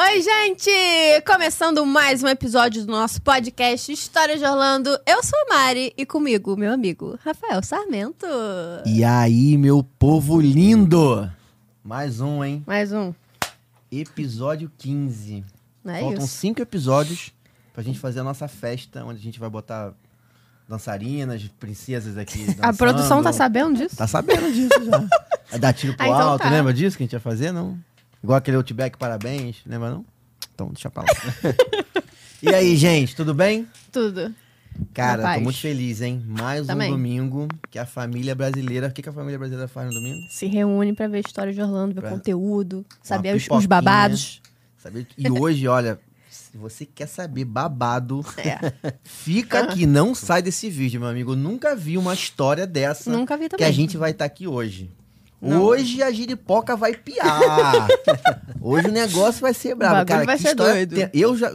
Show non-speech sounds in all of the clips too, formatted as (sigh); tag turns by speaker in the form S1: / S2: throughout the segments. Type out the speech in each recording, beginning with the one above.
S1: Oi, gente! Começando mais um episódio do nosso podcast História de Orlando. Eu sou a Mari e comigo, meu amigo Rafael Sarmento.
S2: E aí, meu povo lindo! Mais um, hein?
S1: Mais um.
S2: Episódio 15.
S1: Não é
S2: Faltam
S1: isso?
S2: cinco episódios pra gente fazer a nossa festa, onde a gente vai botar dançarinas, princesas aqui.
S1: (laughs) A
S2: dançando.
S1: produção tá sabendo disso?
S2: Tá sabendo disso
S1: (laughs)
S2: já. Vai dar tiro pro
S1: Ah, então
S2: alto,
S1: tá.
S2: lembra disso que a gente ia fazer? Não? Igual aquele Outback Parabéns, lembra não? Então, deixa pra lá.
S1: (laughs)
S2: e aí, gente, tudo bem?
S1: Tudo.
S2: Cara,
S1: Rapaz.
S2: tô muito feliz, hein? Mais
S1: Também.
S2: um domingo que a família brasileira. O que, que a família brasileira faz no domingo?
S1: Se reúne pra ver História de Orlando, ver
S2: Pra-
S1: conteúdo, saber
S2: Uma
S1: os, os
S2: pipoquinha.
S1: babados.
S2: Sabe? E hoje, olha, se você quer saber babado,
S1: É.
S2: (laughs) fica aqui, não sai desse vídeo, meu amigo. Eu nunca vi uma história dessa
S1: Nunca vi
S2: que
S1: também.
S2: a gente vai estar aqui hoje.
S1: Não.
S2: Hoje a giripoca vai
S1: (laughs)
S2: piar. hoje o negócio vai ser bravo,
S1: O bagulho
S2: cara.
S1: vai
S2: que
S1: ser
S2: história
S1: doido.
S2: ten- Eu já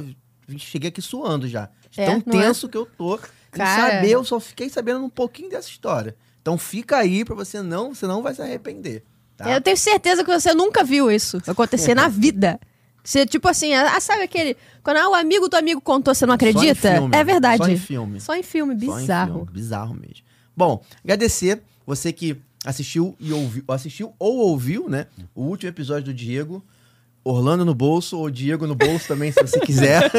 S2: cheguei aqui suando já. De
S1: É,
S2: tão
S1: não é?
S2: tenso que eu tô. Sem
S1: Cara.
S2: saber, eu só fiquei sabendo um pouquinho dessa história. Então fica aí pra você não, você não vai se arrepender. Tá?
S1: Eu tenho certeza que você nunca viu isso acontecer na vida. Você, tipo assim, ah, sabe aquele. Quando ah, o amigo do amigo contou, você não
S2: Só
S1: acredita?
S2: em filme,
S1: é verdade.
S2: Só em filme.
S1: Só em filme,
S2: Só em
S1: bizarro.
S2: filme, bizarro mesmo. Bom, agradecer você que assistiu e ouviu, assistiu ou ouviu, né? O último episódio do Diego. Orlando no bolso, ou Diego no bolso também, se
S1: (laughs)
S2: você quiser.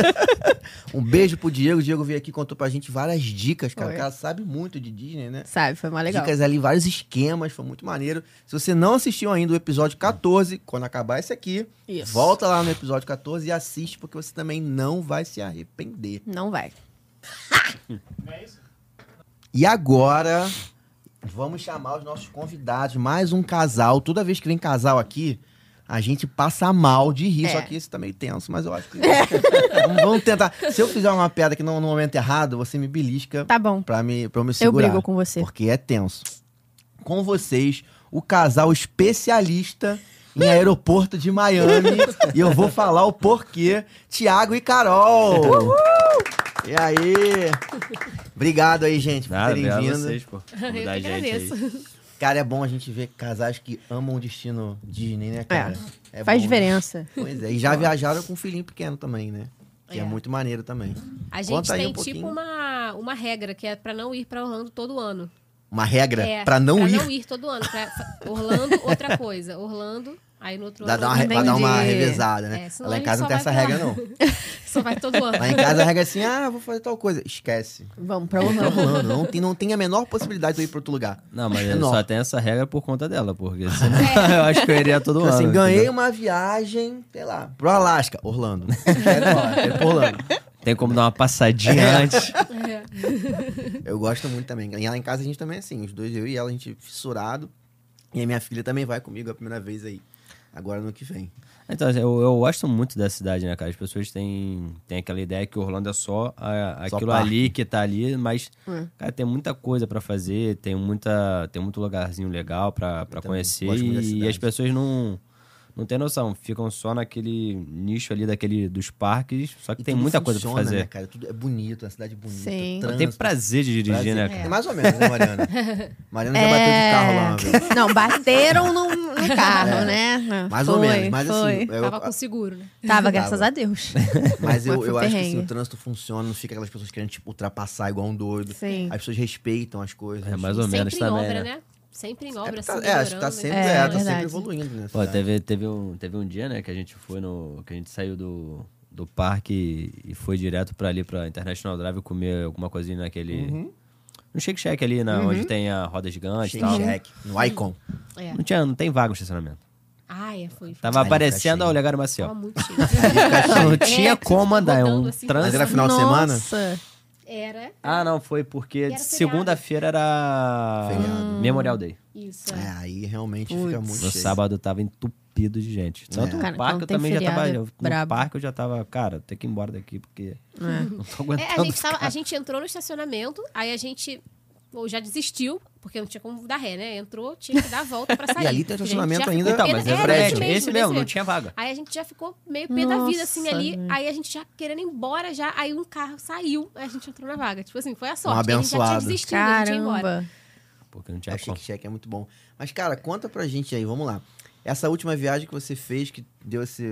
S2: um beijo pro Diego. O Diego veio aqui e contou pra gente várias dicas, cara.
S1: Foi.
S2: O cara sabe muito de Disney, né?
S1: Sabe, foi mó legal.
S2: Dicas ali, vários esquemas, foi muito maneiro. Se você não assistiu ainda o episódio 14, quando acabar esse aqui,
S1: Isso.
S2: volta lá no episódio 14 e assiste, porque você também não vai se arrepender.
S1: Não vai.
S2: E agora, vamos chamar os nossos convidados, mais um casal. Toda vez que vem casal aqui, a gente passa mal de rir.
S1: É.
S2: Só que esse tá meio tenso, mas eu acho que. (laughs) vamos, vamos tentar. Se eu fizer uma piada aqui no, no momento errado, você me belisca
S1: Tá bom.
S2: pra, me, pra eu me
S1: Eu
S2: segurar.
S1: brigo com você.
S2: Porque é tenso. Com vocês, o casal especialista em aeroporto
S1: (laughs)
S2: de Miami. e eu vou falar o porquê. Tiago e Carol. E aí? Obrigado aí, gente, por
S3: Nada,
S2: terem
S3: obrigado a
S2: vindo.
S3: vocês, pô. por mudar a gente aí.
S2: Cara, é bom a gente ver casais que amam o destino Disney, né, cara? É
S1: Faz
S2: bom,
S1: diferença.
S2: Né? Pois é. E já viajaram com um filhinho pequeno também, né? Que é,
S4: É.
S2: muito maneiro também.
S4: A gente
S2: Conta aí
S4: tem
S2: um pouquinho.
S4: tipo uma, uma regra, que é pra não ir pra Orlando todo ano.
S2: Uma regra
S4: É,
S2: pra não ir.
S4: não ir todo ano. Pra Orlando, outra coisa. Orlando, aí no outro
S2: Dá,
S4: ano.
S2: dá uma, re- vai dar uma
S1: Entendi.
S2: revezada, né?
S4: É, senão
S2: Lá em
S4: a
S2: casa não
S4: gente
S2: tem
S4: só
S2: essa
S4: vai
S2: regra,
S4: pra
S2: não.
S4: (laughs) Só vai todo ano.
S2: Lá em casa a regra é assim, ah, vou fazer tal coisa. Esquece.
S1: Vamos pra
S2: Tô
S1: Orlando.
S2: falando, Não tem, não tem a menor possibilidade de eu ir pra outro lugar. É
S3: Não, mas é
S2: Não.
S3: só tem essa regra por conta dela, porque senão (laughs) eu acho que eu iria todo
S2: Tipo
S3: ano.
S2: assim, ganhei
S3: entendeu?
S2: uma viagem, sei lá, pro Alasca. Orlando.
S3: (laughs)
S2: É da hora, é pro Orlando.
S3: Tem como dar uma passadinha
S2: É.
S3: antes.
S2: Eu gosto muito também. E lá em casa a gente também é assim, os dois, eu e ela, a gente fissurado. E a minha filha também vai comigo a primeira vez aí. Agora no que vem.
S3: Então, assim, eu, eu gosto muito da cidade, né, cara? As pessoas têm, têm aquela ideia que Orlando é só a-
S2: Só
S3: aquilo
S2: parque.
S3: ali que tá ali, mas,
S1: Hum.
S3: cara, tem muita coisa pra fazer, tem, muita, tem muito lugarzinho legal pra, pra
S2: também
S3: conhecer.
S2: gosto muito da
S3: E,
S2: cidade.
S3: as pessoas não. Não tem noção, ficam só naquele nicho ali daquele dos parques, só que
S2: E
S3: tem
S2: tudo
S3: muita coisa
S2: funciona,
S3: pra fazer.
S2: Né, cara? Tudo é bonito, é uma cidade bonita.
S1: Sim.
S2: trânsito,
S3: Tem prazer de dirigir,
S2: prazer.
S4: É.
S3: né, cara?
S2: Mais ou menos, né,
S4: (laughs)
S2: Mariana? Mariana já bateu de
S1: É.
S2: carro lá uma vez.
S1: Não, bateram no,
S2: (laughs)
S1: no carro,
S2: É.
S1: né?
S2: Mais
S1: Foi,
S2: ou menos, mas
S1: foi.
S2: assim, eu-
S4: Tava com seguro, né?
S1: Tava, graças
S2: Tava.
S1: a
S2: (laughs)
S1: Deus.
S2: mas eu,
S1: Mas foi um
S2: eu acho que assim,
S1: perrengue.
S2: o trânsito funciona, não fica aquelas pessoas querendo tipo, ultrapassar igual um doido.
S1: Sim.
S2: As pessoas respeitam as coisas. tipo,
S3: É, mais
S4: E
S3: ou menos
S4: sempre em
S3: também,
S4: obra,
S3: né?
S4: né? Sempre em
S2: É,
S4: obra,
S2: tá-
S4: assim,
S2: é, acho que tá
S4: melhorando,
S2: sempre,
S4: né?
S1: É,
S2: é, tá
S1: verdade.
S2: sempre evoluindo, né?
S3: Pô, teve, teve, um, teve um dia, né, que a gente foi no. que a gente saiu do, do parque e foi direto pra ali, pra International Drive, comer alguma coisinha naquele. No Shake Shack ali, na, onde tem a roda gigante e
S2: Shake
S3: tal.
S2: Shack, no Icon.
S4: É.
S3: Não, tinha, não tem vaga no estacionamento.
S4: Ah, é, foi. foi.
S3: Tava
S2: Aí fica
S3: aparecendo
S2: cheio.
S3: ao Olegário
S4: Tava
S2: (laughs)
S3: Maciel.
S4: muito
S3: (laughs)
S4: cheio. (laughs)
S3: Não tinha
S4: É,
S3: como andar, é um
S4: rodando assim.
S2: Mas
S3: trânsito.
S2: era final é de semana?
S1: Nossa.
S4: Era
S3: Ah, não, foi porque
S4: era feriado.
S3: segunda-feira era
S2: Feriado.
S3: Memorial Day.
S4: isso.
S2: É,
S4: É.
S2: aí realmente fica muito
S3: No
S2: cheio.
S3: sábado tava entupido de gente. Tanto
S1: Cara, quando
S3: no parque eu
S1: tem
S3: também já tava.
S1: feriado, é
S3: eu- No
S1: brabo.
S3: parque eu já tava, cara, tem que ir embora daqui porque (laughs) não tô aguentando.
S4: É, a, gente
S3: os
S4: tava- a
S3: caras.
S4: gente entrou no estacionamento, aí a gente pô, já desistiu, porque não tinha como dar ré, né? Entrou, tinha que dar a volta pra sair.
S2: E ali tem
S4: Porque a gente
S2: estacionamento
S4: já
S2: ainda-
S4: ficou
S3: Então,
S4: pé
S3: mas
S4: da-
S3: é
S4: era
S3: prédio.
S4: esse
S3: Esse
S4: esse
S3: mesmo, não tinha vaga.
S4: Aí a gente já ficou meio pé da vida, assim,
S1: Nossa,
S4: ali.
S1: gente.
S4: Aí a gente já querendo ir embora, já. Aí um carro saiu, a gente entrou na vaga. Tipo assim, foi a sorte. que A gente já
S2: Um abençoado.
S4: tinha desistido, a gente ia embora.
S1: Caramba.
S3: Porque não
S2: É,
S3: tinha
S2: o
S3: como.
S2: shake-shack é muito bom. Mas, cara, conta pra gente aí, vamos lá. Essa última viagem que você fez, que deu esse,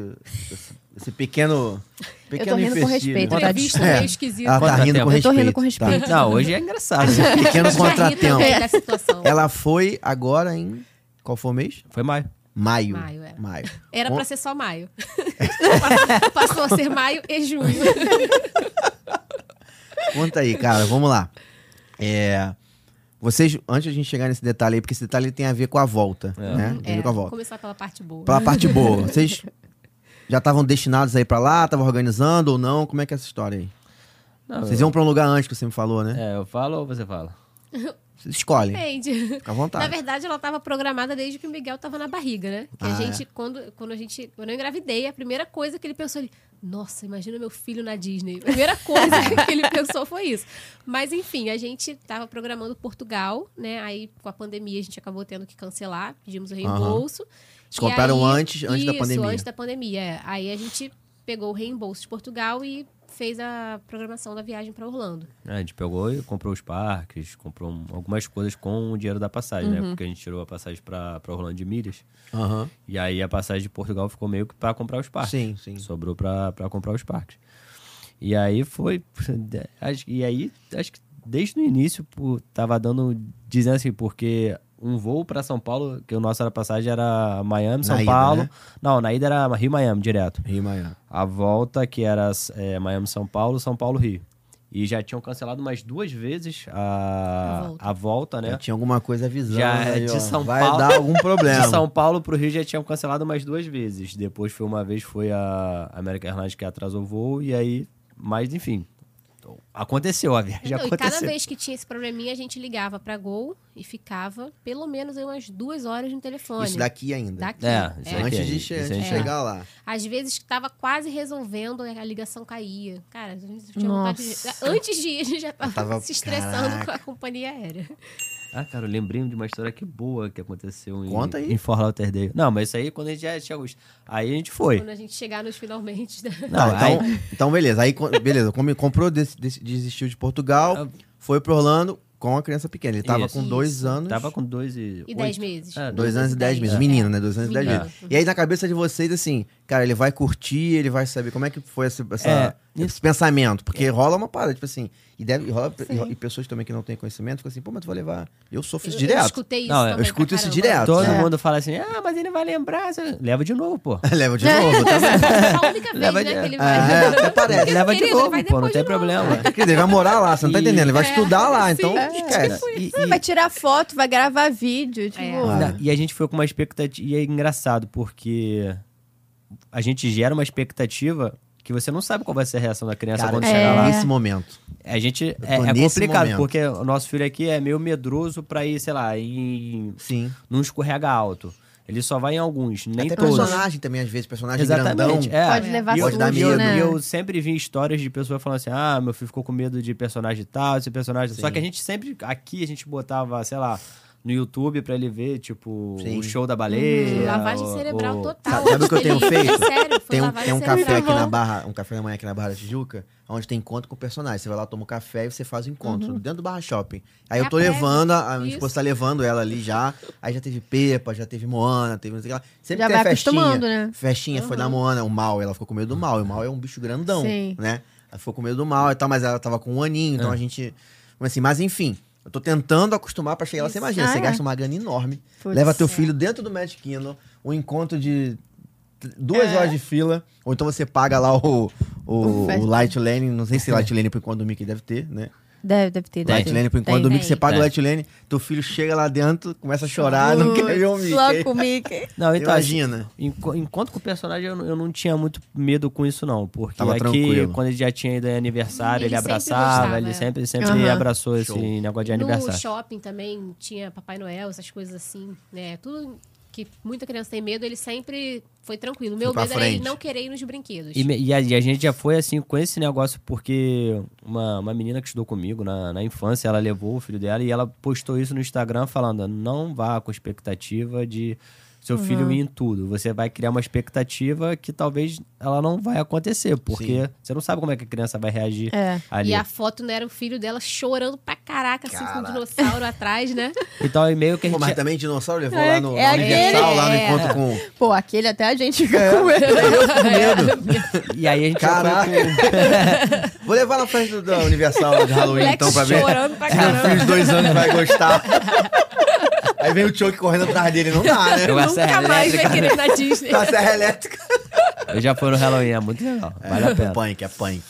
S2: esse, esse pequeno. pequeno
S1: rindo com
S2: empecilho.
S1: respeito,
S2: Conta-
S1: tá?
S4: Entrevista
S2: É.
S4: meio esquisita.
S2: Ela tá
S3: Quanto
S2: rindo com
S3: tempo?
S1: Eu tô
S2: respeito.
S1: rindo com respeito.
S3: Não, hoje é engraçado.
S2: (laughs) Tá.
S4: (laughs)
S1: (laughs)
S2: Pequeno contratempo.
S4: também da situação.
S2: Ela foi agora em. Qual foi o mês?
S3: Foi maio.
S2: Maio.
S4: Maio, é.
S2: Maio.
S4: Era
S2: On-
S4: pra ser só maio. (laughs) Passou- Passou a ser maio e junho.
S2: Conta aí, cara, vamos lá. É. Vocês, antes de a gente chegar nesse detalhe aí, porque esse detalhe tem a ver com a volta,
S3: É.
S2: né? Tem a ver com a volta.
S4: começar pela parte boa.
S2: Pela parte boa,
S4: (laughs)
S2: vocês já estavam destinados aí pra lá? Estavam organizando ou não? Como é que é essa história aí?
S3: Não,
S2: Vocês
S3: Ah, eu-
S2: iam pra um lugar antes que você me falou, né?
S3: É, eu falo ou você fala?
S2: Vocês escolhem.
S4: Entende?
S2: Fica à vontade.
S4: É. Na verdade, ela estava programada desde que o Miguel estava na barriga, né? Que
S2: Ah,
S4: a gente, quando, quando a gente. Quando eu engravidei, a primeira coisa que ele pensou ali. Nossa, imagina meu filho na Disney. A primeira coisa (laughs) que ele pensou foi isso. Mas enfim, a gente estava programando Portugal, né? Aí com a pandemia a gente acabou tendo que cancelar, pedimos o reembolso.
S2: Vocês
S4: E
S2: compraram
S4: aí-
S2: antes- antes da
S4: isso,
S2: pandemia.
S4: antes da pandemia. é. Aí a gente pegou o reembolso de Portugal e fez a programação da viagem para Orlando.
S3: É, a gente pegou e comprou os parques, comprou um- algumas coisas com o dinheiro da passagem, né? Porque a gente tirou a passagem pra, pra Orlando de Milhas.
S2: Aham.
S3: E aí a passagem de Portugal ficou meio que pra comprar os parques.
S2: Sim, sim.
S3: Sobrou pra, pra comprar os parques. E aí foi. (laughs) acho- E aí, acho que desde o início, pô, tava dando. Dizendo assim, porque um voo pra São Paulo, que o nosso era passagem era Miami, São
S2: Na ida,
S3: Paulo.
S2: né?
S3: Não, na ida era Rio Miami direto.
S2: Rio Maior.
S3: A volta, que era é, Miami-São Paulo, São Paulo-Rio. E já tinham cancelado mais duas vezes a,
S4: A
S3: a,
S4: volta.
S3: volta.
S2: Já
S3: né?
S2: tinha alguma coisa avisando.
S3: Já é
S2: aí,
S3: de
S2: ó,
S3: São
S2: Vai
S3: Paulo.
S2: dar algum problema.
S3: (laughs) De São Paulo pro Rio já tinham cancelado mais duas vezes. Depois foi uma vez, foi a American Airlines que atrasou o voo. E aí, mas enfim, aconteceu a viagem.
S4: Então, e cada
S3: aconteceu.
S4: vez que tinha esse probleminha, a gente ligava pra Gol e ficava pelo menos aí umas duas horas no telefone.
S2: Isso daqui né? ainda.
S4: Daqui.
S3: É, isso
S4: É.
S3: daqui.
S2: Antes de
S3: Isso
S2: che-
S3: a gente-
S2: chegar lá.
S4: Às vezes que tava quase resolvendo, né, a ligação caía. Cara, a gente tinha
S1: Nossa.
S4: vontade de... (laughs) Antes de ir, a gente já tava,
S2: tava-
S4: se estressando com a
S2: Caraca.
S4: companhia aérea.
S3: Ah, cara, eu lembrei de uma história que boa que aconteceu em,
S2: Conta aí.
S3: em Fort Lauderdale. Não, mas isso aí é quando a gente já tinha... Aí a gente foi.
S4: Quando a gente chegar nos finalmente. né?
S3: Não,
S2: Tá, então,
S3: aí-
S2: então, beleza. Aí, co- beleza. Como comprou, des- des- desistiu de Portugal, foi pro Orlando com a criança pequena. Ele tava
S3: Ah. Isso.
S2: com dois anos.
S3: Tava com dois e...
S4: E dez
S3: oito.
S4: meses.
S3: É,
S2: Dois anos e dez meses.
S4: É.
S2: Menino, né? Dois anos e dez
S4: Menino.
S2: meses. E aí, na cabeça de vocês, assim, cara, ele vai curtir, ele vai saber como é que foi esse, essa-
S3: É,
S2: esse pensamento. Porque rola uma parada, tipo assim, e, deve, e rola, e, ro- e pessoas também que não têm conhecimento ficam assim, pô, mas tu vai levar. Eu sofro
S4: Eu,
S2: isso
S4: eu
S2: direto.
S4: escutei isso
S3: Não, eu
S4: também pra
S2: escuto isso
S4: caramba.
S2: direto.
S3: Todo
S2: É.
S3: mundo fala assim, ah, mas ele vai lembrar. você- Leva de novo, pô.
S2: (laughs) Leva de novo, tá bom?
S4: (laughs) A
S2: (laughs)
S4: única vez,
S3: Leva
S4: né,
S3: de-
S4: que ele
S3: É,
S4: vai...
S2: É,
S4: (laughs)
S2: até parece.
S3: Leva de
S4: Querido,
S3: novo,
S4: vai
S3: pô.
S4: depois
S3: Não tem
S4: de novo.
S3: problema.
S2: Quer dizer, Ele vai morar lá, você não tá
S3: E-
S2: entendendo? Ele vai
S4: É.
S2: estudar lá, então
S3: É,
S2: esquece.
S3: e-
S1: Ah,
S3: e-
S1: Vai tirar foto, vai gravar vídeo, tipo...
S2: Ah, né?
S4: É.
S3: E a gente foi com uma expectativa. E é engraçado, porque a gente gera uma expectativa que você não sabe qual vai ser a reação da criança
S2: Cara,
S3: quando
S2: é.
S3: chegar lá.
S2: nesse momento.
S3: A gente é,
S2: tô
S3: é
S2: nesse
S3: complicado,
S2: momento.
S3: porque o nosso filho aqui é meio medroso pra ir, sei lá, em.
S2: Sim.
S3: num escorrega alto. Ele só vai em alguns, nem
S2: Até
S3: todos.
S2: personagem também, às vezes, personagem
S3: Exatamente.
S2: grandão.
S3: é.
S1: Pode levar
S3: E eu-
S2: Pode dar
S3: e eu,
S2: medo.
S4: né?
S3: e eu sempre vi histórias de pessoas falando assim: ah, meu filho ficou com medo de personagem tal, esse personagem. Só que a gente sempre, aqui, a gente botava, sei lá, no YouTube pra ele ver, tipo,
S2: Sim.
S3: o show da baleia.
S4: Uhum. Lavagem
S3: o-
S4: cerebral
S3: o-
S4: total.
S2: Tá, Sabe o que eu tenho
S4: Ele-
S2: feito?
S4: (laughs) Sério, foi
S2: Tem um,
S4: lavagem
S2: tem um
S4: cerebral.
S2: café aqui na Barra, um café da manhã aqui na Barra da Tijuca, onde tem encontro com o personagem. Você vai lá, toma um café e você faz o encontro
S1: Uhum.
S2: dentro do Barra Shopping. Aí
S4: É
S2: eu tô
S4: a prévia.
S2: levando, a a minha
S4: Isso.
S2: esposa tá levando ela ali já. Aí já teve Pepa, já teve Moana, teve não sei o que lá. Sempre
S1: Já
S2: tem
S1: vai
S2: festinha.
S1: acostumando, né?
S2: Festinha, foi da Moana, o mal, ela ficou com medo do mal. E o mal é um bicho grandão,
S1: Sim.
S2: né? Ela ficou com medo do mal e tal, mas ela tava com um aninho,
S3: É.
S2: então a gente. Assim, mas enfim, eu tô tentando acostumar pra chegar lá. Você imagina,
S1: Ah,
S2: você
S1: é.
S2: gasta uma grana enorme,
S1: Putz,
S2: leva teu
S1: é.
S2: filho dentro do Magic Kingdom, um encontro de t- duas horas de fila, ou então você paga lá o, o,
S1: É. O fast-
S2: o Light Lane, não sei se Light Lane por enquanto do Mickey deve ter, né?
S1: Deve, deve ter. deve ter.
S2: Lightlane, por enquanto,
S1: Tem.
S2: domingo você paga o
S3: Tem.
S2: Lightlane, teu filho chega lá dentro, começa a chorar, Ah, não quer ver o Mickey.
S1: Só com o Mickey.
S3: Não, então,
S2: Imagina.
S3: assim, enqu- enquanto com o personagem, eu, não- eu não tinha muito medo com isso, não. Porque
S2: Tava
S3: aqui,
S2: tranquilo.
S3: quando ele já tinha ido em aniversário,
S4: Ele
S3: ele,
S4: sempre
S3: abraçava,
S4: gostava,
S3: ele
S4: é.
S3: sempre, sempre
S1: Aham.
S3: abraçou
S2: Show.
S3: esse negócio de
S4: No
S3: aniversário.
S4: shopping também tinha Papai Noel, essas coisas assim, né? Tudo que muita criança tem medo, ele sempre foi tranquilo. O meu
S2: Foi pra
S4: medo era ele
S2: frente.
S4: não querer ir nos brinquedos.
S3: E, me- e a, e a gente já foi assim com esse negócio, porque uma, uma menina que estudou comigo na, na infância, ela levou o filho dela e ela postou isso no Instagram falando: não vá com expectativa de
S4: Uhum.
S3: seu filho ir em tudo. Você vai criar uma expectativa que talvez ela não vai acontecer, porque você não sabe como é que a criança vai reagir
S1: É.
S3: ali.
S4: E a foto não era o filho dela chorando pra caraca, assim, com um
S2: Caraca.
S4: dinossauro atrás, né?
S3: Então é meio que a
S2: Pô,
S3: gente.
S2: mas também dinossauro levou
S1: É-
S2: lá no,
S1: é
S2: na
S1: aquele-
S2: Universal, lá no
S4: é.
S1: (laughs)
S2: encontro com...
S1: Pô, aquele até a gente
S2: É.
S1: fica com
S2: (laughs)
S1: medo.
S3: E aí a gente já foi
S1: (laughs)
S2: Caraca. Vou levar na frente do- da Universal lá de Halloween,
S4: Moleque
S2: então, pra ver
S4: chorando pra
S2: se meu filho de dois anos vai
S1: (laughs)
S2: gostar. Aí vem o Chuck correndo atrás dele. Não
S1: (laughs)
S2: dá, né?
S3: Eu acho-
S4: Nunca mais vai
S3: né?
S4: querer ir na Disney.
S2: Tá a serra elétrica.
S3: Eu já fui no Halloween, é muito legal.
S2: (laughs)
S3: Vale a pena.
S2: Punk, é punk.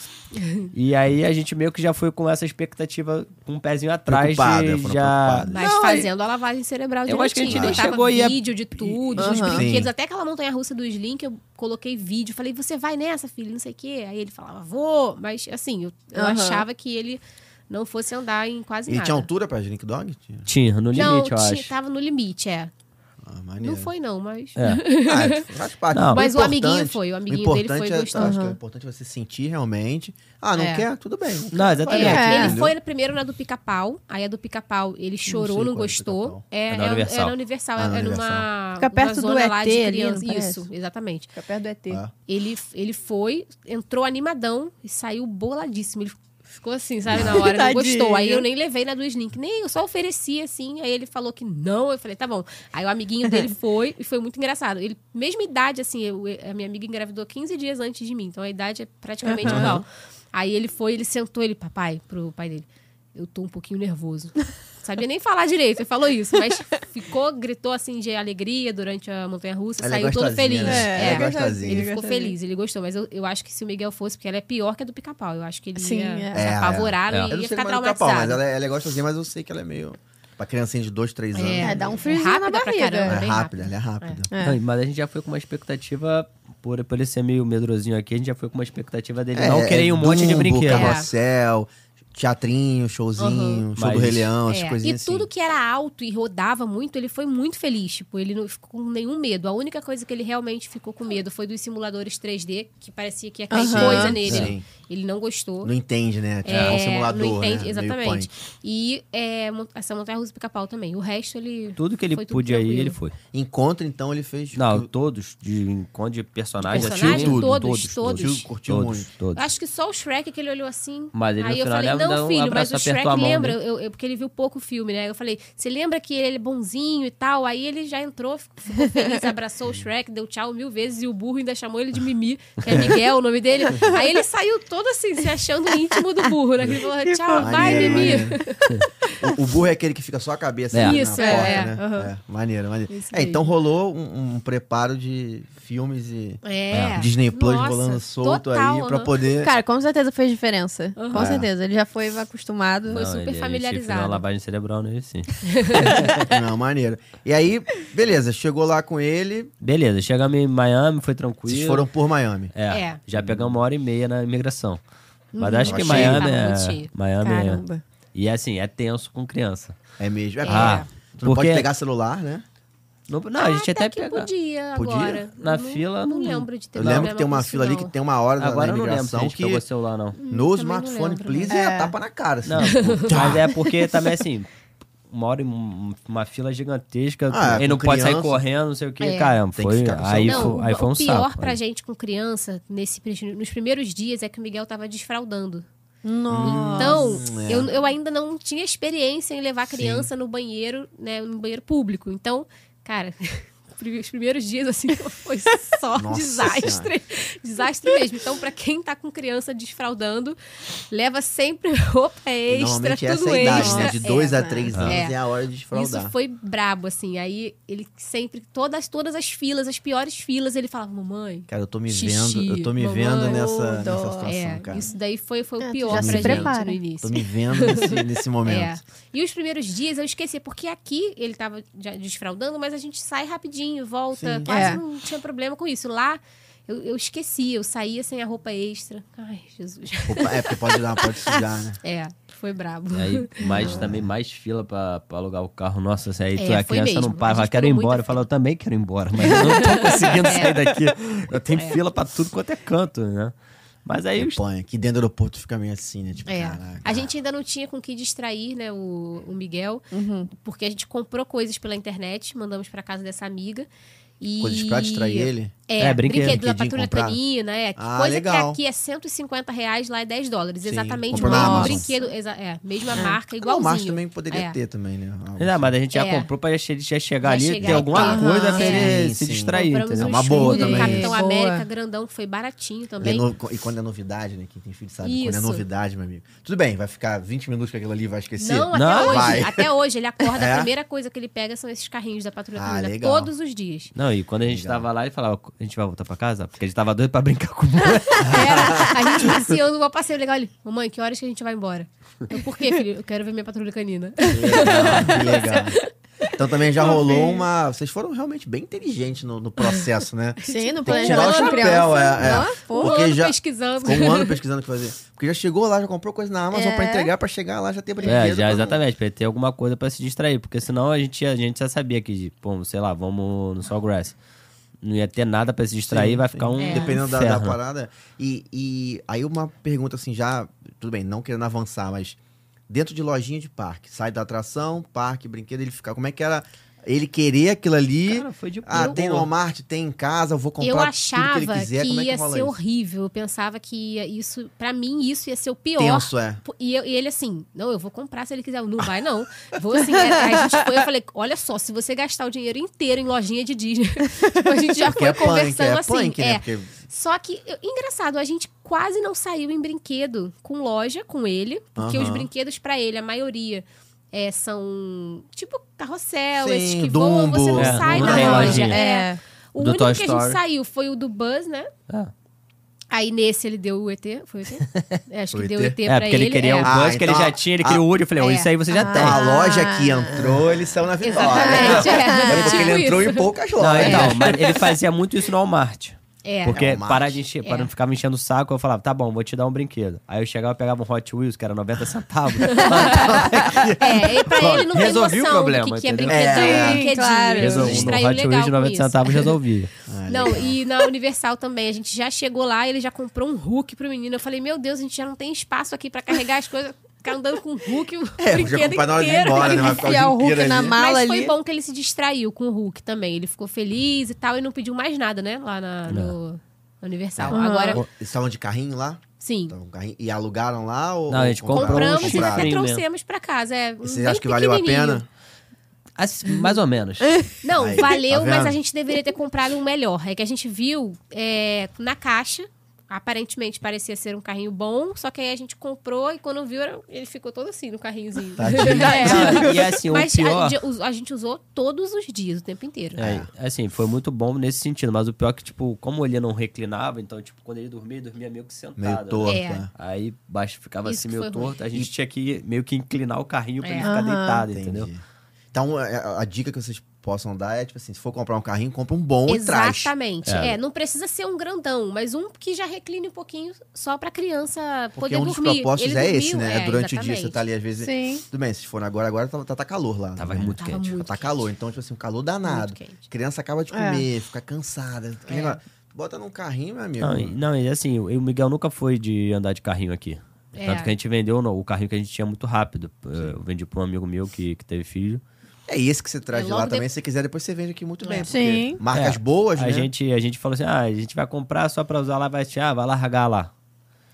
S3: E aí a gente meio que já foi com essa expectativa com um pezinho atrás
S2: Preocupado, né?
S3: de
S2: Foram
S3: já
S2: preocupados.
S4: Mas
S3: Não,
S4: fazendo a lavagem cerebral
S3: Eu acho que a gente
S4: direitinho.
S3: nem
S4: Eu
S3: chegou e
S4: botava
S3: a-
S4: vídeo de tudo, dos
S1: Aham.
S4: brinquedos.
S2: Sim.
S4: Até aquela montanha-russa do Slim, que eu coloquei vídeo. Falei, você vai nessa, filho, não sei o quê. Aí ele falava, vou. Mas, assim, eu, eu
S1: Aham.
S4: achava que ele não fosse andar em quase
S2: E
S4: nada.
S2: tinha altura pra Drink Dog? Tinha.
S3: tinha, um no
S4: não,
S3: limite, eu
S4: ti-
S3: acho.
S4: tava no limite, é.
S2: Ah, maneiro.
S4: Não foi não, mas...
S3: É.
S4: (laughs)
S2: Ah, faz parte.
S3: Não.
S4: Mas o
S2: importante-
S4: amiguinho foi, o amiguinho
S2: importante
S4: dele foi
S2: é,
S4: gostoso.
S2: Acho que o importante é você sentir realmente. Ah, não
S4: É.
S2: quer? Tudo bem. quer,
S3: Não, exatamente.
S2: vai lá,
S4: É, ele
S2: entendeu?
S4: foi primeiro na do pica-pau, aí a do pica-pau ele chorou,
S2: sei qual é
S4: não,
S2: a do
S4: gostou.
S2: Pica-Pau.
S4: É,
S3: É na
S4: é-
S3: Universal.
S4: é na Universal,
S2: Ah, na
S4: é
S2: Universal.
S4: numa.
S1: Fica perto
S4: numa
S1: do
S4: zona lá
S1: ET
S4: de
S1: ali,
S4: criança.
S1: não parece?
S4: Isso, exatamente.
S1: Fica perto do ET.
S2: Ah.
S4: Ele, ele foi, entrou animadão e saiu boladíssimo. Ele ficou assim,
S1: (laughs)
S4: sabe, na hora, não
S1: Tadinho.
S4: gostou. Aí eu nem levei na do Slink, nem eu só ofereci assim. Aí ele falou que não, eu falei, tá bom. Aí o
S1: (laughs)
S4: amiguinho dele foi e foi muito engraçado. Ele, mesma idade, assim, eu- a minha amiga engravidou 15 dias antes de mim, então a idade é praticamente
S1: Aham.
S4: igual. Aí ele foi, ele sentou, ele, papai, pro pai dele, eu tô um pouquinho nervoso. Sabia nem falar direito, ele falou isso, mas ficou, gritou assim de alegria durante a montanha russa,
S2: Ela é
S4: saiu todo
S2: gostosinha,
S4: feliz.
S2: né? Ela é
S4: É.
S2: gostosinha.
S4: Ele ficou feliz, ele gostou, mas eu, eu acho que se o Miguel fosse, porque ela é pior que a do pica-pau. Eu acho que ele
S1: Sim,
S4: ia
S1: é.
S4: se
S2: É,
S4: apavorar
S3: é.
S4: e
S3: Eu
S2: Eu não
S4: ia
S2: sei
S4: ficar
S2: como é do Capão, mas
S4: traumatizado.
S2: ela, é- ela é gostosinha, mas eu sei que ela é meio... Pra criancinha de dois, três anos.
S1: É,
S2: Ela
S1: dá um friozinho
S4: rápida
S1: na
S4: pra
S1: barriga.
S4: caramba,
S2: é
S4: bem
S2: rápida, ela é rápida.
S1: É.
S3: Não, mas a gente já foi com uma expectativa, por, por ele ser meio medrosinho aqui, a gente já foi com uma expectativa dele
S2: É,
S3: não querer
S2: é
S3: um monte de
S2: Dumbo,
S3: brinquedo.
S4: É.
S2: Carrossel, teatrinho, showzinho, show do
S3: Mas-
S2: Rei Leão,
S4: É,
S2: essas
S4: E
S2: coisinhas
S4: tudo
S2: assim.
S4: que era alto e rodava muito, ele foi muito feliz. Tipo, ele não ficou com nenhum medo. A única coisa que ele realmente ficou com medo foi dos simuladores 3D, que parecia que ia cair
S1: Aham.
S4: coisa nele.
S2: Sim.
S4: Ele não gostou.
S2: Não entende, né? Tipo,
S4: É,
S2: é um simulador,
S4: não entende,
S2: né? Meio
S4: Exatamente.
S2: punk.
S4: E é, mon- essa montanha russa e pica-pau também. O resto ele.
S3: Tudo que ele
S4: Foi tudo
S3: podia ir,
S4: tranquilo.
S3: ele foi.
S2: Encontro, então, ele fez...
S3: Não, todos, de encontro de personagens,
S4: De personagem,
S3: assim, tudo,
S4: todos,
S3: todos,
S4: todos. Ah,
S3: todos,
S2: Curtiu
S3: todos,
S2: muito.
S3: todos.
S4: Acho que só o Shrek que ele olhou assim.
S3: Mas ele,
S4: Aí
S3: no
S4: eu
S3: final,
S4: falei,
S3: deve dar
S4: não,
S3: um
S4: filho,
S3: abraço,
S4: mas o
S3: apertou
S4: Shrek
S3: a mão né?
S4: lembra,
S3: dele.
S4: eu- eu- porque ele viu pouco filme, né? Eu falei, você lembra que ele é bonzinho e tal? Aí ele já entrou, ficou ficou feliz, abraçou o Shrek, deu tchau mil vezes e o burro ainda chamou ele de Mimi, que é Miguel o nome dele. Aí ele saiu todo assim, se achando íntimo do burro, né? Ele falou, tchau, vai,
S2: Maneiro,
S4: Mimi. (laughs)
S2: maneiro. O, o burro é aquele que fica só a cabeça
S3: É.
S2: ali
S4: Isso,
S2: na
S4: é,
S2: porta,
S4: é,
S2: né?
S4: aham.
S2: É, maneiro, maneiro.
S4: Isso
S2: É, então
S4: mesmo.
S2: rolou um, um preparo de filmes e
S4: É.
S2: Disney Plus
S4: Nossa,
S2: rolando solto
S4: total,
S2: aí pra
S4: aham. (laughs)
S2: poder...
S3: É.
S1: Cara, com certeza fez diferença. Com
S2: É.
S1: certeza. Ele já foi acostumado.
S4: Foi
S3: Não,
S4: super
S3: ele- ele fez uma
S4: familiarizado.
S3: lavagem cerebral nele, sim.
S2: (laughs) Não, maneiro. E aí, beleza, chegou lá com ele,
S3: Beleza, chegamos em Miami, foi tranquilo.
S2: vocês foram por Miami.
S3: É,
S4: É. Uhum.
S3: já pegamos uma hora e meia na imigração. Mas acho que
S2: Cheio.
S3: Miami
S4: Tá
S3: é...
S4: muito cheio.
S3: Miami é-
S1: Caramba.
S3: E assim, é tenso com criança.
S2: É mesmo. É,
S3: Ah,
S2: tu não
S3: porque-
S2: pode pegar celular, né?
S3: Não, não, a gente até
S4: Ah, que
S3: pega.
S4: podia
S2: Podia?
S4: agora.
S3: Na
S4: Não-
S3: fila,
S4: Não
S3: não-
S4: lembro de ter
S2: Eu lembro
S4: problema
S2: que tem uma
S4: com isso,
S2: fila ali
S4: não.
S2: que tem uma hora da- da
S3: Agora eu não lembro se a
S2: imigração
S3: gente
S2: que
S3: pegou celular, (laughs) não.
S2: no
S4: também não
S2: smartphone,
S4: lembro,
S2: please,
S1: né?
S2: é
S1: É.
S2: a tapa na cara. assim.
S3: Não,
S2: (laughs)
S3: mas é porque também assim, uma hora e um- uma fila gigantesca,
S2: Ah, é,
S3: ele não
S2: com
S3: pode sair
S2: criança.
S3: correndo, não sei o que.
S4: É.
S3: Caramba,
S2: Tem que
S3: foi.
S2: ficar com o
S3: Aí,
S2: celular.
S4: Não,
S3: foi, aí
S4: o-
S3: foi um
S4: o pior
S3: saco.
S4: pra
S3: Aí-
S4: gente com criança, nesse, nos primeiros dias, é que o Miguel tava desfraldando.
S1: Nossa.
S4: Então,
S2: é.
S4: eu, eu ainda não tinha um experiência em levar a criança no banheiro, né? No banheiro público. Então, cara, (laughs) prime- os primeiros dias, assim, (laughs) foi só
S2: Nossa
S4: desastre. Desastre mesmo. Então, pra quem tá com criança desfraldando, leva sempre (laughs) roupa extra,
S2: Normalmente essa
S4: tudo
S2: é a idade,
S4: extra.
S2: né? De 2
S1: É,
S2: a 3
S4: mano.
S2: anos
S4: É.
S2: é. a hora de
S4: Isso
S2: desfraudar.
S4: foi brabo, assim. Aí ele sempre, todas, todas as filas, as piores filas, ele falava, mamãe.
S2: Cara, eu tô me
S4: Xixi,
S2: vendo, eu tô me
S4: mamãe,
S2: vendo nessa,
S1: dor.
S2: nessa situação,
S4: é,
S2: cara.
S4: isso daí foi,
S1: É,
S4: foi o
S1: tu
S4: pior
S1: já
S4: pra
S2: se
S4: gente
S1: prepara.
S4: no
S2: Tô
S4: início. É.
S2: me vendo
S4: (laughs)
S2: nesse, nesse momento.
S4: E os primeiros dias eu esqueci, porque aqui ele tava já desfraudando, mas a gente sai rapidinho, volta,
S2: Sim.
S4: quase
S1: É.
S4: não tinha problema com isso. Lá eu, eu esqueci, eu saía sem a roupa extra. Ai, Jesus.
S2: Opa, é, porque pode dar, pode sujar, né?
S4: É, foi brabo.
S3: Aí,
S2: Ah.
S3: mais, também mais fila pra, pra alugar o carro. Nossa, assim, aí
S4: É,
S3: tu- a
S4: foi
S3: criança
S4: mesmo.
S3: não para,
S4: A gente
S3: fala, quero ir
S4: ficou
S3: embora.
S4: muito-
S3: Eu falo, eu também quero ir embora, mas eu não
S4: (laughs)
S3: tô conseguindo sair daqui. Eu tenho
S4: É.
S3: fila pra tudo quanto é canto, né? Mas aí
S2: Aí
S3: os
S2: põe, aqui dentro do aeroporto fica meio assim, né? Tipo,
S4: É.
S2: caraca.
S4: A gente ainda não tinha com o que distrair, né, o, o Miguel,
S2: Uhum.
S4: porque a gente comprou coisas pela internet, mandamos pra casa dessa amiga. E...
S2: Coisas pra distrair ele.
S4: É,
S3: É, brinquedo.
S4: brinquedo, da
S2: Brinquedinho
S4: patrulha
S2: comprar.
S4: canina, é. Que
S2: Ah,
S4: coisa
S2: legal.
S4: que aqui é 150 reais, lá é 10 dólares.
S2: Sim,
S4: Exatamente o
S2: comprou na
S4: mesmo
S2: Amazon.
S4: brinquedo, exa- é, mesma marca,
S2: Não, o Márcio
S4: igualzinho.
S2: um também poderia
S4: É.
S2: ter também, né?
S3: Não, mas a gente já
S4: É.
S3: comprou pra já, já chegar
S4: Já
S3: ali,
S4: chegar
S3: ter alguma
S4: aqui.
S3: coisa
S4: Aham.
S3: pra ele
S2: Sim,
S3: se
S2: sim.
S3: distrair,
S4: Compramos
S3: entendeu?
S4: um
S2: né? É Uma boa
S4: escudo,
S2: também.
S4: Capitão
S1: Boa.
S4: América grandão, que foi baratinho
S2: E, é
S4: também.
S2: no- e quando é novidade, né? Quem tem filho sabe. Quando é
S4: Isso.
S2: novidade, meu amigo. Tudo bem, vai ficar 20 minutos com aquilo ali e vai esquecer.
S4: Não, até
S3: Não?
S4: hoje.
S2: Vai.
S4: Até hoje, ele acorda,
S2: (laughs) É?
S4: a primeira coisa que ele pega são esses carrinhos da patrulha
S2: Ah,
S4: canina.
S2: legal.
S4: Todos os dias. (laughs)
S3: Não, e quando a gente
S2: Legal.
S3: tava lá, ele falava, a gente vai voltar pra casa? Porque a gente tava doido pra (laughs) brincar com o moleque.
S4: Era, É, a gente tá passeando, vou passeio legal. Ele, mamãe, que horas que a gente vai embora? Eu, por quê, filho? Eu quero ver minha patrulha canina.
S2: Legal, que legal. Então também já rolou uma. Vocês foram realmente bem inteligentes no, no processo, né?
S1: Sim, no
S2: Tem que tirar o
S1: planejamento
S2: chapéu,
S1: da criança.
S2: é, é.
S1: Ó, pô.
S4: Um
S2: Porque
S4: ano
S2: já-
S4: pesquisando.
S2: Ficou um ano pesquisando o que fazer. Porque já chegou lá, já comprou coisa na Amazon pra entregar, pra chegar lá, já ter brinquedo.
S3: É, já,
S2: pra-
S3: exatamente, pra ele ter alguma coisa pra se distrair. Porque senão a gente, ia- a gente já sabia que, pô, sei lá, vamos no Sawgrass. Não ia ter nada pra se distrair,
S2: Sim,
S3: vai
S2: sim.
S3: ficar um
S2: Dependendo da, da
S3: inferno.
S2: parada. E, e aí uma pergunta assim, já. Tudo bem, não querendo avançar, mas dentro de lojinha de parque, sai da atração, parque, brinquedo, ele ficar. Como é que era ele querer aquilo ali?
S3: Cara, foi de
S2: ah,
S3: boa.
S2: tem no Walmart, tem em casa, eu vou comprar
S4: Eu
S2: tudo que
S4: achava
S2: ele
S4: que,
S2: quiser. Como é que
S4: ia
S2: rola
S4: ser
S2: isso?
S4: horrível. Eu pensava que ia- isso, pra mim, isso ia ser o pior.
S2: Tenso, é.
S4: Pô, E, eu- e ele assim, não, eu vou comprar se ele quiser. Eu, Não vai, não. Vou assim. é, aí a gente foi, eu falei, olha só, se você gastar o dinheiro inteiro em lojinha de Disney. (laughs) tipo, a gente já
S2: Porque
S4: foi
S2: é punk,
S4: conversando
S2: é
S4: assim.
S2: punk,
S4: é.
S2: né? Porque
S4: Só que, eu- engraçado, a gente quase não saiu em brinquedo com loja, com ele, porque
S2: Aham.
S4: os brinquedos pra ele, a maioria. é, são tipo carrossel,
S2: Sim,
S4: esses que voam,
S2: Dumbo.
S4: você não
S3: É,
S4: sai
S3: não
S4: na
S3: tem
S4: loja.
S3: lojinha.
S4: É.
S2: Ah,
S4: O
S3: O do
S4: único
S3: Toy
S4: que a
S3: Story.
S4: gente saiu foi o do Buzz, né?
S3: Ah.
S4: Aí nesse ele deu o ET. Foi o
S3: (laughs)
S4: ET? É, acho
S2: O
S4: que deu o
S2: ET.
S3: É,
S4: ET pra
S3: porque ele queria
S4: é.
S3: o
S2: Ah, Tá
S3: Buzz que ele
S2: então-
S3: já tinha, ele queria o Woody. Eu falei, ó,
S4: É.
S3: isso aí você já
S1: Ah.
S3: tem.
S2: a loja que entrou, eles são na vitória.
S4: Exatamente, é.
S2: É porque
S4: Tipo
S2: ele entrou
S4: isso.
S2: em poucas
S3: Não,
S2: lojas.
S3: então, mas ele fazia muito isso no Walmart.
S4: É.
S3: Porque
S2: É, Walmart.
S3: para de encher, para
S4: É.
S3: não ficar me enchendo o saco, eu falava, tá bom, vou te dar um brinquedo. Aí eu chegava e pegava um Hot Wheels, que era 90 centavos.
S4: É,
S3: (laughs)
S4: e pra ele não tem
S3: Resolvi o
S4: noção
S3: problema,
S4: do que, que é
S3: entendeu?
S4: brinquedão,
S1: É.
S4: brinquedinho.
S1: Claro.
S4: Ele
S3: Resolvi. No
S4: se distraiu
S3: Hot Wheels
S4: legal
S3: de
S4: com
S3: 90
S4: isso.
S3: centavos (laughs) resolvi.
S4: Não, e na Universal também, a gente já chegou lá, ele já comprou um Hulk pro menino. Eu falei, meu Deus, a gente já não tem espaço aqui pra carregar as coisas. Ficar andando com o
S3: (laughs)
S4: Hulk, o
S2: É, já
S4: brinquedo
S2: comprar na hora de ir
S4: inteiro.
S2: embora, né? Vai ficar o
S1: Enfiar
S2: dia
S1: o Hulk
S2: inteiro
S1: na
S2: ali.
S1: mala.
S4: Mas
S1: ali.
S4: foi bom que ele se distraiu com o Hulk também. Ele ficou feliz e tal, e não pediu mais nada, né? Lá na, no na Universal.
S3: É.
S1: Aham.
S3: Ah.
S4: Agora,
S2: Eles estavam de carrinho lá?
S4: sim.
S2: Então, um carrinho- E alugaram lá? Ou,
S3: Não, a gente
S2: ou compraram?
S3: comprou um
S4: Compramos e
S3: Compraram.
S4: até trouxemos pra casa. É,
S2: E Vocês
S4: bem
S2: acham que valeu a
S4: pequenininho.
S2: pena?
S3: Assim, mais ou menos.
S4: Não,
S2: Aí, tá
S4: valeu,
S2: vendo?
S4: mas a gente deveria ter comprado um melhor. É que a gente viu é, na caixa, aparentemente parecia ser um carrinho bom, só que aí a gente comprou e quando viu, era- ele ficou todo assim no carrinhozinho.
S2: Tadinho. (laughs)
S4: É.
S3: Não, e assim, o
S4: Mas
S3: pior...
S4: a, gente us- a gente usou todos os dias, o tempo inteiro.
S3: É, assim, foi muito bom nesse sentido, mas o pior é que, tipo, como ele não reclinava, então, tipo, quando ele dormia, ele dormia meio que sentado.
S2: Meio
S3: né?
S2: torto,
S4: É.
S2: né?
S3: Aí baixo ficava
S4: Isso
S3: assim
S4: que
S3: meio
S4: foi ruim.
S3: torto, a gente tinha que meio que inclinar o carrinho pra
S4: É.
S3: ele ficar
S1: Aham.
S3: deitado,
S2: Entendi.
S3: entendeu?
S2: Então, é, a, a dica que vocês possam dar é, tipo assim, se for comprar um carrinho, compra um bom e traz.
S4: Exatamente.
S3: É.
S4: É. não precisa ser um grandão, mas um que já recline um pouquinho só pra criança
S2: Porque
S4: poder
S2: um dos
S4: dormir.
S2: propósitos
S4: Ele
S2: é
S4: dormiu,
S2: esse, né?
S4: é,
S2: Durante o dia você
S4: exatamente.
S2: tá ali, às vezes...
S1: Sim.
S2: Tudo bem, se for agora, agora tá, tá, tá calor lá.
S3: Tava
S2: né?
S3: muito
S4: Tava
S3: quente.
S4: muito
S2: tá
S4: quente.
S2: calor, então, tipo assim, um calor
S4: Muito
S2: danado.
S4: quente.
S2: Criança acaba
S4: É.
S2: de comer, fica cansada. Tem negócio- Bota num carrinho, meu amigo.
S3: É. Não, e- não, e assim, o o Miguel nunca foi de andar de carrinho aqui.
S4: É.
S3: Tanto que a gente vendeu no- o carrinho que a gente tinha muito rápido. Eu vendi pra um amigo meu que, que teve filho.
S2: É esse que você traz
S4: É,
S2: de lá
S4: logo
S2: também. Se você quiser, depois você vende aqui muito bem. porque
S1: Sim.
S2: Marcas
S3: É,
S2: boas,
S3: a
S2: né?
S3: gente A gente falou assim: ah, a gente vai comprar só pra usar lá, vai, ah, vai largar lá.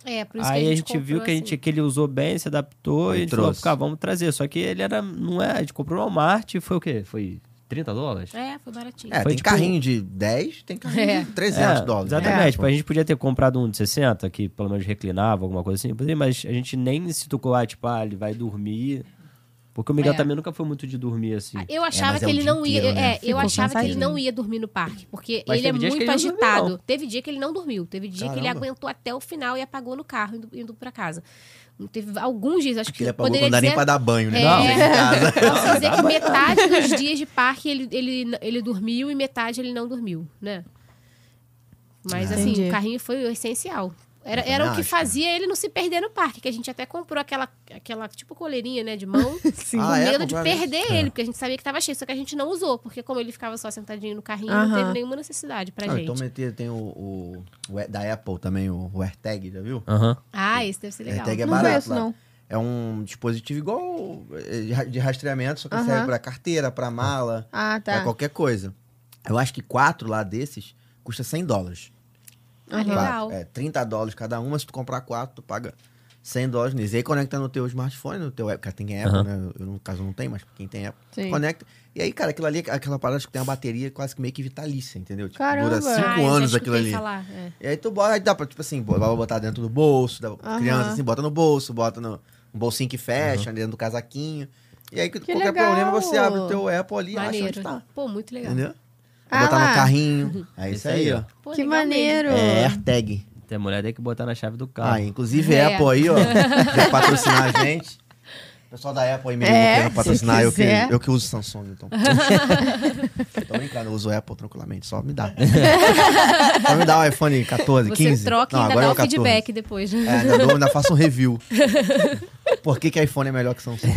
S4: É, por isso
S3: Aí
S4: que
S3: a gente, viu
S4: comprou, assim.
S3: que, a gente, que ele usou bem, se adaptou
S2: E
S3: e, a gente falou:
S2: trouxe.
S3: "Cara, vamos trazer. Só que ele era, não é, a gente comprou no Walmart e foi o quê? Foi 30 dólares?
S4: É, foi baratinho.
S2: É,
S3: Foi
S2: tem
S3: tipo-
S2: carrinho de 10, tem carrinho
S4: É.
S2: de 300
S3: É,
S2: dólares.
S3: Exatamente.
S2: É,
S3: Tipo, a gente podia ter comprado um de 60, que pelo menos reclinava, alguma coisa assim. Poderia, Mas a gente nem se tocou lá, tipo, ah, ele vai dormir. Porque o Miguel
S4: É.
S3: também nunca foi muito de dormir assim.
S4: Ah, Eu
S2: É,
S4: achava
S2: mas é
S4: que
S2: o
S4: ele
S2: dia
S4: não ia.
S2: inteiro, né?
S4: É, eu
S2: Ficou
S4: achava que ele
S2: cansativo.
S4: não ia dormir no parque, porque
S3: Mas
S4: ele é
S3: teve dias que
S4: muito
S3: ele não dormiu,
S4: agitado.
S3: não.
S4: teve dia que ele não dormiu, teve dia que ele
S2: Caramba.
S4: aguentou até o final e apagou no carro indo, indo para casa. Teve alguns dias, acho que
S2: Ele apagou
S4: poderia
S2: quando dá nem
S4: dizer.
S2: pra dar banho, né?
S4: É.
S2: Não, em
S4: (laughs)
S2: casa. (laughs)
S4: Posso dizer que metade dos dias de parque ele, ele, ele dormiu e metade ele não dormiu, né? Mas assim,
S1: Entendi.
S4: o carrinho foi o essencial. Era, era o
S2: Fantástico.
S4: que fazia ele não se perder no parque, que a gente até comprou aquela, aquela tipo coleirinha, né, de
S3: (laughs)
S4: mão.
S1: Sim.
S2: Ah,
S4: com
S2: é?
S4: medo de
S2: Compraram isso?
S4: perder ele, porque a gente sabia que tava cheio, só que a gente não usou, porque como ele ficava só sentadinho no carrinho, não
S1: Aham.
S4: teve nenhuma necessidade pra
S2: Ah,
S4: gente.
S2: então meter- tem o, o- o A- da Apple também, o, o AirTag, já viu?
S3: Aham.
S4: Ah, esse deve ser legal.
S2: AirTag é
S1: Não
S2: barato
S1: conheço,
S2: lá.
S1: não.
S2: É um dispositivo igual eh, de ra- de rastreamento, só que
S1: Aham.
S2: serve pra carteira, pra mala,
S1: Ah,
S2: pra
S1: tá.
S2: qualquer coisa. Eu acho que quatro lá desses custa 100 dólares.
S4: Ah, legal.
S2: Quatro, é, 30 dólares cada uma. Se tu comprar quatro, tu paga 100 dólares nisso. E aí conecta no teu smartphone, no teu Apple. Cara, tem Apple,
S3: Aham.
S2: né? Eu, no caso, não tenho, mas quem tem Apple.
S1: Sim.
S2: Conecta. E aí, cara, aquilo ali, aquela parada que tem uma bateria quase que meio que vitalícia, entendeu? Tipo,
S1: Caramba.
S2: Dura
S4: Ah,
S2: 5
S4: eu já
S2: anos aquilo
S4: escutei
S2: ali.
S4: Falar. é.
S2: E aí tu bota, aí dá pra, tipo assim, bo- dá pra botar dentro do bolso, dá pra-
S1: Aham.
S2: criança assim, bota no bolso, bota no um bolsinho que fecha, dentro do casaquinho. E aí qualquer
S1: legal!
S2: problema você abre o teu Apple ali e acha
S4: Maneiro.
S2: onde tá.
S4: Pô, muito legal.
S2: Entendeu?
S1: Ah
S2: botar
S1: lá.
S2: no (laughs) carrinho. É isso
S3: Esse
S2: aí,
S3: aí,
S2: ó.
S4: Pô,
S1: Que
S4: legal mesmo.
S1: maneiro.
S2: É AirTag.
S3: Tem mulher tem que botar na chave do carro.
S2: Ah, inclusive
S4: É.
S2: a Apple
S4: (laughs)
S2: aí, ó, quer patrocinar a gente. O pessoal da Apple aí me
S1: É,
S2: é, querendo patrocinar,
S1: se
S2: eu que,
S1: quiser.
S2: eu que uso Samsung,
S4: (laughs)
S2: então. tô brincando, eu uso Apple tranquilamente, só me
S4: (laughs)
S2: dá. só me dá o iPhone 14,
S4: Você
S2: 15.
S4: troca e
S2: Não,
S4: ainda
S2: agora é
S4: dá o feedback depois. né?
S2: É, ainda, dou, ainda faço
S1: (laughs)
S2: um review. Por que, que iPhone é melhor que Samsung?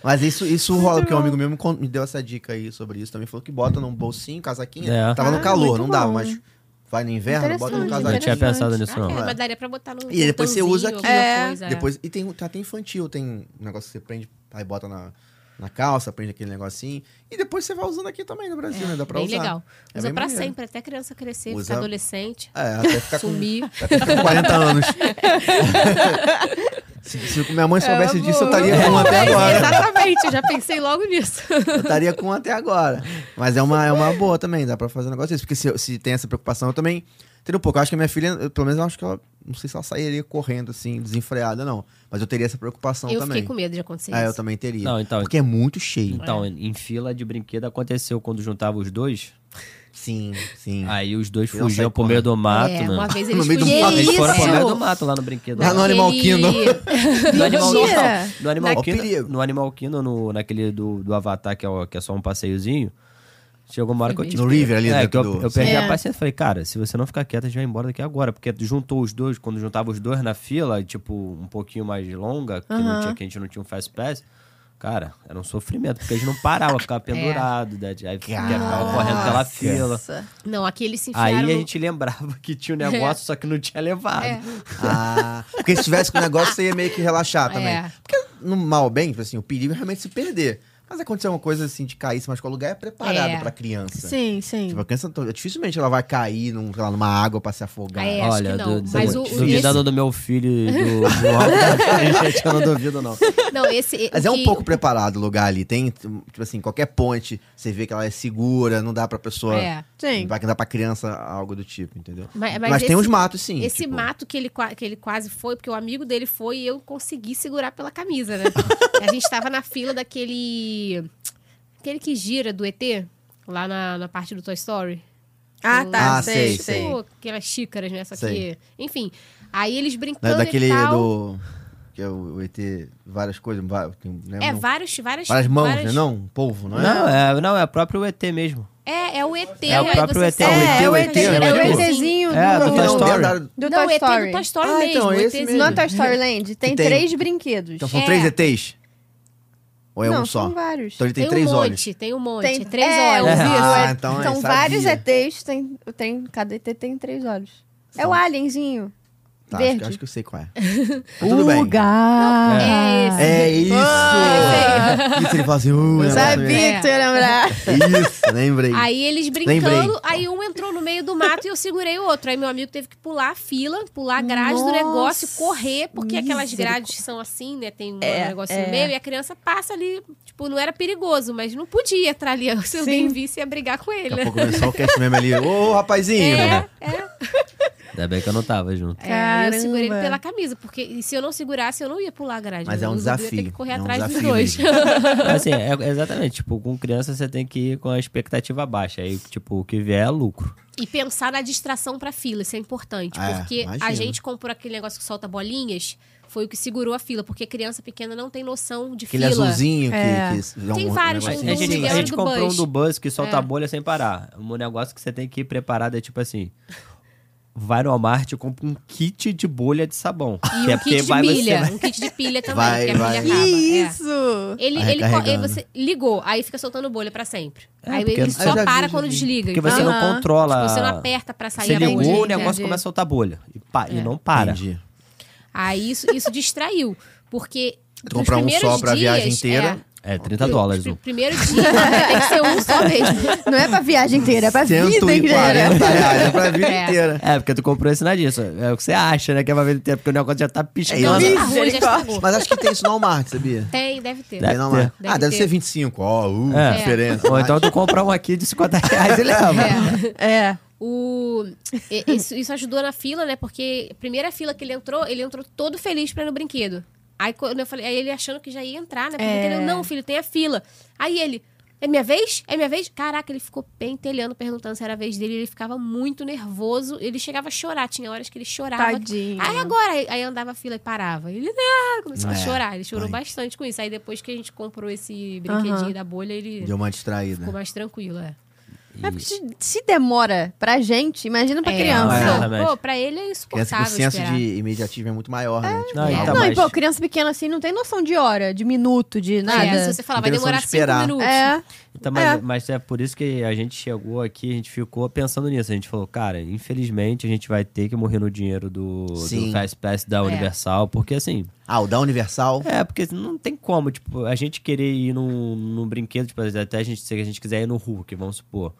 S2: Mas isso, isso rola, porque um amigo meu me, con- me deu essa dica aí sobre isso também. Falou que bota num bolsinho, casaquinho.
S3: É.
S2: Tava
S1: Ah,
S2: no calor,
S1: muito
S2: não dava,
S1: bom.
S2: mas vai no inverno, bota
S1: Interessante,
S2: no
S3: Eu não
S2: casaquinho.
S3: tinha
S1: interessante.
S3: pensado nisso,
S4: Ah,
S3: não.
S4: é,
S2: É.
S4: mas daria pra botar no
S2: E aí depois você usa
S4: botãozinho,
S2: aqui.
S4: alguma
S1: É.
S4: coisa,
S2: Depois, e tem, tem até infantil, tem um negócio que você prende, aí bota na, na calça, prende aquele negocinho. E depois você vai usando aqui também no Brasil, né? Dá pra
S4: bem
S2: usar.
S4: legal.
S2: É
S4: usa
S2: bem
S4: pra
S2: maneiro.
S4: sempre, até a criança crescer,
S2: Usa-
S4: ficar adolescente,
S2: É, até ficar com,
S4: sumir.
S2: até ficar com
S1: (laughs)
S2: 40 anos. (laughs) se, se minha mãe soubesse
S1: É,
S2: disso, eu
S1: boa.
S2: estaria com (laughs) até agora.
S4: (laughs) Exatamente, eu já pensei logo nisso.
S2: Eu estaria com um até agora. Mas é uma, é uma boa também, dá pra fazer um negócio desse. Porque se, se tem essa preocupação, eu também. Entendeu um pouco? Eu acho que a minha filha, eu- pelo menos eu acho que ela. Não sei se ela sairia correndo assim, desenfreada, não. Mas eu teria essa preocupação
S4: eu
S2: também.
S4: fiquei com medo de acontecer
S2: Ah, eu
S4: isso.
S2: também teria.
S3: Não, então-
S2: Porque é muito cheio.
S3: Então, em fila de brinquedo aconteceu quando juntava os dois.
S2: Sim, sim.
S3: Aí os dois
S2: Eu não
S3: fugiam
S2: sei
S3: pro meio do mato,
S4: É,
S3: né?
S4: uma vez eles
S2: No meio um do
S4: fugiram.
S2: mato,
S3: Eles foram pro
S1: Isso!
S3: meio do mato lá no brinquedo.
S2: Lá no
S3: Lá.
S2: Animal
S4: (laughs) Ele-
S2: Kingdom.
S3: No Animal,
S1: Mentira!
S3: não, no
S2: Ó,
S3: Animal
S2: o
S3: Kingdom,
S2: perigo.
S3: no Animal Kingdom, no, naquele do, do Avatar, que é, o- que é só um passeiozinho. Chegou uma hora que eu
S4: No
S3: tive.
S2: River ali,
S3: é,
S2: né,
S3: que eu,
S2: do-
S3: eu perdi
S1: É.
S3: a paciência. Falei, cara, se você não ficar quieto, a gente vai embora daqui agora. Porque juntou os dois, quando juntava os dois na fila, tipo, um pouquinho mais longa, que, não
S1: Aham.
S3: tinha, que a gente não tinha um fast pass. Cara, era um sofrimento, porque a gente não parava, ficava pendurado, né? aí ficava correndo pela fila.
S1: Nossa.
S4: Não, aqui eles se
S3: Aí
S4: enfiaram
S3: a
S4: no-
S3: gente lembrava que tinha um negócio, só que não tinha levado.
S4: É.
S2: Ah, porque se tivesse com o negócio, você ia meio que relaxar também.
S4: (laughs) É.
S3: né?
S2: Porque, no mal ou bem, tipo assim, o perigo é realmente se perder. Mas acontecer uma coisa assim de cair, se machucar, o lugar é preparado
S4: É.
S2: pra criança.
S1: Sim, sim.
S2: Tipo, a criança, então, dificilmente ela vai cair num, sei lá, numa água pra se afogar.
S4: É, acho que
S3: Olha,
S4: não.
S3: do-
S4: Mas
S3: do-
S4: o- o-
S3: duvidando do meu filho e do
S4: (laughs)
S3: João, eu não duvido, não.
S4: Não, esse.
S2: Mas
S4: o
S2: é um
S4: que-
S2: pouco preparado o lugar ali. Tem, tipo assim, qualquer ponte, você vê que ela é segura, não dá pra pessoa.
S4: É.
S1: Sim.
S2: Não vai- não dá pra criança algo do tipo, entendeu?
S4: Mas-
S2: Mas,
S4: mas
S2: tem
S4: esse-
S2: uns matos, sim.
S4: Esse
S2: tipo,
S4: mato que ele, qua- que ele quase foi, porque o amigo dele foi e eu consegui segurar pela
S2: (laughs)
S4: camisa, né? a gente tava na fila daquele. Aquele que gira do ET, lá na, na parte do Toy Story.
S1: Ah, tá.
S2: Ah,
S1: sei,
S2: sei,
S1: sei.
S4: Tipo, aquelas xícaras, né? Só
S2: Sei.
S4: que. Enfim. Aí eles brincando.
S2: né, daquele
S4: e tal.
S2: do. Que é o o ET, várias coisas. va- tem, né,
S4: É,
S2: não-
S4: vários, várias.
S2: várias mãos,
S4: várias-
S2: né? Não, polvo, não é?
S3: Não, é, não, é próprio ET mesmo.
S4: É, é o ET.
S3: É o
S4: aí
S3: próprio
S4: você
S3: ET,
S4: sabe-
S2: o
S1: É, é o
S2: ET,
S1: ET,
S2: né?
S1: é o
S2: Tipo-
S1: ETzinho
S3: É,
S1: do,
S3: do Toy Story.
S2: um lendário.
S1: do
S4: Não, o
S1: Toy
S4: ET
S1: Story.
S4: do Toy Story
S2: Ah,
S4: mesmo. é
S2: então,
S4: o
S2: esse
S4: ETzinho.
S2: mesmo.
S1: No Toy Story Land tem,
S2: Que tem-
S1: três brinquedos.
S2: Então são
S4: É.
S2: três ETs? Ou é
S1: Não,
S2: um só?
S1: são vários.
S2: Então ele tem,
S4: Tem,
S2: três
S4: um
S2: olhos.
S4: monte, tem um monte.
S1: Tem
S4: três
S1: é,
S4: (laughs) olhos.
S1: eu vi,
S2: Ah,
S1: eu-
S2: então é,
S1: são
S2: sabia.
S1: vários ETs, tem, tem, cada ET tem três olhos. É o alienzinho.
S2: Tá, acho,
S1: verde.
S2: que- acho que eu sei qual é.
S4: (laughs)
S2: Mas tudo bem.
S1: gato.
S4: É esse.
S2: É isso! isso, ele fala assim, uh,
S1: Eu
S2: é
S1: sabia
S4: É. (laughs)
S1: que tu ia lembrar.
S2: isso, lembrei.
S4: Aí eles brincando,
S2: É. Lembrei.
S4: aí um entrou no meio meio do mato e eu segurei o outro. Aí meu amigo teve que pular a fila, pular a grade do negócio,
S1: Nossa,
S4: correr, porque aquelas
S1: misericórdia.
S4: grades são assim, né? Tem um
S1: É,
S4: negócio
S1: é.
S4: no meio e a criança passa ali. Tipo, não era perigoso, mas não podia entrar ali. (laughs) Se alguém visse, ia brigar com ele.
S2: Daqui a
S4: né?
S2: pouco vem só o cast mesmo ali. Ô, rapazinho!
S3: Ainda bem que eu não tava junto.
S4: É, aí
S1: Caramba.
S4: eu segurei ele pela camisa, porque e se eu não segurasse, eu não ia pular a grade.
S2: Mas é um
S4: Os dois iam ter
S2: desafio.
S4: que correr
S2: É um
S4: atrás dos
S2: desafio
S4: dois. (laughs)
S3: Assim, é, é exatamente. Tipo, com criança você tem que ir com a expectativa baixa. Aí, tipo, o que vier é lucro.
S4: E pensar na distração pra fila, isso é importante.
S2: É,
S4: porque a
S2: imagino.
S4: gente comprou aquele negócio que solta bolinhas, foi o que segurou a fila, porque criança pequena não tem noção de
S2: Aquele
S4: fila.
S2: azulzinho que-
S1: É.
S2: que. é um assim,
S4: Tem vários
S3: Mas
S2: negócio
S4: com
S3: a
S4: um
S3: gente,
S4: milhão
S3: a gente
S4: do
S3: comprou
S4: bus.
S3: um do bus que solta
S4: É.
S3: a bolha sem parar. Um negócio que você tem que ir preparado é tipo assim. Vai no Walmart e compra um kit de bolha de sabão.
S4: E
S3: que
S4: um
S3: é porque
S4: kit de
S3: vai
S4: pilha.
S3: você.
S4: Um kit de pilha também,
S2: Vai,
S4: porque
S2: vai.
S4: a
S1: Que
S4: pilha acaba. é.
S1: isso?
S4: Ele,
S2: Vai
S4: ele, co-
S2: recarregando.
S4: aí você ligou, aí fica soltando bolha pra sempre.
S3: É,
S4: aí
S3: porque-
S4: ele
S3: Eu
S4: só
S2: já vi,
S4: para
S2: já
S4: quando
S2: vi.
S4: desliga.
S3: Porque você
S1: Aham.
S3: não controla.
S4: Tipo, você não aperta pra sair
S3: Você
S4: a
S3: ligou, né?
S4: bolha.
S3: o negócio
S1: entendi.
S3: começa a soltar bolha. E, pá,
S4: É.
S3: e não para.
S2: Entendi.
S4: Aí isso, isso distraiu. Porque.
S2: Tu
S4: nos
S2: comprar um
S4: primeiros
S2: só pra viagem
S4: dias,
S2: inteira.
S3: É, 30 dólares.
S4: Pri-
S3: Um.
S4: Primeiro dia (laughs) tem que ser um só mesmo.
S1: Não é pra viagem inteira, é pra vida inteira.
S2: 140 reais, é pra vida
S4: É.
S2: inteira.
S3: É, porque tu comprou esse nada disso. É o que você acha, né? Que é pra ver tempo, porque o negócio já tá
S2: Não,
S1: (laughs)
S3: piscando.
S1: É,
S2: Nossa.
S4: já tá ruim, já estragou.
S2: Mas acho que tem isso no Walmart, sabia?
S4: Tem, deve ter.
S2: Tem
S3: Deve
S2: no Walmart.
S4: ter.
S2: Ah,
S4: Deve
S2: deve
S4: ter.
S2: ser 25. Ó, uh,
S3: É.
S2: diferença.
S3: Ou então tu compra um aqui de 50
S2: (laughs)
S3: reais e leva.
S1: É.
S4: O,
S1: (laughs)
S4: e- isso, isso ajudou na fila, né? Porque a primeira fila que ele entrou, ele entrou todo feliz pra ir no brinquedo. Aí quando eu falei, aí ele achando que já ia entrar, né? Porque
S1: É.
S4: ele, não, filho, tem a fila. Aí ele, é minha vez? É minha vez? Caraca, ele ficou pentelhando, perguntando se era a vez dele. Ele ficava muito nervoso. Ele chegava a chorar. Tinha horas que ele chorava.
S1: Tadinho.
S4: Aí agora, aí, aí andava a fila e parava. Ele, não, começou
S2: É.
S4: a chorar. Ele chorou
S2: Ai.
S4: bastante com isso. Aí depois que a gente comprou esse brinquedinho
S1: Aham.
S4: da bolha, ele
S2: Deu né? uma
S4: ficou
S2: distraída.
S4: mais tranquilo, é.
S1: É porque se- se demora pra gente, imagina pra
S4: É,
S1: criança.
S3: é.
S4: não,
S3: Exatamente.
S4: pô, pra ele é
S2: Criança
S4: insuportável
S2: que o senso
S4: esperar.
S2: de imediatismo é muito maior, né? Tipo,
S3: Não, e
S4: É.
S3: tá
S1: não, e
S3: mais-
S1: pô, criança pequena assim não tem noção de hora, de minuto, de nada.
S4: É, se você falar, vai
S2: Interessante
S4: demorar
S2: esperar.
S4: cinco minutos.
S1: É.
S3: Então, mas,
S1: É.
S3: mas é por isso que a gente chegou aqui, a gente ficou pensando nisso. A gente falou, cara, infelizmente a gente vai ter que morrer no dinheiro do,
S2: Sim.
S3: do Fast Pass da Universal, porque assim.
S2: Ah, o da Universal.
S3: É, porque não tem como, tipo, a gente querer ir num, num brinquedo, tipo, até a gente, se a gente quiser ir no Hulk, vamos supor.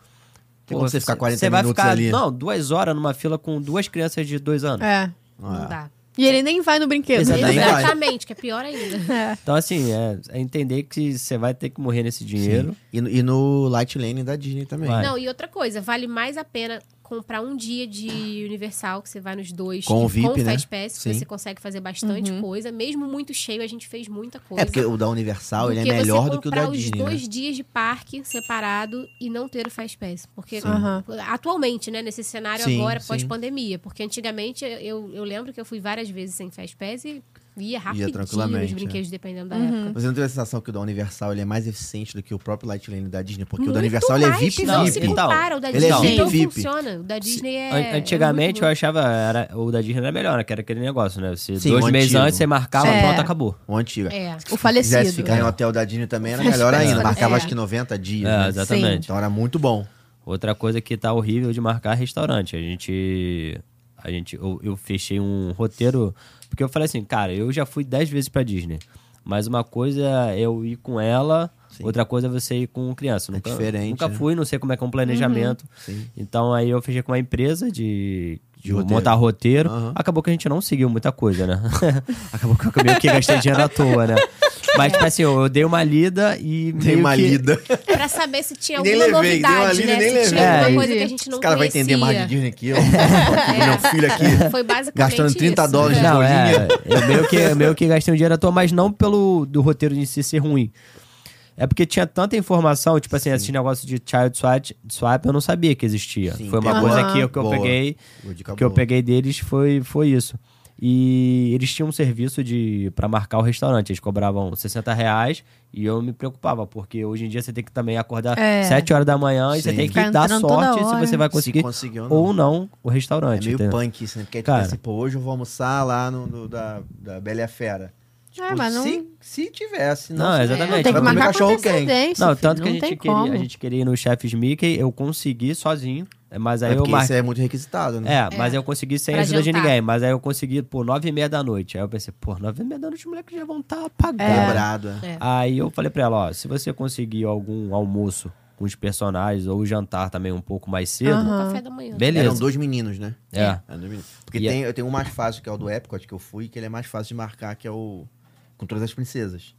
S2: Tem como você ficar 40
S3: você vai
S2: minutos
S3: ficar,
S2: ali.
S3: Não, duas horas numa fila com duas crianças de dois anos.
S1: É.
S4: Não dá.
S1: E ele nem vai no brinquedo.
S2: Exatamente.
S1: Ele-
S4: Exatamente, que é pior ainda.
S3: Então, assim, é, é entender que você vai ter que morrer nesse dinheiro.
S2: E, no- e no Light Lane da Disney também.
S3: Vai.
S4: Não, e outra coisa, vale mais a pena comprar um dia de Universal, que você vai nos dois.
S2: Com o
S4: e
S2: VIP,
S4: com
S2: né?
S4: Fast Pass, que
S2: Sim.
S4: você consegue fazer bastante
S1: Uhum.
S4: coisa. Mesmo muito cheio, a gente fez muita coisa.
S2: É porque o da Universal,
S4: Do
S2: ele é
S4: que você
S2: melhor do que o da
S4: comprar os
S2: Disney, né?
S4: dois dias de parque separado e não ter o Fast Pass. Porque
S1: Aham.
S4: atualmente, né, nesse cenário
S2: Sim,
S4: agora,
S2: sim.
S4: pós-pandemia. Porque antigamente, eu, eu lembro que eu fui várias vezes sem Fast Pass e ia rapidinho
S2: tranquilamente,
S4: nos
S2: é.
S4: brinquedos, dependendo
S3: Uhum.
S1: Uhum.
S4: da época.
S2: Você não teve a sensação que o da Universal ele é mais eficiente do que o próprio Light Lane da Disney? Porque o
S4: Muito
S2: da Universal ele é
S4: mais,
S2: VIP
S4: Não se
S2: VIP.
S3: Então,
S4: compara, o da
S2: ele
S4: Disney
S2: é
S4: não,
S2: VIP.
S4: funciona. O da Disney é...
S3: An- Antigamente
S4: é
S3: eu
S4: muito
S3: achava era, o da Disney era melhor, né? Que era aquele negócio, né? Você,
S2: Sim,
S3: dois
S2: o
S3: meses
S2: antigo.
S3: antes você marcava,
S1: É.
S3: pronto, acabou.
S2: O antigo.
S4: bom.
S1: O
S4: É.
S2: Se quisesse
S1: falecido.
S2: ficar em um hotel da Disney também era melhor ainda. Marcava acho que 90 dias.
S3: É,
S2: né?
S3: exatamente.
S2: Então era muito bom.
S3: Outra coisa que tá horrível de marcar é restaurante. A gente. A gente eu, eu fechei um roteiro. Porque eu falei assim, cara, eu já fui dez vezes pra Disney. Mas uma coisa é eu ir com ela, outra coisa é você ir com criança. Nunca,
S2: diferente,
S3: Nunca
S2: né?
S3: fui, não sei como é que é um planejamento.
S2: Sim.
S3: Então aí eu fechei com uma empresa de, de
S2: roteiro.
S3: montar roteiro.
S2: Aham.
S3: Acabou que a gente não seguiu muita coisa, né? (laughs) Acabou que eu meio que gastei dinheiro à toa, né? Mas, tipo assim, eu, eu dei uma lida e.
S2: Tem
S3: meio
S2: uma (laughs)
S3: que-
S2: lida.
S4: Pra saber se
S2: (laughs)
S4: tinha
S2: Nem
S4: alguma
S2: levei, deu uma
S4: novidade,
S2: lida e
S4: né?
S2: nem
S4: se
S2: levei.
S4: tinha
S3: É,
S4: alguma
S3: e-
S4: coisa que a gente não
S2: Esse cara vai entender mais de
S4: conhecia. É.
S2: Disney
S4: (laughs)
S2: que eu. Meu filho aqui.
S4: Foi basicamente
S2: Gastando 30
S4: isso.
S2: dólares
S4: É.
S3: Não, é,
S2: bolinha.
S3: eu meio que, eu meio que gastei um dinheiro à toa, mas não pelo do roteiro em si ser ruim. É porque tinha tanta informação, tipo assim, esse negócio de child swap, swap eu não sabia que existia.
S2: Sim,
S3: foi uma
S2: tem-
S3: coisa
S1: Aham.
S3: que eu, que eu
S2: Boa.
S3: peguei.
S2: Boa dica
S3: que eu
S2: boa.
S3: peguei deles foi, foi isso. E eles tinham um serviço de para marcar o restaurante. Eles cobravam 60 reais e eu me preocupava, porque hoje em dia você tem que também acordar
S1: É.
S3: 7 horas da manhã e
S2: Sim.
S3: você tem que
S1: Ficar
S3: dar
S1: entrando toda
S3: sorte se
S1: hora.
S3: você vai
S2: Se
S3: conseguir
S2: conseguir ou
S3: ou,
S2: não.
S3: não. o
S2: É
S3: restaurante.
S2: meio
S3: entendeu?
S2: punk isso, né? Porque é tipo
S3: Cara.
S2: assim, pô, hoje eu vou almoçar lá no, no- da, da Bela e a Fera.
S1: É,
S2: Pô,
S1: mas não.
S2: se, se tivesse, não.
S3: Não,
S2: se-
S3: exatamente.
S1: Tem que
S2: Vai comer
S1: marcar com
S2: cachorro quente.
S1: antecedência.
S3: Não,
S1: filho,
S3: tanto que a
S1: não
S3: gente,
S1: tem
S3: queria,
S1: como.
S3: a gente queria ir no Chef's Mickey, eu consegui sozinho, mas aí
S2: É
S3: eu
S2: porque isso
S3: marquei.
S2: é muito requisitado, né?
S3: É, mas eu consegui sem
S4: Pra
S3: ajuda de
S4: jantar.
S3: ninguém. Mas aí eu consegui, pô, nove e meia da noite. Aí eu pensei, pô, nove e meia da noite os moleques tá já vão estar apagados.
S2: Quebrado. é.
S4: É.
S3: Aí eu falei pra ela, ó, se você conseguir algum almoço com os personagens, ou o jantar também um pouco mais cedo.
S4: Café da manhã.
S3: Beleza.
S2: Eram dois meninos, né?
S3: É.
S2: Eram dois meninos. Porque
S3: E é-
S2: tem, eu tenho um mais fácil, que é o do Epcot, que eu fui, que ele é mais fácil de marcar, que é o... Com todas as princesas.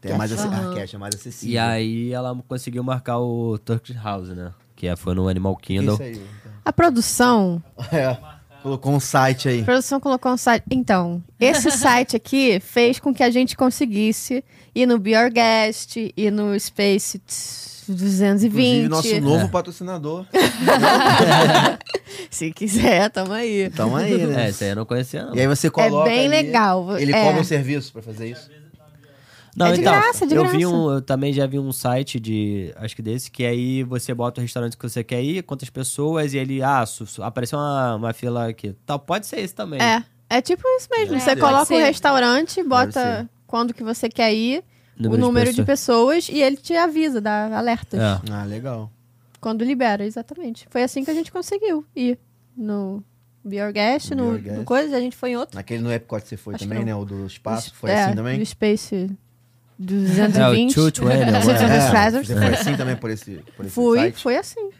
S2: Tem mais ac...
S1: Aham.
S2: Arquete, é mais acessível.
S3: E aí ela conseguiu marcar o Turkish House, né? Que é- foi no Animal
S2: É
S3: Kingdom.
S2: Isso aí. então. (laughs)
S1: A produção.
S2: É. Colocou um site aí.
S1: A produção colocou um site. (laughs) Então, esse site aqui fez com que a gente conseguisse ir no Be Our Guest, ir no Space
S2: Inclusive,
S1: 220. (laughs)
S2: nosso novo
S3: É.
S2: patrocinador.
S1: Se quiser, tamo aí.
S2: Então aí, né?
S3: É, isso aí eu não conhecia, não.
S2: E aí você coloca
S1: É bem
S2: ali,
S1: legal,
S2: Ele
S1: é.
S2: cobra um serviço pra fazer isso.
S3: Não, então,
S1: É de graça, é de
S3: eu
S1: graça.
S3: Vi um, eu também já vi um site de, acho que desse, que aí você bota o restaurante que você quer ir, quantas pessoas, e ele, ah, su- su- apareceu uma, uma fila aqui. Tá, pode ser esse também.
S1: É, é tipo isso mesmo.
S4: É,
S1: Você
S4: pode
S1: coloca o
S4: ser.
S1: restaurante, bota
S2: ser.
S1: quando que você quer ir,
S3: Número de
S1: o número de pessoas. e ele te avisa, dá alertas.
S3: É.
S2: Ah, legal.
S1: Quando libera, exatamente. Foi assim que a gente conseguiu ir no Be Our Guest,
S2: No
S1: no,
S2: Be Our Guest.
S1: no coisa, a gente foi em outro.
S2: Naquele no Epcot você foi
S1: Acho
S2: também,
S1: que
S2: né? O do espaço,
S1: Es-
S2: foi
S1: é,
S2: assim também?
S1: Do
S3: (laughs)
S1: Space
S3: É, o
S1: 220.
S3: 220,
S1: É, (laughs)
S3: né?
S2: É,
S1: Frazzers.
S2: você foi assim também por esse, por esse
S1: Fui,
S2: site?
S1: foi assim.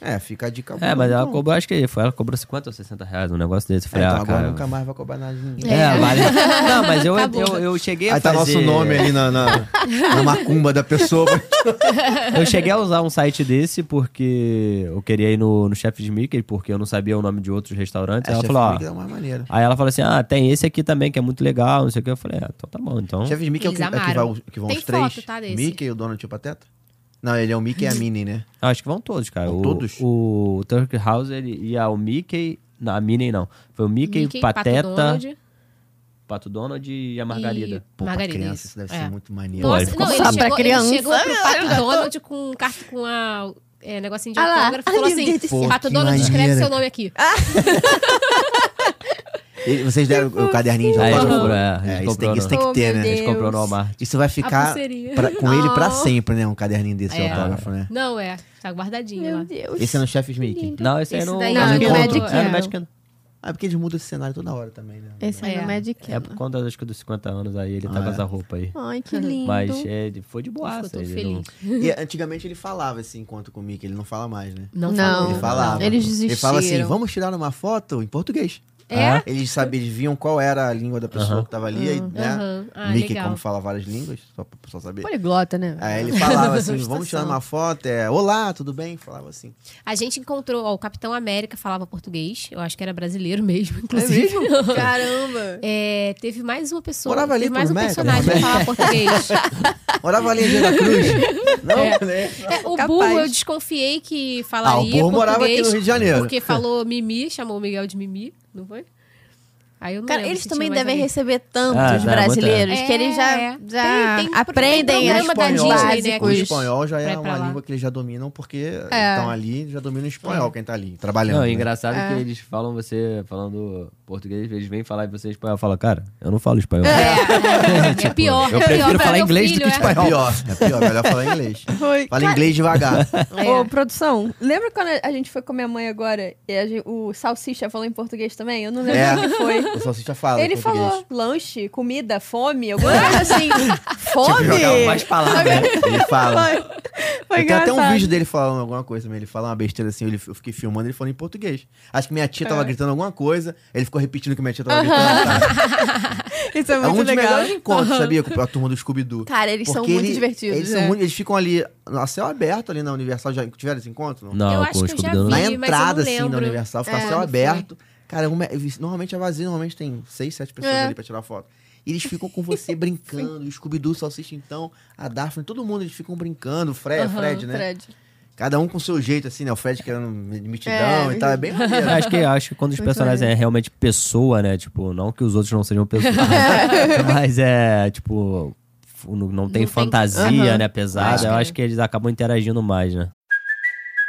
S2: É, fica a dica.
S3: É, mas ela
S2: Então,
S3: cobrou, acho que foi, ela cobrou 50 ou 60 reais um negócio desse. Eu
S2: É,
S3: Falei,
S2: então
S3: ah,
S2: agora
S3: cara.
S2: nunca mais vai cobrar nada de ninguém.
S1: (laughs)
S3: É, vale. Não, mas eu,
S4: Acabou.
S3: eu, eu cheguei a
S2: Aí tá
S3: fazer...
S2: nosso nome ali na, na, na macumba da pessoa.
S3: Eu cheguei a usar um site desse porque eu queria ir no, no Chef de Mickey, porque eu não sabia o nome de outros
S2: (laughs)
S3: restaurantes. ela
S2: Chef
S3: falou, ó...
S2: Mickey é uma maneira.
S3: Aí ela falou assim: Ah, tem esse aqui também que é muito legal, não sei o que. Eu falei: Ah, então tá bom, então.
S2: Chefe de Mickey é o
S4: Eles
S2: que, é o que
S4: amaram.
S2: vai os- que vão
S4: Tem
S2: os três?
S4: foto, tá, desse?
S2: Mickey, o Donald e o Pateta? Não, ele é o Mickey e a Minnie, né?
S3: Ah, acho que vão todos, cara.
S2: Vão
S3: o,
S2: todos?
S3: O, Turk House ele ia o Mickey. Não, a Minnie não. Foi o Mickey, Pateta,
S4: Pato
S3: Pato Donald.
S4: Donald.
S3: e a Margarida.
S4: E...
S2: Pô, pra
S4: Margarida.
S2: criança isso deve ser
S4: é.
S2: muito maneiro.
S3: Pô,
S4: Nossa,
S3: ele ficou
S4: não, ele
S1: só pra
S4: chegou, ele
S1: criança. É.
S4: chegou pro Pato Donald com, um car- com a, é, negocinho de
S1: Ah lá.
S4: autógrafo e falou
S1: Ai, meu Deus
S4: assim,
S1: Ah. do
S2: céu.
S4: Pato
S2: Pô, que
S4: Donald, escreve
S2: maneiro.
S4: seu nome aqui.
S2: E vocês deram o caderninho de
S3: Aí a gente
S2: autógrafo?
S3: comprou, é, a gente
S2: É, isso
S3: comprou
S2: tem, isso tem
S1: no-
S2: que ter,
S1: Oh, meu
S2: né?
S3: A gente comprou no
S1: Deus.
S3: Walmart.
S2: Isso vai
S4: A
S2: ficar
S4: pulseirinha.
S2: pra- com ele pra
S4: Oh.
S2: sempre, né? Um caderninho desse
S4: É.
S2: autógrafo, né?
S4: Não, é. Tá guardadinho lá.
S1: Meu Deus.
S2: Esse é no Chef's Mickey.
S3: Não, esse, aí
S4: Esse
S3: não.
S4: daí
S1: é
S3: não,
S1: no Magic
S3: É no
S1: Kingdom.
S3: Magic Kingdom.
S2: Ah, é porque eles mudam esse cenário toda hora também, né?
S1: Esse é,
S4: É.
S1: no Magic
S3: É por conta acho que dos 50 anos aí, ele tá com
S2: é.
S3: essa roupa aí.
S1: Ai, que lindo.
S3: Mas é, ele foi de
S4: Ficou
S3: boa.
S4: todo feliz.
S2: E antigamente ele falava esse encontro com o Mickey, ele não fala mais, né?
S4: Não,
S1: Não.
S2: Ele falava.
S1: Eles
S2: Ele fala assim,
S1: desistiram.
S2: vamos tirar uma foto em português. Ah.
S4: É?
S2: Eles sabiam, eles viam qual era a língua da pessoa que tava ali, aí, né?
S4: Aham. Ah,
S2: Mickey,
S4: legal.
S2: como fala várias línguas, só pra pessoa saber.
S1: Poliglota, né?
S2: Aí ele falava assim,
S1: Frustração.
S2: vamos tirar uma foto, é, olá, tudo bem? Falava assim.
S4: A gente encontrou, ó, o Capitão América falava português. Eu acho que era brasileiro
S1: É
S4: mesmo, inclusive. (laughs)
S1: Caramba.
S4: É, teve mais uma pessoa.
S2: Morava ali
S4: teve mais um
S2: por América,
S4: personagem que
S2: né?
S4: falava
S1: (laughs)
S4: português.
S2: Morava ali em Vera
S4: (laughs)
S2: Cruz. Não, né?
S4: É, o
S1: Capaz.
S4: Burro, eu desconfiei que
S2: Ah, o
S4: falaria
S2: povo morava aqui
S4: português.
S2: no Rio de Janeiro.
S4: Porque falou Mimi, chamou o Miguel de Mimi, não foi? Aí eu não
S1: Cara,
S4: lembro
S1: eles
S4: se
S1: também
S4: tinha mais
S1: devem
S4: alguém.
S1: receber tantos
S3: Ah, dá,
S1: brasileiros
S4: muita-
S1: que eles já,
S4: É.
S1: já
S4: Tem- tem um pro-
S1: aprendem
S4: tem
S1: as
S4: programa da
S1: coisas
S4: Disney, né,
S2: O
S4: Cruz.
S1: básicos.
S2: espanhol já
S4: Pra
S2: é
S4: ir pra
S2: uma
S4: lá.
S2: língua que eles já dominam, porque
S1: É.
S2: estão ali, já dominam o
S4: É.
S2: espanhol, quem tá ali, trabalhando.
S3: Não,
S2: né?
S3: e engraçado que eles falam você falando português, eles vêm falar e você em espanhol. Fala, cara, eu não falo espanhol.
S4: É,
S3: (laughs)
S4: é pior.
S3: Tipo, eu
S4: é
S3: prefiro
S4: pior pra
S3: falar
S4: meu
S3: inglês do
S4: filho,
S3: que
S4: é.
S3: espanhol.
S2: (laughs) É pior, é pior, melhor falar inglês.
S1: Foi.
S2: Fala inglês devagar.
S4: É.
S1: Ô, produção, lembra quando a gente foi com minha mãe agora e a gen- o Salsicha falou em português também? Eu não lembro
S2: É.
S1: o que foi.
S2: O Salsicha fala
S1: Ele
S2: português.
S1: falou lanche, comida, fome, alguma coisa (laughs) assim. fome?
S2: Tipo, jogava
S3: mais palavras.
S2: Ele fala.
S1: Foi, foi
S2: Tem até
S1: engraçado.
S2: um vídeo dele falando alguma coisa também. Ele fala uma besteira assim, ele- eu fiquei filmando ele falando em português. Acho que minha tia
S1: É.
S2: tava gritando alguma coisa, ele ficou repetindo o que minha tia tava gritando.
S1: (laughs)
S2: sabe?
S1: Isso é
S2: É um
S1: muito
S2: dos
S1: legal.
S2: melhores encontros, sabia? Com a turma do Scooby-Doo.
S1: Cara, eles são
S2: Porque
S1: muito
S2: ele-
S1: divertidos,
S2: Eles,
S1: é.
S2: muito- eles ficam ali, a céu aberto ali na Universal. Já tiveram esse encontro? não?
S3: Não,
S4: Eu
S3: com
S4: acho
S3: o
S4: que eu já
S3: Scooby-Doo, não.
S4: vi.
S2: Na
S4: mas eu
S2: entrada,
S4: não
S2: assim, da
S4: lembro.
S2: Universal, fica
S4: É,
S2: céu
S4: não foi.
S2: aberto. Cara, uma- normalmente é vazio, normalmente tem seis, sete pessoas
S1: É.
S2: ali pra tirar foto. E eles ficam com
S4: (laughs)
S2: você brincando, o Scooby-Doo, Salsicha, então, a Daphne, todo mundo, eles ficam brincando, o Fred,
S4: Aham,
S2: Fred, né?
S1: Fred.
S2: Cada um com seu jeito, assim, né? O Fred querendo mitidão
S1: É.
S2: e tal, é bem maneiro.
S3: Eu acho que, acho que quando os
S1: Muito
S3: personagens é realmente pessoa, né? Tipo, não que os outros não sejam
S4: (laughs)
S3: pessoas. mas é, tipo, f- não, não tem
S4: tem-
S3: fantasia,
S1: Aham.
S3: né? Pesada.
S4: Acho
S3: Eu
S4: que-
S3: acho que eles acabam interagindo mais, né?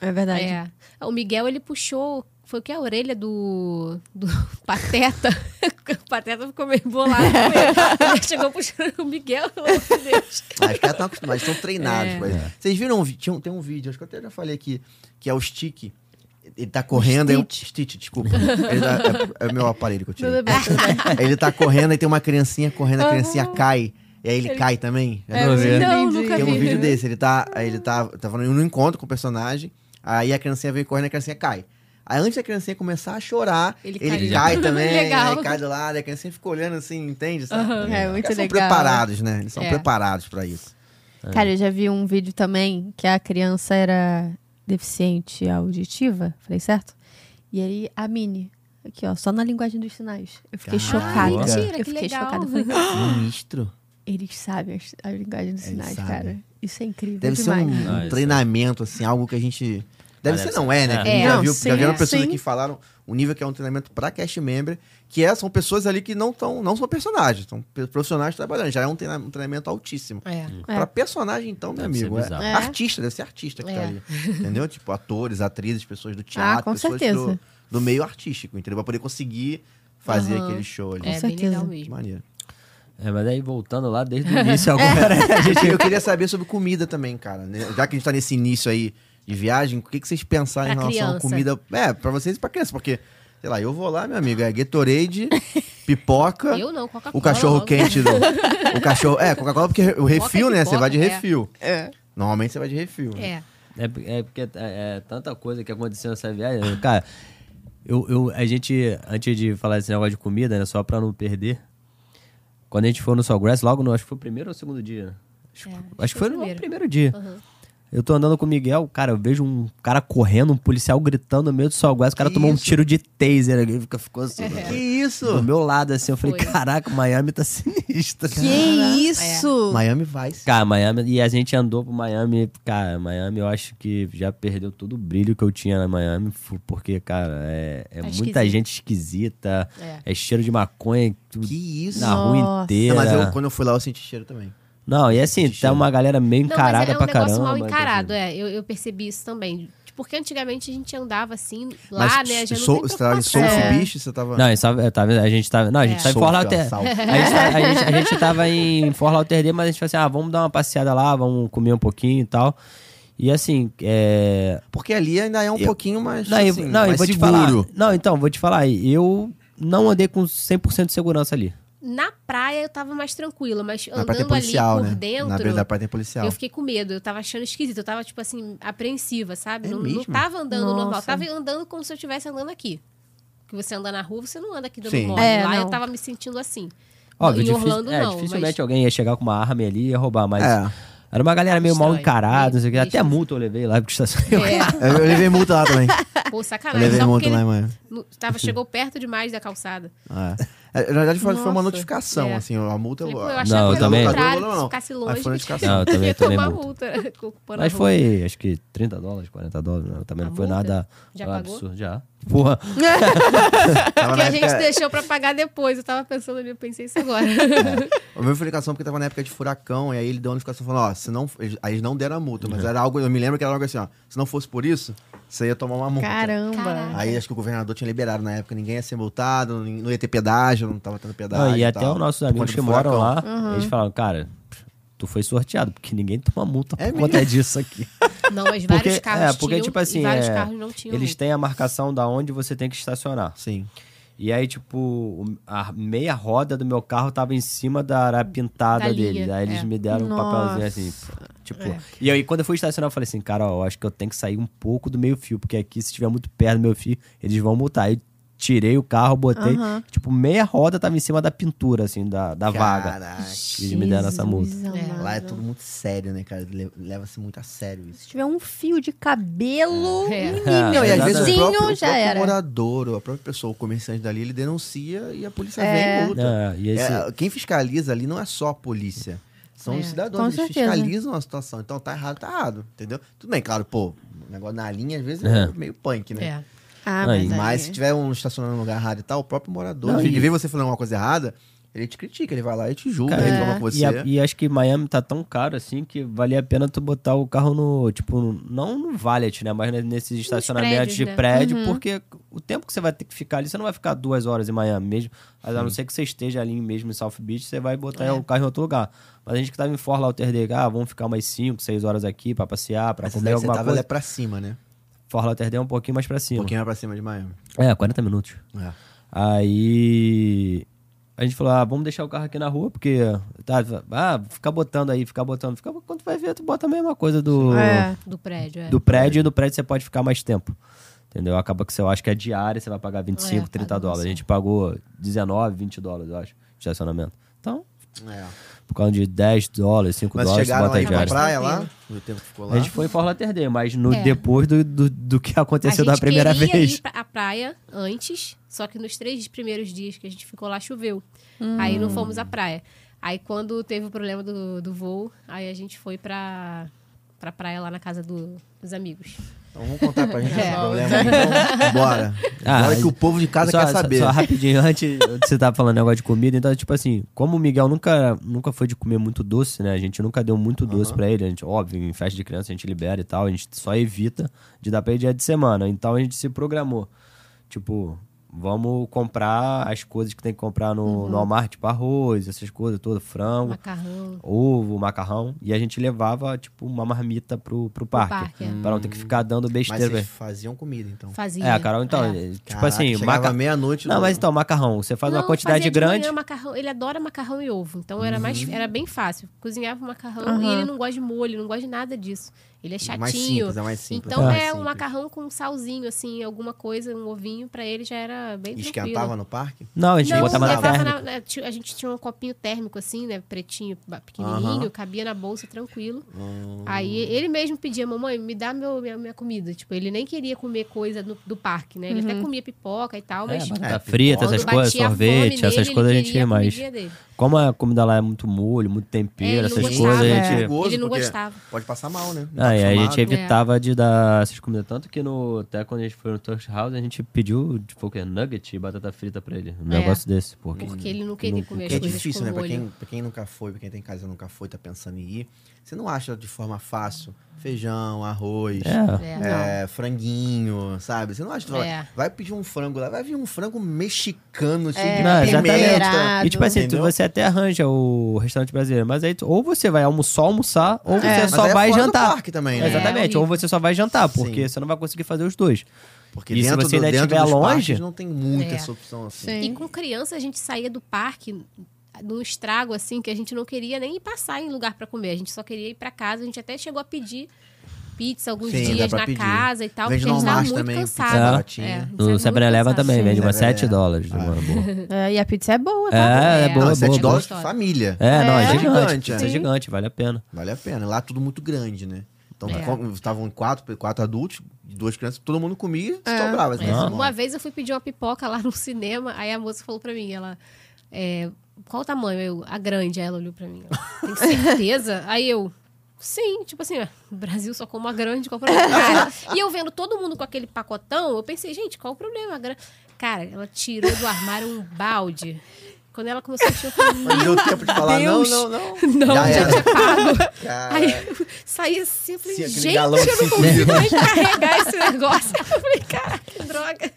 S1: É verdade.
S4: É. O Miguel, ele puxou. Foi o que? A orelha do. do (laughs) Pateta. (laughs) o Pateta ficou meio bolado. com ele.
S3: (laughs)
S4: Ele chegou puxando o Miguel. pelo amor de Deus.
S2: Ah, os caras estão acostumados, estão treinados. mas- Vocês viram? um vi- Tinha, um- tem um vídeo, acho que eu até já falei aqui, que é o Stick. Ele tá correndo. aí-
S1: Stitch.
S2: Stitch, desculpa. Ele tá- é, é o meu aparelho que eu tirei.
S1: Tudo bem, tudo bem.
S2: Ele tá correndo e tem uma criancinha correndo, a criancinha cai. E aí ele É, cai também. Já viu?
S3: vi.
S4: Não,
S1: Entendi.
S4: nunca
S2: Tem um
S4: vi.
S2: vídeo desse, ele tá. aí Ele tá, tá falando em um encontro com o personagem. Aí a criancinha vem correndo e a criancinha cai. Aí antes da criancinha começar a chorar,
S4: Ele
S2: ele,
S4: cai.
S2: cai. também,
S4: (laughs) Legal.
S2: aí cai do lado, e a criancinha fica olhando assim, entende? Sabe?
S4: Aham.
S1: É muito
S2: Eles são
S1: legal.
S2: preparados, né? Eles são
S4: É.
S2: preparados pra
S4: (gasps)
S2: isso. É.
S1: Cara, eu já vi um vídeo também que a criança era deficiente auditiva, falei certo? E aí a Mini, aqui ó, só na linguagem dos sinais. Eu fiquei
S2: Caraca.
S1: chocada.
S4: Ah, mentira,
S1: eu
S4: que
S1: fiquei
S4: legal.
S1: chocada. Eu falei,
S2: Ministro.
S1: eles sabem as- a linguagem dos
S2: Eles
S1: sinais,
S2: sabem.
S1: cara. Isso é incrível
S2: Deve ser um,
S1: demais.
S2: um
S3: Ah, isso
S2: treinamento, assim, algo que a gente. Deve
S3: Ah,
S2: ser,
S3: deve
S2: não é, né?
S3: É.
S2: Que a gente
S1: É,
S2: já,
S1: não,
S2: viu,
S1: sim,
S2: já vieram
S1: é,
S2: pessoas
S1: sim.
S2: aqui que falaram o nível que é um treinamento pra cast member, que é, são pessoas ali que não tão, não são personagens, são pe- profissionais trabalhando. Já é um treina- um treinamento altíssimo.
S4: É.
S1: É.
S2: Pra personagem, então, meu
S3: Deve ser
S2: amigo. É,
S3: bizarro.
S1: É.
S2: Artista, deve ser artista que
S4: É.
S2: tá ali. Entendeu? Tipo, atores, atrizes, pessoas do teatro,
S1: Ah, com
S2: pessoas
S1: certeza.
S2: do, do meio artístico, entendeu? Pra poder conseguir fazer
S4: Aham.
S2: aquele show ali.
S4: É, bem
S1: certeza.
S4: legal
S2: Que
S4: mesmo.
S2: maneiro.
S3: É, mas aí voltando lá desde
S4: (laughs)
S3: o início
S2: A
S3: agora. né.
S2: (laughs) gente- eu queria saber sobre comida também, cara. né? Já que a gente tá nesse início aí de viagem, o que, que vocês pensaram
S4: Pra
S2: em relação à
S4: criança.
S2: comida? É, pra vocês e pra criança, porque, sei lá, eu vou lá, meu amigo, é Gatorade, (laughs) pipoca,
S4: Eu não, Coca-Cola.
S2: o cachorro
S4: logo.
S2: quente
S4: (laughs)
S2: do. O cachorro. É, Coca-Cola, porque o refil,
S4: e
S2: né? Você
S4: pipoca,
S2: vai de
S4: é.
S2: refil.
S1: É.
S2: Normalmente você vai de refil. né?
S4: (laughs)
S3: (laughs)
S4: É.
S3: É, por- é porque é, é tanta coisa que aconteceu nessa viagem. Eu, Cara, eu, eu- a gente, antes de falar desse negócio de comida, né, só pra não perder, quando a gente foi no Sawgrass, logo no, acho que foi o primeiro ou o segundo dia. né? Acho,
S4: É,
S3: acho que foi no primeiro, dia.
S4: Aham.
S3: Eu tô andando com o Miguel, cara, eu vejo um cara correndo, um policial gritando no meio do Sawgrass, o cara
S2: Que
S3: tomou um
S2: isso?
S3: tiro de taser ali, fica- ficou assim,
S4: É.
S2: Que
S3: do- do
S2: isso?
S3: meu lado, assim, eu falei,
S4: Foi.
S3: caraca, Miami tá (laughs) sinistro.
S1: Que isso!
S2: É. Miami Vice.
S3: Cara, Miami, e a gente andou pro Miami, cara, Miami eu acho que já perdeu todo o brilho que eu tinha na Miami, fu- porque, cara, é, é
S4: Tá
S3: muita
S4: esquisito.
S3: gente esquisita,
S4: É.
S3: é, cheiro de maconha tu-
S2: Que isso?
S3: na rua
S1: Nossa.
S3: inteira.
S2: Não,
S3: Não,
S2: mas é eu, quando eu fui lá, eu senti cheiro também.
S3: e assim,
S2: Existe,
S3: tá uma galera meio
S4: Não,
S3: encarada
S4: mas é um
S3: pra
S4: negócio
S3: caramba.
S4: mal
S3: tá
S4: encarado,
S3: assim.
S4: é. Eu, eu percebi isso também. Porque antigamente a gente andava assim, lá,
S2: mas
S4: né? Já não
S2: sou,
S4: tem
S2: você tava em
S4: preocupação.
S2: South
S4: É.
S2: Beach, você tava.
S3: Não, e só- eu tava- a gente tava. Não, a gente tava em Fort
S2: South, ó,
S3: Lauderdale.
S2: South.
S3: A gente, tá- a, gente, a gente tava em Fort Lauderdale, mas a gente falou assim: ah, vamos dar uma passeada lá, vamos comer um pouquinho e tal. E assim, é,
S2: Porque ali ainda é um pouquinho mais.
S3: Não, e-
S2: assim,
S3: não, e
S2: mais
S3: vou te
S2: seguro.
S3: falar. Não, então, vou te falar. Eu não andei com 100% de segurança ali.
S4: Na praia eu tava mais tranquila, mas
S2: Na
S4: andando
S2: praia tem policial,
S4: ali por
S2: né?
S4: dentro.
S2: Na beira da praia tem policial.
S4: Eu fiquei com medo, eu tava achando esquisito, eu tava, tipo assim, apreensiva, sabe?
S2: É
S4: não, não
S2: mesmo?
S4: tava andando
S1: Nossa.
S4: normal, tava andando como se eu estivesse andando aqui. Que você anda na rua, você não anda aqui dando
S2: Sim.
S4: mole.
S1: É,
S4: lá eu
S1: não.
S4: tava me sentindo assim.
S3: Óbvio,
S4: em
S3: difícil-
S4: Orlando
S3: é,
S4: não,
S3: dificilmente
S4: mas...
S3: alguém ia chegar com uma arma ali e ia roubar, mas.
S2: É.
S3: Era uma galera meio mal
S4: Estranho,
S3: encarada, não sei o que.
S4: meio
S3: Até
S4: esquisito.
S3: multa eu levei lá, porque estacionei. (laughs)
S4: É,
S2: Eu levei multa lá também.
S4: pô,
S2: Eu
S4: sacanagem.
S2: levei
S4: Só porque
S2: multa lá,
S4: ele
S2: mãe.
S4: no- tava, chegou perto demais da calçada.
S2: É, Na verdade, foi, foi uma
S4: Nossa.
S2: notificação,
S4: É.
S2: assim, a multa.
S4: Falei,
S2: eu-
S4: pô, eu
S2: a-
S4: achava
S3: Não, eu
S4: que era
S3: também.
S4: o contrário,
S2: Não, não,
S4: se
S2: não.
S4: ficasse
S2: Mas
S4: longe,
S2: foi notificação.
S3: Não, eu também
S4: (laughs) ia
S3: tomei
S4: tomar
S3: multa.
S4: multa. né, com o pano na
S3: Mas
S4: rua.
S3: foi, acho que 30 dólares, 40 dólares. né? Também
S4: A
S3: não foi
S4: multa?
S3: nada
S4: Já
S3: um
S4: pagou?
S3: absurdo. Já. Porra.
S2: tava
S4: Porque
S2: na
S4: a gente
S2: época-
S4: deixou pra pagar depois. Eu tava pensando ali, eu pensei isso agora.
S2: Eu levei notificação porque tava na época de furacão, e aí ele deu uma notificação falando, ó, se não. eles- Aí eles não deram a multa,
S3: Uhum.
S2: mas era algo. Eu me lembro que era algo assim, ó. Se não fosse por isso, você ia tomar uma multa.
S1: Caramba!
S4: Caraca.
S2: Aí acho que o governador tinha liberado na época, ninguém ia ser multado, não não ia ter pedágio, não tava tendo pedágio.
S3: Não, e até
S2: tal,
S3: os nossos
S2: por
S3: amigos
S2: conta do
S3: que moram
S2: furacão.
S3: lá, eles falaram, cara, tu foi sorteado, porque ninguém toma multa
S2: É
S3: por conta disso aqui.
S4: Não, mas vários
S3: Porque,
S4: carros
S3: é, porque
S4: tinham
S3: tipo assim,
S4: e vários
S3: é,
S4: carros não tinham.
S3: eles
S4: multa.
S3: têm a marcação da onde você tem que estacionar.
S2: Sim.
S3: E aí, tipo, o- a meia roda do meu carro tava em cima da área pintada
S4: Da linha,
S3: deles. Aí eles
S4: é.
S3: me deram um papelzinho assim. Tipo, e aí quando eu fui estacionar, eu falei assim, cara, ó, eu acho que eu tenho que sair um pouco do meio fio, porque aqui se estiver muito perto do meio fio, eles vão multar. Aí eu tirei o carro, botei, tipo, meia roda tava em cima da pintura, assim, da, da vaga.
S2: Caraca.
S3: Eles me deram essa multa.
S1: Jesus amado.
S2: Lá é tudo muito sério, né, cara? Le- Leva-se muito a sério isso.
S1: Se tiver um fio de cabelo,
S3: (laughs)
S4: É.
S1: menino,
S3: Não,
S2: Não, e às vezes o
S1: vizinho,
S2: próprio, o
S1: já
S2: próprio
S1: era.
S2: morador, ou a própria pessoa, o comerciante dali, ele denuncia e a polícia vem e multa.
S3: É, e esse-
S2: É, quem fiscaliza ali não é só a polícia. São os cidadãos,
S1: É, Com
S2: eles
S1: certeza.
S2: fiscalizam a situação. Então tá errado, tá errado, entendeu? Tudo bem, claro, pô, o negócio na linha às vezes é,
S3: É.
S2: meio punk, né?
S4: É.
S1: Ah,
S3: Aí.
S1: aí-
S2: Mas se tiver um estacionando num lugar errado e tal, o próprio morador,
S3: Não,
S2: se
S3: e-
S2: ele vê você falando uma coisa errada, Ele te critica, ele vai lá e te julga,
S3: Cara,
S2: ele
S1: é.
S2: toma com você.
S3: E, a- e acho que Miami tá tão caro assim que valia a pena tu botar o carro no, tipo, não no valet, né? Mas ne- nesses estacionamentos
S4: prédios,
S3: de
S4: né?
S3: prédio, porque o tempo que você vai ter que ficar ali, você não vai ficar duas horas em Miami mesmo. Mas a não ser que você esteja ali mesmo em South Beach, você vai botar
S4: É.
S3: o carro em outro lugar. Mas a gente que tava em Fort Lauderdale, ah, vamos ficar umas cinco, seis horas aqui pra passear, pra
S2: Mas
S3: comer
S2: você
S3: alguma
S2: tava
S3: coisa.
S2: lá pra cima, né?
S3: Fort Lauderdale é um pouquinho mais pra
S2: Um
S3: cima.
S2: pouquinho mais pra cima de Miami.
S3: É, 40 minutos.
S2: É.
S3: Aí a gente falou, ah, vamos deixar o carro aqui na rua, porque tá, ah, ficar botando aí, ficar botando, ficar, quando tu vai ver, tu bota a mesma coisa do,
S1: É.
S4: Do prédio, é.
S3: do prédio, e do prédio você pode ficar mais tempo. Entendeu? Acaba que você eu acho que é diária, você vai pagar 25,
S4: É,
S3: 30
S4: paga
S3: dólares. A gente pagou 19, 20 dólares, eu acho, de estacionamento. Então,
S2: É.
S3: por causa de 10 dólares, 5
S2: Mas
S3: dólares, você
S2: chegaram
S3: bota a
S2: aí pra
S3: diária.
S2: praia
S4: Tranquilo.
S2: lá, no tempo que ficou lá.
S3: A gente foi em Fort Lauderdale, mas no,
S4: É.
S3: depois do, do, do que aconteceu é da primeira
S4: A gente queria
S3: vez.
S4: ir pra- à praia antes, só que nos três primeiros dias que a gente ficou lá choveu. Aí não fomos à praia. Aí quando teve o problema do, do voo, aí a gente foi pra, pra praia lá na casa do- dos amigos.
S2: Então vamos contar pra
S4: (laughs)
S2: gente
S4: É.
S2: esse problema.
S4: (laughs)
S2: Então, bora.
S3: Ah,
S2: bora que o povo de casa
S3: Só-
S2: quer
S3: só-
S2: saber.
S3: Só, rapidinho, (laughs) antes antes você tava falando negócio de comida, então, tipo assim, como o Miguel nunca, nunca foi de comer muito doce, né? A gente nunca deu muito doce pra ele. A gente, óbvio, em festa de criança a gente libera e tal, a gente só evita de dar pra ele dia de semana. Então a gente se programou. Tipo, vamos comprar as coisas que tem que comprar no,
S2: Uhum.
S3: no Walmart, tipo arroz, essas coisas todas, frango
S4: Macarrão.
S3: ovo, macarrão, e a gente levava, tipo, uma marmita pro, pro parque.
S4: parque, é.
S3: Pra não ter que ficar dando
S2: Hum. Mas
S3: besteira.
S2: vocês faziam comida, então.
S4: Fazia.
S3: É, a Carol, então,
S4: É.
S3: tipo
S2: Caraca,
S3: assim,
S2: chegava
S3: maca-
S2: meia-noite.
S3: Não,
S2: do-
S3: mas então, macarrão. Você faz uma
S4: Não,
S3: quantidade
S4: fazia de
S3: grande.
S4: manhã macarrão. ele adora macarrão e ovo. Então era, mais, era bem fácil. Cozinhava o macarrão
S1: Aham.
S4: e ele não gosta de molho, não gosta de nada disso. Ele é chatinho.
S2: mais simples, é mais simples.
S4: Então
S2: mais
S4: é um
S2: simples.
S4: macarrão com um salzinho, assim, alguma coisa, um ovinho, pra ele já era bem
S2: E
S4: tranquilo.
S2: esquentava no parque?
S3: Não, a gente
S4: não,
S3: botava na
S4: levava
S3: terra.
S4: na- na- ti- a gente tinha um copinho térmico assim, né? Pretinho, ba- pequenininho,
S2: Aham.
S4: cabia na bolsa tranquilo.
S2: Hum.
S4: Aí ele mesmo pedia, mamãe, me dá meu, minha, minha comida. Tipo, ele nem queria comer coisa do, do parque, né? Ele até comia pipoca e tal, mas.
S3: batata
S2: É,
S3: frita,
S4: quando
S3: essas coisas,
S4: batia a fome
S3: sorvete,
S4: nele,
S3: essas
S4: ele
S3: coisas a gente
S4: queria
S3: ia
S4: a
S3: mais.
S4: comidinha dele.
S3: Como a comida lá é muito molho, muito
S4: É,
S3: tempero,
S4: ele não
S3: essas
S4: gostava,
S3: coisas, a
S4: é.
S3: gente.
S2: Perigoso,
S4: Ele não
S2: porque
S4: gostava.
S2: Pode passar mal, né? Não tá
S3: Ah, e aí a gente
S2: acostumado.
S3: evitava de dar essas comidas. Tanto que no, até quando a gente foi no Turkish House, a gente pediu, tipo, o quê? Nugget e batata frita pra ele. Um
S4: É.
S3: negócio desse. Porque,
S4: Porque ele não queria comer as
S2: Porque é
S4: coisas
S2: difícil,
S4: com
S2: né? Pra
S4: molho.
S2: quem, pra quem nunca foi, pra quem tem casa e nunca foi, tá pensando em ir. Você não acha de forma fácil feijão, arroz,
S3: É.
S4: É, não.
S2: é, franguinho, sabe? Você não acha que vai-
S4: É.
S2: vai pedir um frango lá, vai vir um frango mexicano, cheio de
S3: Não,
S2: pimenta.
S1: exatamente.
S3: E tipo assim, tu,
S2: Entendeu?
S3: você até arranja o restaurante brasileiro, mas aí tu- ou você vai almo- só almoçar, ou
S2: É,
S3: você
S2: mas
S3: só
S2: aí é
S3: vai
S2: fora do
S3: jantar.
S2: parque também, né?
S3: Exatamente, ou você só vai jantar, porque
S2: Sim.
S3: você não vai conseguir fazer os dois.
S2: Porque
S3: E se
S2: dentro,
S3: você
S2: do,
S3: ainda
S2: dentro
S3: estiver
S2: dos
S3: longe-
S2: parques não tem muita
S4: É.
S2: essa opção assim.
S1: Sim.
S4: E com criança a gente saía do parque num estrago assim que a gente não queria nem ir passar em lugar pra comer, a gente só queria ir pra casa, a gente até chegou a pedir pizza alguns
S2: Sim, dá
S4: dias
S2: pra
S4: na
S2: pedir.
S4: casa e tal,
S2: Vende
S4: porque a gente
S2: no
S4: tava
S2: Walmart
S4: muito
S2: também, pizza
S4: cansado. É,
S2: baratinha.
S4: a gente
S3: No
S4: tava muito
S3: 7-Eleven
S4: cansado.
S3: também, vende
S2: Sim,
S3: umas
S2: é.
S3: 7 dólares. numa boa.
S1: (laughs) É, e a pizza é boa, tá?
S3: É, é
S4: É.
S3: boa,
S2: não,
S3: boa.
S2: 7
S3: boa.
S2: dólares
S4: gostoso.
S2: família.
S3: É, não, é,
S2: É.
S3: gigante.
S2: Gigante,
S3: pizza é
S2: é.
S3: gigante, vale a pena.
S2: Vale a pena. Lá é tudo muito grande, né? Então
S4: É.
S2: com- estavam quatro, quatro adultos, duas crianças, todo mundo comia e sobrava.
S4: É,
S2: Né? Essa
S4: Uma vez eu fui pedir uma pipoca lá (laughs) no cinema, aí a moça falou pra mim, ela. é, qual o tamanho? Eu, a grande, Aí ela olhou pra mim. ela, Tem certeza? (laughs) aí eu. Sim, tipo assim, ah, o Brasil só como a grande, qual o problema? Cara, (laughs) e eu vendo todo mundo com aquele pacotão, eu pensei, gente, qual o problema? A gran- Cara, ela tirou do armário um balde. Quando ela começou a encher, eu falei,
S2: Mas
S4: meu
S2: deu tempo de falar,
S4: Deus.
S2: não, não,
S4: (laughs)
S2: não.
S4: Não,
S2: Já
S4: já
S2: era.
S4: tinha pago.
S2: Cara,
S4: Aí eu saí assim, eu falei,
S2: Sim, aquele
S4: gente, eu
S2: galão assim, né? de
S4: não
S2: cinco
S4: consigo nem carregar esse negócio. (laughs) Eu falei, cara, que droga.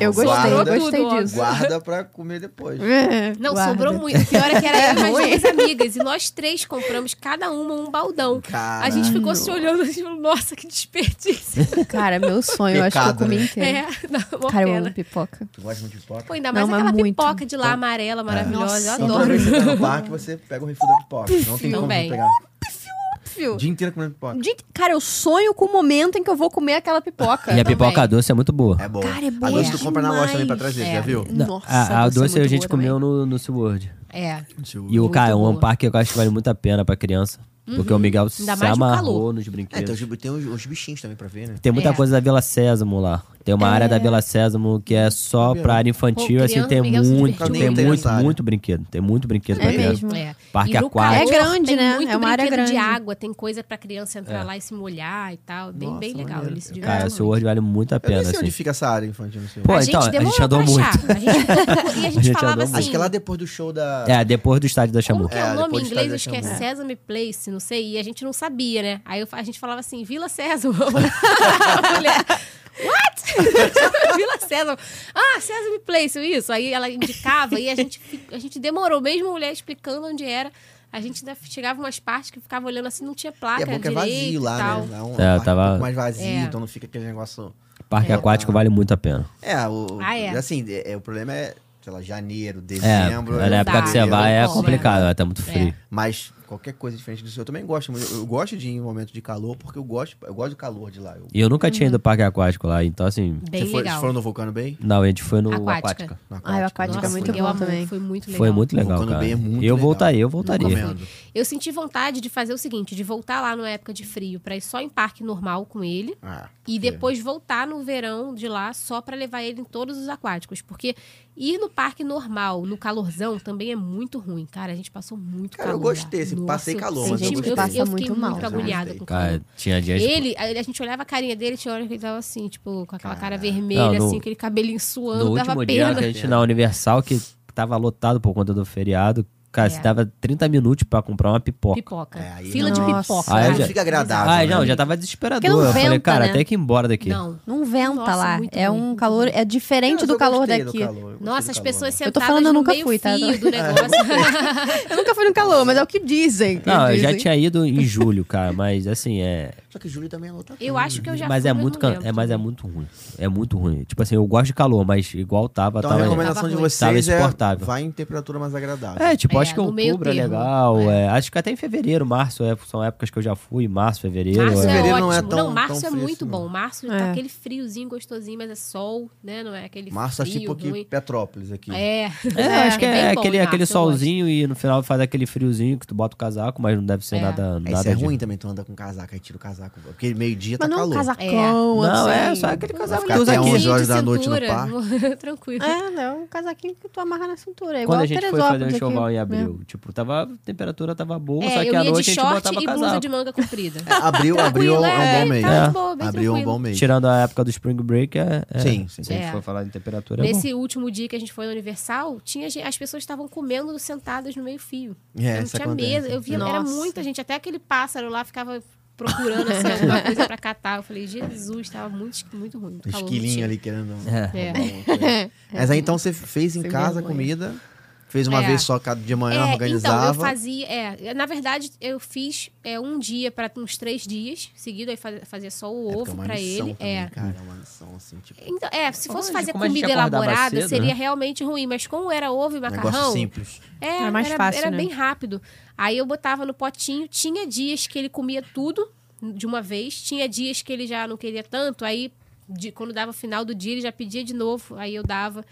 S1: Eu gostei,
S2: um guarda,
S1: eu gostei
S4: tudo,
S1: disso.
S2: guarda pra comer depois.
S1: É,
S4: Não,
S1: guarda.
S4: sobrou muito. O pior é
S1: (laughs)
S4: que era eu e mais
S1: ruim.
S4: duas amigas. E nós três compramos cada uma um baldão.
S2: Cara.
S4: A gente ficou se olhando e falou, nossa, que
S1: (laughs)
S4: desperdício.
S1: Cara, meu sonho, eu acho que eu
S2: Pecado,
S1: comi
S2: né?
S1: inteiro.
S4: É, (laughs) não, uma
S1: Cara, eu amo
S4: pena.
S1: pipoca.
S2: Tu gosta muito de pipoca?
S4: Pô, ainda mais
S1: Não, mas
S4: aquela
S1: muito. É.
S4: pipoca de lá, amarela, maravilhosa.
S1: Nossa.
S4: eu
S2: Então, toda
S4: adoro.
S2: vez que você tá no parque, você pega o refil da pipoca. Não tem como
S4: Também.
S2: não pegar. O
S1: Fio.
S2: dia inteiro comendo pipoca.
S1: Gente, Cara, eu sonho com o momento em que eu vou comer aquela pipoca.
S3: E a
S4: também.
S3: pipoca doce é muito boa.
S2: É boa.
S1: Cara, é boa
S2: A doce tu
S1: demais.
S2: compra na loja também pra trazer,
S4: É.
S2: já viu?
S1: Nossa,
S3: a, a doce
S1: é
S3: a
S1: muito
S3: gente
S1: boa
S3: comeu no, no SeaWorld.
S4: É.
S3: E o
S4: Muito
S3: cara, é um
S4: boa. Uhum.
S3: parque que eu acho que vale muito a pena pra criança. Porque o Miguel se
S4: mais no
S3: amarrou
S4: calor.
S3: nos
S2: É,
S3: brinquedos.
S2: então, tem os, os bichinhos também pra ver, né?
S3: Tem muita
S4: É.
S3: coisa da Vila Sésamo lá. Tem uma área da Vila Sésamo que é só pra área infantil,
S4: Pô,
S3: assim,
S4: criança,
S3: tem
S4: Miguel se
S3: muito,
S2: divertiu.
S3: tem
S2: Tem
S3: muito,
S2: área.
S3: muito brinquedo. Tem muito brinquedo pra
S1: É
S3: criança.
S1: mesmo.
S4: É.
S3: Parque
S4: E no
S3: aquático.
S4: calor,
S1: É grande,
S4: tem
S1: né?
S4: Muito
S1: É uma área
S4: brinquedo de
S1: grande.
S4: água, tem coisa pra criança entrar lá e se molhar e tal. Bem,
S2: Nossa,
S4: bem legal.
S2: maneiro.
S4: Ele se
S3: É. Cara,
S4: divertiu
S3: esse Word vale muito a
S2: Eu
S3: pena,
S2: nem sei
S3: assim.
S2: onde fica essa área infantil, não sei.
S3: Pô,
S4: a
S3: então,
S4: gente
S3: a
S4: demorou
S3: gente andou
S4: pra
S3: muito.
S4: achar. A
S3: (laughs)
S4: gente, e a gente,
S3: A gente
S4: falava
S3: andou
S4: assim...
S3: muito.
S2: Acho que é lá depois do show da...
S3: É, depois do estádio da Xambu.
S4: Como que é,
S2: É,
S4: o nome
S2: depois
S4: em
S2: de
S4: inglês?
S2: fazer
S4: Eu acho que é
S2: chamar.
S4: Sesame Place, não sei. E a gente não sabia, né? Aí eu- a gente falava assim,
S2: (laughs)
S4: Vila Sésamo. A mulher, what? (laughs) Vila Sésamo. Ah, Sesame Place, isso. Aí ela indicava e a gente, fi- a gente demorou. Mesmo a mulher explicando onde era, a gente ainda chegava umas partes que ficava olhando assim, não tinha
S2: E
S4: placa
S2: é bom que é
S4: direito
S2: vazio
S4: e
S2: lá,
S4: tal.
S2: né? Lá É um,
S3: É,
S2: parque
S3: tava-
S2: um pouco mais vazio,
S4: É.
S2: então não fica aquele negócio...
S3: Parque aquático vale muito a pena.
S2: É, o,
S4: Ah, é.
S2: assim, é- é, o problema é, sei lá, janeiro,
S3: É,
S2: dezembro...
S3: na época que você
S4: dá,
S3: vai
S4: não
S3: é
S4: tem como,
S3: complicado, vai tá muito frio.
S2: Mas qualquer coisa diferente disso, eu também gosto. muito. Eu, eu gosto de ir em momento de calor, porque eu gosto, eu gosto do calor de lá. Eu,
S3: E eu nunca tinha ido ao parque aquático lá, então assim.
S4: Uhum. Bem
S2: Você foi-
S4: legal.
S2: Vocês foram no Vulcano Bay?
S3: Não, a gente foi no
S4: Aquática.
S3: Aquática.
S2: Na
S1: Ah, o aquático é
S4: Nossa,
S1: muito
S4: Miguel
S1: bom
S4: amou,
S1: também.
S4: foi muito legal.
S3: Foi muito legal,
S2: Vulcano
S3: cara.
S2: Bay é muito
S3: eu
S2: legal.
S3: voltaria, eu voltaria.
S2: Recomendo.
S4: Eu senti vontade de fazer o seguinte, de voltar lá numa época de frio, pra ir só em parque normal com ele.
S2: Ah,
S4: E depois voltar no verão de lá só pra levar ele em todos os aquáticos. Porque ir no parque normal, no calorzão, também é muito ruim. Cara, a gente passou muito
S2: Cara, eu
S4: calor.
S2: gostei,
S4: lá.
S2: assim,
S4: Nossa,
S2: passei calor,
S1: mas
S4: eu
S1: eu
S4: senti-
S1: gostei.
S4: eu,
S1: Passa
S4: eu fiquei
S1: muito mal, né?
S4: muito
S1: mas eu
S4: agoniada
S2: gostei.
S4: com o
S3: Cara,
S4: calor.
S3: tinha dias.
S4: Ele, a gente olhava a carinha dele, tinha hora que ele tava assim, tipo, com aquela cara vermelha,
S3: Não, no-
S4: assim, aquele cabelinho suando,
S3: No
S4: dava
S3: último dia
S4: pena.
S3: que a gente na Universal, que tava lotado por conta do feriado, cara,
S4: É.
S3: você dava 30 minutos pra comprar uma pipoca.
S4: Pipoca.
S2: É, aí-
S4: Fila de
S1: Nossa.
S4: pipoca.
S3: Aí
S4: cara.
S3: Ah, já-
S2: fica agradável.
S3: Ah,
S2: né?
S3: não, já tava
S1: Porque não
S3: desesperador. Eu falei,
S1: venta,
S3: cara,
S1: né?
S3: até que ir embora daqui.
S4: Não.
S1: Não venta
S4: Nossa,
S1: lá.
S4: muito
S1: É
S4: ruim,
S1: um
S4: muito
S1: calor. É diferente
S2: Mas
S1: do
S2: eu
S1: calor
S2: gostei
S1: daqui.
S2: do calor, eu gostei do
S4: Nossa, as
S2: calor
S4: pessoas
S2: lá.
S1: Eu
S4: sentadas
S1: tô falando, eu
S4: no
S1: nunca
S4: meio
S1: fui, tá?
S3: (laughs)
S4: fio do
S3: é
S4: negócio.
S1: Eu nunca fui no calor, mas é o que dizem. que
S3: Não, eu já
S1: dizem.
S3: tinha ido
S4: (laughs)
S3: em julho, cara, mas assim, é.
S2: Só que Júlio também é outra
S4: Eu acho que eu já
S3: Mas
S4: fui,
S3: é
S4: eu
S3: muito
S4: não
S3: can-
S4: lembro
S3: é, mas é muito ruim. É muito ruim. Tipo assim, eu gosto de calor, mas igual tava,
S2: Então a
S3: tava.
S2: recomendação
S4: Tava
S2: de
S4: ruim.
S3: Tava
S2: vocês é
S3: insuportável.
S2: vai em temperatura mais agradável.
S3: É, tipo,
S4: É,
S3: acho que
S4: no meio
S3: outubro é
S4: termo,
S3: legal. é. Acho que até em fevereiro, março, é, são épocas que eu já fui, março, fevereiro.
S4: Março
S3: é.
S4: é
S2: Fevereiro
S4: ótimo.
S2: não
S4: Não,
S2: é tão-
S4: março
S2: tão
S4: é
S2: frio
S4: muito
S2: assim, não.
S4: bom. Março tá
S1: É.
S4: aquele friozinho gostosinho, mas é sol, né? Não é aquele
S2: Março é
S4: frio
S2: tipo aqui,
S4: ruim.
S2: Petrópolis aqui.
S4: É.
S3: É, acho que
S4: bem
S3: é
S4: bom
S3: aquele,
S4: em março,
S3: aquele
S4: eu
S3: solzinho e no final faz aquele friozinho que tu bota o casaco, mas não deve ser
S4: É.
S3: nada.
S2: Aí
S3: nada
S2: isso é
S3: de-
S2: ruim também, tu anda com casaco, aí tira o casaco. Porque meio-dia tá
S1: Mas não é
S2: calor.
S1: um casacão.
S3: Não, é
S1: assim.
S3: só aquele casaco que
S2: ficar
S3: tu usa
S2: até
S3: aqui.
S4: gosto.
S2: 11 horas da
S4: Cinto,
S2: noite no
S4: cintura, (laughs) Tranquilo.
S3: (laughs)
S1: É, não, é um casaquinho que tu amarra na cintura. É igual
S3: Quando a
S1: a
S3: gente foi fazer um
S1: Teresópolis
S3: enxoval
S1: aqui.
S3: em abril, tipo, tava, a temperatura tava boa,
S4: né? É,
S3: só que
S4: eu
S3: à
S4: ia de
S3: noite a gente Tá
S4: short
S3: botava
S4: e blusa
S3: casaco.
S4: de manga
S3: (laughs)
S4: comprida.
S2: É, abril, abril é um- é um bom mês.
S4: tá de boa, bem
S2: Abril é um
S4: tranquilo.
S2: bom mês.
S3: Tirando a época do Spring Break, é. é-
S2: Sim, sim.
S3: Se a gente
S4: É.
S3: for falar de temperatura, é bom.
S4: Nesse último dia que a gente foi no Universal, tinha gente- as pessoas estavam comendo sentadas no meio fio.
S2: É,
S4: não
S2: isso
S4: tinha
S2: acontece.
S4: mesa. Eu via, era
S1: Nossa.
S4: muita gente. Até aquele pássaro lá ficava procurando assim, alguma coisa pra catar. Eu falei, Jesus, tava muito, muito ruim. muito calor, não
S2: Esquilinho
S4: tinha.
S2: ali querendo. um-
S3: É.
S4: É.
S2: Mas aí então você fez em
S1: Sem
S2: casa a
S1: vergonha.
S2: comida, fez uma
S4: É.
S2: vez só cada de manhã,
S4: É, Então, eu
S2: organizava.
S4: fazia. É, na verdade, eu fiz é, um dia para uns três dias seguido, aí fa- fazia só o
S2: É, porque é
S4: ovo
S2: uma
S4: pra para
S2: missão
S4: ele.
S2: também,
S4: é.
S2: Cara, é uma missão assim, tipo.
S4: Então, é, se fosse
S3: Lógico,
S4: fazer
S3: como a gente
S4: comida
S3: acordava
S4: elaborada,
S3: cedo,
S4: seria
S3: né?
S4: realmente ruim. Mas como era ovo e macarrão,
S2: Negócio simples.
S4: é,
S1: Era mais
S4: era,
S1: fácil,
S4: era
S1: né?
S4: bem rápido. Aí eu botava no potinho, tinha dias que ele comia tudo de uma vez, tinha dias que ele já não queria tanto, aí de- quando dava o final do dia ele já pedia de novo, aí eu dava.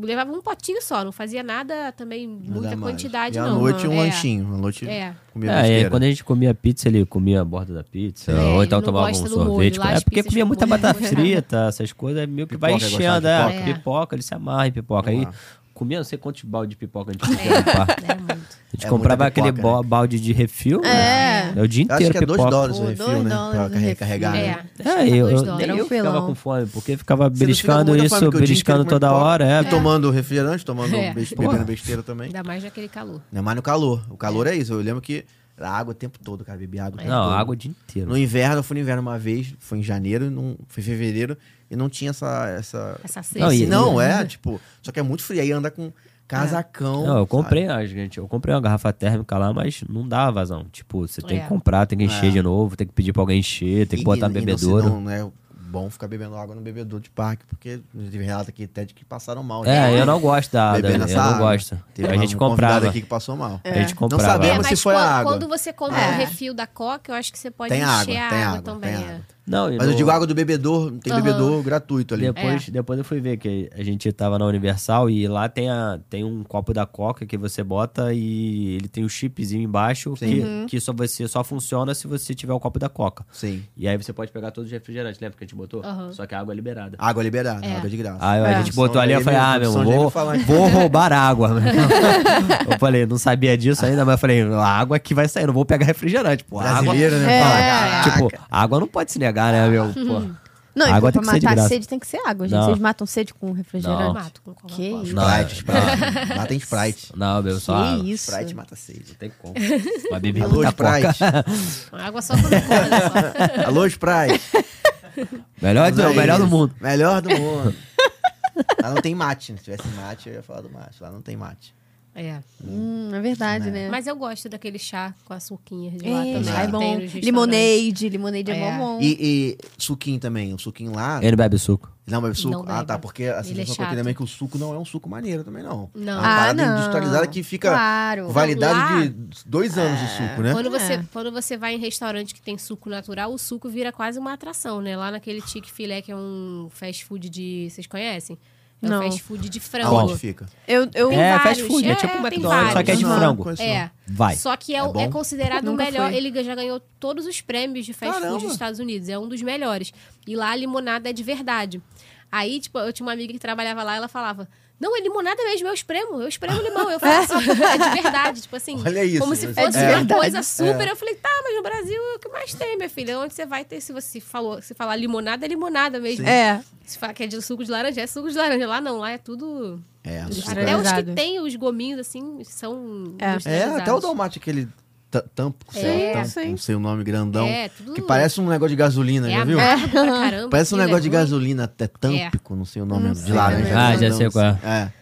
S4: Levava um potinho só, não fazia nada também,
S2: não
S4: muita
S2: dá mais.
S4: quantidade,
S2: e à
S4: não.
S2: noite um
S4: É.
S2: lanchinho. À noite
S4: É.
S2: comia
S3: É, e aí,
S2: besteira.
S3: quando a gente comia pizza, ele comia a borda da pizza,
S4: É,
S3: ou
S4: ele
S3: então
S4: não
S3: tomava um
S4: gosta do molho,
S3: sorvete.
S4: lá
S3: é
S4: as
S3: porque
S4: pizzas né?
S3: comia
S4: com
S3: muita
S4: molho,
S3: batata
S4: gostava.
S3: frita, essas coisas, meio que vai
S2: Pipoca, gostava
S3: enchendo.
S2: de
S3: É,
S4: pipoca?
S3: pipoca. ele se amarra em pipoca. Aí
S2: Vamos
S3: comia não sei quantos balde de pipoca a gente fazia no parque.
S4: É, muito.
S3: A gente
S2: É
S3: comprava
S2: muita pipoca,
S3: aquele bo-
S2: né?
S3: balde de refil,
S1: É.
S3: né? É o dia
S2: Eu acho
S3: inteiro
S2: que é 2
S3: pipoca.
S2: dólares o
S1: Pô,
S2: refil,
S1: dois
S2: né?
S1: dólares
S2: pra
S1: o
S2: carre-
S1: refil.
S2: carregar,
S4: É,
S2: né?
S4: acho que
S3: É,
S4: tá
S3: eu,
S4: dois
S3: eu,
S4: dólares.
S3: nem eu
S1: Tranquilão.
S3: ficava com fome, porque ficava
S2: Você não fica com
S3: beliscando
S2: muita fome,
S3: isso,
S2: porque o dia
S3: beliscando
S2: inteiro
S3: toda
S2: comendo
S3: hora.
S2: pipoca.
S3: É,
S2: E tomando refrigerante, tomando
S4: É.
S2: bes-
S3: Porra.
S2: bebendo besteira também.
S4: Ainda mais naquele calor.
S2: Ainda mais no calor. O calor é isso. Eu lembro que era água o tempo todo, cara. Bebia água o tempo
S3: Não,
S2: todo.
S3: água o dia inteiro.
S2: No inverno, eu fui no inverno uma vez, foi em janeiro, não, foi em fevereiro, e não tinha essa. essa...
S4: Essa
S3: Não,
S4: cesta.
S3: e-
S2: Esse não, é, tipo, só que é muito frio. Aí anda com casacão.
S3: Não, eu
S2: sabe?
S3: comprei, a gente, eu comprei uma garrafa térmica lá, mas não dá vazão. Tipo, você tem
S4: É.
S3: que comprar, tem que encher
S2: É.
S3: de novo, tem que pedir pra alguém encher, tem que
S2: E-
S3: botar
S2: e- e
S3: bebedouro.
S2: Não, se não, não é bom ficar bebendo água no bebedouro de parque, porque teve relato aqui até de que passaram mal. né?
S3: É, eu não gosto da, da
S2: Bebendo
S3: eu
S2: essa
S3: não
S2: água.
S3: gosto.
S2: Teve
S3: a
S2: uma-
S3: gente
S2: um convidado
S3: comprava.
S2: aqui que passou mal.
S3: A gente
S2: Não
S3: comprava.
S2: sabemos.
S4: É. mas
S2: se foi a
S4: quando,
S2: água.
S4: quando você compra
S1: É.
S4: o refil da Coca, eu acho que você pode
S2: Tem
S4: encher
S2: água,
S4: a
S2: tem
S4: água
S2: água,
S4: também.
S2: tem
S4: é.
S2: água.
S3: Não, e
S2: Mas eu
S3: no-
S2: digo água do bebedor, tem
S4: Aham. É.
S2: bebedor gratuito ali.
S3: Depois, depois eu fui ver que a gente tava na Universal e lá tem, a, tem um copo da Coca que você bota e ele tem um chipzinho embaixo que,
S4: Uhum.
S3: que só você só funciona se você tiver o copo da Coca.
S2: Sim.
S3: E aí você pode pegar todos os refrigerantes, lembra que a gente botou?
S4: Aham.
S3: Só que a água é liberada.
S2: Água liberada,
S4: É.
S2: água de graça.
S3: Aí a gente botou ali, eu falei, ah, meu,
S2: São Jaime
S3: vou,
S2: fala-
S3: vou roubar água. meu irmão. (laughs) eu falei, não sabia disso ainda, mas eu falei, a água que vai sair, não vou pegar refrigerante, pô. a Água,
S2: Brasileiro, né?
S1: É.
S2: Fala,
S3: Ah, tipo, a água não pode se negar, né, meu? Pô.
S1: Não, e
S3: Água
S1: pra
S3: tem que ser de
S1: matar a
S3: graça.
S1: sede tem que ser água, gente.
S3: Não.
S1: Vocês matam sede com refrigerante.
S4: Eu
S3: Não.
S4: mato com coca
S1: Que isso?
S2: Sprite, Sprite. Lá tem Sprite.
S3: é. Não, meu, só água.
S1: que isso?
S2: Sprite mata sede.
S3: Tem como. Vai beber
S2: Alô,
S3: muita coca.
S2: Sprite.
S4: Água só quando cola, só.
S2: Alô, Sprite.
S3: (laughs) Melhor,
S2: Vamos
S3: não,
S2: aí.
S3: melhor do mundo.
S2: Melhor do mundo. Lá não tem mate. né? Se tivesse mate, eu ia falar do mate. Lá não tem mate.
S1: (laughs)
S4: É.
S1: Hum, é verdade, né?
S4: Mas eu gosto daquele chá com açuquinha de
S1: É,
S4: lá
S1: é
S4: também. que
S1: bom.
S4: tem nos restaurantes.
S1: Limoneide, limoneide é,
S4: É.
S1: bom, bom.
S2: E, e suquinho também. O suquinho lá.
S3: Ele bebe suco.
S2: Não bebe suco?
S4: Não
S2: Ah,
S4: bebe.
S2: tá. Porque a
S4: Ele é
S2: sensação que eu tenho
S4: chato.
S2: também é que o suco não é um suco maneiro também, não.
S4: Não.
S2: É uma
S1: Ah,
S2: parada
S1: não.
S2: industrializada que fica
S1: Claro.
S2: validade
S4: Não, lá-
S2: de dois anos de suco, né?
S4: Quando você,
S1: É.
S4: quando você vai em restaurante que tem suco natural, o suco vira quase uma atração, né? Lá naquele Tique Filé, que é um fast food de. Vocês conhecem? É
S1: Não.
S4: um fast food de frango.
S2: Aonde fica?
S1: Eu, eu
S4: Tem
S3: é, fast
S4: vários.
S3: food, é,
S4: É,
S3: tipo
S4: é,
S3: um
S4: tem
S3: McDonald's, só que é de
S2: vários.
S3: frango.
S2: Conheço não.
S4: É.
S3: Vai.
S4: Só que é,
S2: É
S4: o-
S2: bom?
S4: é considerado o
S1: Nunca
S4: melhor.
S1: fui.
S4: Ele já ganhou todos os prêmios de fast
S2: Caramba.
S4: food dos Estados Unidos. É um dos melhores. E lá a limonada é de verdade. Aí, tipo, eu tinha uma amiga que trabalhava lá ela falava. Não, é limonada mesmo, eu espremo,
S2: (laughs)
S4: eu espremo limão, eu faço. é de verdade, tipo assim.
S2: Olha isso,
S4: Como se
S2: mas-
S4: fosse
S1: É.
S4: uma
S1: Verdade.
S4: coisa super. Eu falei, tá, mas no Brasil é o que mais tem, minha filha. Onde você vai ter, se você falou, se falar limonada, é limonada mesmo.
S1: É.
S4: Se falar que é de suco de laranja, é suco de laranja. Lá não, lá é tudo.
S2: É,
S1: Eles
S2: suco
S1: Suco
S4: Até os que
S1: industrializado.
S4: tem os gominhos, assim, são.
S1: É.
S2: é,
S4: industrializados.
S2: até o Dalmate, aquele ta- tampo, sei,
S4: É,
S2: tampo,
S1: sim.
S2: não sei o nome, grandão.
S4: É, tudo-
S2: Que parece um negócio de
S3: né,
S2: gasolina,
S4: É
S2: já viu?
S4: amargo pra caramba.
S2: (laughs) Parece um
S4: aquilo,
S2: negócio de
S4: é ruim.
S2: gasolina, até
S4: É.
S2: tâmpico, não sei o nome, de
S1: sei
S2: laranja.
S1: também. Ah,
S3: já
S2: grandão,
S3: sei qual é.
S2: assim. É.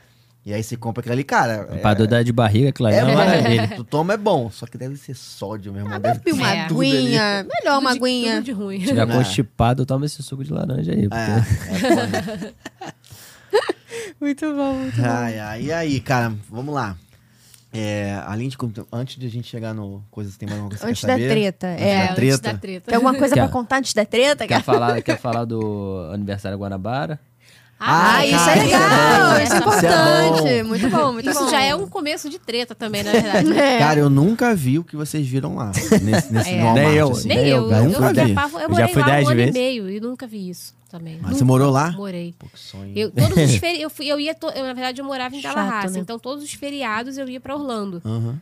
S2: E aí você compra aquilo ali, cara. é-
S3: Pra dor de barriga, aquilo ali
S2: É,
S3: é uma
S2: bom.
S3: maravilha.
S2: Tu toma é bom, só que deve ser sódio mesmo. deve
S1: Bebe uma
S4: É.
S2: ter tudo ali.
S1: aguinha. Melhor uma
S4: Tudo de-
S1: aguinha.
S4: tudo de ruim. (laughs)
S3: Se tiver
S2: É.
S3: constipado, toma esse suco de laranja aí.
S2: É,
S3: porque-
S2: é foda.
S1: Muito bom, muito bom.
S2: Ai, ai, e aí, cara, vamos lá. É, além de conteúdo- antes de a gente chegar no coisas tem mais alguma coisa que
S1: Antes
S2: você
S1: da
S2: quer saber?
S1: treta.
S2: da
S1: É.
S4: antes
S2: treta.
S4: da treta.
S1: Tem alguma coisa
S3: Quer-
S1: pra contar antes da treta, cara?
S3: Quer falar, quer falar do aniversário Guanabara?
S4: Ah,
S2: Ah,
S1: isso
S2: cara,
S1: é
S2: isso é
S1: legal,
S2: bom,
S1: isso é
S2: isso é bom.
S1: importante. Muito bom, muito bom.
S4: Isso já é um começo de treta também,
S1: (laughs)
S4: na verdade.
S2: Cara, eu nunca vi o que vocês viram lá nesse, nesse
S4: É.
S2: Walmart,
S3: Nem eu,
S2: assim.
S4: Nem
S3: Nem eu,
S4: eu.
S3: cara,
S4: Eu,
S2: nunca
S4: fui
S2: vi.
S4: a Pavo,
S3: um Já
S4: eu morei
S3: fui
S4: lá
S3: dez
S4: um ano
S3: vezes. Ah,
S4: e meio e nunca vi isso também.
S2: Mas você
S4: Nunca
S2: morou lá?
S3: Um
S4: Morei.
S2: Pô, que sonho.
S4: Eu, todos
S3: (laughs)
S4: os feri eu, fui, eu ia, to- eu, na verdade, eu morava em
S1: Chato,
S4: Tallahassee,
S1: né?
S4: então todos os feriados eu ia pra Orlando.
S2: Aham.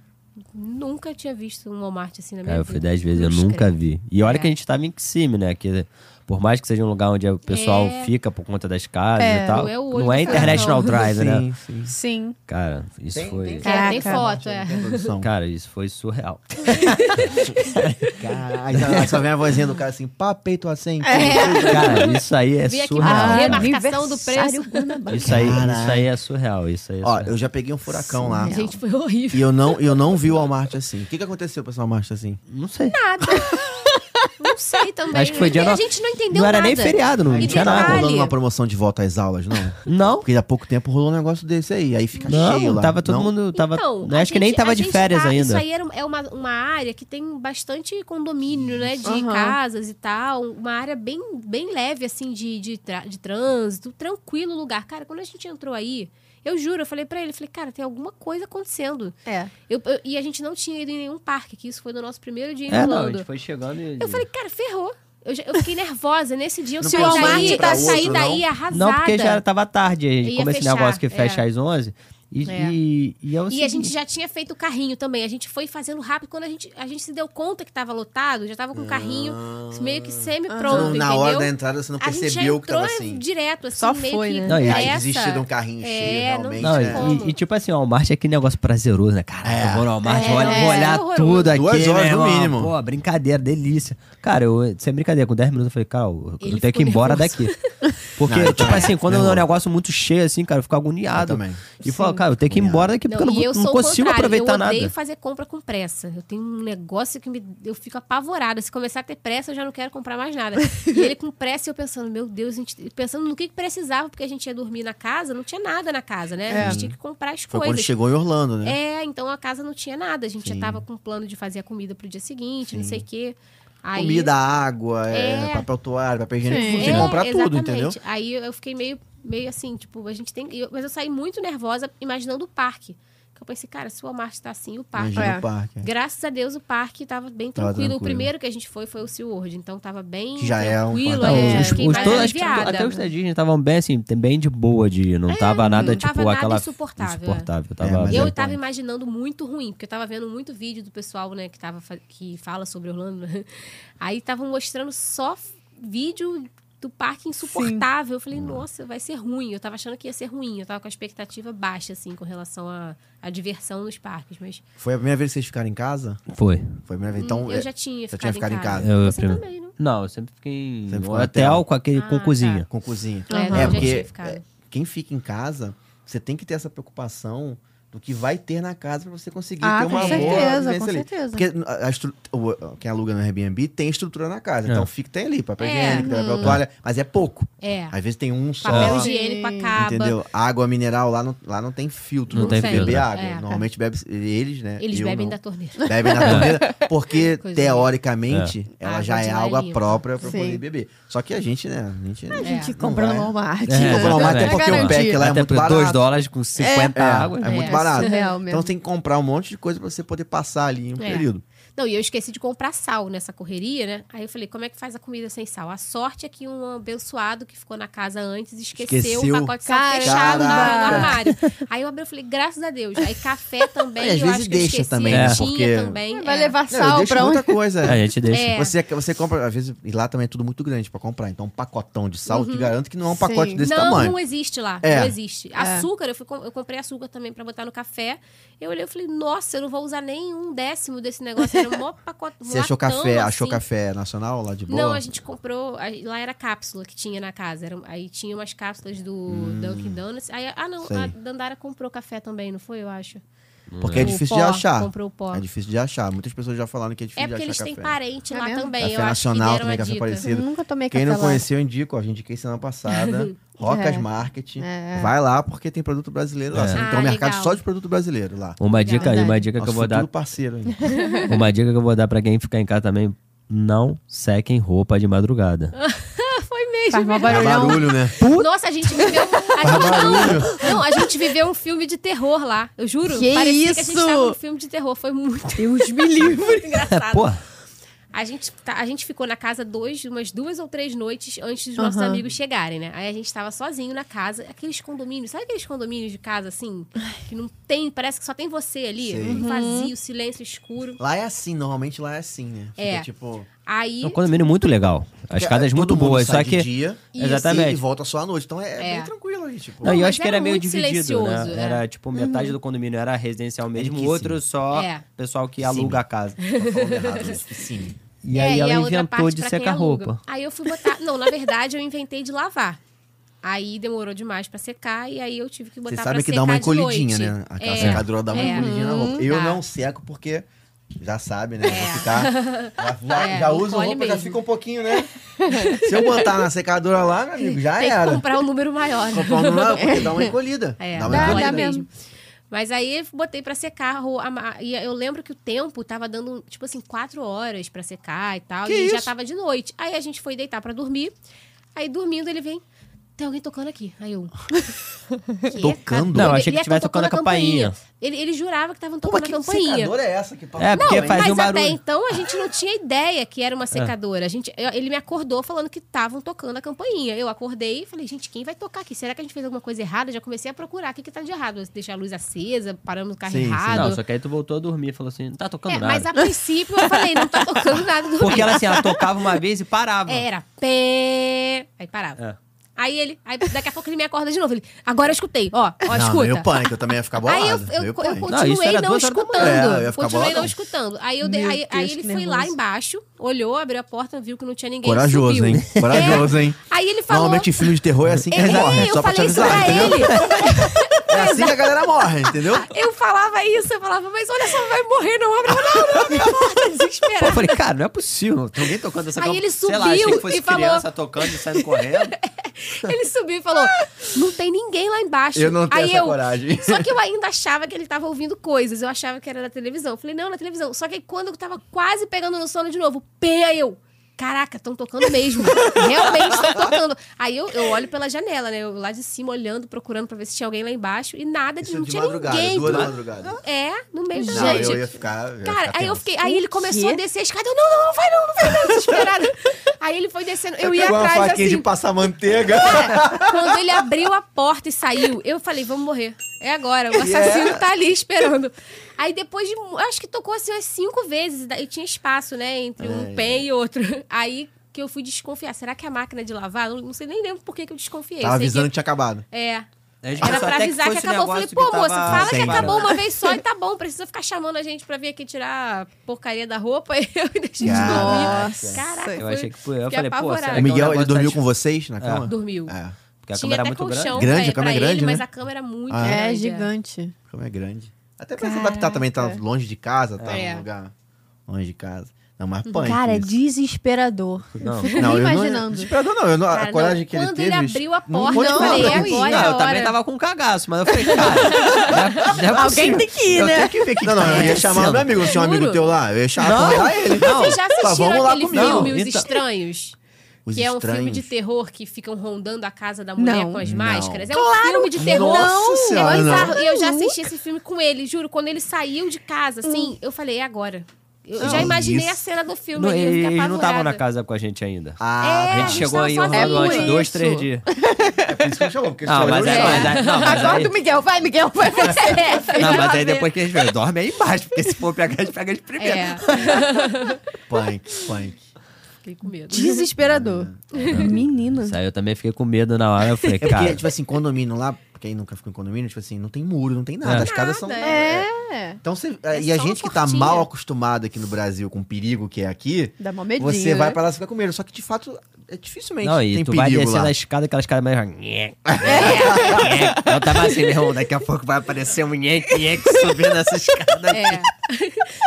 S4: Nunca tinha visto um Walmart assim na minha
S3: Cara, eu
S4: vida.
S3: fui dez vezes, eu
S4: Cruz
S3: nunca
S4: credo.
S3: vi. E olha
S4: É.
S3: que a gente tava em Kissimmee, né? Que por mais que seja um lugar onde o pessoal
S4: É.
S3: fica por conta das casas
S1: É,
S3: e tal,
S4: não é o olho
S3: não é
S4: do furacão. (laughs)
S3: International Drive, né?
S2: sim.
S1: Sim.
S3: Cara, isso foi...
S4: É, tem
S1: Caraca.
S4: foto, é.
S2: Tem
S3: (laughs)
S2: produção.
S3: Cara, isso foi surreal.
S2: Caralho, aí então, só vem a vozinha do cara assim, pá, peito assim.
S3: Cara, isso aí é
S4: Vi aqui
S3: surreal.
S4: pra
S3: cara.
S4: remarcação do
S1: Aniversário
S4: preço.
S1: Guanabara.
S3: Isso aí,
S2: Caraca.
S3: isso aí é surreal. Isso aí é
S2: Ó,
S3: surreal.
S2: eu já peguei um furacão lá.
S4: Gente, foi horrível.
S2: E eu não, eu não vi o Walmart assim. O que, que aconteceu pra esse Walmart assim?
S3: Não sei.
S4: Não sei também.
S3: Acho que foi dia
S4: A
S3: no-
S4: gente não entendeu
S3: Não era
S4: nada.
S3: nem feriado, não
S4: E
S3: tinha
S2: Não tá
S4: detalhe-
S3: nada.
S2: rolando uma promoção de volta às aulas, não?
S3: Não,
S2: Porque há pouco tempo rolou um negócio desse aí. Aí fica cheio
S3: não
S2: lá.
S3: tava todo
S2: Não?
S3: mundo... Tava,
S4: Então,
S3: né,
S4: a
S3: acho que nem
S4: gente-
S3: tava
S4: a
S3: de
S4: gente
S3: férias
S4: tá- Isso
S3: ainda.
S4: aí era um- é uma, uma área que tem bastante condomínio, né? De
S1: Aham.
S4: casas e tal. Uma área bem, bem leve, assim, de, de, tra- de trânsito. Tranquilo lugar. Cara, quando a gente entrou aí, eu juro, eu falei pra ele. Falei, cara, tem alguma coisa acontecendo.
S1: É.
S4: Eu- eu- e a gente não tinha ido em nenhum parque, que isso foi no nosso primeiro dia em
S3: É, não, a
S4: Orlando.
S3: gente foi chegando e...
S4: Eu falei, cara, ferrou. Eu, já- eu fiquei nervosa nesse dia. Eu
S2: Não
S4: saí
S2: pensou
S4: daí,
S2: em ir pra
S4: eu saí
S2: outro,
S4: daí
S2: não?
S4: arrasada.
S3: Não, porque já tava tarde. aí
S4: Ia
S3: Como esse
S4: fechar,
S3: negócio que
S4: é.
S3: fecha às 11. E,
S4: É.
S3: e, e, é o
S4: E a gente
S3: seguinte,
S4: já tinha feito o carrinho também. A gente foi fazendo rápido. Quando a gente, a gente se deu conta que tava lotado, já tava com o carrinho meio que semi-pronto,
S2: Ah. Não,
S4: entendeu?
S2: na hora da entrada você não
S4: a gente já
S2: percebeu que
S4: entrou
S2: tava assim.
S4: direto, assim,
S1: Só
S4: meio
S1: foi,
S4: que
S1: né?
S3: Não, e
S4: pressa.
S3: aí
S2: Aí desistir de um carrinho cheio,
S4: É, não
S2: realmente.
S4: tinha
S3: Não,
S4: já-
S3: e-
S4: como.
S2: né?
S3: e, e tipo assim, ó, o Walmart é aquele negócio prazeroso, né? Caralho, eu vou no Walmart,
S4: É,
S3: olha,
S4: é.
S3: vou olhar
S4: Horroroso.
S3: tudo aqui,
S2: Duas horas
S3: meu
S2: no
S3: irmão.
S2: mínimo.
S3: Pô, brincadeira, delícia. Cara, eu, sem brincadeira, com 10 minutos eu falei, cara, eu, eu
S4: Ele
S3: tenho que ir
S4: ficou
S3: embora
S4: nervoso. (laughs)
S3: daqui. Porque,
S2: Não, eu
S3: tipo
S2: também.
S3: assim, quando
S2: Meu
S3: é um
S2: irmão.
S3: negócio muito cheio assim, cara, eu fico agoniado.
S2: Eu também.
S3: E falo, cara, eu tenho que ir embora daqui porque eu não,
S4: e
S3: vou-
S4: eu
S3: não
S4: sou o
S3: consigo
S4: contrário,
S3: aproveitar
S4: eu odeio
S3: nada.
S4: fazer compra com pressa. Eu tenho um negócio que me, eu fico apavorada. Se começar a ter pressa, eu já não quero comprar mais nada. e ele com pressa, eu pensando, meu Deus, a gente- pensando no que que precisava, porque a gente ia dormir na casa, não tinha nada na casa, né?
S3: É.
S4: A gente tinha que comprar as
S2: Foi quando
S4: coisas.
S2: chegou em Orlando, né?
S4: É, então a casa não tinha nada. A gente já tava com plano de fazer a comida pro dia seguinte, não sei o quê. Aí-
S2: Comida, água, é,
S4: É.
S2: papel toalha, papel higiênico.
S1: Sim.
S2: Você
S4: É,
S2: comprar tudo,
S4: exatamente.
S2: entendeu?
S4: Aí eu eu fiquei meio, meio assim, tipo, a gente tem. eu- mas eu saí muito nervosa imaginando o parque. Que eu pensei, cara, se o Walmart tá assim, o parque.
S2: Imagina
S1: É.
S2: o parque. é.
S4: Graças a Deus o parque tava bem
S2: Tava
S4: tranquilo. O
S2: tranquilo.
S4: primeiro que a gente foi foi o SeaWorld, então tava bem
S2: Que já é um
S4: tranquilo.
S2: fantasma.
S4: aí eu
S1: É,
S4: fiquei
S3: os
S4: mais
S3: todos, acho que
S4: aliviada. É,
S3: até os da Disney estavam bem assim, bem de boa de ir, não tava nada
S4: não
S3: tipo
S4: tava nada
S3: aquela
S4: insuportável, é.
S3: insuportável,
S2: É,
S3: tava
S2: mas
S4: eu
S2: é-
S4: tava imaginando muito ruim, porque eu tava vendo muito vídeo do pessoal, né, que, tava, fa- que fala sobre Orlando. né? (laughs) Aí estavam mostrando só f- vídeo do parque insuportável. Eu falei, nossa, vai ser ruim. Eu tava achando que ia ser ruim. Eu tava com a expectativa baixa, assim, com relação à à diversão nos parques. Mas
S2: é. Foi a primeira vez que vocês ficaram em casa?
S3: foi.
S2: Foi a primeira vez. Então,
S4: hum,
S2: é,
S4: eu já tinha
S2: você
S4: ficado,
S2: tinha ficado em
S4: em casa.
S2: casa.
S3: Eu- eu
S4: Você
S3: prim-
S4: também, né? não?
S3: Não, eu sempre fiquei em
S2: Sempre ficou no
S3: hotel,
S2: hotel.
S3: com aquele
S4: Ah,
S3: com
S4: tá.
S3: cozinha.
S2: com cozinha.
S4: É,
S1: não,
S2: É,
S1: eu já
S4: tinha
S2: porque
S4: ficado.
S2: é, quem fica em casa, você tem que ter essa preocupação do que vai ter na casa pra você conseguir
S1: Ah,
S2: ter
S1: com
S2: uma boa
S1: certeza,
S2: vivência
S1: com
S2: ali.
S1: certeza.
S2: Porque a- a estru- o- quem aluga no Airbnb tem estrutura na casa.
S3: É.
S2: Então fica tem ali, papel
S4: É,
S2: higiênico, tem papel toalha, mas é pouco.
S4: É.
S2: Às vezes tem um só.
S4: Papel
S1: Sim.
S4: higiênico acaba.
S2: Entendeu? Água mineral lá não, lá não tem filtro.
S3: Não
S2: Não, tem
S3: tem
S2: beber
S3: filtro.
S2: água.
S4: É.
S2: Normalmente bebe eles, né?
S4: Eles
S2: Eu
S4: bebem
S2: não.
S4: da torneira.
S2: Bebem na torneira, porque
S4: Coisa
S2: teoricamente ela
S4: Água
S2: já
S4: de
S2: é
S4: lá
S2: água
S4: limpa.
S2: própria pra
S1: Sim.
S2: poder beber. Só que a gente, né? A gente,
S1: A
S2: não
S1: gente
S4: É.
S1: compra
S2: vai.
S1: no Walmart.
S3: É,
S1: né?
S3: compra no Walmart,
S1: Pra
S3: até
S2: porque o
S1: garantir.
S2: PEC lá é
S3: Até
S2: muito
S3: por
S2: barato.
S3: 2 dólares com 50
S2: É,
S3: águas.
S2: é,
S4: É,
S2: muito barato.
S1: surreal mesmo.
S2: Então você tem que comprar um monte de coisa pra você poder passar ali em um
S4: É.
S2: período.
S4: Não, e eu esqueci de comprar sal nessa correria, né? Aí eu falei, como é que faz a comida sem sal? A sorte é que um abençoado que ficou na casa antes esqueceu,
S2: Esqueceu.
S4: o pacote de sal
S1: Caraca.
S4: fechado no
S1: Caraca.
S4: armário. Aí eu abri e falei, graças a Deus.
S2: (laughs)
S4: Aí café também,
S2: Aí, É, às
S4: eu
S2: vezes
S4: acho que eu
S2: deixa
S4: esqueci.
S2: também,
S3: né?
S4: Tinha
S2: Porque-
S4: também.
S1: Vai
S4: é.
S1: levar
S2: Não, eu
S1: sal
S2: deixo
S1: pra
S2: muita
S1: onde?
S2: coisa.
S3: (laughs) A gente deixa.
S4: É.
S2: Você, você compra, às vezes, e lá também é tudo muito grande pra comprar. Então, um pacotão de sal, eu te garanto que não é um
S1: Sim.
S2: pacote desse
S4: Uhum. não,
S2: tamanho.
S4: não existe lá.
S2: É.
S4: Não existe. Açúcar, eu, fui com- eu comprei açúcar também pra botar no café. Eu olhei e falei, nossa, eu não vou usar nem um décimo desse negócio. Era um maior pacote. um
S2: Você achou
S4: latão,
S2: café, achou
S4: assim.
S2: café nacional lá de boa?
S4: Não, a gente comprou. aí Lá era cápsula que tinha na casa. Era, aí tinha umas cápsulas do Dunkin' Donuts. Aí, ah, não,
S2: Hum. Sei.
S4: a Dandara comprou café também, não foi? Eu acho.
S2: Porque é
S4: O
S2: difícil
S4: pó,
S2: de achar.
S4: Comprou o pó.
S2: É difícil de achar. Muitas pessoas já falaram que é difícil
S4: É porque
S2: de
S4: eles
S2: achar
S4: têm
S2: café.
S4: parente
S1: É
S4: lá
S1: mesmo?
S4: também.
S2: Café
S4: eu
S2: nacional
S4: acho que
S2: também,
S4: deram
S2: café
S4: uma dica.
S2: parecido.
S1: Nunca tomei
S2: Quem
S1: café
S2: não
S1: lá.
S2: conheceu, eu indico. ó, A gente indiquei
S1: (laughs)
S2: semana passada. Rocas
S1: É.
S2: Marketing.
S1: É.
S2: Vai lá, porque tem produto brasileiro lá.
S3: É.
S2: Você tem
S4: Ah,
S2: um mercado
S4: legal.
S2: só de produto brasileiro lá.
S3: Uma dica, aí,
S1: Verdade.
S3: uma dica que eu
S2: Nosso
S3: vou dar,
S2: futuro
S1: (laughs)
S2: parceiro aí. É
S3: uma dica que eu vou dar para quem ficar em casa também, não sequem roupa de madrugada.
S4: Foi mesmo.
S1: Faz mó
S2: Dá
S1: barulhão. (laughs)
S2: barulho, né?
S4: Nossa, a gente viveu.
S2: Tá
S4: A gente, não, não, a gente viveu um filme de terror lá. Eu juro.
S1: Que
S4: parecia que a gente
S1: isso?
S4: tava num filme de terror. Foi muito
S1: Deus me livre.
S4: (laughs) engraçado.
S3: Pô, é
S4: A gente, tá- a gente ficou na casa dois, umas duas ou três noites antes dos nossos
S1: Aham.
S4: amigos chegarem, né? Aí a gente tava sozinho na casa, aqueles condomínios, sabe aqueles condomínios de casa assim? Que não tem, parece que só tem você ali.
S2: Sei.
S4: um Vazio, silêncio escuro.
S2: Lá é assim, normalmente lá é assim, né? Fica,
S4: É.
S2: tipo.
S4: Aí.
S3: é um condomínio muito legal. As
S2: É,
S3: casas
S2: todo
S3: muito
S2: mundo
S3: boas,
S2: sai
S3: só
S2: de
S3: que
S2: Dia,
S3: Isso. Exatamente.
S2: E volta só à noite. Então é,
S4: É.
S2: bem tranquilo aí, tipo.
S3: Não, e eu
S4: mas
S3: acho que era,
S4: era
S3: meio
S4: muito
S3: dividido, né?
S4: silencioso, é.
S3: Era tipo metade do condomínio era residencial mesmo, o
S2: Riquíssimo.
S3: outro só
S4: É.
S3: pessoal que
S2: Sim.
S3: aluga a casa.
S2: Tô falando errado, né? Sim.
S3: E
S4: é,
S3: aí
S4: a
S3: ela
S4: outra
S3: inventou
S4: parte
S3: de
S4: pra quem
S3: secar
S4: aluga.
S3: roupa.
S4: Aí eu fui botar. Não, na verdade eu inventei de lavar. Aí demorou demais pra secar e aí eu tive que botar
S2: Vocês
S4: pra
S2: sabem que
S4: secar
S2: dá uma
S4: de noite.
S2: encolhidinha, né? Aquela
S4: É.
S2: secadora dá uma
S4: É.
S2: encolhidinha na roupa. Eu
S4: Tá.
S2: não seco porque. Já sabe, né? Vou ficar. Já,
S4: (laughs)
S2: já,
S4: É,
S2: já uso
S4: encolhe
S2: roupa, já
S4: mesmo.
S2: fica um pouquinho, né? Se eu botar na secadora lá, meu amigo, já
S4: Tem que
S2: Ah, era.
S4: comprar um número maior. né?
S2: Comprar um normal, porque dá uma encolhida.
S4: É,
S2: dá
S4: dá,
S2: uma
S1: dá
S2: encolhida.
S4: mesmo. Mas aí botei pra secar a ro- a ma- e eu lembro que o tempo tava dando, tipo assim, quatro horas pra secar e tal.
S2: Que
S4: e já
S2: isso?
S4: tava de noite. Aí a gente foi deitar pra dormir. Aí dormindo ele vem, tem alguém tocando aqui. Aí eu... "Quê?
S2: (laughs) Tocando?
S3: Não,
S4: Ele-
S3: achei que
S4: ele
S3: tivesse
S4: tá
S3: tocando a campainha.
S4: Ele, ele jurava que estavam
S2: Pô, mas que
S4: tocando a campainha.
S2: secadora é essa que
S3: É, porque
S4: Não,
S3: faz
S4: mas
S3: um barulho. É.
S4: até então a gente não tinha ideia que era uma secadora. A gente, eu- ele me acordou falando que estavam tocando a campainha. Eu acordei e falei, gente, quem vai tocar aqui? Será que a gente fez alguma coisa errada? Já comecei a procurar o que, que tá de errado. Deixar a luz acesa, paramos o carro
S2: Sim, sim.
S4: errado.
S3: Não, só que aí tu voltou a dormir e falou assim, não tá tocando
S4: É,
S3: nada.
S4: mas a princípio eu falei,
S3: (laughs)
S4: não tá tocando nada do
S3: Porque ela assim, ela tocava uma vez e parava.
S4: Era pé. Aí parava.
S3: É.
S4: Aí ele. Aí daqui a pouco ele me acorda de novo. Ele, agora eu escutei. Ó, ó,
S2: Não,
S4: escuta.
S2: meu pânico, eu também ia ficar bolado.
S4: Aí eu, eu,
S2: meu
S4: eu
S2: pânico.
S3: Não, isso
S4: continuei
S3: era
S4: não,
S3: duas horas da
S4: escutando.
S2: manhã. É, eu ia ficar
S4: continuei
S2: boladão.
S4: não escutando. Aí, eu de-
S1: Meu
S4: aí, aí
S1: Deus,
S4: ele
S1: que
S4: foi lá
S1: nervoso.
S4: embaixo, olhou, abriu a porta, viu que não tinha ninguém.
S2: Corajoso,
S4: subiu. É.
S2: hein? Corajoso, hein?
S4: Aí ele falou.
S2: Normalmente em filme de terror é assim que
S4: Ei,
S2: morre,
S4: eu
S2: só pra te
S4: falei isso
S2: avisar,
S4: pra Ah,
S2: entendeu?
S4: ele.
S2: É assim que a galera morre, entendeu?
S4: Eu falava isso, eu falava, mas olha só, vai morrer, não abre,
S2: (laughs)
S4: não, não, não, não, morta,
S3: Pô, eu
S4: desesperada.
S3: falei, cara, não é possível. Tem alguém tocando essa
S4: Aí
S3: cal-
S4: ele
S3: Sei lá, achei
S4: subiu
S3: que fosse
S4: e falou-
S3: criança tocando e saindo correndo.
S4: (laughs) Ele subiu e falou, não tem ninguém lá embaixo.
S2: Eu não tenho
S4: Aí
S2: essa
S4: eu,
S2: coragem. (laughs)
S4: Só que eu ainda achava que ele tava ouvindo coisas. Eu achava que era da televisão. Eu Falei, não, na televisão. Só que aí, quando eu tava quase pegando no sono de novo, pé eu. Caraca, estão tocando mesmo. Realmente estão tocando. Aí eu, eu olho pela janela, né? Eu lá de cima olhando, procurando pra ver se tinha alguém lá embaixo. E nada, de
S2: Isso é
S4: não
S2: de
S4: tinha
S2: madrugada,
S4: ninguém.
S2: duas da madrugada.
S4: É, no meio da
S2: Não,
S4: noite.
S2: eu ia ficar. eu ia
S4: Cara,
S2: ficar
S4: aí eu
S2: tenso.
S4: fiquei. Aí ele
S1: O
S4: começou a
S1: quê?
S4: descer a escada. Eu, não, não, não vai não, não vai não, desesperada. aí ele foi descendo. Eu ia
S2: Pegou É uma
S4: atrás
S2: faquinha
S4: assim.
S2: de passar manteiga.
S4: Quando ele abriu a porta e saiu, eu falei, vamos morrer. É agora, o assassino tá ali esperando. Aí depois de. mu- Acho que tocou assim umas cinco vezes. E tinha espaço, né? Entre um pen e outro. Aí que eu fui desconfiar. Será que é a máquina de lavar? Eu Não sei nem lembro por que, que eu desconfiei.
S2: Tava
S4: Eu sei
S2: avisando
S4: que-
S2: que tinha acabado.
S4: É.
S3: Aí a gente
S4: Era
S3: pensou
S4: pra
S3: até
S4: avisar que,
S3: fosse um
S4: acabou. Eu Falei,
S3: negócio
S4: pô,
S3: que
S4: moça,
S3: tava
S4: fala que
S2: sem
S4: acabou
S3: parado.
S4: uma vez só e tá bom. Precisa ficar chamando a gente pra vir aqui tirar a porcaria da roupa (laughs) e eu deixei de dormir.
S1: Nossa.
S4: Caraca,
S3: Eu
S4: foi-
S3: achei que foi. Eu
S4: fiquei
S3: falei, pô,
S4: apavorada.
S3: será
S4: É
S2: o
S3: que é um
S2: Miguel, ele
S3: negócio
S2: dormiu
S3: das-
S2: com vocês na cama?
S4: Dormiu.
S2: É,
S3: Porque a
S4: Tinha
S3: câmera
S4: até
S3: era muito grande.
S4: colchão
S2: Grande, a
S4: pra,
S2: cama é
S4: pra
S2: grande,
S4: ele,
S2: né?
S4: mas a câmera era muito
S2: Ah,
S4: grande.
S1: É gigante.
S2: como é grande. Até pra se adaptar também, tá
S1: Caraca.
S2: longe de casa, tá
S4: É.
S2: num lugar longe de casa. Não, mas punk.
S1: Cara, é
S2: isso.
S1: desesperador.
S3: Não.
S1: Fico nem imaginando.
S2: Desesperador não, eu não
S4: Cara,
S2: a coragem
S4: não,
S2: que ele
S4: quando
S2: teve... um
S4: ele abriu a
S2: não (laughs)
S4: porta,
S2: pode
S4: eu
S2: falar,
S4: falei,
S2: não
S4: é
S2: pode
S4: agora.
S2: falar.
S3: Não, eu
S4: hora.
S3: também tava com um cagaço, mas eu falei, cara, não é- não é
S1: Alguém
S3: possível.
S1: tem que ir,
S3: Eu
S1: né?
S3: tenho que ver o (laughs) que
S2: Não, não,
S3: tá
S2: eu ia
S3: acontecendo.
S2: chamar meu amigo, não tinha um amigo
S4: Juro.
S2: teu lá, eu ia chamar
S3: Não,
S2: convidar (laughs) ele.
S3: não.
S4: Vocês já
S2: Fala,
S4: assistiram
S2: vamos lá
S4: aquele
S2: comigo.
S4: filme Os
S3: Então-
S4: Estranhos?
S2: Os
S4: que é um filme
S2: estranhos.
S4: de terror que ficam rondando a casa da mulher
S1: Não.
S4: com as
S2: Não.
S4: máscaras. É um filme de terror.
S2: Nossa
S4: é
S2: Senhora,
S4: bizarro.
S2: não. Hum.
S4: E eu já assisti esse filme com ele, juro. Quando ele saiu de casa, assim, eu falei, é agora. Eu já
S2: Não,
S4: imaginei
S2: isso.
S4: a cena do filme. é
S3: Não,
S4: eu ia
S3: eles
S4: ficar
S3: não estavam na
S4: apavorada.
S3: casa com a gente ainda.
S2: Ah,
S3: a
S4: É, a
S3: gente
S4: gente
S3: chegou
S4: tava
S3: aí em
S4: sozinho.
S3: Orlando antes,
S1: Por
S3: dois,
S4: (laughs)
S1: isso.
S3: três dias.
S2: por isso que eu chamo, porque
S3: Ah, mas
S4: é-
S3: aí, mas aí- não, mas aí-
S1: Acorda o Miguel, vai, Miguel, vai você.
S3: (laughs) Não, mas aí
S1: Vai ver.
S3: depois que a gente vê, dorme aí embaixo, porque se for pegar, a gente pega de primeiro.
S4: É,
S2: Punk, punk.
S4: fiquei com medo.
S1: (laughs) Desesperador. Menina.
S3: Isso aí eu também fiquei com medo na hora. Eu falei,
S2: É porque,
S3: cara.
S2: tipo assim, condomínio lá, quem nunca ficou em condomínio, tipo assim, não tem muro, não tem nada,
S3: É.
S2: as casas são...
S4: Nada,
S1: É.
S2: Então, você,
S4: É
S2: e a
S4: só uma
S2: gente que tá
S4: portinha.
S2: mal acostumado aqui no Brasil com o perigo que é aqui,
S1: Dá mó medinho,
S2: você vai
S1: né?
S2: pra lá e fica com medo. Só que, de fato, é dificilmente
S3: Não,
S2: tem
S3: e tu vai
S2: perigo
S3: descendo
S2: lá.
S3: a escada, aquelas caras mais. (laughs) Nheque, nheque. Eu tava assim, meu irmão, daqui a pouco vai aparecer um nheque, nheque subindo essa escada.
S4: É.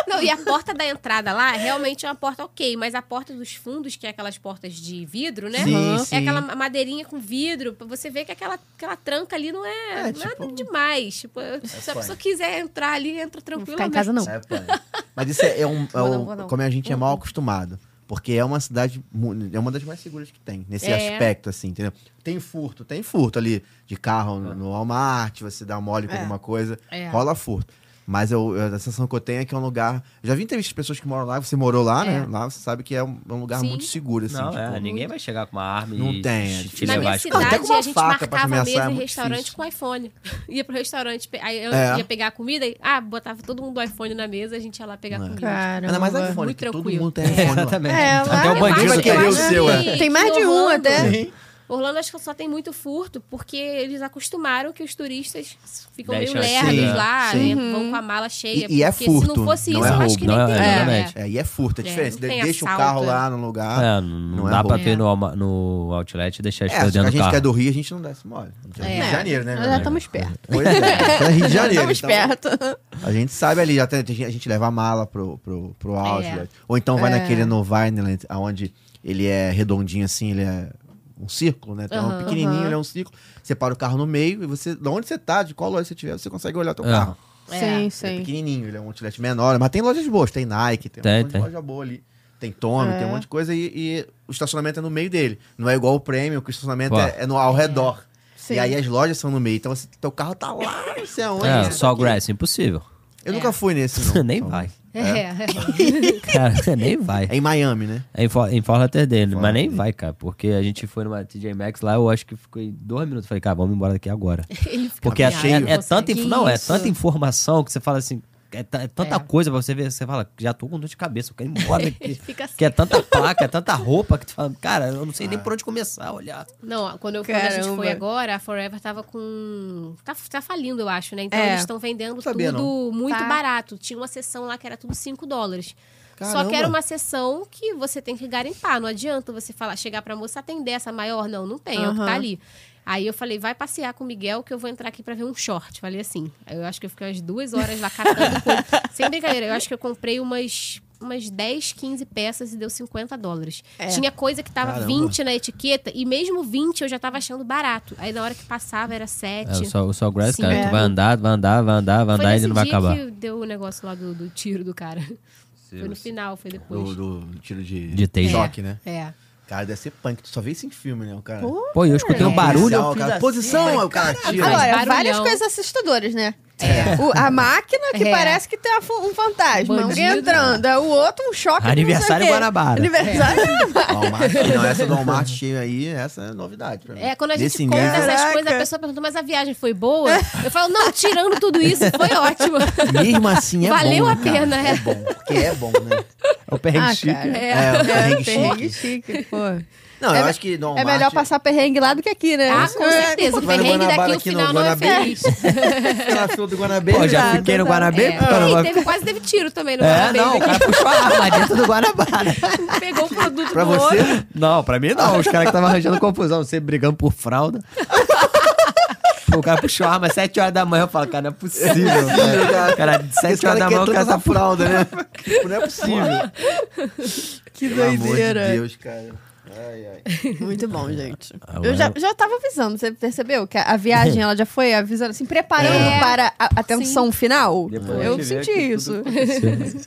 S4: Não, e a porta da entrada lá realmente é uma porta ok, mas a porta dos fundos, que é aquelas portas de vidro, né?
S2: Sim,
S4: é
S2: sim.
S4: aquela madeirinha com vidro. pra Você vê que aquela, aquela tranca ali não é,
S2: É,
S4: nada
S2: tipo- é
S4: demais. Tipo, se a
S2: fã.
S4: pessoa quiser entrar ali, entra
S1: Não ficar em
S4: tranquilamente.
S1: casa, não.
S2: É, pô. Mas isso é, é um, é
S1: Vou
S2: um-
S1: não, vou não.
S2: Como a gente
S4: Uhum.
S2: é mal acostumado. Porque é uma cidade. mu- É uma das mais seguras que tem, nesse
S4: É.
S2: aspecto, assim, entendeu? Tem furto, tem furto ali de carro no, no Walmart, você dá mole com alguma coisa,
S4: É.
S2: rola furto. Mas eu, eu- a sensação que eu tenho é que é um lugar. eu Já vi entrevistas de pessoas que moram lá, você morou lá, né?
S4: É.
S2: Lá você sabe que é um, é um lugar
S4: Sim.
S2: muito seguro, assim.
S3: Não, é,
S2: tipo,
S3: ninguém vai chegar com uma arma
S2: Não
S3: e
S2: tem, é
S3: te
S2: difícil.
S4: Na
S3: levar
S4: minha
S3: às
S2: Até
S4: cidade,
S2: com uma
S4: a gente
S2: faca pra te
S4: marcava
S2: ameaçar é
S4: mesa em
S2: muito
S4: restaurante
S2: difícil.
S4: com iPhone. (laughs) Ia pro restaurante, pe- aí eu
S2: É.
S4: ia pegar a comida, e, ah, botava todo mundo o iPhone na mesa, a gente ia lá pegar a
S2: É.
S4: comida.
S1: Cara.
S2: Ainda mais
S1: Caramba.
S2: iPhone, né,
S4: Muito
S2: que todo
S4: tranquilo.
S2: mundo tem iPhone. lá.
S3: Exatamente.
S1: É,
S3: Até
S1: lá-
S3: o
S2: Vai
S3: bandido
S2: vai
S3: tá
S2: querer
S3: aí.
S2: o seu, é.
S1: Tem mais de um
S4: Orlando-
S1: até.
S2: Sim.
S4: Orlando acho que só tem muito furto, porque eles acostumaram que os turistas ficam meio
S3: Deixam
S4: lerdos
S2: assim,
S4: lá,
S2: sim.
S4: né? vão com a mala cheia.
S2: E- e é
S4: porque se
S2: furto,
S4: não fosse
S2: não
S4: isso,
S2: é
S4: eu acho
S3: roubo,
S4: que nem
S3: não é-
S4: tem.
S3: é,
S4: né?
S3: exatamente.
S2: É, e é furto, é
S4: É,
S2: diferente.
S4: não tem
S2: Deixa o
S4: assalto,
S2: carro
S4: é.
S2: lá no lugar.
S3: É, não, não
S2: Não é
S3: dá pra
S2: roubo.
S3: tu ir no, alma- no outlet e deixar as
S2: É,
S3: coisas
S2: se a
S3: dentro do
S2: gente que é
S3: carro.
S2: do Rio, a gente não desce mole. É. Rio de Janeiro, né?
S1: Nós já estamos perto. (laughs)
S2: Pois é, é Rio de Janeiro.
S1: Estamos
S2: então,
S1: perto.
S2: a gente sabe ali, até a gente- a gente leva a mala pro, pro, pro outlet. Ou então vai
S1: É.
S2: naquele no Vineland, onde ele é redondinho assim, ele é um círculo, né? Então é um
S4: Aham.
S2: pequenininho,
S1: Aham.
S2: ele é um círculo. Você para o carro no meio e você, de onde você tá, de qual loja você tiver, você consegue olhar teu
S3: É.
S2: carro.
S1: Sim,
S2: Ele é
S1: sim.
S2: pequenininho, ele é um outlet menor, mas tem lojas boas, tem Nike, tem,
S3: Tem,
S2: um monte
S3: tem.
S2: de loja boa ali. Tem Tommy,
S4: É.
S2: tem um monte de coisa e, e o estacionamento é no meio dele. Não é igual o prêmio, que o estacionamento
S3: Pô.
S2: é, é no, ao redor.
S1: Sim.
S2: E aí as lojas são no meio, então você, teu carro tá lá, não sei aonde.
S3: É,
S2: isso
S3: só
S2: aqui.
S3: grass, impossível.
S2: Eu nunca fui
S3: (laughs)
S2: nesse, não.
S3: nem
S2: Só-
S3: vai.
S4: É.
S3: (laughs) Cara, nem vai.
S2: É em Miami, né?
S3: É em, Fo- em Fort Lauderdale,
S2: Fort
S3: mas nem
S2: Lauderdale.
S3: vai, cara. Porque a gente foi numa TJ Maxx lá, eu acho que fiquei dois minutos. Falei, cara, vamos embora
S2: (laughs)
S3: daqui agora.
S4: Ele fica
S3: Porque é,
S4: piado,
S3: é, é
S4: consegue.
S3: tanta, inf- não, é
S1: isso?
S3: tanta informação que você fala assim, é, ta- é tanta
S4: É.
S3: coisa pra você ver, você fala, já tô com dor de cabeça, eu quero ir
S4: (laughs)
S3: embora aqui.
S4: Fica assim.
S3: Que é tanta placa, é tanta roupa que tu fala, cara, eu não sei
S2: Ah.
S3: nem por onde começar a olhar.
S4: Não, quando, eu, quando a gente
S1: Caramba.
S4: foi agora, a Forever tava com. Tá, tá falindo, eu acho, né? Então
S1: É.
S4: eles estão vendendo
S2: sabia,
S4: tudo muito
S1: Tá.
S4: barato. Tinha uma sessão lá que era tudo 5 dólares. Só que
S2: Caramba.
S4: era uma sessão que você tem que garimpar. Não adianta você falar, chegar pra moça, "Ah, tem dessa maior? Não, não tem, é o que
S1: Aham.
S4: tá ali. Aí eu falei, vai passear com o Miguel que eu vou entrar aqui pra ver um short. Falei assim. Aí eu acho que eu fiquei umas duas horas lá catando coisa. Sem brincadeira, eu acho que eu comprei umas, umas 10, 15 peças e deu 50 dólares. Tinha coisa que tava
S2: Caramba.
S4: 20 na etiqueta e mesmo 20 eu já tava achando barato. Aí na hora que passava era
S3: É,
S4: 7.
S3: o sol, o sol grass,
S4: Sim.
S3: cara,
S4: É.
S3: tu vai andar, vai andar, vai andar, vai
S4: Foi
S3: andar e
S4: nesse
S3: ele não vai
S4: dia
S3: acabar.
S4: que deu o negócio lá do, do tiro do cara. foi no final, foi depois.
S2: Do, do tiro de,
S3: De taser.
S2: choque, né?
S4: É.
S2: Cara, deve ser punk. Tu só vê isso em filme, né? O cara.
S3: Pô, e eu escutei um barulho.
S2: Policial, o É, cara, Posição, aí o cara tira.
S1: Agora,
S4: barulhão.
S1: várias coisas assustadoras, né? O- a máquina que
S4: É.
S1: parece que tem uma fa- um fantasma, alguém
S4: Bandido.
S1: entrando, é o outro um choque.
S3: Aniversário
S1: não sei o quê.
S3: Guanabara.
S1: Aniversário Guanabara.
S2: Walmart, não, essa do Walmart cheio aí, essa é novidade pra mim.
S4: É, quando a gente
S2: Desse
S4: conta
S2: nível-
S4: essas
S1: Caraca.
S4: coisas, a pessoa pergunta, mas a viagem foi boa? Eu falo, não, tirando tudo isso,
S2: (laughs)
S4: foi ótimo.
S2: Mesmo assim é
S4: Valeu
S2: bom,
S4: a
S2: cara.
S4: pena, é.
S2: É bom, porque é bom, né?
S3: É o perrengue
S1: Ah,
S3: chique.
S1: cara.
S4: É.
S2: É, o perrengue
S1: Perrengue
S2: chique.
S1: chique, pô.
S2: Não, eu
S1: me-
S2: acho que no
S1: É
S2: Walmart...
S1: melhor passar perrengue lá do que aqui, né?
S4: Ah, com certeza. O
S2: É. Vai no
S4: perrengue
S2: Guanabara
S4: daqui, o
S2: aqui no
S4: final não é
S2: Guanabara. (laughs)
S4: feliz.
S2: Aquela fila do Guanabé.
S3: Pô, já
S1: Exato,
S3: fiquei no
S1: exato.
S3: Guanabé.
S4: É.
S3: pô, não
S4: E
S3: vai-
S4: teve, quase teve tiro também no
S3: É,
S4: Guanabé.
S3: não, o cara puxou a arma dentro do Guanabara.
S4: Pegou o produto
S2: Pra
S4: do
S2: você,
S4: outro.
S3: Não, pra mim não. Os caras que estavam arranjando confusão, você brigando por fralda. Pô, o cara puxou a arma às 7 horas da manhã. Eu falo, cara, não é possível. cara. cara,
S2: esse
S3: 7
S2: né? cara é
S3: horas da
S2: quer
S3: manhã o
S2: tanta
S3: cara tá
S2: essa fralda, né? Não é possível.
S1: Que
S2: Pelo amor de
S1: doideira.
S2: Deus, cara. Ai, ai.
S1: Muito bom, gente.
S3: Agora-
S1: Eu já, já tava avisando, você percebeu que a, a viagem ela já foi avisando, assim, preparando
S4: É.
S1: para a, a tensão final?
S3: Depois
S1: eu
S3: a gente
S1: senti
S3: vê que
S1: isso.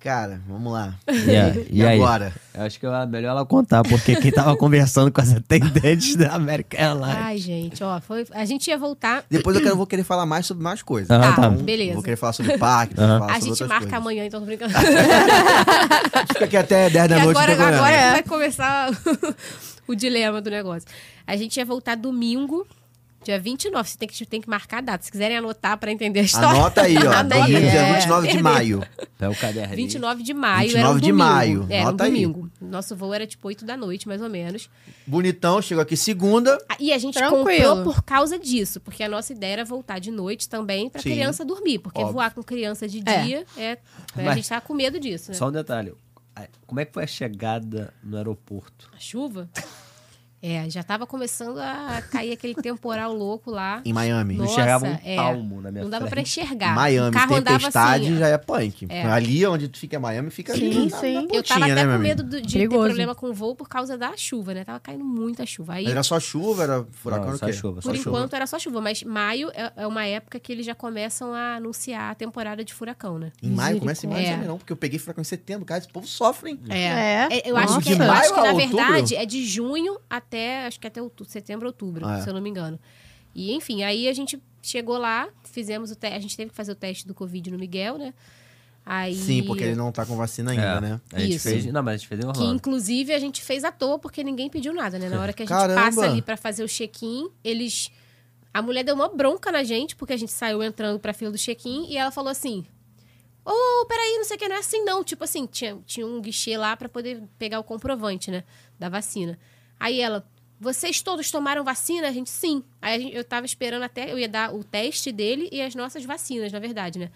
S2: Cara, vamos lá.
S3: E, a- e aí?
S2: agora?
S3: Eu acho que é melhor ela contar, porque quem tava conversando com as atendentes da América é Airlines.
S4: Ai, gente, ó, foi... a gente ia voltar.
S2: Depois eu quero, vou querer falar mais sobre mais coisas.
S3: Ah,
S4: Tá,
S3: tá.
S4: beleza.
S2: Vou querer falar sobre parque,
S3: Aham.
S2: falar
S4: a
S2: sobre
S4: gente
S2: outras
S4: marca
S2: coisas.
S4: amanhã, então tô brincando.
S2: Fica aqui até 10 da
S4: (laughs) E
S2: é noite. não tem
S4: agora,
S2: problema.
S4: agora é vai começar (laughs) o dilema do negócio. A gente ia voltar domingo, dia 29. Você tem que, tem que marcar a data. Se quiserem anotar pra entender a história.
S2: Anota aí, ó.
S4: (laughs) Anota aí.
S2: Domingo, dia
S4: É.
S2: 29 de maio.
S3: É o caderninho.
S4: 29 de maio,
S2: 29
S4: era um
S2: de
S4: domingo.
S2: maio,
S4: Era um
S2: anota aí.
S4: domingo. Nosso voo era tipo 8 da noite, mais ou menos.
S2: Bonitão, chegou aqui segunda.
S4: Ah, E a gente
S1: Tranquilo.
S4: comprou por causa disso, porque a nossa ideia era voltar de noite também pra
S2: Sim.
S4: criança dormir, porque
S2: Óbvio.
S4: voar com criança de
S1: É.
S4: dia é, a
S3: Mas-
S4: gente tava com medo disso, né?
S3: Só um detalhe. A- Como é que foi a chegada no aeroporto?
S4: A chuva. É, já tava começando a cair aquele temporal louco lá.
S2: Em Miami.
S3: Não
S4: Nossa,
S3: enxergava um
S4: é.
S3: palmo na minha
S4: Não dava pra
S3: frente.
S4: enxergar. o
S2: Miami,
S4: Tá. carro andava
S2: tempestade
S4: assim.
S2: já é punk. Ali onde tu fica Miami, fica ali
S1: Sim,
S2: na-
S1: sim. Eu
S2: na
S4: Eu
S2: pontinha,
S4: tava até
S2: né, meu
S4: com
S2: amigo?
S4: medo do- de
S1: Perigoso.
S4: ter problema com o voo por causa da chuva, né? Tava caindo muita chuva. Aí,
S2: Mas Era só chuva, era furacão,
S3: Não,
S2: era o
S3: só
S2: quê?
S3: chuva, só
S4: por
S3: chuva.
S4: enquanto, era só chuva. Mas maio é, é uma época que eles já começam a anunciar a temporada de furacão, né?
S2: Em maio, começa em maio,
S4: É.
S2: também não, porque eu peguei furacão em setembro, cara, esse povo sofre, hein?
S1: É.
S4: É, eu acho
S1: Nossa.
S4: que, eu
S2: De maio
S4: acho que,
S2: a
S4: na
S2: outubro?
S4: verdade, é de junho até, acho que até outu- setembro, outubro,
S2: Ah, é.
S4: se eu não me engano. E, enfim, aí a gente chegou lá, fizemos o teste, a gente teve que fazer o teste do Covid no Miguel, né? Aí...
S2: Sim, porque ele não tá com vacina ainda,
S3: É,
S2: né?
S3: A gente
S4: Isso.
S3: fez. Não, mas a gente fez em
S4: Que
S3: Orlando.
S4: inclusive a gente fez à toa porque ninguém pediu nada, né? Na hora que a gente
S2: Caramba!
S4: passa ali pra fazer o check-in, eles. A mulher deu uma bronca na gente, porque a gente saiu entrando pra fila do check-in e ela falou assim: Ô, peraí, não sei o que, não é assim não. Tipo assim, tinha, tinha um guichê lá pra poder pegar o comprovante, né? Da vacina. Aí ela. Vocês todos tomaram vacina? A gente, sim. Aí a gente- eu tava esperando até. Eu ia dar o teste dele e as nossas vacinas, na verdade, né?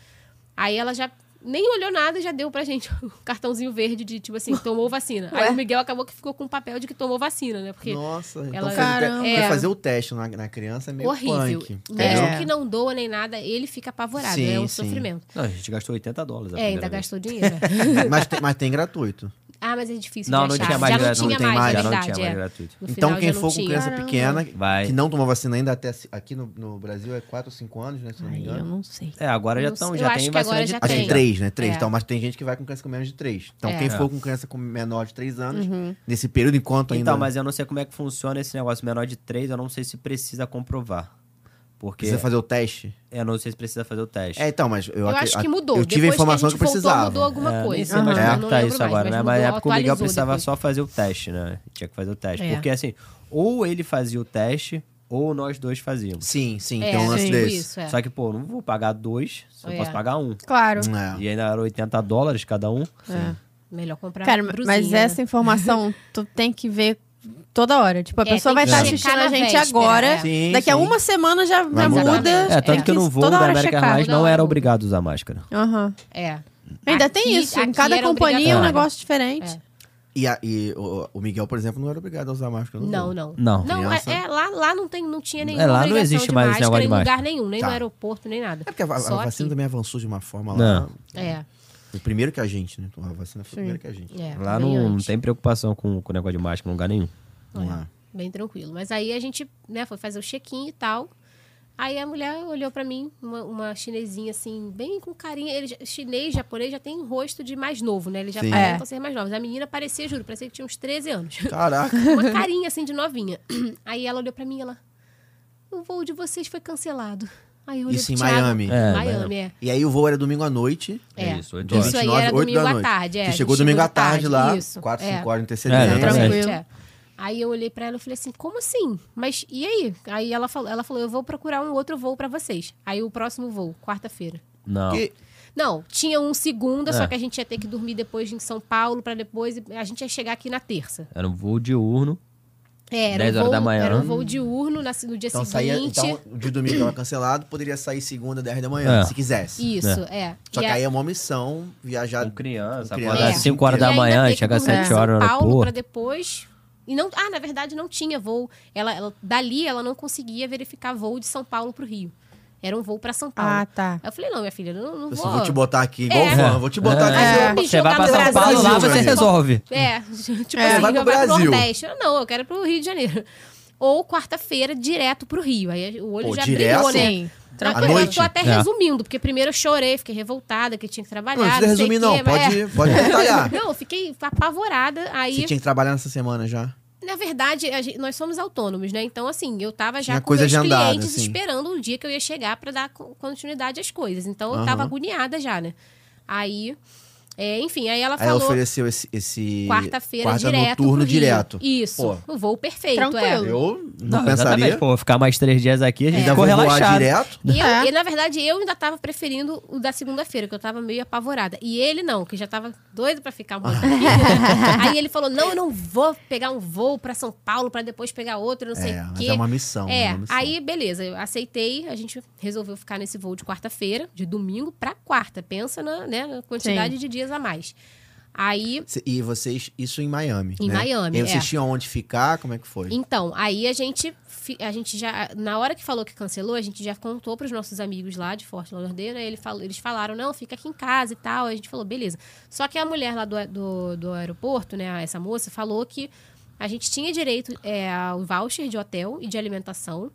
S4: Aí ela já nem olhou nada e já deu pra gente (laughs) o cartãozinho verde de, tipo assim, tomou vacina. Aí
S1: Ué?
S4: o Miguel acabou que ficou com o papel de que tomou vacina, né? Porque
S2: Nossa, então
S4: Ela-
S2: fez o te-
S1: Caramba.
S2: porque
S4: É.
S2: fazer o teste na, na criança é meio
S4: horrível. né?
S2: punk. entendeu?
S4: (laughs) Mesmo que não doa nem nada, ele fica apavorado.
S2: Sim,
S4: é um
S2: sim.
S4: sofrimento.
S3: Não, a gente gastou 80 dólares. a
S4: É, ainda
S3: primeira vez.
S4: gastou dinheiro.
S2: (laughs) Mas, tem, mas tem gratuito.
S4: ah, mas é difícil
S3: Não,
S4: de
S3: não
S4: achar.
S3: tinha mais
S4: já não
S3: gratuito.
S4: tinha
S2: Não tem
S4: mais,
S2: mais,
S4: é
S3: já não
S4: verdade.
S3: tinha mais
S4: é.
S3: gratuito.
S4: No
S2: Então,
S4: final,
S2: quem
S4: já
S2: for
S4: não
S2: com
S4: tinha.
S2: criança
S1: Caramba.
S2: pequena,
S3: Vai.
S2: que não tomou vacina ainda, até ci- aqui no, no Brasil é 4 ou 5 anos, né? Se não me
S1: Aí eu
S2: engano.
S1: não sei.
S3: É, agora já,
S4: Eu
S3: tão,
S4: sei-
S3: já
S4: eu
S3: tem
S4: acho que
S3: vacina
S4: agora
S3: de
S4: já
S2: Acho que
S4: tem.
S2: 3, né? 3.
S4: É.
S2: Então, mas tem gente que vai com criança com menos de 3. Então,
S4: É.
S2: quem
S3: É.
S2: for com criança com menor de 3 anos, nesse período, enquanto ainda. né?
S3: Então, mas eu não sei como é que funciona esse negócio menor de 3, eu não sei se precisa comprovar. Porque
S2: Precisa fazer o teste?
S3: eu não sei se precisa fazer o teste.
S2: É, então, mas eu,
S4: Eu
S2: ac-
S4: acho
S2: a-
S4: que mudou.
S2: Eu tive a
S4: Depois
S2: informação
S4: que
S2: que,
S4: a gente
S2: eu precisava.
S4: voltou, mudou
S3: É,
S4: alguma
S3: Nem
S4: coisa.
S3: sei mais como é
S4: Eu não
S3: que tá
S4: lembro
S3: isso
S4: mais,
S3: agora, né?
S4: mudou,
S2: é
S3: Mas na época o Miguel
S4: atualizou
S3: precisava
S4: depois.
S3: só fazer o teste, né? Tinha que fazer o teste.
S4: É.
S3: Porque assim, ou ele fazia o teste, ou nós dois fazíamos.
S2: Sim, sim,
S4: É,
S2: tem um lance
S4: tipo
S2: desse.
S4: isso, é.
S3: Só que, pô, não vou pagar dois, só
S4: É.
S3: posso pagar um.
S1: Claro.
S2: É.
S3: E ainda era 80 dólares cada um.
S4: Melhor comprar
S1: Cara,
S4: brusinha,
S1: mas
S4: né?
S1: essa é- informação tu tem que ver toda hora. Tipo, a
S4: É,
S1: pessoa vai
S4: tem que
S1: estar assistindo
S4: checar na
S1: a gente
S4: véspera,
S1: agora.
S4: é.
S2: Sim,
S1: Daqui a
S2: sim.
S1: uma semana já, já
S2: mudar.
S1: muda.
S3: É, tanto
S4: É.
S3: que no
S1: Tem
S3: voo
S1: toda
S3: da
S1: hora
S3: América
S1: checar.
S3: Airlines não
S4: Toda
S3: era
S4: hora.
S3: obrigado a usar máscara.
S1: Aham.
S4: É.
S1: Ainda
S4: Aqui-
S1: tem isso. Em
S4: aqui
S1: cada
S4: era
S1: companhia é um
S4: obrigatório. É.
S1: negócio diferente.
S2: E, a- e o, o Miguel, por exemplo, não era obrigado a usar máscara. no
S4: Não,
S2: voo.
S4: não.
S3: Não. É,
S4: é,
S2: Criança-
S4: é, lá, lá não, tem, não tinha nenhuma
S3: lá não
S4: obrigação
S3: existe
S4: de
S3: mais esse
S4: máscara
S3: negócio
S4: em
S3: de máscara.
S4: lugar nenhum, nem
S2: Tá.
S4: no aeroporto, nem nada.
S2: É porque a, va- a
S4: Só
S2: vacina
S4: aqui.
S2: também avançou de uma forma lá.
S3: Não.
S4: É,
S2: Foi primeiro que a gente, né? Então, A vacina foi primeiro que a gente.
S4: é.
S3: Lá
S4: bem
S3: não, não
S4: antes.
S3: tem preocupação com com o negócio de máscara em lugar nenhum.
S2: Vamos lá.
S4: Bem tranquilo. Mas aí a gente, né, foi fazer o check-in e tal. Aí a mulher olhou pra mim, uma, uma chinesinha assim, bem com carinha. Ele, já- chinês, japonês, já tem um rosto de mais novo, né? Eles já
S2: Sim.
S4: aparentam
S1: É.
S4: ser mais novos. A menina parecia, juro, parecia que tinha uns 13 anos. (laughs)
S2: (laughs) Caraca.
S4: Uma carinha assim de novinha. (clears throat) Aí ela olhou pra mim e ela. O voo de vocês foi cancelado. Aí eu olhei
S2: Isso
S4: pro
S2: em
S4: Thiago.
S2: Miami.
S3: É,
S4: Miami, é.
S2: E aí o voo era domingo à noite.
S4: É.
S3: Isso, oito
S4: Isso
S3: horas.
S4: aí
S2: 29,
S4: era
S2: oito
S4: domingo
S2: da
S4: à
S2: noite.
S4: tarde, é.
S2: Você chegou
S4: Chegou
S2: domingo à
S4: à
S2: tarde
S4: tarde,
S2: lá,
S4: isso.
S2: 4, 5
S4: É.
S2: horas de
S3: É,
S2: antecedência.
S3: exatamente.
S4: Tranquilo.
S1: Tranquilo.
S4: é. Aí eu olhei pra ela e falei assim, como assim? Mas e aí? Aí ela falou, ela falou, eu vou procurar um outro voo pra vocês. Aí o próximo voo, quarta-feira.
S3: Não.
S2: Que-
S4: Não, tinha um segunda,
S3: É.
S4: só que a gente ia ter que dormir depois em São Paulo pra depois a gente ia chegar aqui na terça.
S3: Era um voo diurno.
S4: É, era
S3: 10
S4: um
S3: horas
S4: voo,
S3: da manhã.
S4: Era um voo diurno na- no dia
S2: Então,
S4: seguinte.
S2: saía, então, o de domingo estava cancelado, poderia sair segunda, 10 da manhã,
S3: É.
S2: se quisesse.
S4: Isso, é.
S2: Só
S4: E
S2: que
S4: a-
S2: aí é uma missão viajar.
S3: Com criança,
S2: Ah, Com criança.
S3: acordar
S4: É.
S3: 5 horas
S4: E
S3: da
S4: ainda
S3: manhã,
S4: tem que
S3: chegar
S4: dormir em
S3: 7 horas no
S4: São Paulo para
S3: aeroporto.
S4: depois. E não, ah, na verdade não tinha voo. Ela, ela- dali ela não conseguia verificar voo de São Paulo pro Rio. Era um voo para São Paulo.
S1: Ah, tá.
S4: Aí eu falei: "Não, minha filha, eu não, não
S2: Eu
S4: vou".
S2: só vou te botar aqui, igual
S4: É.
S2: fã, vou te botar aqui.
S1: É.
S2: seu-
S4: me
S3: Você vai pra
S4: jogar no
S3: São Paulo lá,
S2: Brasil,
S3: você
S2: meu amigo.
S3: resolve.
S4: É,
S1: É,
S2: (laughs)
S4: (laughs) tipo assim,
S2: vai
S4: vai
S2: pro
S4: pro
S2: Brasil.
S4: Nordeste. Eu, não, eu quero pro Rio de Janeiro. Ou quarta-feira direto pro Rio. Aí o olho
S2: Pô,
S4: já
S2: direto?
S4: brilhou, né?
S1: Sim.
S4: Eu,
S2: À
S4: eu
S2: noite?
S4: tô até
S3: É.
S4: resumindo, porque primeiro eu chorei, fiquei revoltada que tinha que trabalhar.
S2: Não, não precisa
S4: sei
S2: resumir,
S4: o
S2: não.
S4: quê, mas-
S2: Pode,
S4: é. (laughs)
S2: pode detalhar.
S4: Não, eu fiquei apavorada. Aí
S2: Você tinha que trabalhar nessa semana já.
S4: Na verdade, a gente- nós somos autônomos, né? Então, assim, eu tava já
S2: Tinha
S4: com
S2: coisa
S4: meus
S2: agendada,
S4: clientes
S2: assim.
S4: esperando um dia que eu ia chegar pra dar co- continuidade às coisas. Então, eu
S2: Aham.
S4: tava agoniada já, né? Aí, é, enfim, aí ela
S2: Aí ela
S4: falou
S2: ofereceu esse. esse
S4: quarta-feira
S2: quarta
S4: direto.
S2: noturno
S4: pro Rio.
S2: direto.
S4: Isso.
S2: Pô.
S4: O voo perfeito,
S1: Tranquilo.
S4: é.
S2: Eu não,
S3: Não,
S2: pensaria.
S3: exatamente. Pô, É. vou ficar mais 3 dias aqui, a gente
S2: Ainda
S3: ficou
S2: vou voar
S3: relaxado.
S2: direto.
S4: E, eu-
S1: É.
S4: e, na verdade, eu ainda tava preferindo o da segunda-feira, que eu tava meio apavorada. E ele não, que já tava doido pra ficar um
S2: (laughs)
S4: pouquinho. Aí ele falou: não, eu não vou pegar um voo pra São Paulo pra depois pegar outro, não sei
S2: É,
S4: o
S2: mas
S4: quê.
S2: é uma missão.
S4: É,
S2: uma missão.
S4: aí beleza, eu aceitei, a gente resolveu ficar nesse voo de quarta-feira, de domingo pra quarta. Pensa na, né, na quantidade de dias a mais. Aí,
S2: Cê- E vocês, isso em Miami.
S4: Em
S2: né?
S4: Miami,
S2: E aí vocês
S4: é.
S2: tinham onde ficar, como é que foi?
S4: então, aí a gente fi- a gente já na hora que falou que cancelou, a gente já contou pros nossos amigos lá de Forte Lauderdale, aí ele falou, eles falaram: "Não, fica aqui em casa e tal". Aí a gente falou: "Beleza". Só que a mulher lá do, a- do, do aeroporto, né, essa moça falou que a gente tinha direito é, ao voucher de hotel e de alimentação.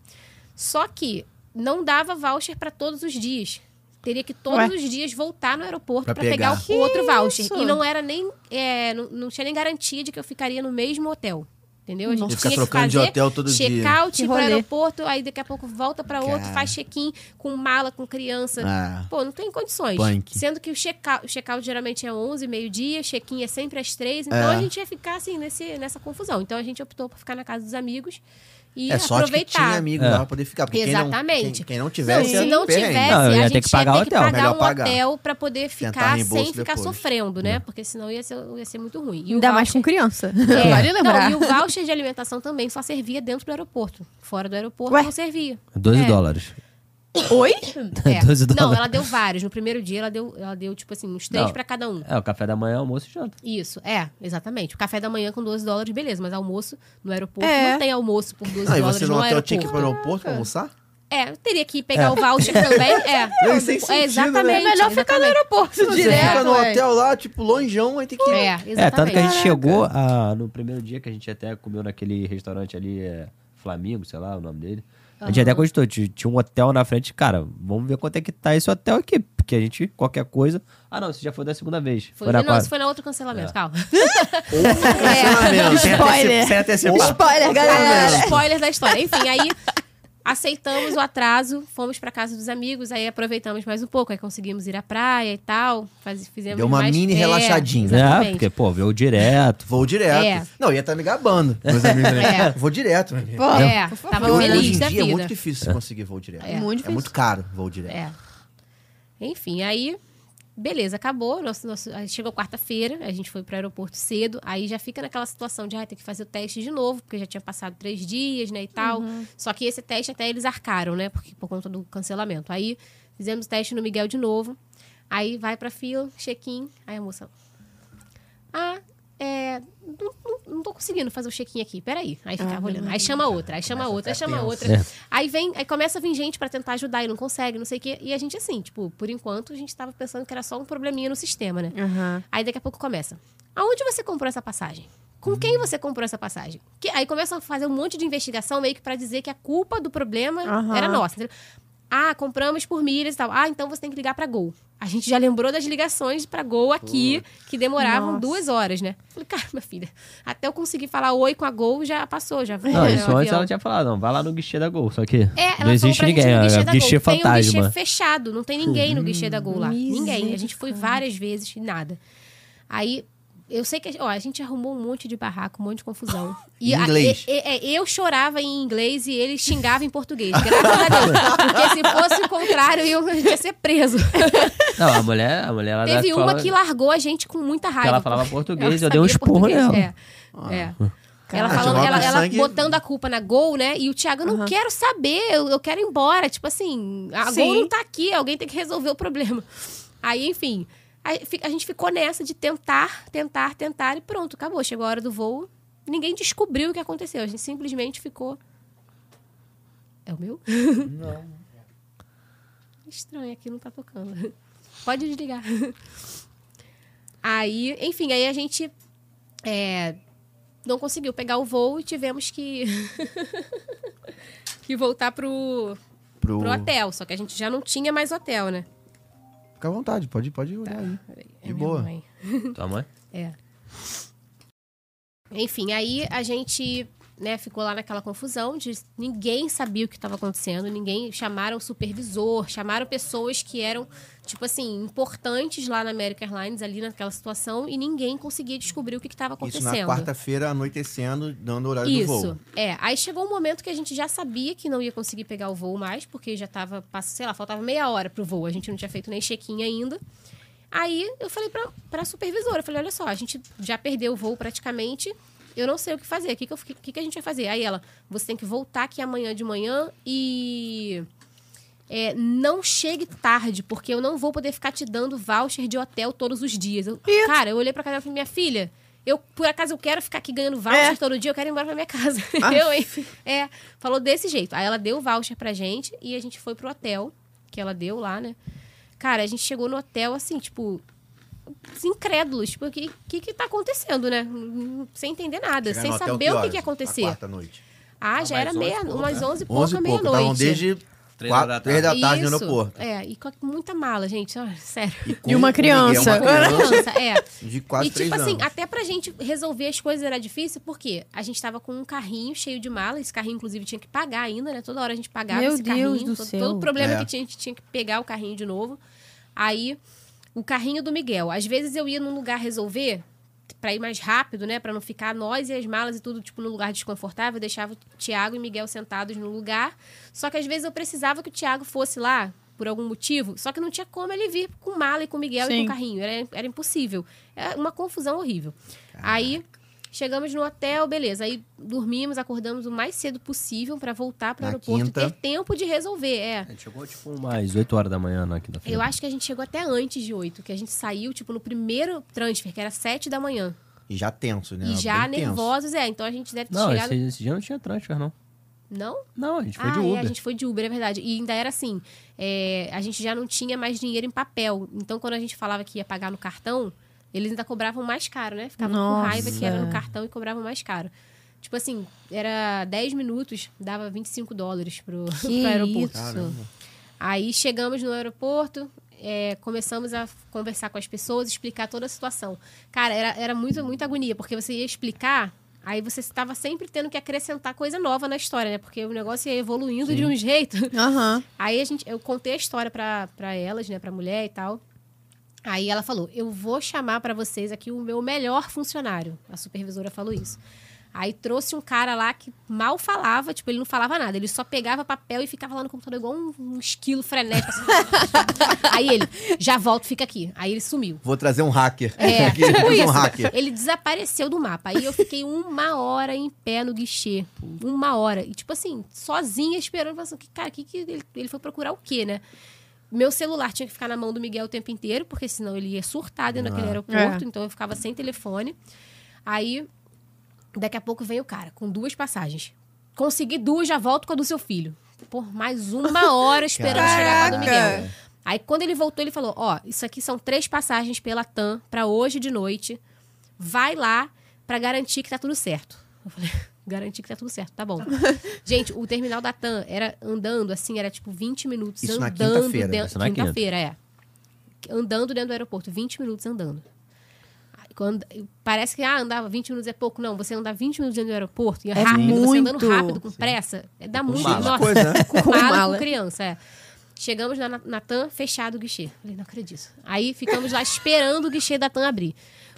S4: Só que não dava voucher para todos os dias. Teria que todos
S1: Ué?
S4: os dias voltar no aeroporto
S2: Pra
S4: para pegar,
S2: pegar.
S4: o outro voucher.
S1: isso?
S4: E não era nem. é, não, não tinha nem garantia de que eu ficaria no mesmo hotel. Entendeu? A gente
S2: Nossa. Ficar
S4: tinha que
S2: trocando
S4: fazer
S2: de hotel todo dia.
S4: check-out
S1: Que
S4: pro
S1: rolê.
S4: aeroporto, aí daqui a pouco volta para outro,
S2: Cara.
S4: faz check-in com mala, com criança.
S2: Ah,
S4: Pô, não tem condições.
S2: Punk.
S4: Sendo que o check-out check geralmente é 11, meio-dia, check-in é sempre às 3. Então
S2: É.
S4: a gente ia ficar assim, nesse, nessa confusão. Então a gente optou por ficar na casa dos amigos e
S2: é sorte que
S4: aproveitar.
S2: tinha amigo
S3: É.
S2: lá pra poder ficar. Porque quem não-
S4: Exatamente.
S2: quem- Quem não,
S4: Não,
S2: tivesse,
S4: se não
S2: perrengue.
S4: tivesse,
S3: Não, eu ia
S4: a
S3: ter
S4: gente
S3: que pagar
S4: ia ter que
S3: hotel.
S4: pagar
S2: Melhor
S4: um
S2: pagar.
S4: hotel pra poder ficar sem
S2: reembolso
S4: ficar
S2: depois.
S4: sofrendo, né? Porque senão ia ser, ia ser muito ruim. E o
S1: Ainda mais
S4: voucher-
S1: com criança.
S4: É.
S1: Vale lembrar. (laughs)
S4: Não, e o voucher de alimentação também só servia dentro do aeroporto. Fora do aeroporto
S1: Ué?
S4: não servia.
S3: 12
S4: É.
S3: dólares.
S1: Oi?
S4: É.
S3: 12
S4: Não,
S3: dólares.
S4: ela deu vários. No primeiro dia ela deu, ela deu tipo assim, uns três
S3: Não.
S4: pra cada um.
S3: É, o café da manhã, almoço e janta.
S4: Isso, é, exatamente. O café da manhã com 12 dólares, beleza, mas almoço no aeroporto
S1: É.
S4: não tem almoço por 12
S2: Não, e
S4: dólares
S2: você
S4: no
S2: no hotel
S4: aeroporto.
S2: tinha que ir pro aeroporto pra
S4: (laughs)
S2: almoçar?
S4: É, eu teria que pegar o voucher também. É,
S2: Não, sem
S4: É,
S2: sentido, né?
S4: exatamente.
S1: É melhor ficar no
S4: exatamente.
S1: aeroporto
S2: Você fica
S1: direto.
S2: no
S1: ué.
S2: hotel lá, tipo, longeão, aí tem que ir.
S4: É, exatamente.
S3: É, tanto que a gente chegou a- no primeiro dia que a gente até comeu naquele restaurante ali, é, Flamengo, sei lá o nome dele. A gente até cogitou, ti- tinha um hotel na frente, cara, vamos ver quanto é que tá esse hotel aqui, porque a gente, qualquer coisa... Ah não, isso já foi da segunda vez.
S4: Foi,
S3: na
S4: não,
S3: quarta.
S4: isso foi na outro cancelamento, calma.
S2: Ou
S4: É.
S2: funcionamento.
S1: Sem Spoiler. anteci- sem Spoiler,
S2: É.
S1: galera.
S4: Spoiler da história. Enfim, aí aceitamos o atraso, fomos pra casa dos amigos, aí aproveitamos mais um pouco, aí conseguimos ir à praia e tal, faz, fizemos
S2: Deu uma
S4: mais-
S2: mini
S4: é,
S2: relaxadinha.
S4: exatamente.
S3: É, porque, pô, veio direto.
S2: Vou direto.
S4: É.
S2: Não, ia estar me (laughs) gabando. Meus amigos, né?
S4: É.
S2: Vou direto, meu amigo.
S1: Pô,
S4: É,
S1: por
S4: tava
S1: favor, né?
S4: feliz
S2: Hoje em
S4: da
S2: dia é
S4: vida.
S2: muito difícil conseguir voo direto.
S4: É.
S1: Muito
S2: É
S1: difícil.
S2: muito caro voo direto.
S4: É. Enfim, aí, beleza, acabou. Nosso, nosso, aí chegou quarta-feira, a gente foi pro aeroporto cedo. Aí já fica naquela situação de ah, ter que fazer o teste de novo, porque já tinha passado três dias, né, e tal. Só que esse teste até eles arcaram, né, porque, por conta do cancelamento. Aí fizemos o teste no Miguel de novo. Aí vai pra fila, check-in. Aí a moça. Ah, é. não tô conseguindo fazer o check-in aqui, peraí. Aí ficava
S1: meu
S4: olhando. Aí chama outra, aí chama outra, aí chama outra.
S3: É.
S4: Aí vem, aí começa a vir gente pra tentar ajudar e não consegue, não sei o quê. E a gente, assim, tipo, por enquanto a gente tava pensando que era só um probleminha no sistema, né?
S1: Aham.
S4: Aí daqui a pouco começa. Aonde você comprou essa passagem? Com quem você comprou essa passagem? Que, aí começam a fazer um monte de investigação meio que pra dizer que a culpa do problema
S1: Aham.
S4: era nossa. entendeu? Ah, compramos por milhas e tal. Ah, então você tem que ligar pra Gol. A gente já lembrou das ligações pra Gol aqui, que demoravam
S1: Nossa.
S4: duas horas, né? Falei, cara, minha filha, até eu conseguir falar oi com a Gol já passou, (laughs) já foi.
S3: Não,
S4: né,
S3: isso
S4: o
S3: antes
S4: avião.
S3: ela tinha falado, não, vai lá no guichê da Gol, só que
S4: É, ela
S3: não existe
S4: falou
S3: ninguém,
S4: pra gente no guichê
S3: é
S4: da
S3: guichê
S4: Gol. Tem um
S3: fantasma.
S4: guichê fechado, não tem ninguém no guichê da Gol lá. Ninguém. A gente foi
S1: misericórdia.
S4: várias vezes e nada. Aí, eu sei que... Ó, a gente arrumou um monte de barraco, um monte de
S3: (laughs)
S4: confusão. E
S2: Em
S4: a-
S2: inglês.
S4: e- e- e- eu chorava em inglês e ele xingava em português. Graças a Deus. Porque se fosse o contrário, eu ia ser
S3: (laughs)
S4: preso.
S3: (laughs) Não, a mulher, a mulher lá da
S4: Teve uma
S3: escola-
S4: que largou a gente com muita raiva.
S3: Porque ela falava
S4: porque
S3: português,
S4: ela
S3: eu dei um
S4: sabia
S3: esporro
S4: português,
S3: nela.
S4: É. é. Ela,
S2: Caraca,
S4: falando,
S2: joga
S4: ela, ela
S2: sangue.
S4: botando a culpa na Gol, né? E o Thiago, eu não quero saber, eu, eu quero ir embora. Tipo assim, a Gol
S1: Sim.
S4: não tá aqui, alguém tem que resolver o problema. Aí, enfim, a, fi- a gente ficou nessa de tentar, tentar, tentar e pronto, acabou. Chegou a hora do voo, ninguém descobriu o que aconteceu. A gente simplesmente ficou... É o meu? Não. Estranho, aqui não tá tocando. Pode desligar. Aí, enfim, aí a gente... é, não conseguiu pegar o voo e tivemos que (laughs) que voltar pro,
S2: Pro...
S4: pro hotel. Só que a gente já não tinha mais hotel, né?
S2: Fica à vontade, pode, pode olhar aí.
S4: É
S2: De
S4: minha
S2: boa.
S4: mãe.
S3: Tua Tá, mãe?
S4: É. Enfim, aí a gente né, ficou lá naquela confusão de ninguém sabia o que estava acontecendo, ninguém chamaram supervisor, chamaram pessoas que eram, tipo assim, importantes lá na American Airlines, ali naquela situação, e ninguém conseguia descobrir o que estava
S2: Isso
S4: acontecendo.
S2: na quarta-feira, anoitecendo, dando o horário do
S4: Isso.
S2: voo.
S4: É, aí chegou um momento que a gente já sabia que não ia conseguir pegar o voo mais, porque já tava, pass- sei lá, faltava meia hora pro voo, a gente não tinha feito nem check-in ainda. Aí eu falei pra, pra supervisora, eu falei, olha só, a gente já perdeu o voo praticamente, eu não sei o que fazer, o que, que, eu fi- o que, que a gente vai fazer? Aí ela, você tem que voltar aqui amanhã de manhã e... é, não chegue tarde, porque eu não vou poder ficar te dando voucher de hotel todos os dias. Eu- cara, eu olhei pra casa e falei, minha filha, eu, por acaso, eu quero ficar aqui ganhando voucher todo dia, eu quero ir embora pra minha casa. (laughs) Eu, hein? É, falou desse jeito. Aí ela deu o voucher pra gente e a gente foi pro hotel, que ela deu lá, né? Cara, a gente chegou no hotel, assim, tipo, incrédulos. Tipo, o que, que que tá acontecendo, né? Sem entender nada,
S2: Chegar
S4: sem
S2: no hotel,
S4: saber o que,
S2: horas?
S4: que ia acontecer.
S2: Na quarta-noite.
S4: Ah, já
S3: Ah,
S4: era
S3: mais
S4: meia,
S3: onze e pouco,
S4: umas
S2: Onze e
S3: né?
S4: 11 e pouca,
S2: pouco. um Estavam
S4: meia-noite.
S2: desde
S3: Três horas
S2: 4,
S3: da
S2: 3 da tarde no
S4: Isso.
S2: aeroporto.
S4: É, e com muita mala, gente. Olha, sério.
S2: com-
S1: E uma
S2: com-
S1: criança.
S2: é uma criança
S4: (laughs) Nossa, é.
S2: de quase
S4: e tipo
S2: três
S4: assim,
S2: anos.
S4: até pra gente resolver as coisas era difícil, porque a gente tava com um carrinho cheio de mala, esse carrinho inclusive tinha que pagar ainda, né? Toda hora a gente pagava
S1: Meu
S4: esse
S1: Deus
S4: carrinho,
S1: do
S4: todo,
S1: céu.
S4: todo problema
S2: É.
S4: que tinha, a gente tinha que pegar o carrinho de novo. Aí, o carrinho do Miguel. Às vezes eu ia num lugar resolver pra ir mais rápido, né, Pra não ficar nós e as malas e tudo tipo num lugar desconfortável, eu deixava o Thiago e o Miguel sentados no lugar. Só que às vezes eu precisava que o Thiago fosse lá por algum motivo, só que não tinha como ele vir com mala e com o Miguel e com
S1: Sim.
S4: o carrinho, era, era impossível. É uma confusão horrível. Aí chegamos no hotel, beleza. Aí dormimos, acordamos o mais cedo possível pra voltar pro
S2: Na
S4: aeroporto
S2: quinta.
S4: ter tempo de resolver, é.
S3: A gente chegou tipo umas 8 horas da manhã na quinta-feira.
S4: Eu acho que a gente chegou até antes de 8, que a gente saiu, tipo, no primeiro transfer, que era 7 da manhã.
S2: E já tenso, né?
S4: e já
S2: Bem tenso.
S4: nervosos, é. Então a gente deve ter
S3: Não,
S4: chegado.
S3: esse, esse dia não tinha transfer, não.
S4: Não?
S3: Não, a gente foi
S4: ah,
S3: de
S4: é,
S3: Uber.
S4: a gente foi de Uber, é verdade. E ainda era assim: é, a gente já não tinha mais dinheiro em papel. Então, quando a gente falava que ia pagar no cartão, eles ainda cobravam mais caro, né? Ficavam com
S1: Nossa.
S4: raiva que era no um cartão e cobravam mais caro. Tipo assim, era 10 minutos, dava 25 dólares pro, (laughs) pro aeroporto.
S2: Caramba.
S4: Aí chegamos no aeroporto, é, começamos a conversar com as pessoas, explicar toda a situação. Cara, era, era muito, muita agonia, porque você ia explicar, aí você estava sempre tendo que acrescentar coisa nova na história, né? Porque o negócio ia evoluindo de um jeito.
S1: Aham.
S4: Aí a gente, eu contei a história pra pra elas, né, pra mulher e tal. Aí ela falou: "Eu vou chamar pra vocês aqui o meu melhor funcionário". A supervisora falou isso. Aí trouxe um cara lá que mal falava, tipo, ele não falava nada, ele só pegava papel e ficava lá no computador igual um, um esquilo frenético. assim. Aí ele, já volto, fica aqui. Aí ele sumiu.
S2: Vou trazer um hacker.
S4: É,
S2: (laughs) Aqui, vou
S4: tipo
S2: trazer um
S4: isso.
S2: hacker.
S4: Ele desapareceu do mapa. Aí eu fiquei uma hora em pé no guichê. Uma hora. E, tipo assim, sozinha esperando. Falando assim, que, cara, que, que ele, ele foi procurar o quê, né? Meu celular tinha que ficar na mão do Miguel o tempo inteiro, porque senão ele ia surtar dentro daquele aeroporto. Então eu ficava sem telefone. Aí Daqui a pouco vem o cara com duas passagens. Consegui duas, já volto com a do seu filho. Por mais uma hora esperando chegar com a do Miguel. Aí quando ele voltou, ele falou: Ó, isso aqui são três passagens pela TAM pra hoje de noite. Vai lá pra garantir que tá tudo certo. Eu falei, (laughs) garantir que tá tudo certo, tá bom. Gente, o terminal da TAM era andando, assim, era tipo 20 minutos
S2: Isso na
S4: andando.
S2: quinta-feira,
S4: dentro-
S3: isso na quinta.
S4: Quinta-feira, é. Andando dentro do aeroporto, 20 minutos andando. Quando, parece que ah, andava 20 minutos é pouco. Não, você andar 20 minutos dentro do aeroporto e é rápido, você andando
S1: muito.
S4: rápido, com pressa, é, dá muito.
S3: mala.
S4: Nossa,
S2: Coisa, né?
S4: (laughs) com,
S1: Com
S4: mala,
S1: mala.
S4: com criança, é. Chegamos na, na TAM, fechado o guichê. Falei, não acredito. Aí ficamos lá esperando o guichê da TAM abrir.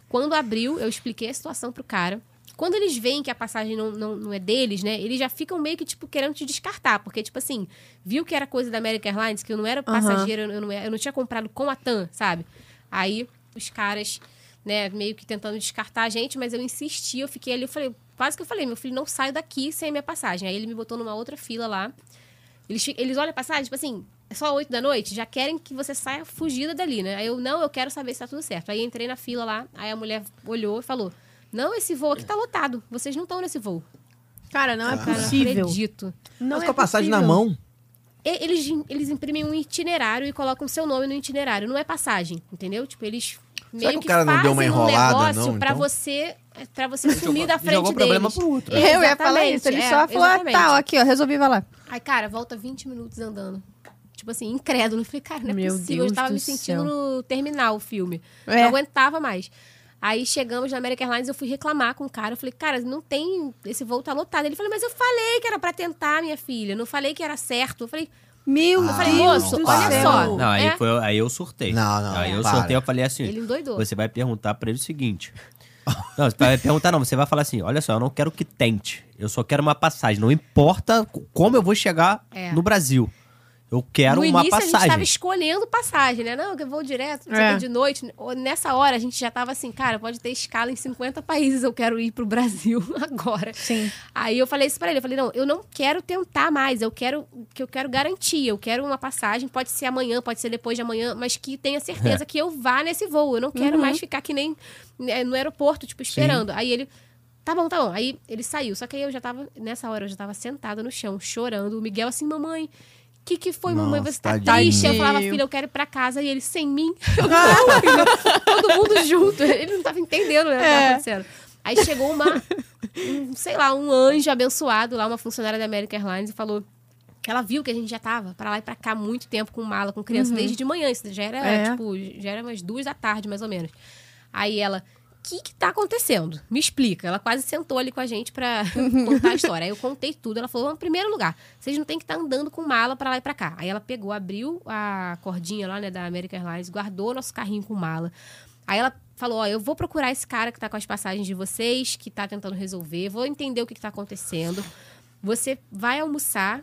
S4: Quando abriu, eu expliquei a situação pro cara. Quando eles veem que a passagem não, não, não é deles, né? Eles já ficam meio que, tipo, querendo te descartar. Porque, tipo assim, viu que era coisa da American Airlines, que eu não era passageira, eu, não, era- eu não tinha comprado com a TAM, sabe? Aí os caras, né, meio que tentando descartar a gente, mas eu insisti, eu fiquei ali, eu falei, quase que eu falei, meu filho, não sai daqui sem a minha passagem. Aí ele me botou numa outra fila lá. Eles, fi- eles olham a passagem, tipo assim, é só 8 da noite, já querem que você saia fugida dali, né? Aí eu, não, eu quero saber se tá tudo certo. Aí entrei na fila lá, aí a mulher olhou e falou: Não, esse voo aqui tá lotado, vocês não estão nesse voo.
S1: Cara, não é
S4: Cara, não
S1: possível.
S4: acredito.
S1: Não
S2: Mas
S1: é
S2: com a passagem na
S1: possível.
S2: mão.
S4: E- Eles, eles imprimem um itinerário e colocam seu nome no itinerário, não é passagem, entendeu? Tipo, eles meio
S2: que o cara não deu uma
S4: fazem
S2: enrolada,
S4: um negócio
S2: não,
S4: pra
S2: então?
S4: você, é, pra você sumir da frente
S3: Jogou o problema
S4: deles.
S3: pro outro.
S1: Eu ia falar isso. Ele
S4: Exatamente,
S1: só
S4: é,
S1: falou, ah,
S4: exatamente.
S1: tá, ó, aqui, ó, resolvi, vai lá.
S4: Aí, cara, volta 20 minutos andando. Tipo assim, incrédulo. Eu Falei, cara, não é
S1: Meu
S4: possível.
S1: Deus
S4: eu tava
S1: do
S4: me sentindo
S1: céu.
S4: no terminal o filme.
S1: É.
S4: Não aguentava mais. Aí chegamos na American Airlines, eu fui reclamar com o cara. Eu falei, cara, não tem. Esse voo tá lotado. Ele falou, mas eu falei que era pra tentar, minha filha. Não falei que era certo. Eu falei,
S1: Meu (laughs)
S4: eu falei,
S1: Deus
S4: moço,
S1: do
S4: olha
S1: céu.
S4: só.
S3: Não, aí,
S4: É.
S3: foi, aí eu surtei.
S2: Não, não,
S3: Aí eu
S2: para.
S3: surtei, eu falei assim:
S4: Ele endoidou.
S3: Você vai perguntar pra ele o seguinte. Não, você vai perguntar, não. Você vai falar assim: olha só, eu não quero que tente. Eu só quero uma passagem. Não importa co- como eu vou chegar
S4: É.
S3: no Brasil. Eu quero
S4: no
S3: uma
S4: início a gente
S3: passagem.
S4: tava escolhendo passagem, né? Não, que eu vou direto, não sei o
S1: É.
S4: que, de noite. Ou Nessa hora a gente já tava assim, cara, pode ter escala em 50 países, eu quero ir pro Brasil (laughs) agora.
S1: Sim.
S4: Aí eu falei isso pra ele, eu falei, não, eu não quero tentar mais, eu quero que eu quero garantia, eu quero uma passagem, pode ser amanhã, pode ser depois de amanhã, mas que tenha certeza que eu vá nesse voo. Eu não quero
S1: Uhum.
S4: mais ficar que nem né, no aeroporto, tipo, esperando. Aí ele. Tá bom, tá bom. Aí ele saiu. Só que aí eu já tava. Nessa hora eu já tava sentada no chão, chorando. O Miguel assim, mamãe. O que, que foi, mamãe?
S2: Nossa,
S4: Você tá
S2: tadinho.
S4: triste? Eu falava,
S1: Tadinho.
S4: filha, eu quero ir pra casa. E ele, sem mim? (laughs) Eu, não,
S1: "Ah!"
S4: filha. Todo mundo junto. Ele não tava entendendo né, o que tava acontecendo. Aí chegou uma, um, sei lá, um anjo abençoado lá, uma funcionária da American Airlines, e falou que ela viu que a gente já tava pra lá e pra cá há muito tempo com mala, com criança, desde de manhã. Isso já era,
S1: É.
S4: tipo, já era umas duas da tarde, mais ou menos. Aí ela, o que que tá acontecendo? Me explica. Ela quase sentou ali com a gente pra contar a história. Aí eu contei tudo. Ela falou, "Bom, em primeiro lugar, vocês não tem que estar andando com mala pra lá e pra cá. Aí ela pegou, abriu a cordinha lá, né, da American Airlines, guardou o nosso carrinho com mala. Aí ela falou, ó, eu vou procurar esse cara que tá com as passagens de vocês, que tá tentando resolver, vou entender o que que tá acontecendo. Você vai almoçar,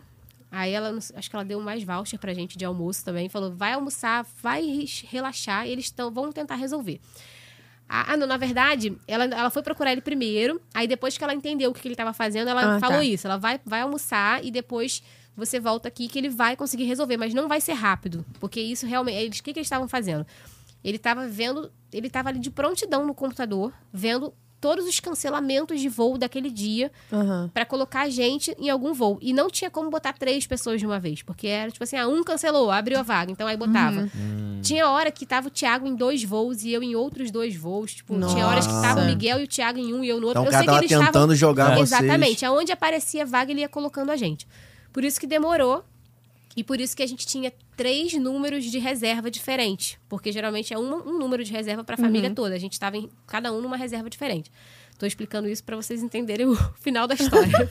S4: Aí ela, não sei, acho que ela deu mais voucher pra gente de almoço também. Falou, vai almoçar, vai res- relaxar, eles tão, vão tentar resolver. Ah, ah, não, na verdade, ela, ela foi procurar ele primeiro. Aí depois que ela entendeu o que, que ele tava fazendo, ela
S1: Ah,
S4: falou
S1: tá.
S4: isso. Ela vai, vai almoçar e depois você volta aqui que ele vai conseguir resolver. Mas não vai ser rápido, porque isso realmente... Eles, o que, que eles estavam fazendo? Ele tava vendo... Ele tava ali de prontidão no computador, vendo todos os cancelamentos de voo daquele dia
S1: Aham.
S4: Pra colocar a gente em algum voo. E não tinha como botar três pessoas de uma vez, porque era tipo assim, ah, um cancelou, abriu a vaga, então aí botava.
S2: Hum.
S4: Tinha hora que tava o Thiago em dois voos e eu em outros dois voos, tipo, tinha horas que tava
S1: Nossa.
S4: o Miguel e o Thiago em um e eu no
S2: Então
S4: outro.
S2: o
S4: eu
S2: cara
S4: sei que
S2: tava
S4: eles estavam-
S2: tentando jogar vocês.
S4: Exatamente, aonde aparecia vaga ele ia colocando a gente. Por isso que demorou e por isso que a gente tinha três números de reserva diferentes, porque geralmente é um, um número de reserva para a família toda. A gente estava em cada um numa reserva diferente. Tô explicando isso para vocês entenderem o (laughs) final da história.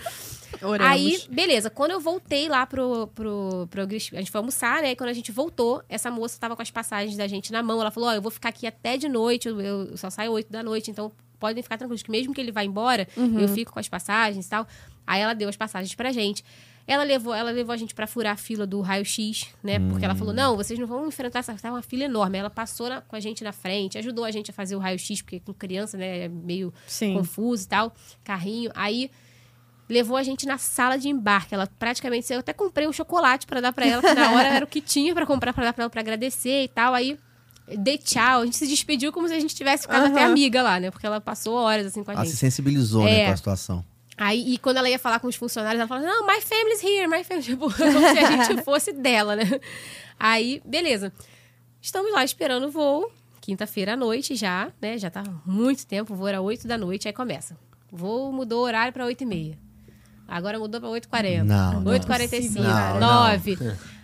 S1: Oramos.
S4: Aí, beleza. Quando eu voltei lá pro, pro, pro Gris- A gente foi almoçar, né? E quando a gente voltou, essa moça tava com as passagens da gente na mão. Ela falou: Ó, eu vou ficar aqui até de noite. Eu, eu só saio 8 da noite. Então podem ficar tranquilos, que mesmo que ele vá embora,
S1: Uhum.
S4: eu fico com as passagens e tal. Aí ela deu as passagens pra gente. Ela levou, ela levou a gente pra furar a fila do raio-x, né? Porque ela
S1: Hum.
S4: falou: não, vocês não vão enfrentar essa. Tá uma fila enorme. Ela passou na- com a gente na frente, ajudou a gente a fazer o raio-x, porque com criança, né? É meio
S1: Sim.
S4: confuso e tal. Carrinho. Aí levou a gente na sala de embarque. Ela praticamente, eu até comprei um chocolate pra dar pra ela, que na hora era o que tinha pra comprar pra dar pra ela pra agradecer e tal. Aí dei tchau. A gente se despediu como se a gente tivesse ficado até amiga lá, né? Porque ela passou horas assim com a
S2: Ela
S4: gente.
S2: Ah, se sensibilizou né,
S4: É.
S2: com a
S4: (laughs)
S2: situação.
S4: Aí, e quando ela ia falar com os funcionários, ela falava, não, my family's here, my family. (laughs) Tipo, como se a gente fosse dela, né? Aí, beleza. Estamos lá esperando o voo, quinta-feira à noite já, né? Já tá muito tempo, o voo era 8 da noite, aí começa. O voo mudou o horário pra 8 e meia. Agora mudou pra 8h40.
S2: Não, não.
S4: 8h45,
S2: Não, não.
S4: 9.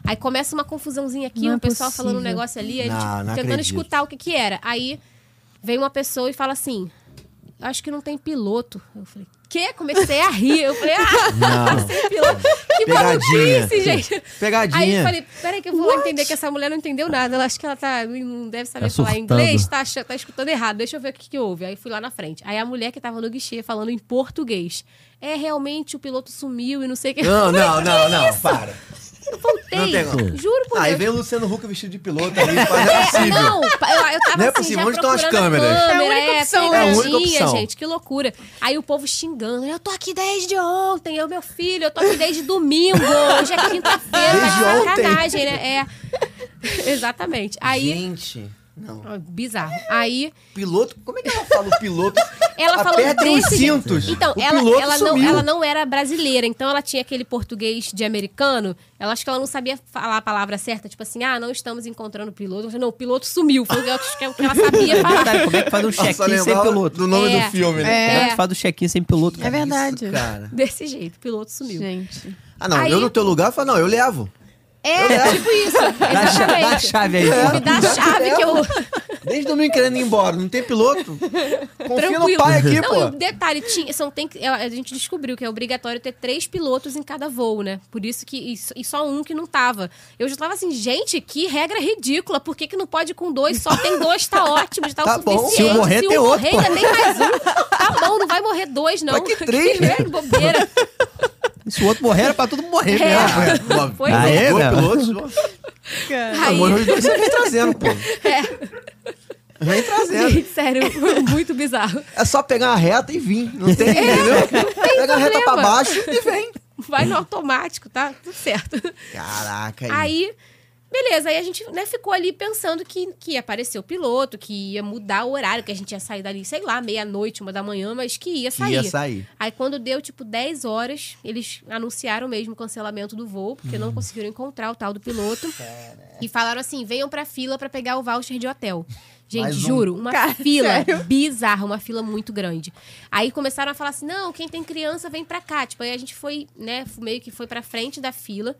S4: Aí começa uma confusãozinha aqui,
S1: Não é
S4: o pessoal falando um
S1: possível.
S4: negócio ali, a gente
S2: Não, não
S4: tentando
S2: acredito.
S4: escutar o que que era. Aí vem uma pessoa e fala assim: acho que não tem piloto. Eu falei, quê? Comecei a rir. Eu falei, ah,
S2: (laughs) Não.
S4: tem piloto. Que
S2: Pegadinha.
S4: maluquice, gente.
S2: Pegadinha.
S4: Aí eu falei, peraí que eu vou entender que essa mulher não entendeu nada. Ela acha que ela tá, não deve saber
S3: Tá
S4: falar
S3: surtando.
S4: inglês, tá, acha- tá escutando errado. Deixa eu ver o que, que houve. Aí fui lá na frente. Aí a mulher que tava no guichê falando em português. É, realmente, o piloto sumiu e não sei o que.
S2: Não,
S4: (laughs)
S2: não, não, não, para.
S4: Eu voltei.
S2: Não tem como.
S4: Juro por
S2: Aí
S4: Deus.
S2: vem o Luciano Huck vestido de piloto ali, mas não é possível.
S4: Não, pa- eu, eu tava
S2: Não é
S4: assim,
S2: possível,
S4: já
S2: onde estão as
S4: procurando a
S2: câmeras?
S4: câmera,
S1: É a única
S4: é,
S1: opção,
S2: é a única
S4: pegadinha,
S2: opção.
S4: gente, que loucura. Aí o povo xingando, eu tô aqui desde ontem, é o meu filho, eu tô aqui desde domingo, hoje é quinta-feira, tá
S2: Desde
S4: de
S2: ontem.
S4: sacanagem, né? É, (laughs) exatamente. Aí,
S2: Gente, não.
S4: ó, bizarro. Aí,
S2: Piloto, como é que ela fala o piloto?
S4: ela falou
S2: Apertem os
S4: desse jeito.
S2: é cintos.
S4: Então,
S2: o
S4: ela,
S2: piloto
S4: ela,
S2: sumiu.
S4: não, ela não era brasileira, então ela tinha aquele português de americano. Ela acho que ela não sabia falar a palavra certa, tipo assim, ah, não estamos encontrando o piloto. Não, o piloto sumiu. Foi o que ela- acho que é o que ela
S2: (laughs)
S4: sabia falar.
S2: Tá
S3: Cara, como é que faz um
S2: Ela só
S3: check-in sem
S2: lembrava
S3: piloto?
S2: do nome
S4: É.
S2: do filme, né?
S3: Como é
S4: É.
S3: que faz um check-in sem piloto?
S1: É
S3: cara?
S1: verdade.
S2: Isso, cara.
S4: Desse jeito, o piloto sumiu.
S1: Gente.
S2: Ah, não,
S4: Aí-
S2: eu no teu lugar, eu falo, não, eu levo.
S4: É, tipo isso.
S3: Dá a chave, dá a
S4: Exatamente.
S3: chave aí.
S4: Me
S3: pô.
S4: dá a chave que eu. (laughs)
S2: um Desde domingo querendo ir embora, não tem piloto. Confia no
S4: Tranquilo.
S2: pai aqui,
S4: não,
S2: pô.
S4: e o detalhe, tinha, são, tem, que- a gente descobriu que é obrigatório ter três pilotos em cada voo, né? Por isso que. E, só- e só um que não tava. Eu já tava assim, gente, que regra ridícula. Por que, que não pode ir com dois? Só tem dois,
S2: (laughs)
S4: tá ótimo, já tá,
S2: Tá
S4: o
S2: bom.
S4: suficiente.
S2: Se um morrer, tem outro,
S4: morrer,
S2: pô.
S4: ainda tem mais um. Tá bom, não vai morrer dois, não.
S2: Pra que três, né?
S4: Que
S2: (laughs)
S4: bobeira.
S3: E Se o outro morrer, era pra todo mundo morrer
S4: É.
S3: mesmo.
S2: Ah,
S4: Pois
S2: ah,
S3: é.
S2: dois
S3: né?
S2: pilotos, pô. Ah,
S4: Aí-
S2: mano, os dois você vem trazendo, pô.
S4: É,
S2: Vem trazendo.
S4: gente, sério, (laughs) foi muito bizarro.
S2: É só pegar uma reta e vir. Não
S4: (laughs)
S2: tem, entendeu? Pega a reta
S4: É, problema.
S2: pra baixo e
S4: (laughs)
S2: vem.
S4: Vai no automático, tá? Tudo certo.
S2: Caraca,
S4: Aí, beleza, aí a gente né, ficou ali pensando que, que ia aparecer o piloto, que ia mudar o horário, que a gente ia sair dali, sei lá, meia-noite, uma da manhã, mas que ia
S2: Que
S4: sair.
S2: ia sair.
S4: Aí quando deu, tipo, 10 horas, eles anunciaram mesmo o cancelamento do voo, porque não conseguiram encontrar o tal do piloto. E falaram assim, venham pra fila pra pegar o voucher de hotel. Gente,
S2: Mais um.
S4: juro, uma
S1: Cara, (laughs)
S4: fila
S1: sério?
S4: bizarra, uma fila muito grande. Aí começaram a falar assim: não, quem tem criança vem pra cá. Tipo, aí a gente foi, né, meio que foi pra frente da fila.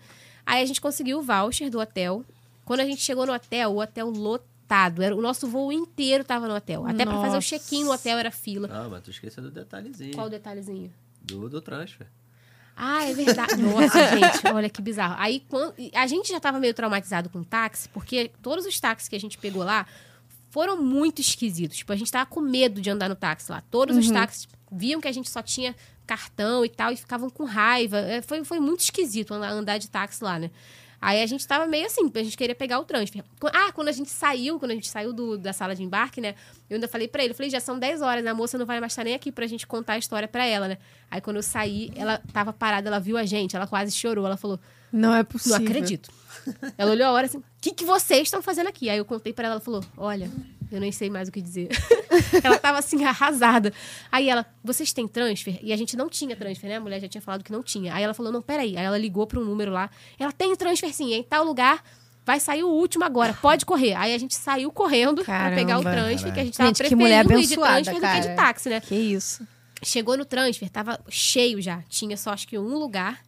S4: Aí a gente conseguiu o voucher do hotel. Quando a gente chegou no hotel, o hotel lotado. Era, o nosso voo inteiro tava no hotel. Até pra fazer o
S1: Nossa.
S4: check-in no hotel era fila.
S3: Ah, mas tu esqueceu do detalhezinho.
S4: Qual o detalhezinho?
S3: Do, do transfer.
S4: Ah, é verdade. (laughs) Nossa, gente, olha que bizarro. Aí quan- a gente já tava meio traumatizado com táxi, porque todos os táxis que a gente pegou lá foram muito esquisitos. Tipo, a gente tava com medo de andar no táxi lá. Todos os táxis viam que a gente só tinha cartão e tal e ficavam com raiva. É, foi, foi muito esquisito andar, andar de táxi lá, né? Aí a gente tava meio assim, a gente queria pegar o transfer. Qu- Ah, quando a gente saiu, quando a gente saiu do- da sala de embarque, né? Eu ainda falei pra ele, eu falei, já são 10 horas, a moça não vai mais estar nem aqui pra gente contar a história pra ela, né? Aí quando eu saí, ela tava parada, ela viu a gente, ela quase chorou, ela falou,
S1: Não é
S4: não
S1: possível.
S4: acredito. Ela olhou a hora assim, o que, que vocês estão fazendo aqui? Aí eu contei pra ela, ela falou, olha, eu nem sei mais o que dizer. (laughs) ela tava assim, arrasada. Aí ela, vocês têm transfer? E a gente não tinha transfer, né? A mulher já tinha falado que não tinha. Aí ela falou, não, peraí. Aí ela ligou pra um número lá, ela tem transfer sim, é em tal lugar... Vai sair o último agora, pode correr. Aí a gente saiu correndo pra pegar o
S1: Caramba.
S4: transfer, que a gente tava
S1: Gente, que
S4: preferindo
S1: mulher
S4: ir de
S1: abençoada,
S4: transfer do que de
S1: cara.
S4: táxi, né?
S1: Que isso.
S4: Chegou no transfer, tava cheio já. Tinha só acho que um lugar.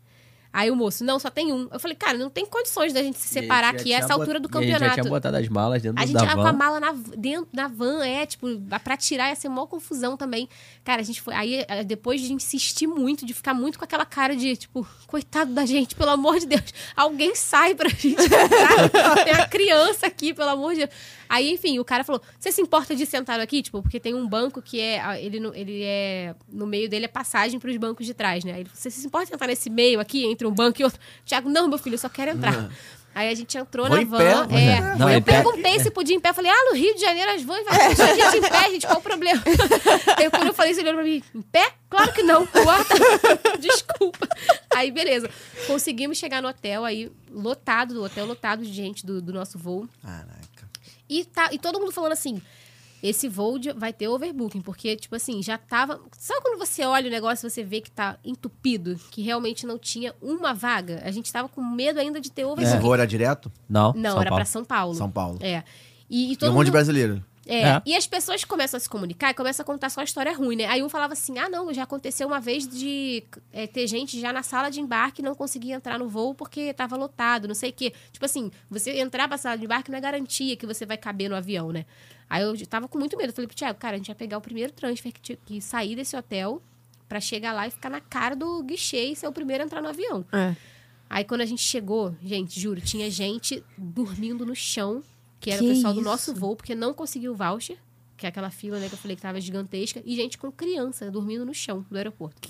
S4: Aí o moço, não, só tem um. Eu falei, cara, não tem condições da gente se separar aqui a essa altura do
S3: A gente já tinha
S4: campeonato.
S3: botado as malas dentro
S4: A gente
S3: da
S4: tava com a
S3: van.
S4: mala na, dentro da van, é, tipo, pra tirar ia ser mó confusão também. Cara, a gente foi. Aí, eh, depois de insistir muito, de ficar muito com aquela cara de, tipo, coitado da gente, pelo amor de Deus, alguém sai pra (laughs) gente entrar. tem a criança aqui, pelo amor de Deus. Aí, enfim, o cara falou: você se importa de sentar aqui? Tipo, porque tem um banco que é. ah, Ele, no- ele é. No meio dele é passagem pros bancos de trás, né? Aí ele falou: você se importa de sentar nesse meio aqui, entre um banco e outro? Tiago, não, meu filho, eu só quero entrar. Aí a gente entrou
S2: Vou
S4: na
S2: em
S4: van.
S2: pé,
S4: é,
S3: Não,
S4: eu
S3: em pé.
S4: perguntei se podia ir em pé. Falei, ah, no Rio de Janeiro as vans vai deixar a gente em pé, gente, qual o problema? Aí quando eu falei isso, ele olhou pra mim, em pé? Claro que não, corta. (laughs) Desculpa. Aí, beleza. Conseguimos chegar no hotel aí, lotado, do hotel lotado de gente do, do nosso voo.
S2: Caraca.
S4: E, tá, e todo mundo falando assim. Esse voo de- vai ter overbooking, porque, tipo assim, já tava. Sabe quando você olha o negócio e você vê que tá entupido, que realmente não tinha uma vaga? A gente tava com medo ainda de ter
S2: Esse
S4: overbooking.
S2: É. voo era direto?
S3: Não,
S4: Não,
S3: São
S4: era
S3: Paulo.
S4: pra São Paulo.
S2: São Paulo.
S4: É. E, e
S2: E um
S4: todo
S2: monte de
S4: mundo
S2: brasileiro.
S4: é.
S3: É.
S4: E as pessoas começam a se comunicar e começam a contar só história ruim, né? Aí um falava assim: ah, não, já aconteceu uma vez de é, ter gente já na sala de embarque e não conseguia entrar no voo porque tava lotado, não sei o quê. Tipo assim, você entrar pra sala de embarque não é garantia que você vai caber no avião, né? Aí eu tava com muito medo. Eu falei pro Thiago, cara, a gente vai pegar o primeiro transfer que, ti- que sair desse hotel pra chegar lá e ficar na cara do guichê e ser o primeiro a entrar no avião.
S1: É.
S4: Aí quando a gente chegou, gente, juro, tinha gente dormindo no chão, que era
S1: Que
S4: o pessoal do
S1: isso?
S4: nosso voo, porque não conseguiu o voucher, que é aquela fila, né, que eu falei que tava gigantesca, e gente com criança dormindo no chão do aeroporto.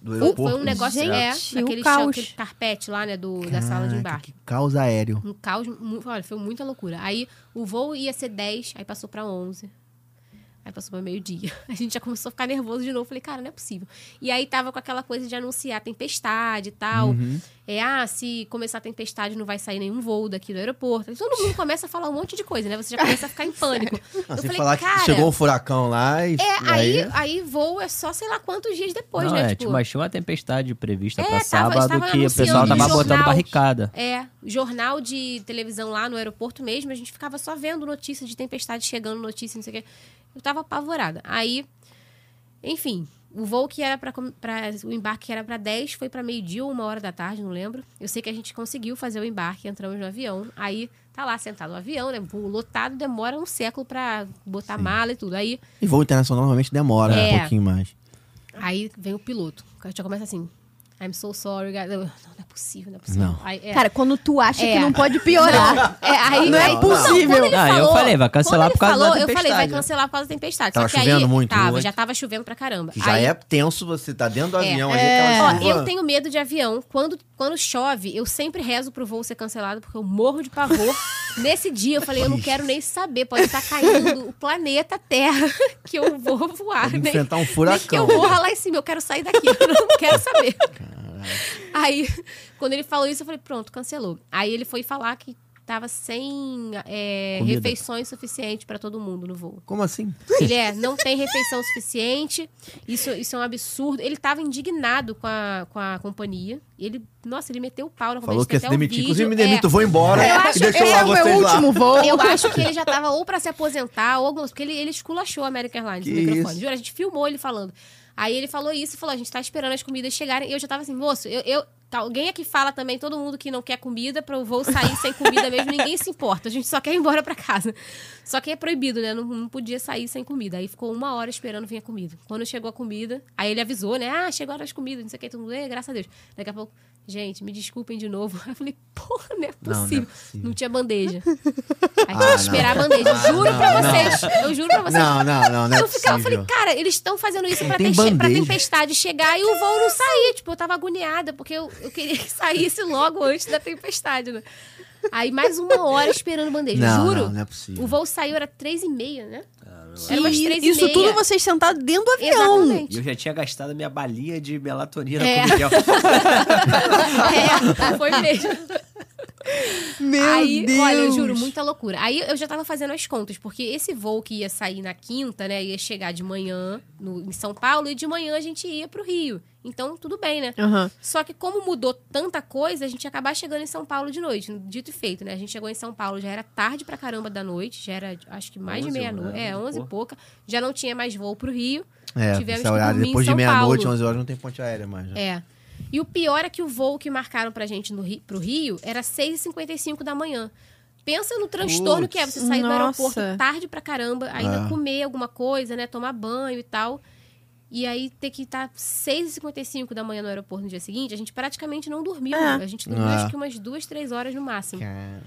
S2: Do
S4: Foi um negócio,
S1: Gente,
S4: é,
S1: o
S4: naquele chão,
S1: caos.
S4: aquele carpete lá, né, do, da sala de
S2: Caraca,
S4: embarque.
S2: que caos aéreo.
S4: Um caos, mu- olha, foi muita loucura. Aí o voo ia ser 10, aí passou pra 11. Aí passou pra meio-dia. (laughs) A gente já começou a ficar nervoso de novo. Falei, cara, não é possível. E aí tava com aquela coisa de anunciar tempestade e tal.
S2: Uhum.
S4: É, ah, se começar a tempestade não vai sair nenhum voo daqui do aeroporto. Aí todo mundo começa a falar um monte de coisa, né? Você já começa a
S2: (laughs)
S4: ficar em pânico.
S2: Ah, sem
S4: Eu falei,
S2: falar
S4: cara...
S2: que chegou um furacão lá e.
S4: É,
S2: e
S4: aí, aí voo é só sei lá quantos dias depois,
S3: não,
S4: né?
S3: é,
S4: tipo,
S3: tipo, mas tinha uma tempestade prevista
S4: É,
S3: pra
S4: tava-
S3: sábado
S4: estava
S3: que o
S4: anunciando
S3: pessoal
S4: no
S3: tava botando
S4: jornal.
S3: barricada.
S4: É, jornal de televisão lá no aeroporto mesmo, a gente ficava só vendo notícia de tempestade chegando, notícia, não sei o quê. Eu tava apavorada. Aí, enfim, o voo que era pra, com- pra- o embarque que era pra 10 foi pra meio-dia ou uma hora da tarde, não lembro. Eu sei que a gente conseguiu fazer o embarque, entramos no avião. Aí tá lá sentado no avião, né? Voo lotado, demora um século pra botar mala e tudo. Aí
S2: E voo internacional normalmente demora
S4: É.
S2: um pouquinho mais.
S4: Aí vem o piloto. Já começa assim. I'm so sorry, guys. Eu, Não, não é possível, não é possível.
S2: Não.
S4: Aí, é.
S1: Cara, quando tu acha
S4: É.
S1: que não pode piorar.
S4: É, aí,
S1: Não é
S4: aí-
S1: possível.
S4: quando ele
S3: Ah, eu
S4: falou-
S3: falei, vai cancelar
S4: quando ele
S3: por causa da
S4: falou, Eu falei, vai
S3: tempestade. né?
S4: cancelar por causa da tempestade.
S2: Tava
S4: Só que
S2: chovendo
S4: aí,
S2: muito,
S4: Tava,
S2: muito.
S4: já tava chovendo pra caramba.
S2: Já
S4: aí,
S2: é tenso você tá dentro do
S4: É.
S2: avião ali,
S4: Ó,
S2: aquela chuva.
S4: eu tenho medo de avião. Quando, quando chove, eu sempre rezo pro voo ser cancelado, porque eu morro de
S2: (laughs)
S4: pavor. Nesse dia, eu falei, eu não quero nem saber. Pode estar caindo o planeta Terra, (laughs) que eu vou voar.
S2: Vamos
S4: né?
S2: enfrentar um
S4: (laughs) Nem que eu
S2: furacão.
S4: morra lá em cima, eu quero sair daqui, (laughs) eu não quero saber. Aí, quando ele falou isso, eu falei, pronto, cancelou. Aí ele foi falar que tava sem é,
S2: Comida.
S4: refeições suficientes pra todo mundo no voo.
S2: Como assim?
S4: Ele é, não tem refeição suficiente, isso, isso é um absurdo. Ele tava indignado com a, com a compandia. Ele, nossa, ele meteu o pau na companhia.
S2: Falou
S4: a gente
S2: que ia
S4: tem
S2: se
S4: até um
S2: demitir.
S4: vídeo.
S2: Inclusive, me
S4: É.
S2: demito, vou embora.
S4: Eu
S2: e
S4: acho-
S2: deixou
S4: é
S2: lá
S4: o
S1: meu
S2: vocês lá.
S1: último voo.
S4: Eu acho que ele já tava ou pra se aposentar, ou alguma porque ele, ele esculachou a American Airlines
S2: Que
S4: no microfone.
S2: isso.
S4: Juro, a gente filmou ele falando. Aí ele falou isso e falou: a gente tá esperando as comidas chegarem. E eu já tava assim, moço, eu. eu- tá, alguém aqui fala também, todo mundo que não quer comida, pra eu vou sair sem comida mesmo, ninguém se importa. A gente só quer ir embora pra casa. Só que é proibido, né? Não, não podia sair sem comida. Aí ficou uma hora esperando vir a comida. Quando chegou a comida, aí ele avisou, né? Ah, chegaram as comidas, não sei o que, todo mundo, "Ê, graças a Deus. Daqui a pouco, gente, me desculpem de novo. (laughs) Aí eu falei, porra, não
S2: Não, não
S4: é
S2: é
S4: possível.
S2: possível.
S4: não tinha bandeja. Aí
S2: Ah,
S4: tinha que esperar
S2: não.
S4: a bandeja. Eu
S2: Ah,
S4: juro
S2: não,
S4: pra
S2: não.
S4: vocês. Eu juro pra vocês.
S2: Não, não, não, não é
S4: eu ficava, eu
S2: possível.
S4: falei, cara, eles estão fazendo isso pra,
S2: tem
S4: tempe- pra
S2: bandeja.
S4: tempestade chegar e o voo não sair. Tipo, eu tava agoniada, porque eu, eu queria que saísse logo antes da tempestade, né? Aí mais uma hora esperando bandeja.
S2: Não,
S4: juro.
S2: não, não é possível.
S4: O voo saiu, era três e meia, né? Era umas
S1: E
S4: três e
S1: isso
S4: meia.
S1: tudo vocês sentados dentro do avião.
S4: Exatamente.
S3: E
S2: (laughs)
S3: eu já tinha gastado minha balinha de melatonina
S4: É.
S3: com o Miguel.
S4: É, foi mesmo.
S1: Meu
S4: aí,
S1: Deus.
S4: olha, eu juro, muita loucura. Aí eu já tava fazendo as contas, porque esse voo que ia sair na quinta, né, ia chegar de manhã no- em São Paulo e de manhã a gente ia pro Rio. Então, tudo bem, né?
S1: Aham.
S4: Só que como mudou tanta coisa, a gente ia acabar chegando em São Paulo de noite, dito e feito, né? A gente chegou em São Paulo, já era tarde pra caramba da noite, já era acho que mais de
S3: 11,
S4: meia-noite,
S3: né?
S4: é, onze e pouca. Já não tinha mais voo pro Rio.
S2: É,
S4: Tivemos
S2: esse
S4: que
S2: horário,
S4: dormir em
S2: depois de
S4: São
S2: meia-noite,
S4: Paulo.
S2: 11 horas, não tem ponte aérea mais. né?
S4: É. E o pior é que o voo que marcaram pra gente no Ri- pro Rio era 6h55 da manhã. Pensa no transtorno que é você sair do
S1: Nossa.
S4: aeroporto tarde pra caramba, ainda
S2: É.
S4: comer alguma coisa, né? Tomar banho e tal. E aí ter que tá estar 6h55 da manhã no aeroporto no dia seguinte, a gente praticamente não dormiu.
S1: É.
S4: A gente dormiu
S2: É.
S4: acho que umas duas, três horas no máximo.
S2: Cara,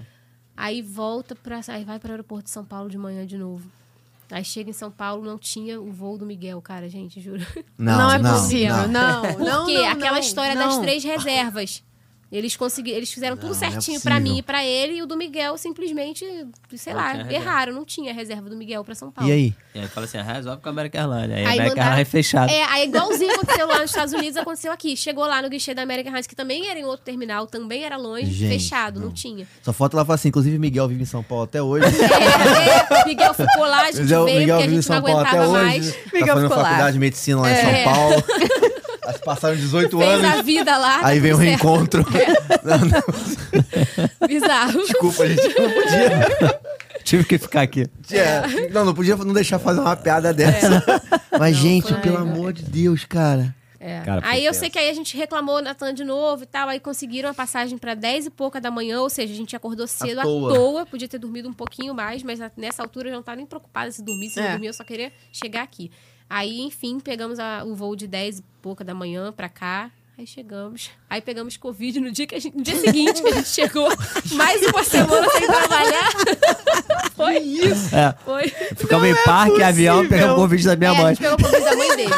S4: Aí volta para aí vai para o aeroporto de São Paulo de manhã de novo. Aí chega em São Paulo, não tinha o voo do Miguel, cara, gente, juro.
S1: Não, é
S2: não,
S1: possível.
S2: não.
S1: Não, não,
S4: Porque
S1: não,
S4: aquela
S1: não,
S4: história
S1: não.
S4: das três reservas. Eles conseguiram, eles fizeram
S2: Não,
S4: tudo
S2: não é
S4: certinho
S2: possível.
S4: pra mim e pra ele, e o do Miguel simplesmente, sei
S3: Não
S4: lá,
S3: tinha reserva.
S4: erraram, não tinha reserva do Miguel pra São Paulo.
S2: E aí?
S3: E aí fala assim, ah, resolve com a American Airlines. Aí,
S4: Aí
S3: a American
S4: mandaram-
S3: Airlines fechada.
S4: É,
S2: (laughs)
S4: aí igualzinho aconteceu lá nos Estados Unidos, aconteceu aqui. Chegou lá no guichê da American Airlines, que também era em outro terminal, também era longe,
S2: Gente,
S4: fechado, não, tinha.
S2: Só falta ela falar assim, inclusive Miguel vive em São Paulo até
S4: (laughs)
S2: hoje.
S4: É, é, Miguel ficou lá, a gente
S2: Miguel,
S4: veio,
S2: Miguel
S4: porque a
S2: vive em
S4: gente não
S2: São Paulo até
S4: aguentava mais.
S2: hoje.
S1: Miguel
S2: tá fazendo
S1: ficou lá.
S2: faculdade de medicina lá em
S4: É.
S2: São
S4: (laughs)
S2: Paulo. Elas passaram 18
S4: Fez a
S2: anos.
S4: vida lá. tá
S2: Aí vem o
S4: (laughs) tudo certo.
S2: reencontro. (laughs) Não, não,
S4: Bizarro.
S2: desculpa, gente. Não podia.
S3: (laughs) Tive que ficar aqui.
S2: É, Não, não podia não deixar fazer uma piada dessa. Mas, gente,
S4: É. foi-
S2: pelo amor de Deus, cara.
S4: É.
S3: Cara, foi
S4: aí eu
S3: tenso.
S4: sei que aí a gente reclamou Natan de novo e tal, aí conseguiram a passagem pra 10 e pouca da manhã, ou seja, a gente acordou cedo à
S2: toa.
S4: toa. podia ter dormido um pouquinho mais, mas a- nessa altura eu já não tava nem preocupada se dormir, se
S1: É.
S4: não dormir, eu só queria chegar aqui. Aí, enfim, pegamos a- o voo de 10 e pouca da manhã pra cá. Aí chegamos. Aí pegamos Covid no dia, que a gente, no dia seguinte que a gente (laughs) chegou. Mais uma semana sem trabalhar. Foi isso.
S3: É.
S4: Foi.
S3: Ficamos
S2: é
S3: em parque, avião, pegamos o convite da minha
S4: É, a
S3: mãe.
S4: gente pegou o Covid da mãe dele.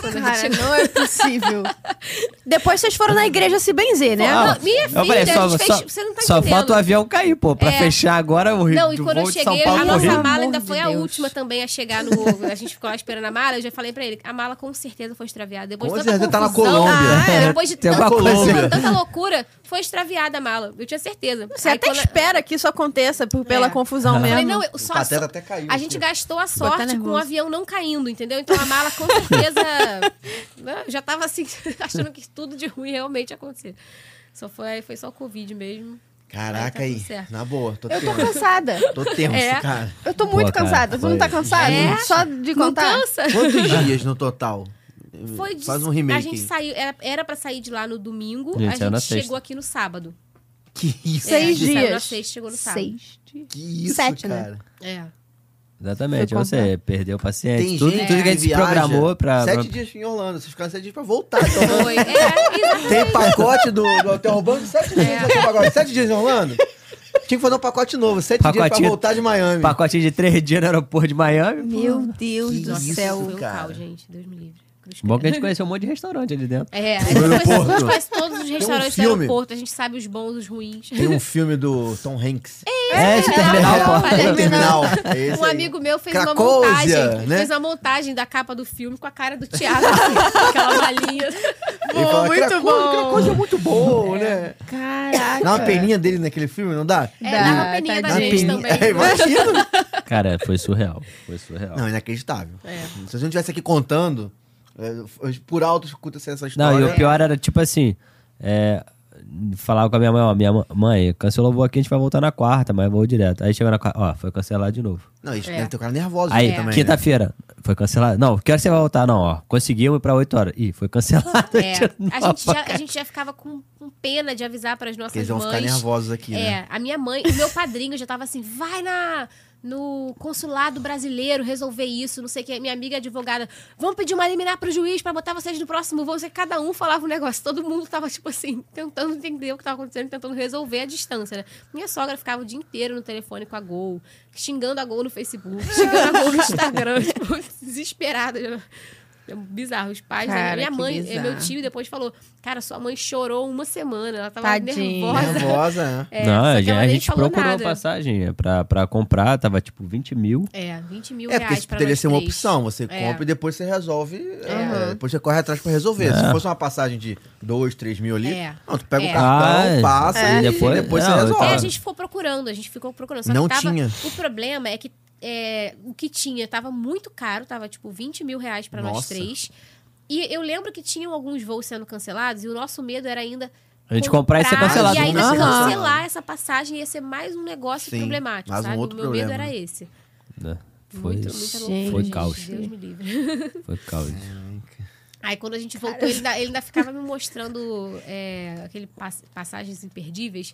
S4: Quando a gente
S1: Cara,
S4: chegou.
S1: não é possível. (laughs) Depois vocês foram na igreja se benzer, né?
S4: Ah, minha
S3: eu falei,
S4: filha,
S3: só,
S4: a gente
S3: só,
S4: fez- você não tá
S3: só
S4: entendendo.
S3: falta o avião cair, pô. Pra
S4: É.
S3: fechar agora o Rio
S4: Não, e
S3: do
S4: quando eu
S3: voo de São
S4: cheguei,
S3: Paulo
S4: a
S3: pro
S4: nossa
S3: Rio.
S4: mala
S1: Pelo
S4: ainda
S1: amor
S4: foi
S1: de
S4: a
S1: Deus.
S4: última também a chegar no. né? A gente ficou lá esperando a mala, eu já falei pra ele. A mala com certeza foi extraviada. Depois
S2: Com
S4: de tanta
S2: certeza tá na
S4: confusão,
S2: Colômbia.
S4: ah, Depois de
S3: Tem
S4: tanta,
S3: alguma coisa.
S4: confusão, tanta loucura, foi extraviada a mala. Eu tinha certeza.
S1: Você
S4: Aí
S1: até
S4: quando-
S1: espera que isso aconteça por- pela
S4: É.
S1: confusão
S4: Eu
S1: mesmo.
S4: falei, não, eu- só a,
S2: Pateta até caiu assim."
S4: a gente
S2: aqui.
S4: gastou a
S1: até
S4: sorte com o
S1: nervoso.
S4: avião não caindo, entendeu? Então a mala com certeza. (laughs) né, já tava assim, (laughs) achando que tudo de ruim realmente ia acontecer. Só foi, foi só o Covid mesmo.
S2: Caraca
S4: Aí tá
S2: aí.
S4: tudo certo.
S2: Na boa, tô
S1: Eu tô
S2: tenso.
S1: cansada.
S2: Tô tenso,
S4: É.
S2: cara.
S1: Eu tô muito
S3: Pô, cara,
S1: cansada. Tu não tá
S3: foi-
S1: cansada?
S4: É.
S1: Só de
S4: Não
S1: contar?
S4: cansa?
S2: Quantos dias no total?
S4: Foi de-
S2: Faz um
S4: A
S2: remake.
S4: gente
S2: aí.
S4: saiu, era, era pra sair de lá no domingo,
S3: Gente,
S4: a
S3: saiu
S4: gente
S3: na
S4: chegou
S3: sexta.
S4: aqui no sábado.
S2: Que isso,
S4: É, a
S1: Seis
S4: gente saiu na
S1: dias.
S4: sexta, chegou no sábado.
S1: Seis dias.
S2: que isso,
S1: Sete, né?
S2: cara.
S4: É.
S3: Exatamente,
S1: Foi
S3: você perdeu o paciente.
S2: Tem
S3: É, tudo,
S2: gente
S3: tudo que a gente se
S2: viaja
S3: programou pra.
S2: Sete
S3: pra-
S2: dias em Orlando. Vocês ficaram sete dias pra voltar. então.
S4: (laughs) Foi. É, exatamente.
S2: Tem pacote do, do Hotel Urbano? Sete dias vai ter pacote. Sete dias em Orlando? Tinha que fazer um pacote novo. Sete dias pra
S3: Pacotinho-
S2: voltar de Miami.
S3: Pacotinho de três dias no aeroporto de Miami.
S1: Meu Deus
S2: Que
S1: do
S2: isso,
S1: céu.
S4: Foi um
S2: cara.
S4: caos, gente. Deus me livre. Cruz
S3: Bom que a gente conheceu um monte de restaurante ali dentro.
S4: É, a gente
S2: No
S4: conhece- a
S2: aeroporto. um
S4: gente conhece todos os restaurantes do
S2: filme.
S4: aeroporto, a gente sabe os bons, os ruins.
S2: Tem
S4: (laughs)
S2: um filme do Tom Hanks.
S3: É, esse terminal, pô.
S4: Olha,
S2: No terminal. É esse
S4: Um
S2: aí.
S4: amigo meu fez
S2: Cracóvia,
S4: uma montagem.
S2: né?
S4: Fez uma montagem da capa do filme com a cara do Thiago, assim, aquela malinha.
S2: Ele fala,
S1: muito
S2: "Cracó-
S1: bom."
S2: Cracóvia é muito bom, né?
S1: Caraca.
S2: Dá uma peninha dele naquele filme, não dá?
S4: É,
S1: Dá,
S4: dava uma peninha
S2: Dá
S4: da
S2: uma
S1: Ah, tadinho.
S4: gente
S2: peninha.
S4: também.
S2: É, imagina.
S3: Cara, foi surreal. Foi surreal.
S2: Não, inacreditável.
S4: É.
S2: Se a gente estivesse aqui contando, é, por alto escuta-se essa história.
S3: Não, e o pior era tipo assim. É, falava com a minha mãe, ó, minha mã- mãe, cancelou o voo aqui, a gente vai voltar na quarta, mas vou direto. Aí chegou na quarta, ó, foi cancelado de novo.
S2: Não, isso
S4: É.
S2: deve ter um cara nervoso
S3: Aí,
S2: também. né?
S3: quinta-feira, foi cancelado. Não, que hora você vai voltar? Não, ó, conseguimos ir pra 8 horas. Ih, foi cancelado.
S4: É,
S3: (laughs)
S4: a, gente já, a gente já ficava com, com pena de avisar para as nossas
S2: Porque eles vão
S4: mães.
S2: ficar nervosos aqui, né?
S4: É, a minha mãe e meu padrinho já tava assim, vai na no consulado brasileiro resolver isso, não sei o que. Minha amiga advogada, vamos pedir uma liminar pro juiz para botar vocês no próximo voo. Você, cada um falava um negócio, todo mundo tava tipo assim, tentando entender o que tava acontecendo, tentando resolver a distância, né? Minha sogra ficava o dia inteiro no telefone com a Gol, xingando a Gol no Facebook, (laughs) xingando a Gol
S1: (laughs)
S4: no Instagram, tipo, desesperada. É bizarro, os pais, né?
S1: Cara,
S4: Minha
S1: que
S4: mãe, é, meu
S1: bizarro.
S4: tio depois falou: Cara, sua mãe chorou uma semana, ela tava
S1: Tadinha.
S4: nervosa.
S2: Nervosa, né?
S4: É,
S3: não, a
S4: só que
S3: gente,
S4: ela
S3: a
S4: nem
S3: gente
S4: falou
S3: procurou
S4: nada.
S3: passagem pra, pra comprar, tava tipo 20 mil.
S4: É, 20 mil
S2: É,
S4: reais.
S2: porque isso
S4: pra
S2: poderia
S4: nós
S2: ser uma
S4: três. É.
S2: opção. Você compra e depois você resolve. é, depois você corre atrás pra resolver.
S3: É.
S2: Se fosse uma passagem de 2, 3 mil ali,
S4: É.
S2: não, tu pega o
S4: É.
S2: cartão,
S3: Ah,
S2: passa
S3: é.
S2: e depois,
S3: Depois-
S2: depois
S3: não,
S2: você
S3: eu
S2: resolve.
S4: É,
S3: tava-
S4: a gente ficou procurando, a gente ficou procurando. Só
S2: tá. Não
S4: que tava,
S2: tinha.
S4: O problema é que é, o que tinha tava muito caro, tava tipo 20 mil reais pra nós
S2: Nossa.
S4: três. E eu lembro que tinham alguns voos sendo cancelados e o nosso medo era ainda.
S3: A gente comprar e ser cancelado.
S4: E ainda
S2: Aham.
S4: cancelar essa passagem ia ser mais um negócio
S2: Sim,
S4: problemático,
S2: mais um
S4: sabe?
S2: outro
S4: o meu medo
S2: problema.
S4: era esse.
S3: Né? Foi,
S4: muito, muita
S1: Gente.
S4: loucura.
S3: foi
S4: gente,
S3: caos.
S4: Deus me livre.
S3: Foi caos.
S4: Aí quando a gente voltou, ele ainda, ele ainda ficava me mostrando é, aquele pass- passagens imperdíveis.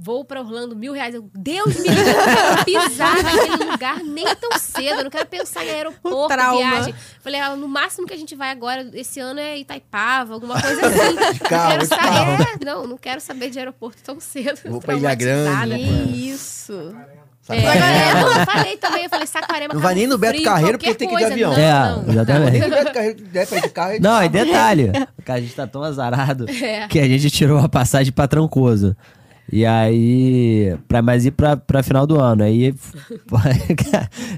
S4: Vou pra Orlando, mil reais. Eu, Deus me livre, eu não quero pisar naquele lugar nem tão cedo. Eu não quero pensar em
S1: O
S4: aeroporto,
S1: trauma.
S4: viagem. Falei, ah, no máximo que a gente vai agora, esse ano é Itaipava, alguma coisa
S1: (laughs)
S4: assim.
S2: carro,
S4: não, quero é,
S2: de carro.
S4: né? saber, não, não quero saber de aeroporto tão cedo.
S2: Vou pra Ilha Grande.
S4: Traumatizada.
S1: Que isso.
S4: É, eu falei também, eu falei Saquarema. tá
S2: Não vai nem no Beto
S4: frio,
S2: Carreiro,
S4: qualquer
S2: porque tem que ir
S4: coisa.
S2: de avião.
S4: Não,
S3: É,
S4: Ah, não,
S3: exatamente.
S4: não.
S3: Não, e
S4: (laughs)
S3: detalhe, cara, a gente tá tão azarado
S4: É.
S3: que a gente tirou a passagem pra Trancoso. E aí, pra, mas ir pra, pra final do ano. Aí, (laughs)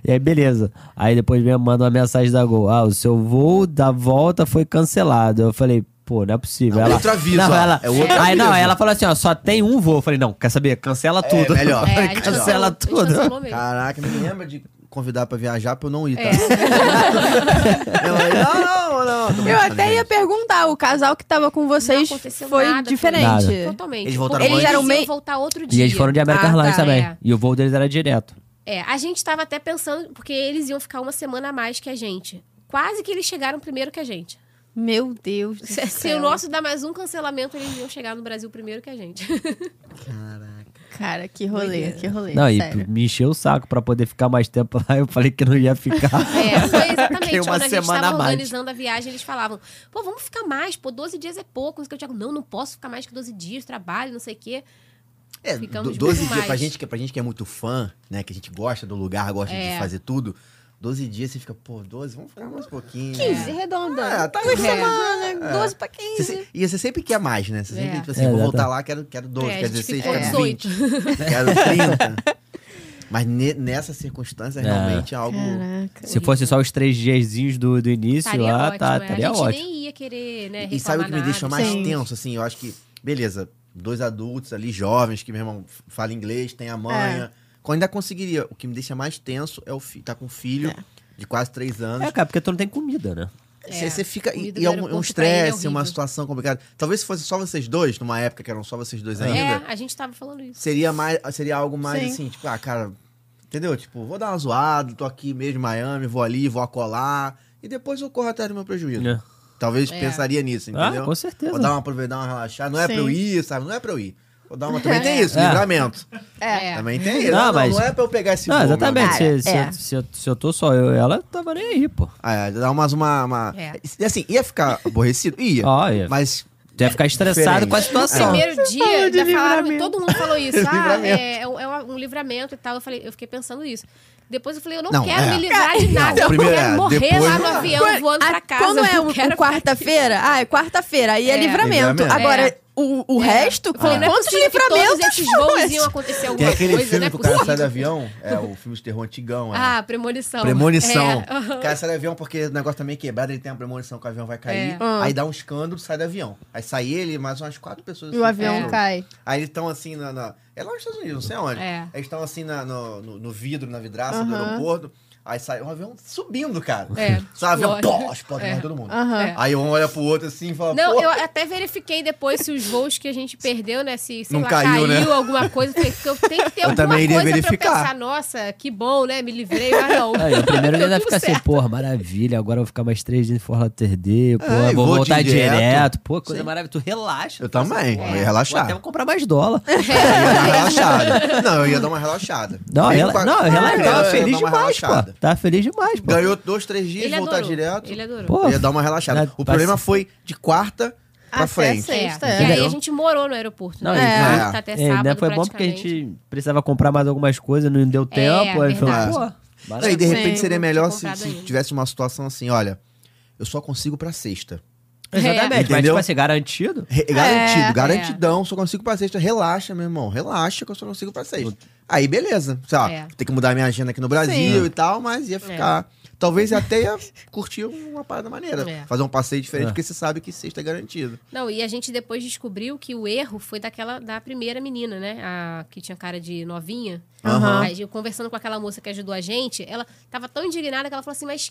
S3: e aí, beleza. Aí depois me manda uma mensagem da Gol. Ah, o seu voo da volta foi cancelado. Eu falei, pô, não é possível.
S2: É
S3: ela,
S2: outro aviso,
S3: não,
S2: ó.
S3: ela,
S2: É outro
S3: aí não,
S2: aviso.
S3: ela falou assim, ó, só tem um voo. Eu falei, não, quer saber? Cancela tudo.
S2: melhor.
S3: (laughs)
S4: É, a gente
S3: Cancela
S4: cancelou- a gente
S3: tudo.
S4: cancelou mesmo.
S2: Caraca, me lembra de convidar pra viajar pra eu não ir, tá?
S4: É.
S2: Eu falei, não, não, não. tô
S1: Eu
S2: brincando,
S1: até ia
S2: gente.
S1: perguntar, o casal que tava com vocês
S4: Não aconteceu
S1: Então, foi
S4: nada,
S1: diferente.
S4: foi Totalmente.
S2: Eles voltaram
S4: Porque
S1: antes?
S4: eles
S1: Eles
S4: iam
S1: eram
S4: voltar outro dia.
S3: E eles foram de American
S1: Ah, tá,
S3: Airlines também.
S4: é.
S3: E o voo deles era direto.
S4: É, a gente tava até pensando, porque eles iam ficar uma semana a mais que a gente. Quase que eles chegaram primeiro que a gente.
S1: Meu Deus (laughs) do
S4: Se,
S1: é céu.
S4: se o nosso dar mais um cancelamento, eles iam chegar no Brasil primeiro que a gente. (laughs)
S1: Cara, que rolê, que rolê,
S3: Não,
S1: sério.
S3: e me encheu o saco pra poder ficar mais tempo lá. Eu falei que não ia ficar.
S4: (laughs) É, foi
S3: Fiquei
S4: exatamente.
S3: uma
S4: Quando a gente
S3: semana a
S4: tava
S3: mais.
S4: organizando a viagem, eles falavam, pô, vamos ficar mais, pô, 12 dias é pouco. Não sei o que. Eu digo, não, não posso ficar mais que 12 dias, trabalho, não sei o quê.
S2: É,
S4: Ficamos
S2: do- 12
S4: muito
S2: dias, pra
S4: mais.
S2: gente, que, pra gente que é muito fã, né? Que a gente gosta do lugar, gosta de
S4: É.
S2: fazer tudo. 12 dias você fica, pô, 12, vamos ficar mais um pouquinho.
S1: 15,
S2: É.
S1: redonda.
S2: Ah, tá
S1: Duas
S2: bom.
S1: semanas, 12 pra
S2: Você
S1: 15.
S2: se- e você sempre quer mais, né? Você sempre,
S4: É.
S2: tipo assim,
S3: É,
S2: vou
S3: já
S2: voltar
S3: tá.
S2: lá, quero, quero 12,
S4: É, a
S2: quero
S4: gente
S2: 16,
S4: ficou
S2: quero
S4: 18.
S2: 20, quero 30. Mas ne- nessa circunstância,
S3: É.
S2: realmente é algo...
S1: Caraca.
S3: Se fosse só os três diazinhos do, do início
S4: Estaria
S3: lá,
S4: ótimo.
S3: tá,
S4: é.
S3: estaria
S4: a gente
S3: ótimo.
S4: nem ia querer, né,
S2: E sabe o que me
S4: reclamar
S2: deixa
S4: nada.
S2: mais
S1: Sim.
S2: tenso, assim? Eu acho que, beleza, dois adultos ali, jovens, que meu irmão f- fala inglês, tem a
S4: É.
S2: manha. Quando ainda conseguiria. O que me deixa mais tenso é o filho. Tá com um filho de quase três anos.
S3: É, cara, porque tu não tem comida, né?
S2: Você
S4: É,
S2: você fica. E,
S4: comida
S2: e
S4: do
S2: é um- é
S4: aeroporto
S2: um
S4: pra ele é
S2: estresse, uma
S4: horrível.
S2: situação complicada. Talvez se fosse só vocês dois, numa época que eram só vocês dois
S4: É,
S2: ainda,
S4: a gente tava falando isso.
S2: seria, mais, seria algo mais
S1: Sim.
S2: assim, tipo, ah, cara, entendeu? Tipo, vou dar uma zoada, tô aqui mesmo em Miami, vou ali, vou acolar. E depois eu corro atrás do meu prejuízo.
S3: É.
S2: Talvez
S4: É.
S2: pensaria nisso, entendeu?
S3: Ah, com certeza.
S2: Vou dar uma aproveitar, uma relaxada. Não é pra
S1: Sim.
S2: eu ir, sabe? Não é pra eu ir. Vou dar uma... Também
S4: (laughs)
S2: tem isso,
S3: É.
S2: livramento.
S4: É.
S2: Também tem isso.
S3: Não,
S2: Ah, Não,
S3: mas-
S2: não é pra eu pegar esse
S3: Não,
S2: voo, meu
S3: exatamente.
S2: amigo.
S3: Se, se,
S1: é.
S3: se, eu- se eu tô só eu e ela, tava nem aí, pô.
S2: Ah, é, dá umas uma... uma...
S4: É.
S2: E assim, ia ficar aborrecido? Ia.
S3: Ó, Ah, ia.
S2: Mas...
S3: Tu ia ficar estressado
S2: Diferente.
S3: com a situação.
S4: Então, Primeiro dia, ainda falaram,
S1: livramento.
S4: todo
S2: (laughs)
S4: mundo falou isso. Ah,
S2: Livramento.
S4: é, é um- é um livramento e tal. Eu, falei, eu fiquei pensando isso. Depois eu falei, eu não,
S2: Não,
S4: quero
S2: é.
S4: me livrar de
S3: então,
S4: nada.
S2: Não,
S4: eu
S2: primeiro
S4: quero
S2: é,
S4: morrer
S2: depois-
S4: lá no avião, voando
S1: Ah,
S4: pra casa.
S1: Quando é
S4: eu
S1: um,
S4: quero
S1: um quarta-feira? Ah, é quarta-feira. Aí é,
S4: É.
S1: livramento.
S2: Livramento.
S1: Agora,
S4: É.
S1: o, o
S4: É.
S1: resto?
S4: Falei, não é
S1: quantos
S4: possível que
S1: livramentos?
S4: Todos esses voos
S1: foi?
S4: iam acontecer
S2: Tem
S4: alguma
S2: aquele
S4: coisa,
S2: filme
S4: né?
S2: que o cara sai do
S4: Possível.
S2: avião. É o filme de terror antigão. É.
S4: Ah, premonição.
S2: Premonição.
S4: É, (laughs) aham.
S2: O cara sai do avião porque o negócio tá meio quebrado, ele tem uma premonição que o avião vai cair.
S4: É.
S2: Aí dá um escândalo, sai do avião. Aí sai ele e mais umas quatro pessoas.
S1: E o avião
S2: assim,
S1: cai.
S2: Aí eles estão assim na, na- É lá nos Estados Unidos, não sei onde.
S4: É.
S2: Eles estão assim na- no, no- no vidro, na vidraça do
S1: Aham.
S2: aeroporto. Aí sai um avião subindo, cara.
S4: É.
S2: (laughs) Sai o avião,
S4: Lógico.
S2: pô, explode mais todo mundo.
S1: Aham.
S4: É.
S2: Aí um olha pro outro assim e fala,
S4: Não,
S2: pô,
S4: eu até verifiquei depois se os voos que a gente perdeu, né? Se, sei
S2: Não
S4: lá,
S2: caiu,
S4: caiu,
S2: né?
S4: alguma coisa. Falei, que eu tenho que ter alguma
S2: também iria
S4: coisa pra eu
S2: verificar.
S4: pensar, nossa, que bom, né? Me livrei, mas não.
S3: Aí, o primeiro dia
S4: Deu
S3: vai
S4: tudo
S3: ficar assim,
S4: certo.
S3: porra, maravilha, agora eu vou ficar mais três dias em Fort Lauderdale, pô,
S2: É, e
S3: vou,
S2: vou
S3: voltar
S2: direto.
S3: direto. Pô, coisa maravilhosa, tu relaxa.
S2: Eu
S3: tu fala
S2: também,
S3: assim,
S2: eu
S3: pô,
S2: ia relaxar.
S3: Vou até comprar mais dólar.
S2: um (laughs) eu
S3: É.
S2: ia dar uma relaxada. Não, eu ia dar uma relaxada.
S3: Não,
S2: Mesmo
S3: rela...
S2: com a-
S3: não relaxa,
S2: é, Eu ia
S3: tava
S2: dar
S3: feliz
S2: Ah, uma
S3: demais,
S2: relaxada.
S3: pô. Tava feliz demais, pô.
S2: Ganhou dois, três dias,
S4: Ele
S2: voltar
S4: adorou.
S2: direto.
S4: Ele adorou.
S3: Pô,
S2: Eu ia dar uma relaxada.
S3: né,
S2: O problema
S3: passa-
S2: foi de quarta pra
S1: Até
S2: frente.
S1: sexta. Sexta,
S4: É.
S1: é.
S4: E aí
S3: Entendeu?
S4: a gente morou no aeroporto, né?
S3: Não,
S4: De
S1: é.
S4: quarta até
S3: É,
S4: sábado,
S3: né, foi bom porque a
S4: praticamente. É,
S3: gente precisava comprar mais algumas coisas, não deu tempo. aí falou,
S4: verdade.
S3: pô,
S2: Não, e de
S3: maravilha.
S1: Sim,
S2: repente seria
S4: não
S2: melhor
S4: tinha
S2: se,
S4: comprado
S2: se
S4: ainda.
S2: tivesse uma situação assim, olha, eu só consigo pra sexta.
S4: É.
S3: Exatamente, mas
S2: Entendeu?
S3: tipo assim, garantido.
S2: Re- garantido,
S1: é.
S2: garantidão, só consigo pra sexta. Relaxa, meu irmão, relaxa que eu só consigo pra sexta. Aí beleza, sei lá,
S4: É.
S2: tem que mudar minha agenda aqui no Brasil e tal, mas ia ficar... Talvez até ia curtir uma parada maneira.
S4: É.
S2: Fazer um passeio diferente,
S3: É.
S2: porque você sabe que sexta é garantido.
S4: Não, e a gente depois descobriu que o erro foi daquela da primeira menina, né? A que tinha cara de novinha.
S2: Aham.
S4: Aí, eu conversando com aquela moça que ajudou a gente, ela tava tão indignada que ela falou assim: "Mas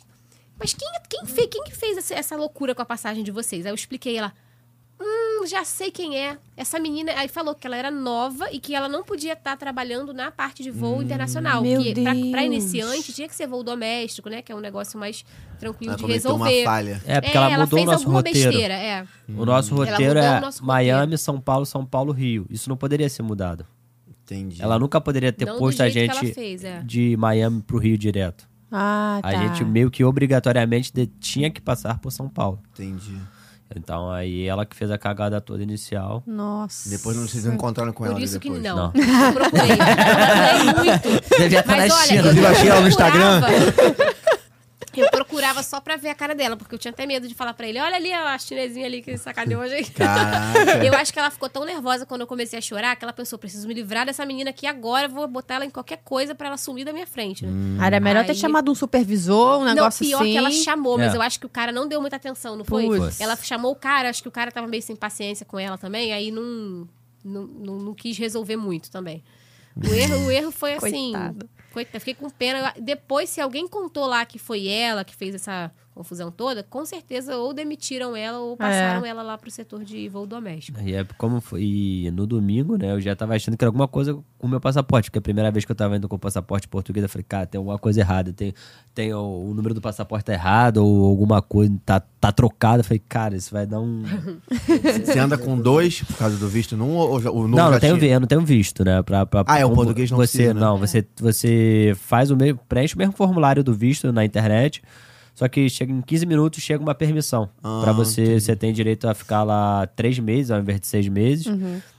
S4: mas quem quem fez, quem que fez essa, essa loucura com a passagem de vocês?" Aí eu expliquei ela: "Hum, já sei quem é. Essa menina aí falou que ela era nova e que ela não podia estar trabalhando na parte de
S2: Hum.
S4: voo internacional,
S1: Meu
S4: que pra- pra
S1: Deus.
S4: iniciante tinha que ser voo doméstico, né, que é um negócio mais tranquilo
S2: Ela
S4: de
S2: Ah, cometeu uma
S4: resolver.
S2: falha.
S3: É, porque ela mudou o
S4: fez
S3: nosso
S4: alguma
S3: roteiro.
S4: besteira, é.
S3: O nosso
S4: Ela
S3: roteiro
S4: mudou
S3: é
S4: o nosso
S3: Miami,
S4: roteiro.
S3: São Paulo, São Paulo, Rio. Isso não poderia ser mudado.
S2: Entendi.
S3: Ela nunca poderia ter
S4: Não do
S3: posto a
S4: jeito que
S3: gente
S4: ela fez, é.
S3: de Miami pro Rio direto.
S1: Ah, tá.
S3: A gente meio que obrigatoriamente de- tinha que passar por São Paulo.
S2: Entendi.
S3: Então aí ela que fez a cagada toda inicial.
S1: Nossa.
S2: Depois não vocês não encontraram com
S4: Por
S2: ela.
S4: isso que
S2: depois.
S4: não. Eu procurei. Eu procurei
S2: (laughs)
S4: muito.
S3: Devia
S2: Tá
S3: estar
S4: Mas
S3: na China.
S4: olha,
S3: né?
S2: Inclusive,
S4: eu
S2: achei ela no Instagram.
S4: procurava- (laughs) Eu procurava só pra ver a cara dela, porque eu tinha até medo de falar pra ele: olha ali ó, a chinesinha ali que sacaneou hoje.
S2: Caraca.
S4: Eu acho que ela ficou tão nervosa quando eu comecei a chorar que ela pensou: preciso me livrar dessa menina aqui agora, eu vou botar ela em qualquer coisa pra ela sumir da minha frente. né?
S1: Ah, era melhor ter
S4: Aí-
S1: chamado um supervisor, um negócio
S4: não, pior
S1: assim.
S4: que ela chamou, mas
S3: É.
S4: eu acho que o cara não deu muita atenção, não foi?
S1: Putz.
S4: Ela chamou o cara, acho que o cara tava meio sem paciência com ela também, aí não, não, não, não quis resolver muito também. O erro, o erro foi assim.
S1: Coitado.
S4: Coitada, fiquei com pena. Depois, se alguém contou lá que foi ela que fez essa confusão toda, com certeza ou demitiram ela ou passaram ela lá pro setor de voo doméstico.
S3: E é como foi, e no domingo, né? Eu já tava achando que era alguma coisa com o meu passaporte, porque a primeira vez que eu tava indo com o passaporte português, eu falei, cara, tem alguma coisa errada, tem, tem o, o número do passaporte tá errado, ou alguma coisa tá, tá trocada. Eu falei, cara, isso vai dar um.
S2: Você anda com dois por causa do visto num ou já- o novo
S3: não,
S2: já
S3: não tenho,
S2: tinha?
S3: vi- eu não tenho visto, né? Pra, pra-
S2: Ah, é, o
S3: como
S2: português não
S3: você,
S2: precisa, né?
S3: Não, você, você faz o mesmo, preenche o mesmo formulário do visto na internet, só que chega em 15 minutos chega uma permissão.
S2: Ah,
S3: Pra você, você tem direito a ficar lá três meses ao invés de seis meses.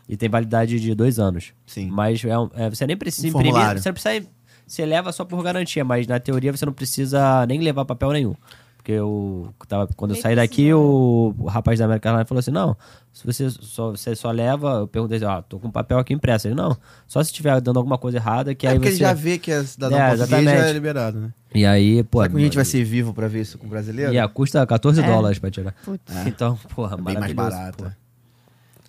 S3: E tem validade de dois anos.
S2: Sim.
S3: Mas é, um- é, você nem precisa
S2: Um
S3: imprimir,
S2: formulário.
S3: você não precisa. Você leva só por garantia, mas na teoria você não precisa nem levar papel nenhum. Porque eu tava, quando eu
S4: Nem
S3: saí daqui, o, o rapaz da América Airlines falou assim: não, se você só, você só leva. Eu perguntei, ó, tô com papel aqui impresso. Ele, não, só se estiver dando alguma coisa errada, que
S2: É
S3: aí
S2: porque
S3: você.
S2: ele já vê que a cidadão
S3: É,
S2: português já é
S3: exatamente.
S2: liberado, né?
S3: E aí, pô.
S2: Será que a gente vai
S3: mano,
S2: ser vivo pra ver isso com o brasileiro?
S3: E é a custa 14 dólares pra tirar.
S1: É. Putz.
S3: Então, porra,
S2: É. Bem mais
S3: maravilhoso,
S2: barato.
S3: pô.
S2: né?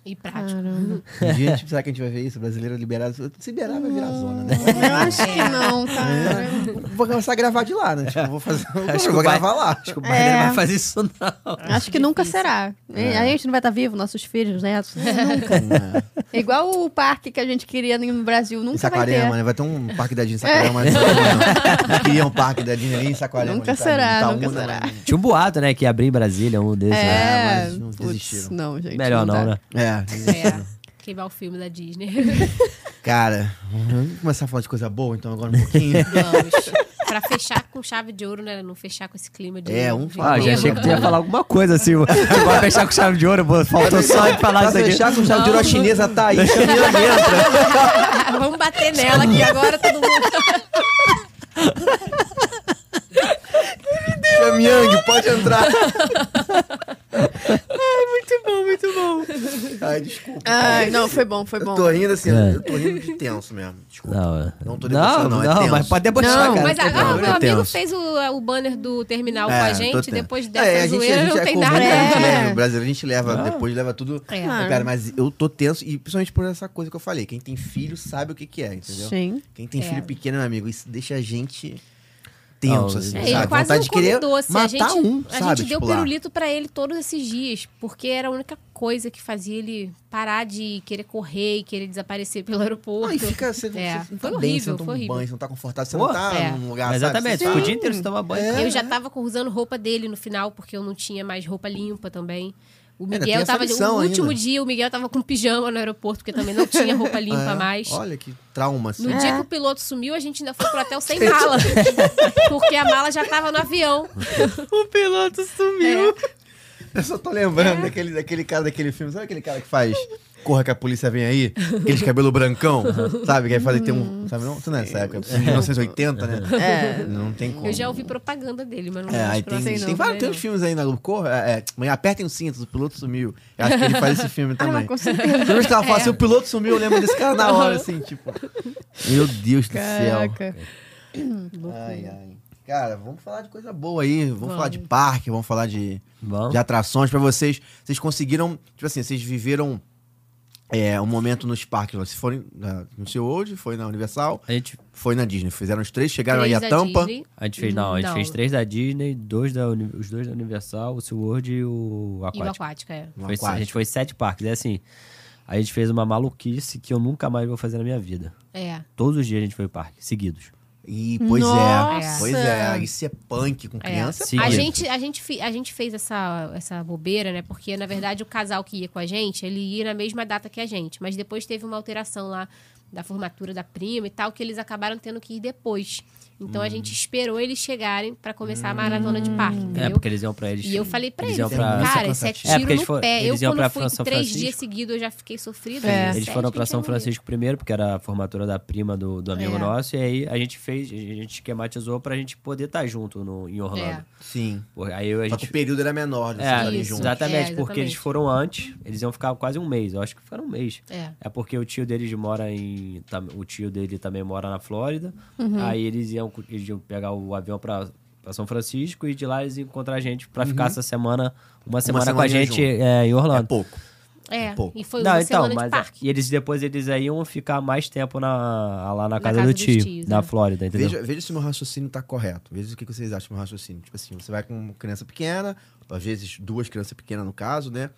S4: E prático.
S2: Um dia, tipo, será que a gente vai ver isso? Brasileiro liberado. Se liberar, vai virar zona,
S3: (laughs)
S2: né?
S1: Eu
S4: É.
S1: acho que não, cara.
S2: Vou começar a gravar de lá, né? Tipo, eu vou
S3: (laughs)
S2: fazer. Acho que eu
S3: que
S2: vou
S3: o pai-
S2: gravar lá. tipo,
S3: Acho que o Biden
S1: É.
S3: não vai fazer isso, não.
S4: É.
S1: Acho que nunca será. A gente não vai estar vivo, nossos filhos,
S4: (laughs)
S1: netos. Nunca. É igual o parque que a gente queria no Brasil,
S2: Em
S1: nunca vai ter. É.
S2: Saquarema, né? Vai ter um parque da Disney em Saquarema. mas não, não. Eu Queria um parque da Disney ali em Saquarema.
S1: Nunca
S2: em Ita-
S1: será,
S2: Itaúna,
S1: nunca será.
S2: mas-
S3: Tinha um boato, né, que ia abrir em Brasília, um desses. né?
S1: É,
S2: mas não
S1: putz,
S2: desistiram.
S1: não, gente.
S3: Melhor não,
S1: dá.
S3: né?
S2: É.
S4: É, queimar o filme da Disney. (laughs)
S2: Cara, vamos começar a falar de coisa boa então agora um pouquinho.
S4: Vamos. Pra fechar com chave de ouro, né? Não fechar com esse clima de.
S2: É, um
S4: de
S2: fala.
S3: Ah, já
S4: erro.
S3: achei que tu ia falar alguma coisa (laughs) assim. mano. Tu vai fechar com chave de ouro, pô. Faltou só de falar
S2: Pra
S3: isso aqui.
S2: fechar com chave de ouro, a chinesa tá aí. caminhando dentro.
S4: Ah, Vamos bater nela aqui agora, todo mundo. tá
S2: Xamiang, pode (laughs) entrar. muito bom, muito bom. Ai, desculpa.
S1: Ai, não, foi bom, foi bom.
S2: Eu tô rindo assim,
S3: É.
S2: eu tô rindo de tenso mesmo. Desculpa.
S3: Não, é.
S2: Não tô debochando, não, é tenso.
S3: mas pode debochar,
S1: Não,
S3: cara.
S4: Mas
S2: tô
S4: ah,
S2: tenso,
S4: ah,
S2: tô
S4: meu amigo
S2: tenso.
S4: fez o, o banner do terminal
S2: É,
S4: Tá com a
S2: tô
S4: gente.
S2: tenso.
S4: Depois dessa
S2: é, a gente,
S4: zoeira,
S2: a gente
S4: não
S2: é
S4: tem
S2: comum
S4: nada.
S1: É.
S2: também, né? O brasileiro a gente leva,
S3: Ah.
S2: depois leva tudo.
S4: É.
S2: Cara, mas eu tô tenso, e principalmente por essa coisa que eu falei. Quem tem filho sabe o que, que é, entendeu?
S1: Sim.
S2: Quem tem
S4: É.
S2: filho pequeno, meu amigo, isso deixa a gente tenso,
S3: Não,
S2: assim,
S3: é,
S4: É,
S2: sabe?
S4: Ele quase
S2: Vontade
S4: não
S2: de querer
S4: come doce.
S2: matar
S4: a gente,
S2: um,
S4: a
S2: sabe?
S4: gente deu
S2: Tipo, lá.
S4: pirulito pra ele todos esses dias, porque era a única coisa que fazia ele parar de querer correr e querer desaparecer (laughs) pelo aeroporto.
S2: Aí fica, você,
S4: É,
S2: você não tá
S4: foi
S2: bem,
S4: horrível,
S2: você não toma
S4: foi
S2: um
S4: horrível.
S2: banho, você não tá confortável, você
S3: Pô,
S2: não tá
S4: é.
S2: num lugar,
S3: Exatamente,
S2: sabe?
S3: ficou o
S2: Você
S3: dia inteiro sem tomar banho.
S4: Eu
S2: É, né?
S4: já tava usando roupa dele no final, porque eu não tinha mais roupa limpa também. O
S2: Ainda
S4: Miguel
S2: tem essa
S4: tava.
S2: lição
S4: O último
S2: ainda.
S4: dia, o Miguel tava com pijama no aeroporto, porque também não
S2: (laughs)
S4: tinha roupa limpa
S2: É,
S4: mais.
S2: Olha que trauma, assim.
S4: No dia que o piloto sumiu, a gente ainda foi pro hotel sem mala.
S2: É.
S4: porque a mala já tava no avião.
S1: O piloto sumiu.
S2: (laughs) É. Eu só tô lembrando
S4: É.
S2: daquele, daquele cara daquele filme. Sabe aquele cara que faz Corra que a polícia vem aí? Aquele de cabelo (laughs) brancão, sabe? Que aí faz que tem um. Sabe não? Tu não é essa época. é 1980, né?
S1: É.
S2: Não tem como.
S4: Eu já ouvi propaganda dele, mas não
S2: É, aí
S4: acho que
S2: tem,
S4: eu assisti,
S2: tem,
S4: não,
S2: vários
S4: né,
S2: tem uns filmes aí na Corra. É, é, mãe, apertem os cintos, o piloto sumiu. Eu acho que ele faz esse
S4: (laughs)
S2: filme
S1: Ah,
S2: também.
S1: com
S2: Toda vez que ela fala assim,
S4: É.
S2: o piloto sumiu, eu lembro desse cara na hora, assim, tipo. Meu Deus do céu.
S4: (clears throat)
S1: Caraca.
S2: Ai, ai. Cara, vamos falar de coisa boa aí. Vamos, falar de parque, vamos falar de,
S3: Vamos.
S2: de atrações pra vocês. Vocês conseguiram, tipo assim, vocês viveram é, um momento nos parques. Vocês foram na- no seu World, foi na Universal,
S3: A gente,
S2: foi na Disney. Fizeram os três,
S4: três
S2: chegaram aí
S4: da
S2: a tampa.
S4: Disney.
S3: a gente fez, não, a gente
S4: Não.
S3: fez três da Disney, dois da, Uni- os dois da Universal, o SeaWorld e o
S4: E o
S3: Aquático.
S4: aquático, é.
S2: No
S3: Foi- a
S2: aquático.
S3: gente foi sete parques. É assim, a gente fez uma maluquice que eu nunca mais vou fazer na minha vida.
S4: É.
S3: Todos os dias a gente foi ao parque, seguidos.
S2: E, pois é,
S1: Nossa!
S2: pois é. Isso é punk com
S4: É.
S2: criança.
S3: Sim.
S4: a,
S3: pode.
S4: gente, a, gente, fi- a gente fez essa, essa bobeira, né? Porque, na verdade, o casal que ia com a gente, ele ia na mesma data que a gente. Mas depois teve uma alteração lá da formatura da prima e tal, que eles acabaram tendo que ir depois. Então a gente esperou eles chegarem pra começar a maratona de parque, entendeu?
S3: Hum. É, porque eles iam pra eles.
S4: E eu falei pra
S3: eles
S4: eles,
S3: iam pra-
S4: cara, isso
S2: cansativo.
S3: É,
S4: é tiro
S3: porque eles
S4: no
S3: foram-
S4: pé. Eu
S3: eles iam
S4: quando
S3: pra
S4: fui
S3: São
S4: três
S3: Francisco.
S4: dias seguidos, eu já fiquei sofrida.
S1: É.
S4: gente,
S3: Eles foram pra
S4: gente,
S3: São
S4: eu não ia.
S3: Francisco primeiro, porque era a formatura da prima do, do amigo
S1: É.
S3: nosso. E aí a gente fez, a gente esquematizou pra gente poder estar junto no, em
S4: É.
S3: Orlando.
S2: Sim.
S3: Por- Aí eu- a
S2: Só que
S3: gente.
S2: o período era menor, vocês
S3: É,
S2: estarem
S4: Isso.
S2: juntos.
S3: exatamente,
S4: É,
S3: porque eles
S4: exatamente.
S3: foram antes, eles iam ficar quase um mês, eu acho que ficaram um mês.
S4: É.
S3: É porque o tio deles mora em. tam- o tio dele também mora na Flórida.
S4: Uhum.
S3: Aí eles iam, cu- eles iam pegar o avião pra, pra São Francisco e de lá eles iam encontrar a gente pra ficar essa semana, Uhum. uma semana com a
S2: semaninha
S3: gente
S2: junto.
S3: é, em
S2: É
S3: Orlando.
S2: pouco.
S4: É,
S2: pouco.
S4: e foi uma semana
S3: mas
S4: de
S3: é-
S4: parque.
S3: e eles depois eles aí iam ficar mais tempo na, lá na casa,
S4: casa
S3: do
S4: dos
S3: tio,
S4: tios,
S3: na
S4: é.
S3: Flórida, entendeu?
S2: Veja, veja se o meu raciocínio tá correto. Veja o que que vocês acham do meu raciocínio. Tipo assim, você vai com uma criança pequena, às vezes duas crianças pequenas no caso, né?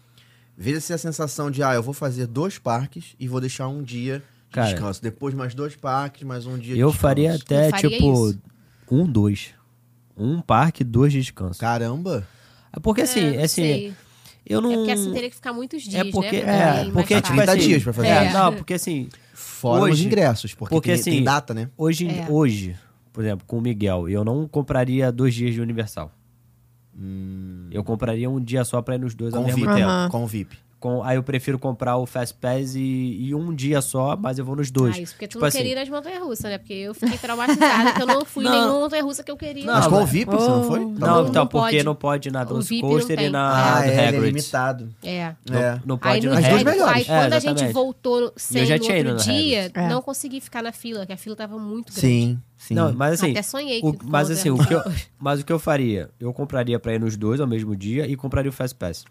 S2: Veja se a sensação de, ah, eu vou fazer dois parques e vou deixar um dia de
S3: Cara,
S2: descanso. Depois mais dois parques, mais um dia de
S3: eu
S2: descanso.
S3: faria até
S4: Eu faria
S3: tipo
S4: isso.
S3: um, dois. Um parque, dois de descanso.
S2: Caramba!
S3: É Porque assim,
S4: É, não
S3: assim,
S4: sei.
S3: eu não.
S4: É porque assim teria que ficar muitos dias,
S3: Hum. É porque,
S4: né? pra
S3: é,
S4: poder ir
S3: porque
S4: mais
S3: tipo
S4: tarde.
S2: 30
S3: assim,
S2: Ah, dias pra fazer.
S3: é,
S4: É.
S3: Não, porque assim,
S2: Fora os
S3: Hoje-
S2: ingressos, porque,
S3: porque,
S2: tem, tem
S3: assim,
S2: data, né?
S3: hoje,
S4: É.
S3: hoje, por exemplo, com o Miguel, eu não compraria dois dias de Universal.
S2: Hum.
S3: Eu compraria um dia só pra ir nos dois
S2: Com
S3: ao
S2: o VIP.
S3: mesmo tempo.
S1: Aham.
S2: Com o VIP.
S3: Com- aí eu prefiro comprar o Fast Pass e, e um dia só, mas eu vou nos dois.
S4: Ah, isso porque tu
S3: Tipo
S4: não
S3: assim,
S4: queria ir nas montanhas russas, né? Porque eu fiquei traumatizada que eu não fui em
S3: (laughs) Não.
S4: nenhuma montanha russa que eu queria.
S3: Não,
S2: Mas com o
S3: mas-
S2: VIP, você não foi? Tá
S3: Não,
S2: bom.
S3: então,
S4: não
S3: porque
S4: pode.
S3: não pode na
S4: O
S3: Dance
S4: VIP não
S3: Coaster e
S4: tem.
S3: na
S2: Ah,
S3: Hagrid.
S2: é, ele é limitado.
S4: É.
S2: É.
S3: Não
S4: Aí,
S3: pode
S4: no,
S3: na
S2: As duas
S4: aí,
S3: Hagrid.
S2: melhores.
S4: aí quando a gente
S3: É, exatamente.
S4: voltou sem
S3: já
S4: no
S3: tinha ido
S4: outro
S3: na
S4: dia,
S1: Harrods.
S4: não
S1: É.
S4: consegui ficar na fila, que a fila tava muito grande.
S2: Sim, sim.
S3: Não, mas assim,
S4: Até sonhei que né?
S3: o,
S4: com
S3: mas
S4: o
S3: assim, o
S4: Dance
S3: que eu, mas o que eu faria? Eu compraria pra ir nos dois ao mesmo dia e compraria o Fast Pass.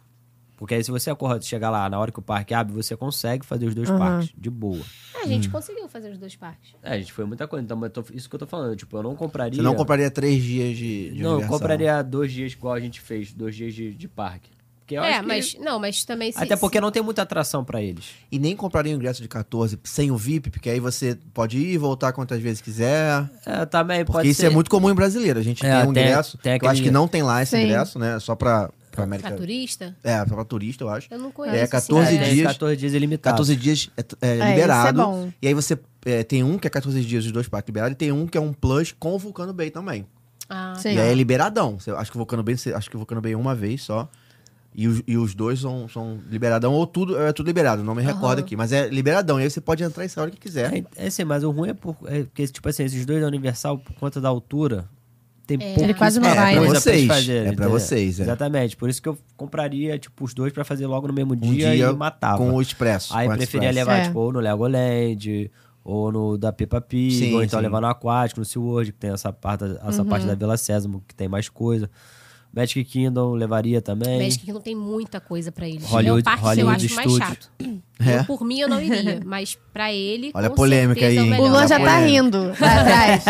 S3: Porque aí se você acorda, chegar lá na hora que o parque abre, você consegue fazer os dois parques, de boa.
S4: Ah, A gente
S3: Hum.
S4: conseguiu fazer os dois parques.
S3: É, gente, foi muita coisa. Então, mas eu tô- isso que eu tô falando, tipo, eu não compraria...
S2: Você não compraria três dias de, de
S3: Não, eu
S2: Universal.
S3: compraria dois dias igual a gente fez, dois dias de, de parque. Porque eu
S4: é,
S3: acho que-
S4: mas não, mas também se,
S3: Até porque não tem muita atração pra eles.
S2: E nem compraria o ingresso de 14 sem o VIP, porque aí você pode ir e voltar quantas vezes quiser.
S3: É, também
S2: Porque
S3: pode
S2: isso
S3: ser.
S2: é muito comum em brasileiro. A gente
S3: É,
S2: tem um
S3: tem-
S2: ingresso.
S3: tem
S2: que Eu acho
S3: aquele-
S2: que não tem lá esse
S1: Sim.
S2: ingresso, né? Só pra, pra América.
S4: pra turista,
S2: É, só pra turista, eu acho.
S4: eu não conheço.
S2: É,
S4: assim,
S2: 14
S4: né?
S3: É,
S2: dias.
S3: 14 dias ilimitado.
S2: 14 dias é, t- é
S1: isso é
S2: liberado.
S1: bom.
S2: E aí você é, tem um que é 14 dias os dois parques liberados, e tem um que é um plus com o Vulcano Bay também.
S4: Ah,
S1: Sim.
S2: E aí é liberadão. Você- acho que o Vulcano Bay, você- acho que o Vulcano Bay é uma vez só. E os, e os dois são, são liberadão, ou tudo, é tudo liberado, não me recordo aqui. Mas é liberadão, e aí você pode entrar essa hora que quiser.
S3: É, é assim, mas o ruim é, por, é porque, tipo assim, esses dois da Universal, por conta da altura, tem pouco
S1: Ele quase não
S2: É,
S1: vai,
S2: pra
S1: né?
S3: coisa pra
S2: vocês.
S3: eles fazerem,
S2: É pra
S3: entendeu?
S2: vocês, é.
S3: Exatamente. Por isso que eu compraria, tipo, os dois pra fazer logo no mesmo
S2: Um
S3: dia,
S2: dia
S3: e matava.
S2: com o Expresso.
S3: Aí
S2: com o
S3: preferia
S2: Expresso.
S3: levar,
S1: É.
S3: tipo, ou no Legoland, ou no da Peppa Pig,
S2: Sim,
S3: ou então
S2: sim.
S3: levar no Aquático, no SeaWorld, que tem essa parte, da-
S4: Uhum.
S3: essa parte da Vila Sésamo, que tem mais coisa. Magic Kingdom levaria também.
S4: Magic Kingdom tem muita coisa pra eles.
S3: Hollywood-
S4: é o parque
S3: Hollywood
S4: que eu acho mais
S3: Studios.
S4: chato.
S2: É.
S4: Eu, por mim, eu não iria, mas pra ele.
S2: Olha a
S4: com
S2: polêmica aí,
S4: certeza, é
S2: hein?
S4: melhor.
S1: O Luan já
S2: Olha
S1: tá
S2: a polêmica.
S1: rindo lá atrás.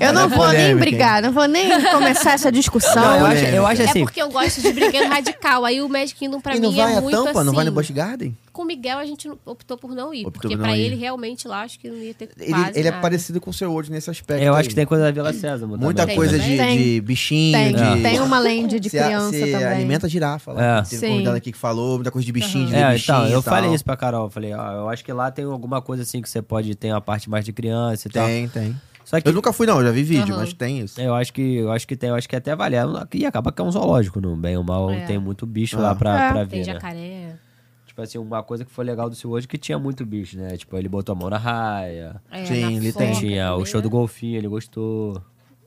S1: Eu não
S2: Olha a
S1: vou nem
S2: polêmica,
S1: brigar, não vou nem começar essa
S3: Não,
S1: discussão.
S3: eu acho, eu acho
S4: É
S3: assim.
S4: porque eu gosto de brinquedo radical. Aí o Magic Kingdom pra
S2: e não
S4: mim
S2: vai
S4: é
S2: a
S4: muito
S2: tampa,
S4: assim.
S2: não vai no Busch Garden?
S4: Com o Miguel a gente não- optou por não ir,
S2: Optou
S4: porque
S2: por não
S4: pra
S2: ir.
S4: ele realmente lá acho que não ia ter
S2: Ele,
S4: quase
S2: ele é
S4: nada.
S2: parecido com o seu hoje nesse aspecto.
S3: Eu
S2: aí.
S3: acho que tem coisa da Vila Sésamo.
S2: é Muita
S3: também.
S2: coisa
S4: também.
S2: de,
S1: Tem.
S2: de bichinho,
S1: Tem,
S2: de...
S1: tem uma lende de
S2: Você-
S1: criança
S2: você
S1: também.
S2: alimenta a girafa lá.
S3: É.
S2: Teve
S1: Sim.
S2: um convidado aqui que falou, muita coisa de bichinho, de ver
S3: É,
S2: bichinho
S3: então, eu
S2: e tal.
S3: falei isso pra Carol. eu Falei, ó, eu acho que lá tem alguma coisa assim que você pode ter uma parte mais de criança e tal.
S2: Tem, tem.
S3: Só É que
S2: Eu nunca fui não, eu já vi vídeo,
S4: Aham.
S2: mas tem isso.
S3: eu acho que eu acho que tem, eu acho que até vale. E acaba que é um zoológico, não bem ou mal,
S4: É.
S3: tem muito bicho
S2: Ah.
S3: lá pra,
S1: É.
S3: pra
S4: Tem
S3: ver, né?
S4: jacaré.
S3: Tipo assim, uma coisa que foi legal do SeaWorld é que tinha muito bicho, né? Tipo, ele botou a mão na raia.
S4: É,
S2: Sim,
S4: na
S2: ele
S4: foca
S2: tem.
S3: Tinha o
S4: também,
S3: show
S4: né?
S3: do golfinho, ele gostou.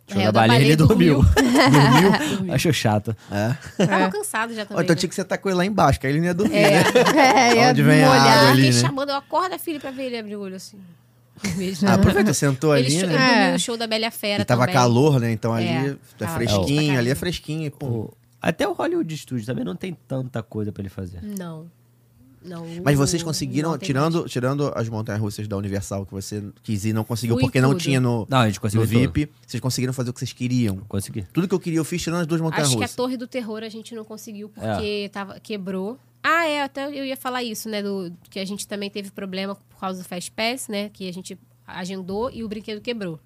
S3: O show
S4: É,
S3: da
S4: o da
S3: baleia, ele
S4: baleia
S3: dormiu.
S4: dormiu.
S3: (laughs) dormiu? Achou chato.
S2: É.
S4: Tava cansado já
S2: Ó,
S4: também.
S2: então
S4: né?
S2: tinha que você com ele lá embaixo, que aí ele não ia dormir, né?
S1: (laughs) É, ia
S2: Onde vem a
S1: molhar.
S2: água
S4: Ah,
S2: ali,
S4: fiquei
S2: né?
S4: chamando, eu acordo a filha pra ver ele abrir o
S2: (laughs)
S4: olho assim. (laughs) Beijo.
S2: Ah, aproveita, sentou
S4: Ele
S2: ali,
S4: cho-
S2: né?
S4: ele dormiu
S1: É.
S4: no show da Bela e a Fera
S2: E tava
S4: também.
S2: calor, né? Então ali
S4: É.
S2: é
S4: Tava
S2: fresquinho,
S4: bom.
S2: ali é fresquinho. e, Pô.
S3: O- Até o Hollywood Studios também não tem tanta coisa pra ele fazer.
S4: Não. Não.
S2: Mas
S4: o-
S2: vocês conseguiram,
S4: não tem
S2: tirando, tirando as montanhas russas da Universal que você quis ir e não conseguiu,
S4: Fui
S2: porque não
S4: tudo.
S2: tinha no,
S3: Não, a gente
S2: no
S3: conseguiu tudo.
S2: VIP, vocês conseguiram fazer o que vocês queriam.
S3: Consegui.
S2: Tudo que eu queria eu fiz tirando as duas montanhas
S4: Acho que a
S2: russas.
S4: Torre do Terror a gente não conseguiu porque tava, quebrou. Ah, é, até eu ia falar isso, né? Do, que a gente também teve problema por causa do Fast Pass, né? Que a gente agendou e o brinquedo quebrou.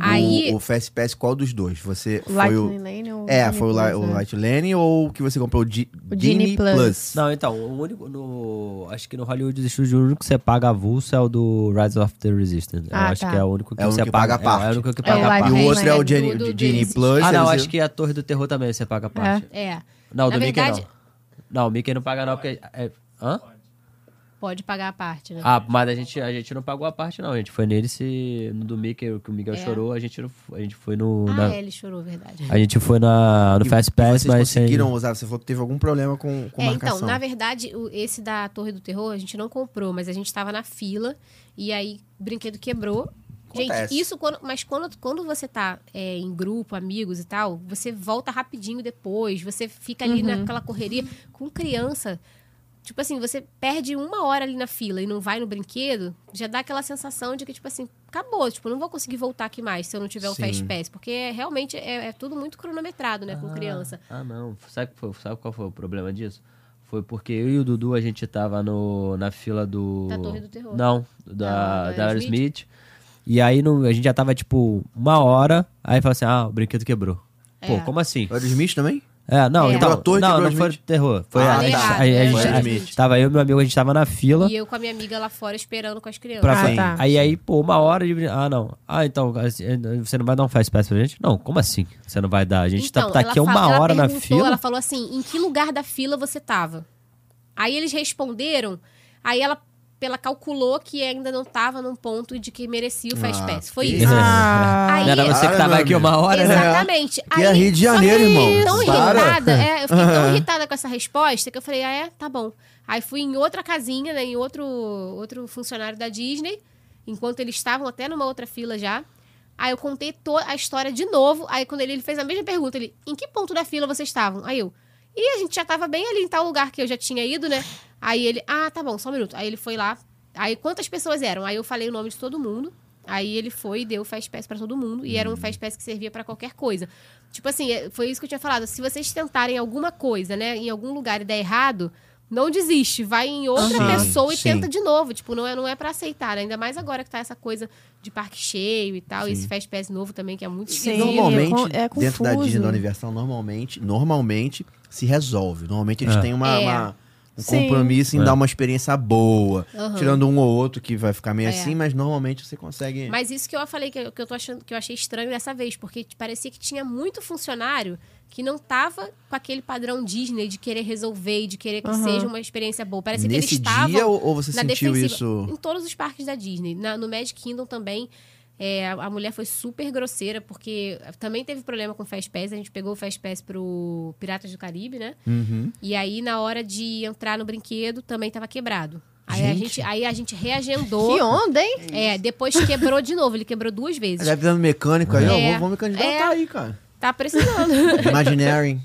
S4: Aí,
S2: O, o Fast Pass, qual dos dois? Você foi
S1: Lightning
S2: o.
S1: Lane ou
S2: É,
S1: Genie
S2: foi o, Li-
S1: Plus,
S2: o
S1: né?
S2: Light Lane ou o que você comprou? O, Di,
S1: O
S2: Genie
S1: Genie
S2: Plus.
S1: Plus.
S3: Não, então, o único. No, acho que no Hollywood Studios, o único que você paga avulso é o do Rise of the Resistance.
S1: Ah,
S3: eu acho
S1: tá.
S3: que é o único que
S2: É o
S3: você
S2: único que paga a parte.
S3: É, é o único
S1: É
S3: que
S1: o
S3: paga a
S1: Live
S2: E o
S3: parte.
S1: Aid.
S2: outro é o Genie,
S4: Do- do
S2: Genie
S4: desses.
S2: Plus.
S3: Ah, não,
S2: eles-
S3: acho que a Torre do Terror também você paga a parte.
S4: é.
S3: Não,
S4: Na
S3: do
S4: verdade-
S3: Mickey não. Não, o Mickey não paga não, porque... é- hã?
S4: Pode pagar a parte, né?
S3: Ah, mas a gente, a gente não pagou a parte não, a gente foi nele se... No do Mickey, que o Miguel
S4: É.
S3: chorou, a gente, não, f- a gente foi no...
S4: Ah,
S3: na-
S4: é, ele chorou, verdade.
S3: A gente foi na, no Fast Pass,
S2: Vocês
S3: mas sem...
S2: conseguiram usar? Você falou que teve algum problema com, com
S4: É,
S2: marcação.
S4: então, na verdade, o- esse da Torre do Terror a gente não comprou, mas a gente tava na fila e aí o brinquedo quebrou.
S2: Acontece.
S4: Gente, isso quando. Mas quando, quando você tá é, em grupo, amigos e tal, você volta rapidinho depois, você fica ali naquela correria com criança. Tipo assim, você perde uma hora ali na fila e não vai no brinquedo, já dá aquela sensação de que, tipo assim, acabou, tipo, não vou conseguir voltar aqui mais se eu não tiver o
S2: Sim.
S4: Fast Pass. Porque é- realmente é, é tudo muito cronometrado, né, com
S3: Ah,
S4: criança.
S3: Ah, não. Sabe, qual foi- sabe qual foi o problema disso? Foi porque eu e o Dudu, a gente tava no, na fila do...
S4: Da Torre do Terror.
S3: Não, da,
S4: Não, da
S3: da Aerosmith.
S4: Aerosmith.
S3: E aí no- a gente já tava, tipo, uma hora. Aí fala assim, ah, o brinquedo quebrou. Pô,
S4: É.
S3: como assim?
S2: O Aerosmith também?
S3: É, não,
S4: É.
S3: então...
S2: Quebrou a torre,
S3: não,
S2: quebrou
S3: não
S2: o
S3: foi
S2: Smith.
S3: terror. Foi
S2: Ah,
S3: a, gente-
S4: tá.
S3: a- a- a-
S4: Errado,
S3: a-
S4: é o
S2: Smith.
S3: Tava eu e meu amigo, a gente tava na fila.
S4: E eu com a minha amiga lá fora esperando com as crianças.
S3: Pra
S1: Ah,
S3: frente.
S1: tá.
S3: Aí, aí, pô, uma hora de. brin- Ah, não. Ah, então, assim, você não vai dar um fast pass pra gente? Não, como assim? Você não vai dar? A gente tá, tá
S4: Então, ela
S3: aqui há
S4: fala-
S3: uma
S4: ela
S3: hora na
S4: perguntou,
S3: fila.
S4: Ela falou assim: em que lugar da fila você tava? Aí eles responderam, aí ela, ela calculou que ainda não tava num ponto de que merecia o Fast
S2: Ah,
S4: Pass. Foi
S2: que-
S4: isso.
S1: Ah,
S3: Não era
S4: Aí-
S3: você que
S2: Ah,
S3: tava
S2: meu
S3: aqui uma hora, né?
S4: Exatamente.
S2: Que é Rio de Janeiro,
S4: só que
S2: irmão.
S4: Tão
S2: Para.
S4: irritada, é, eu fiquei tão irritada com essa resposta que eu falei, ah, é, tá bom. Aí fui em outra casinha, né, em outro, outro funcionário da Disney, enquanto eles estavam até numa outra fila já. Aí eu contei toda a história de novo. Aí quando ele, ele fez a mesma pergunta, ele, em que ponto da fila vocês estavam? Aí eu, e a gente já tava bem ali em tal lugar que eu já tinha ido, né? Aí ele, ah, tá bom, só um minuto. Aí ele foi lá. Aí quantas pessoas eram? Aí eu falei o nome de todo mundo. Aí ele foi e deu o Fast Pass pra todo mundo. E
S2: Uhum.
S4: era um Fast Pass que servia pra qualquer coisa. Tipo assim, é- foi isso que eu tinha falado. Se vocês tentarem alguma coisa, né, em algum lugar e der errado, não desiste. Vai em outra
S2: Aham.
S4: pessoa e
S2: Sim, sim.
S4: tenta de novo. Tipo, não é, não é pra aceitar. né? Ainda mais agora que tá essa coisa de parque cheio e tal. Esse Fast Pass novo também, que é muito
S1: Sim.
S4: esquisito.
S2: normalmente,
S1: é con- é
S2: dentro da
S1: confuso.
S2: Disney, da Universal, normalmente, normalmente se resolve. Normalmente eles
S3: É.
S2: têm uma,
S4: É.
S2: uma- um
S1: Sim.
S2: compromisso em
S3: É.
S2: dar uma experiência boa.
S4: Aham.
S2: Tirando um ou outro que vai ficar meio
S4: É.
S2: assim, mas normalmente você consegue.
S4: Mas isso que eu falei que eu, que eu tô achando que eu achei estranho dessa vez, porque parecia que tinha muito funcionário que não tava com aquele padrão Disney de querer resolver e de querer que
S1: Aham.
S4: seja uma experiência boa. Parecia que
S2: Nesse
S4: eles estavam
S2: dia ou, ou você
S4: na
S2: sentiu
S4: defensiva.
S2: isso?
S4: Em todos os parques da Disney. Na- no Magic Kingdom também, é, a, a mulher foi super grosseira, porque também teve problema com o Fast Pass. A gente pegou o Fast Pass pro Piratas do Caribe, né?
S2: Uhum.
S4: E aí, na hora de entrar no brinquedo, também tava quebrado. Aí, a,
S2: Gente.
S4: gente, aí a gente reagendou.
S1: Que onda, hein?
S4: É, depois quebrou de novo. Ele quebrou duas vezes.
S2: Já virando mecânico aí, ó,
S4: É.
S2: vou, vou me candidatar
S4: É.
S2: aí, cara.
S4: Tá precisando.
S2: Imaginary.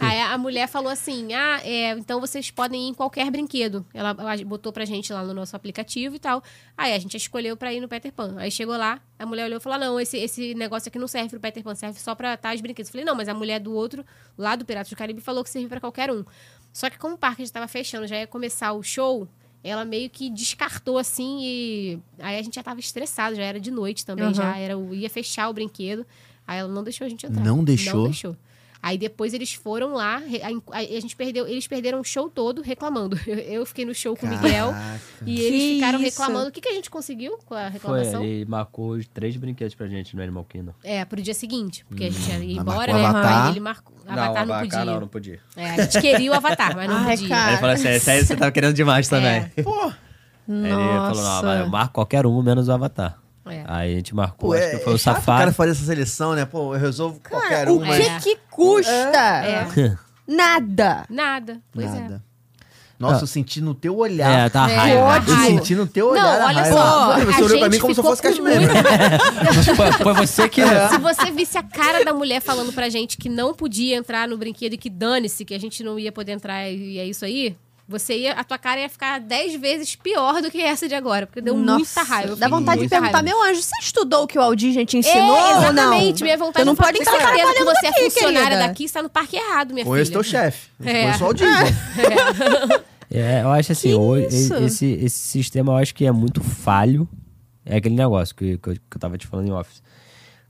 S4: Aí a mulher falou assim: ah, é, então vocês podem ir em qualquer brinquedo. Ela ela botou pra gente lá no nosso aplicativo e tal. Aí a gente escolheu pra ir no Peter Pan. Aí chegou lá, a mulher olhou e falou: "Ah, não, esse, esse negócio aqui não serve pro Peter Pan, serve só pra tais brinquedos. Eu falei: não, mas a mulher do outro, lá do Piratas do Caribe, falou que serve pra qualquer um. Só que como o parque já tava fechando, já ia começar o show. Ela meio que descartou assim e. Aí a gente já tava estressado, já era de noite também,
S1: Uhum.
S4: já era o- ia fechar o brinquedo. Aí ela não deixou a gente entrar.
S2: Não deixou?
S4: Não deixou. Aí depois eles foram lá, re- a, a- a gente perdeu, eles perderam o show todo reclamando. (laughs) Eu, eu fiquei no show com o (laughs) Miguel
S2: Caraca.
S4: e
S1: Que
S4: eles ficaram
S1: isso?
S4: reclamando. O que, que a gente conseguiu com a
S3: Foi,
S4: reclamação?
S3: ele marcou os três brinquedos pra gente no Animal Kingdom.
S4: É, pro dia seguinte, porque a gente
S2: Mas
S4: ia
S2: marcou
S4: embora, né?
S2: Avatar.
S4: Aí ele marcou. Avatar não, podia.
S3: não, não podia.
S4: É, a gente queria o Avatar, mas não
S1: Ai,
S4: podia.
S1: cara.
S3: Aí ele falou assim, essa aí você tava querendo demais também.
S4: É.
S2: Pô,
S3: Aí ele falou, não, vai, eu
S1: Nossa.
S3: marco qualquer um, menos o Avatar.
S4: É.
S3: Aí a gente marcou,
S2: pô,
S3: acho
S2: é,
S3: que foi
S2: é
S3: o
S2: chato o cara
S3: Safari.
S2: fazer essa seleção, né? Pô, eu resolvo qualquer
S1: o
S2: um, mas
S1: que que custa?
S4: É.
S3: (laughs) assim,
S1: Nada.
S4: Nada. Pois é.
S2: nada. Nossa, eu senti no teu olhar.
S3: É, tá
S4: É.
S3: raiva.
S2: Eu
S4: Ai.
S2: senti no teu olhar.
S4: Não,
S2: a
S4: olha
S2: raiva.
S4: só.
S2: Olha,
S4: a
S2: Você olhou pra
S4: gente
S2: mim como se eu
S4: ficou
S2: fosse
S4: com
S2: cashmere.
S4: muita-
S3: Foi- Foi
S1: (laughs)
S3: você que...
S1: É.
S4: Se você visse a cara da mulher falando pra gente que não podia entrar no brinquedo e que dane-se, que a gente não ia poder entrar e é isso aí, você ia, a tua cara ia ficar 10 vezes pior do que essa de agora, porque deu muita
S1: Nossa,
S4: raiva. eu
S1: Dá
S4: fiquei
S1: vontade de
S4: muita
S1: perguntar,
S4: raiva.
S1: meu anjo, você estudou o que o Aldir gente ensinou
S4: é,
S1: ou não?
S4: exatamente, minha vontade
S1: Você
S4: é
S1: não
S4: de falar,
S1: pode
S4: "Tem
S1: estar
S4: certeza que
S1: trabalhando
S4: você
S1: daqui,
S4: é funcionária
S1: querida."
S4: daqui e está no parque errado, minha
S2: Conheço
S4: filha.
S2: teu chefe.
S4: (laughs) É.
S2: Conheço o Aldir.
S3: É, eu acho assim,
S1: Que
S3: hoje,
S1: isso?
S3: e- esse, esse sistema eu acho que é muito falho. É aquele negócio que, que, eu, que eu tava te falando em office.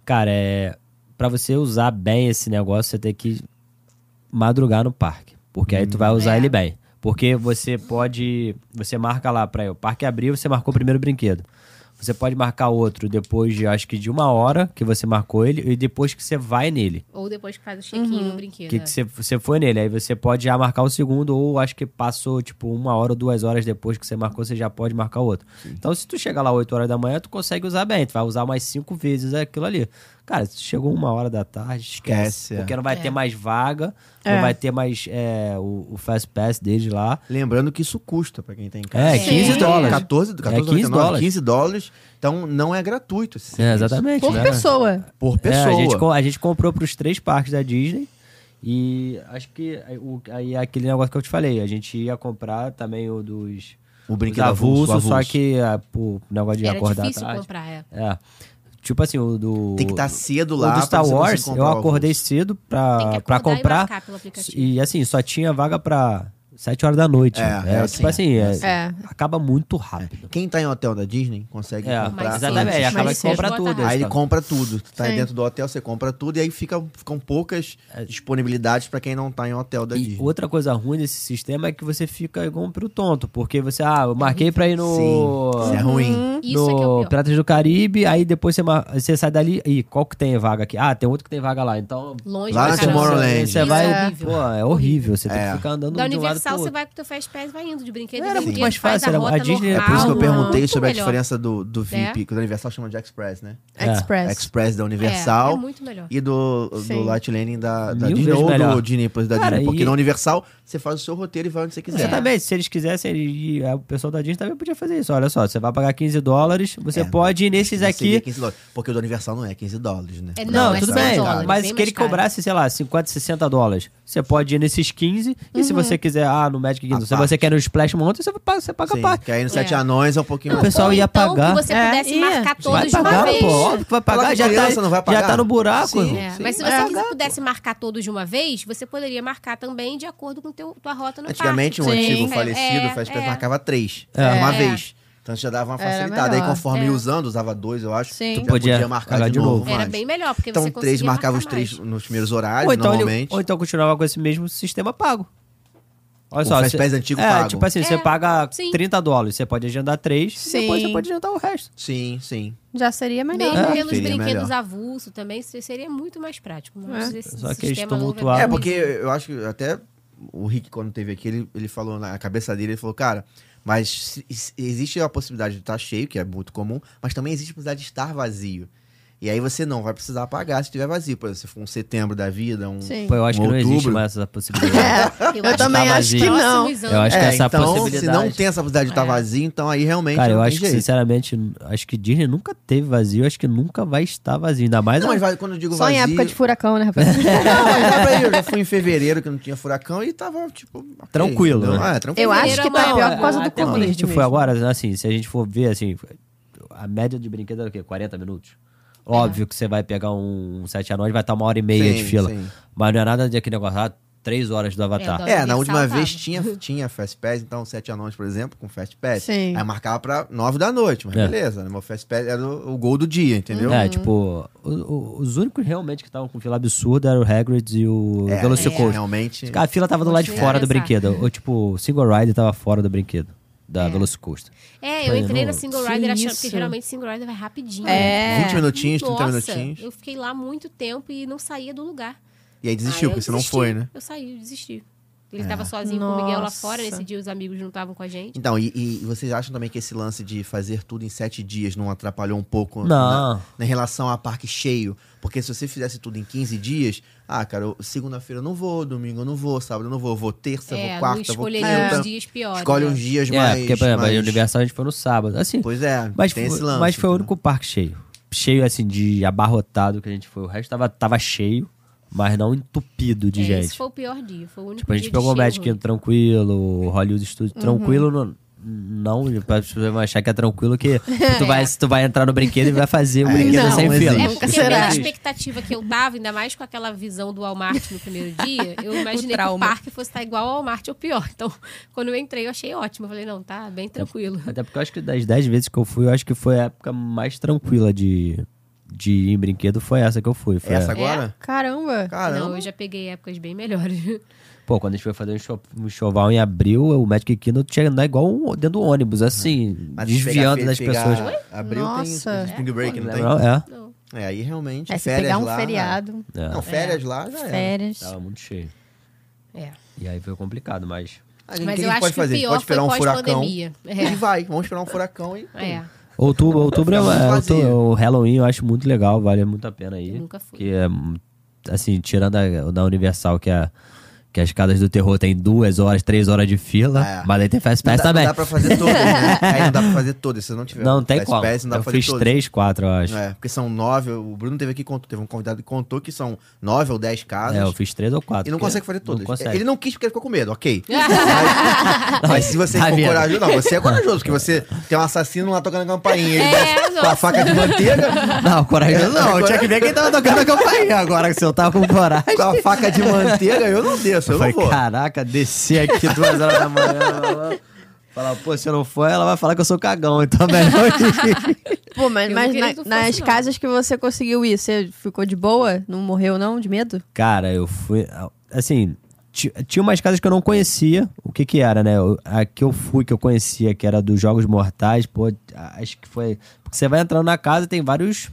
S3: Cara, é. Pra você usar bem esse negócio, você tem que madrugar no parque. Porque aí tu vai usar
S1: Hum.
S4: É.
S3: ele bem. Porque você pode. Você marca lá pra o parque abriu, você marcou o primeiro brinquedo. Você pode marcar outro depois de, acho que de uma hora que você marcou ele e depois que você vai nele.
S4: Ou depois que faz o check-in
S1: Uhum.
S4: no brinquedo.
S3: Que,
S4: né?
S3: que você, você foi nele. Aí você pode já marcar o segundo, ou acho que passou, tipo, uma hora ou duas horas depois que você marcou, você já pode marcar outro. Então, se tu chegar lá 8 horas da manhã, tu consegue usar bem. Tu vai usar mais cinco vezes aquilo ali. Cara, se tu chegou uma hora da tarde, esquece.
S2: Esquece, é.
S3: Porque não vai
S4: É.
S3: ter mais vaga,
S1: É.
S3: não vai ter mais é, o, o Fast Pass desde lá.
S2: Lembrando que isso custa pra quem tem em casa.
S3: É, 15 dólares.
S2: 14, 14
S3: 15 dólares.
S2: 15 dólares. Então não é gratuito. esse
S3: É,
S2: serviço.
S3: exatamente.
S1: Por
S3: né?
S1: pessoa.
S2: Por
S3: É,
S2: pessoa.
S3: a, gente, co- a gente comprou pros três parques da Disney. E acho que aí o- aí é aquele negócio que eu te falei. A gente ia comprar também o dos.
S2: O brinquedo
S3: dos avulso,
S2: avulso,
S3: só
S2: avulso.
S3: que ah, pô, o negócio de
S4: Era
S3: acordar
S4: difícil
S3: tarde.
S4: comprar, é.
S3: É. Tipo assim, o do.
S2: Tem que estar cedo
S3: o
S2: lá.
S3: do
S2: pra
S3: Star
S2: você conseguir
S3: Wars,
S2: comprar
S3: eu
S2: o avulso.
S3: acordei cedo
S4: Tem que
S3: Ah, pra, pra
S4: acordar e
S3: comprar.
S4: marcar pelo aplicativo.
S3: E assim, só tinha vaga pra 7 horas da noite.
S2: É,
S3: né?
S2: é
S3: tipo assim, é-
S1: É.
S3: acaba muito rápido.
S2: Quem tá em hotel da Disney consegue
S3: É,
S2: comprar.
S4: Mas
S3: exatamente.
S4: sim,
S2: antes.
S3: acaba
S4: mas
S3: que
S4: sim,
S3: compra
S4: esgota
S3: tudo.
S4: rápido.
S2: Aí ele
S3: tá?
S2: compra tudo. Tu tá aí
S1: Sim.
S2: dentro do hotel, você compra tudo. E aí fica, ficam poucas disponibilidades pra quem não tá em hotel da
S3: É. E
S2: Disney.
S3: outra coisa ruim desse sistema é que você fica igual um pro tonto, porque você, ah, eu marquei pra ir no.
S2: É Sim, isso é ruim.
S4: Isso é que é o
S3: no
S4: pior.
S3: Piratas do Caribe, aí depois você, mar- você sai dali. Ih, qual que tem vaga aqui? Ah, tem outro que tem vaga lá. Então.
S4: Longe
S2: Lá
S4: pra
S2: na
S4: caramba.
S2: Tomorrowland.
S4: Isso
S3: Você vai.
S4: é
S3: É.
S4: horrível.
S3: Pô, é horrível. Você tem
S2: É.
S3: que ficar andando de um
S4: Da
S3: lado pro
S4: Universal, você
S3: outro.
S4: vai com o teu Fast Pass e vai indo de brinquedo.
S3: Era
S4: em
S3: muito
S4: brinquedo,
S3: mais
S4: faz
S3: fácil, era- a
S4: rota
S3: Disney-
S2: É
S4: normal.
S2: por isso que eu perguntei
S4: Ah, Muito
S2: sobre a
S4: melhor.
S2: diferença do, do VIP,
S4: É.
S2: que o da Universal chama de Express, né?
S3: É.
S1: Express.
S2: Express da
S4: É,
S2: Universal
S4: é muito melhor.
S2: e do, do
S1: Sim.
S2: Light Lane da, da
S3: Mil
S2: Disney
S3: vezes
S2: ou
S3: melhor.
S2: do Disney Plus da
S3: Cara,
S2: Disney. Porque
S3: e-
S2: na Universal você faz o seu roteiro e vai
S4: É.
S2: onde você quiser.
S3: Exatamente, se eles quisessem, e e a- o pessoal da Disney também podia fazer isso. Olha só, você vai pagar 15 dólares, você
S2: É,
S3: pode ir nesses
S2: Não seria
S3: aqui.
S2: 15 dólares, porque o do Universal não é 15 dólares, né?
S4: É,
S3: Não,
S4: Não,
S3: tudo
S4: 100
S3: bem,
S4: dólares,
S3: mas
S4: bem
S3: que ele
S4: mais caro.
S3: cobrasse, sei lá, 50, 60 dólares. Você pode ir nesses 15, e
S4: Uhum.
S3: se você quiser, ah, no Magic Kingdom,
S2: A
S3: se você
S2: parte.
S3: quer no Splash Mountain, você paga, você paga a
S2: Sim,
S3: parte.
S2: que aí no Sete
S4: É.
S2: Anões é um pouquinho
S3: o
S2: mais.
S3: pessoal ia
S4: então,
S3: pagar.
S4: que você
S1: É,
S4: pudesse
S1: ia.
S4: marcar
S3: Vai
S4: todos de uma
S3: pagar,
S4: vez.
S3: pô, óbvio que vai
S2: Falar
S3: pagar,
S2: com
S3: já
S2: criança,
S3: tá,
S2: não vai
S3: já
S2: pagar?
S3: tá no buraco.
S2: Sim.
S3: irmão.
S4: É,
S3: Sim.
S4: mas se
S3: Vai
S4: você
S3: pagar,
S4: pudesse marcar todos de uma vez, você poderia marcar também de acordo com teu, tua rota no
S2: Antigamente, um
S4: parque.
S1: Sim.
S2: antigo
S4: É,
S2: falecido,
S4: é,
S2: o Fast
S4: é.
S2: Pass marcava três
S3: É.
S2: de uma
S4: É.
S2: vez. Então você já dava uma
S1: Era
S2: facilitada. Aí
S1: melhor.
S2: conforme
S4: É.
S2: ia usando, usava dois, eu acho.
S1: Sim.
S2: Tu já
S3: Podia
S2: podia, marcar
S3: pagar
S2: de,
S3: de
S2: novo.
S3: novo.
S4: Era
S2: mais.
S4: bem melhor, porque
S2: Então
S4: você
S2: três
S4: conseguia
S2: marcava os
S4: marcar
S2: três
S4: mais.
S2: nos primeiros
S3: pô.
S2: horários,
S3: Ou então, ele,
S2: normalmente.
S3: ou então continuava com esse mesmo sistema pago. Olha
S2: O
S3: só,
S2: Fast
S3: você-
S2: Pass antigo
S3: é,
S2: pago.
S3: tipo assim, você
S4: É,
S3: paga
S4: sim.
S3: 30 dólares, você pode agendar 3 e depois
S1: Sim.
S3: você pode agendar o resto.
S2: Sim, sim.
S1: Já seria melhor.
S4: Mesmo
S2: É,
S4: pelos
S2: seria
S4: brinquedos
S2: melhor.
S4: avulso também, isso seria muito mais prático. Mas
S1: É.
S4: esse
S3: Só que
S4: sistema
S3: eles
S4: novo
S3: tumultuaram.
S4: bem
S2: É,
S3: Claro.
S2: porque eu acho que até o Rick, quando teve aqui, ele, ele falou na cabeça dele, ele falou, cara, mas se- se- existe a possibilidade de estar cheio, que é muito comum, mas também existe a possibilidade de estar vazio. E aí você não vai precisar pagar se estiver vazio. Por exemplo, se for um setembro da vida, um...
S1: Sim.
S3: Pô, eu acho
S2: Um
S3: que não existe
S2: outubro.
S3: mais essa
S2: (laughs)
S3: possibilidade.
S4: Eu,
S1: Eu
S4: acho
S1: também
S3: tá
S1: acho que
S3: vazio.
S1: não.
S4: próximos
S3: Eu acho
S4: anos-
S3: que
S2: É,
S3: essa
S2: então, se
S3: possibilidade-
S2: não tem essa possibilidade de estar
S4: É.
S2: vazio, então aí realmente
S3: Cara,
S2: não
S3: eu
S2: tem
S3: acho que,
S2: jeito.
S3: sinceramente, acho que Disney nunca teve vazio, acho que nunca vai estar vazio. Ainda mais
S2: Não,
S3: a-
S2: mas vai- quando eu digo
S1: Só
S2: vazio...
S1: em época de furacão, né, rapaz?
S2: (laughs) Não, mas vai pra aí, eu
S1: (laughs)
S2: já fui em fevereiro, que não tinha furacão, e tava, tipo... ok,
S3: Tranquilo,
S2: entendeu?
S3: né?
S2: Ah,
S1: Eu
S2: tranquilo.
S1: acho que tá
S4: Não,
S1: pior por causa do
S3: Até quando a
S1: Covid.
S3: gente foi
S1: mesmo.
S3: agora, assim, se a gente for ver, assim, a média de brinquedo era o quê? 40 minutos?
S1: É.
S3: Óbvio que você vai pegar um, um sete anões, vai estar uma hora e meia de
S2: Sim,
S3: fila.
S2: sim.
S3: Mas não é nada de aquele negócio, ah, três horas do Avatar.
S4: dói.
S2: É, na
S4: Universal
S2: última
S4: tava.
S2: vez
S4: (laughs)
S2: tinha, tinha Fast Pass, então Sete Anões, por exemplo, com Fast Pass.
S1: Sim.
S2: Aí marcava pra nove da noite, mas
S3: É.
S2: beleza, né? meu Fast Pass era o, o gol do dia, entendeu?
S3: É, tipo, o- o- os únicos realmente que estavam com fila absurda eram o Hagrid e o
S2: É,
S3: Velocicoaster.
S2: Realmente.
S3: A fila tava do lado de
S4: Você
S3: fora do
S4: pensar.
S3: brinquedo. Ou, tipo, o Single Rider tava fora do brinquedo, da Velocicoaster.
S4: É, eu
S3: Falei,
S4: entrei
S2: um
S4: na
S3: não,
S4: single
S1: que
S4: rider achando
S1: isso?
S4: que geralmente single rider vai rapidinho. né?
S1: É.
S2: 20 minutinhos, 30
S4: Nossa,
S2: minutinhos.
S4: Eu fiquei lá muito tempo e não saía do lugar.
S2: E aí desistiu,
S4: Aí eu
S2: porque você não
S4: desisti.
S2: foi, né? É.
S4: Eu saí, eu desisti. Ele tava sozinho com o Miguel lá fora,
S1: Nossa.
S4: nesse dia os amigos não estavam com a gente.
S2: Então, e, e vocês acham também que esse lance de fazer tudo em sete dias não atrapalhou um pouco
S3: Não.
S2: Na, na relação a parque cheio? Porque se você fizesse tudo em 15 dias, ah, cara, eu- segunda-feira eu não vou, domingo eu não vou, sábado eu não vou, eu vou terça,
S4: É,
S2: vou
S4: não
S2: quarta, vou
S4: escolheria
S2: quinta.
S4: os dias piores,
S2: Escolhe
S4: né?
S2: uns dias
S3: É,
S2: mais.
S3: porque, por exemplo,
S2: mais-
S3: a Universal a gente foi no sábado. Assim,
S2: Pois é,
S3: Mas,
S2: tem
S3: foi,
S2: esse lance.
S3: mas foi o
S2: entendeu?
S3: único parque cheio. Cheio, assim, de abarrotado que a gente foi. O resto tava, tava cheio, mas não entupido de
S4: É, Esse
S3: gente.
S4: foi o pior dia, foi o único Uhum.
S3: Tipo, a gente
S4: dia de
S3: pegou o
S4: cheiro.
S3: Magic Kingdom tranquilo, o Hollywood Studio tranquilo. Não, não, pra as pessoas vão achar que é tranquilo
S4: (laughs)
S3: que tu, vai, tu vai entrar no brinquedo e vai fazer o brinquedo
S2: não,
S3: sem
S2: não
S3: fila.
S2: existe.
S4: É porque
S1: Será?
S4: pela expectativa que eu tava, ainda mais com aquela visão do Walmart no primeiro dia,
S1: (laughs)
S4: eu imaginei que o
S1: trauma.
S4: parque fosse estar igual ao Walmart ou pior. Então, quando eu entrei, eu achei ótimo. Eu falei, não, tá bem tranquilo.
S3: Até porque eu acho que das 10 vezes que eu fui, eu acho que foi a época mais tranquila de, de ir em brinquedo foi essa que eu fui. Foi
S2: É Essa
S3: a-
S2: agora?
S1: Caramba!
S2: Caramba.
S4: Não, É? eu já peguei épocas bem melhores. (laughs)
S3: Pô, quando a gente foi fazer um enxo- um enxoval em abril, o Magic Kingdom tinha que andar igual um- dentro do ônibus, assim,
S2: Mas
S3: desviando
S2: pegar-
S3: das
S2: pegar-
S3: pessoas.
S2: Abril
S1: Nossa.
S2: tem Spring Break, não tem?
S3: Não, é,
S4: Não.
S2: É, aí realmente.
S1: É, se
S2: férias
S1: pegar um
S2: lá,
S1: feriado,
S3: é.
S2: Não, férias lá já é.
S1: férias.
S3: Tava muito cheio.
S4: É.
S3: E aí foi complicado, mas.
S2: A gente, o
S4: Mas
S2: que
S4: eu
S2: a gente
S4: acho
S2: pode
S4: que
S2: fazer?
S4: o
S2: A gente
S4: pior
S2: pode
S4: foi
S2: esperar um furacão.
S4: pós-pandemia.
S2: (laughs) E vai, vamos esperar um furacão e.
S4: É, é.
S3: Outubro, outubro é,
S2: Fica muito
S3: é,
S2: vazio.
S3: outu- o Halloween eu acho muito legal, vale muito a pena aí.
S4: Eu nunca fui.
S3: Que é, hum, assim, tirando a, o da Universal, que é. Que as escadas do terror tem duas horas, três horas de fila.
S2: É.
S3: Mas aí tem Fast
S2: Não
S3: Pass
S2: dá, não
S3: também.
S2: dá pra fazer todas,
S4: (laughs)
S2: né? Aí não dá pra fazer todas, se não tiver. um
S3: Não tem
S2: Fast
S3: como.
S2: Pass, não dá
S3: eu
S2: pra fazer
S3: fiz
S2: todas.
S3: três, quatro, eu acho. É,
S2: É, porque são nove. O Bruno teve aqui, contou, teve um convidado que contou que são nove ou dez casas.
S3: É, eu fiz três ou quatro.
S2: E não
S3: porque
S2: consegue fazer todas. É,
S3: Não consegue.
S2: Ele não quis porque ele ficou com medo,
S4: (laughs)
S2: ok. mas, mas se você
S3: Tá
S2: for
S3: vendo?
S2: corajoso, não, você é corajoso, porque você tem um assassino lá tocando a campainha. Ele
S4: É,
S2: vai com a
S4: nossa.
S2: faca de manteiga,
S3: Não, coragem não.
S2: Agora-
S3: (laughs) Tinha que ver quem tava tocando a campainha agora, que se eu tava com coragem.
S2: com a faca de manteiga, eu não desço, eu não
S3: Falei,
S2: vou.
S3: caraca, descer aqui duas horas da manhã. ela- Falar, pô, se eu não for, ela vai falar que eu sou cagão, então é melhor ir.
S1: Pô, mas,
S4: Eu
S1: mas
S4: não queria
S1: na-
S4: que tu fosse,
S1: nas
S4: não.
S1: casas que você conseguiu ir, você ficou de boa? Não morreu, não? De medo?
S3: Cara, eu fui. Assim, ti- tinha umas casas que eu não conhecia o que que era, né? Eu- A que eu fui, que eu conhecia, que era dos Jogos Mortais, pô, acho que foi. Porque você vai entrando na casa e tem vários.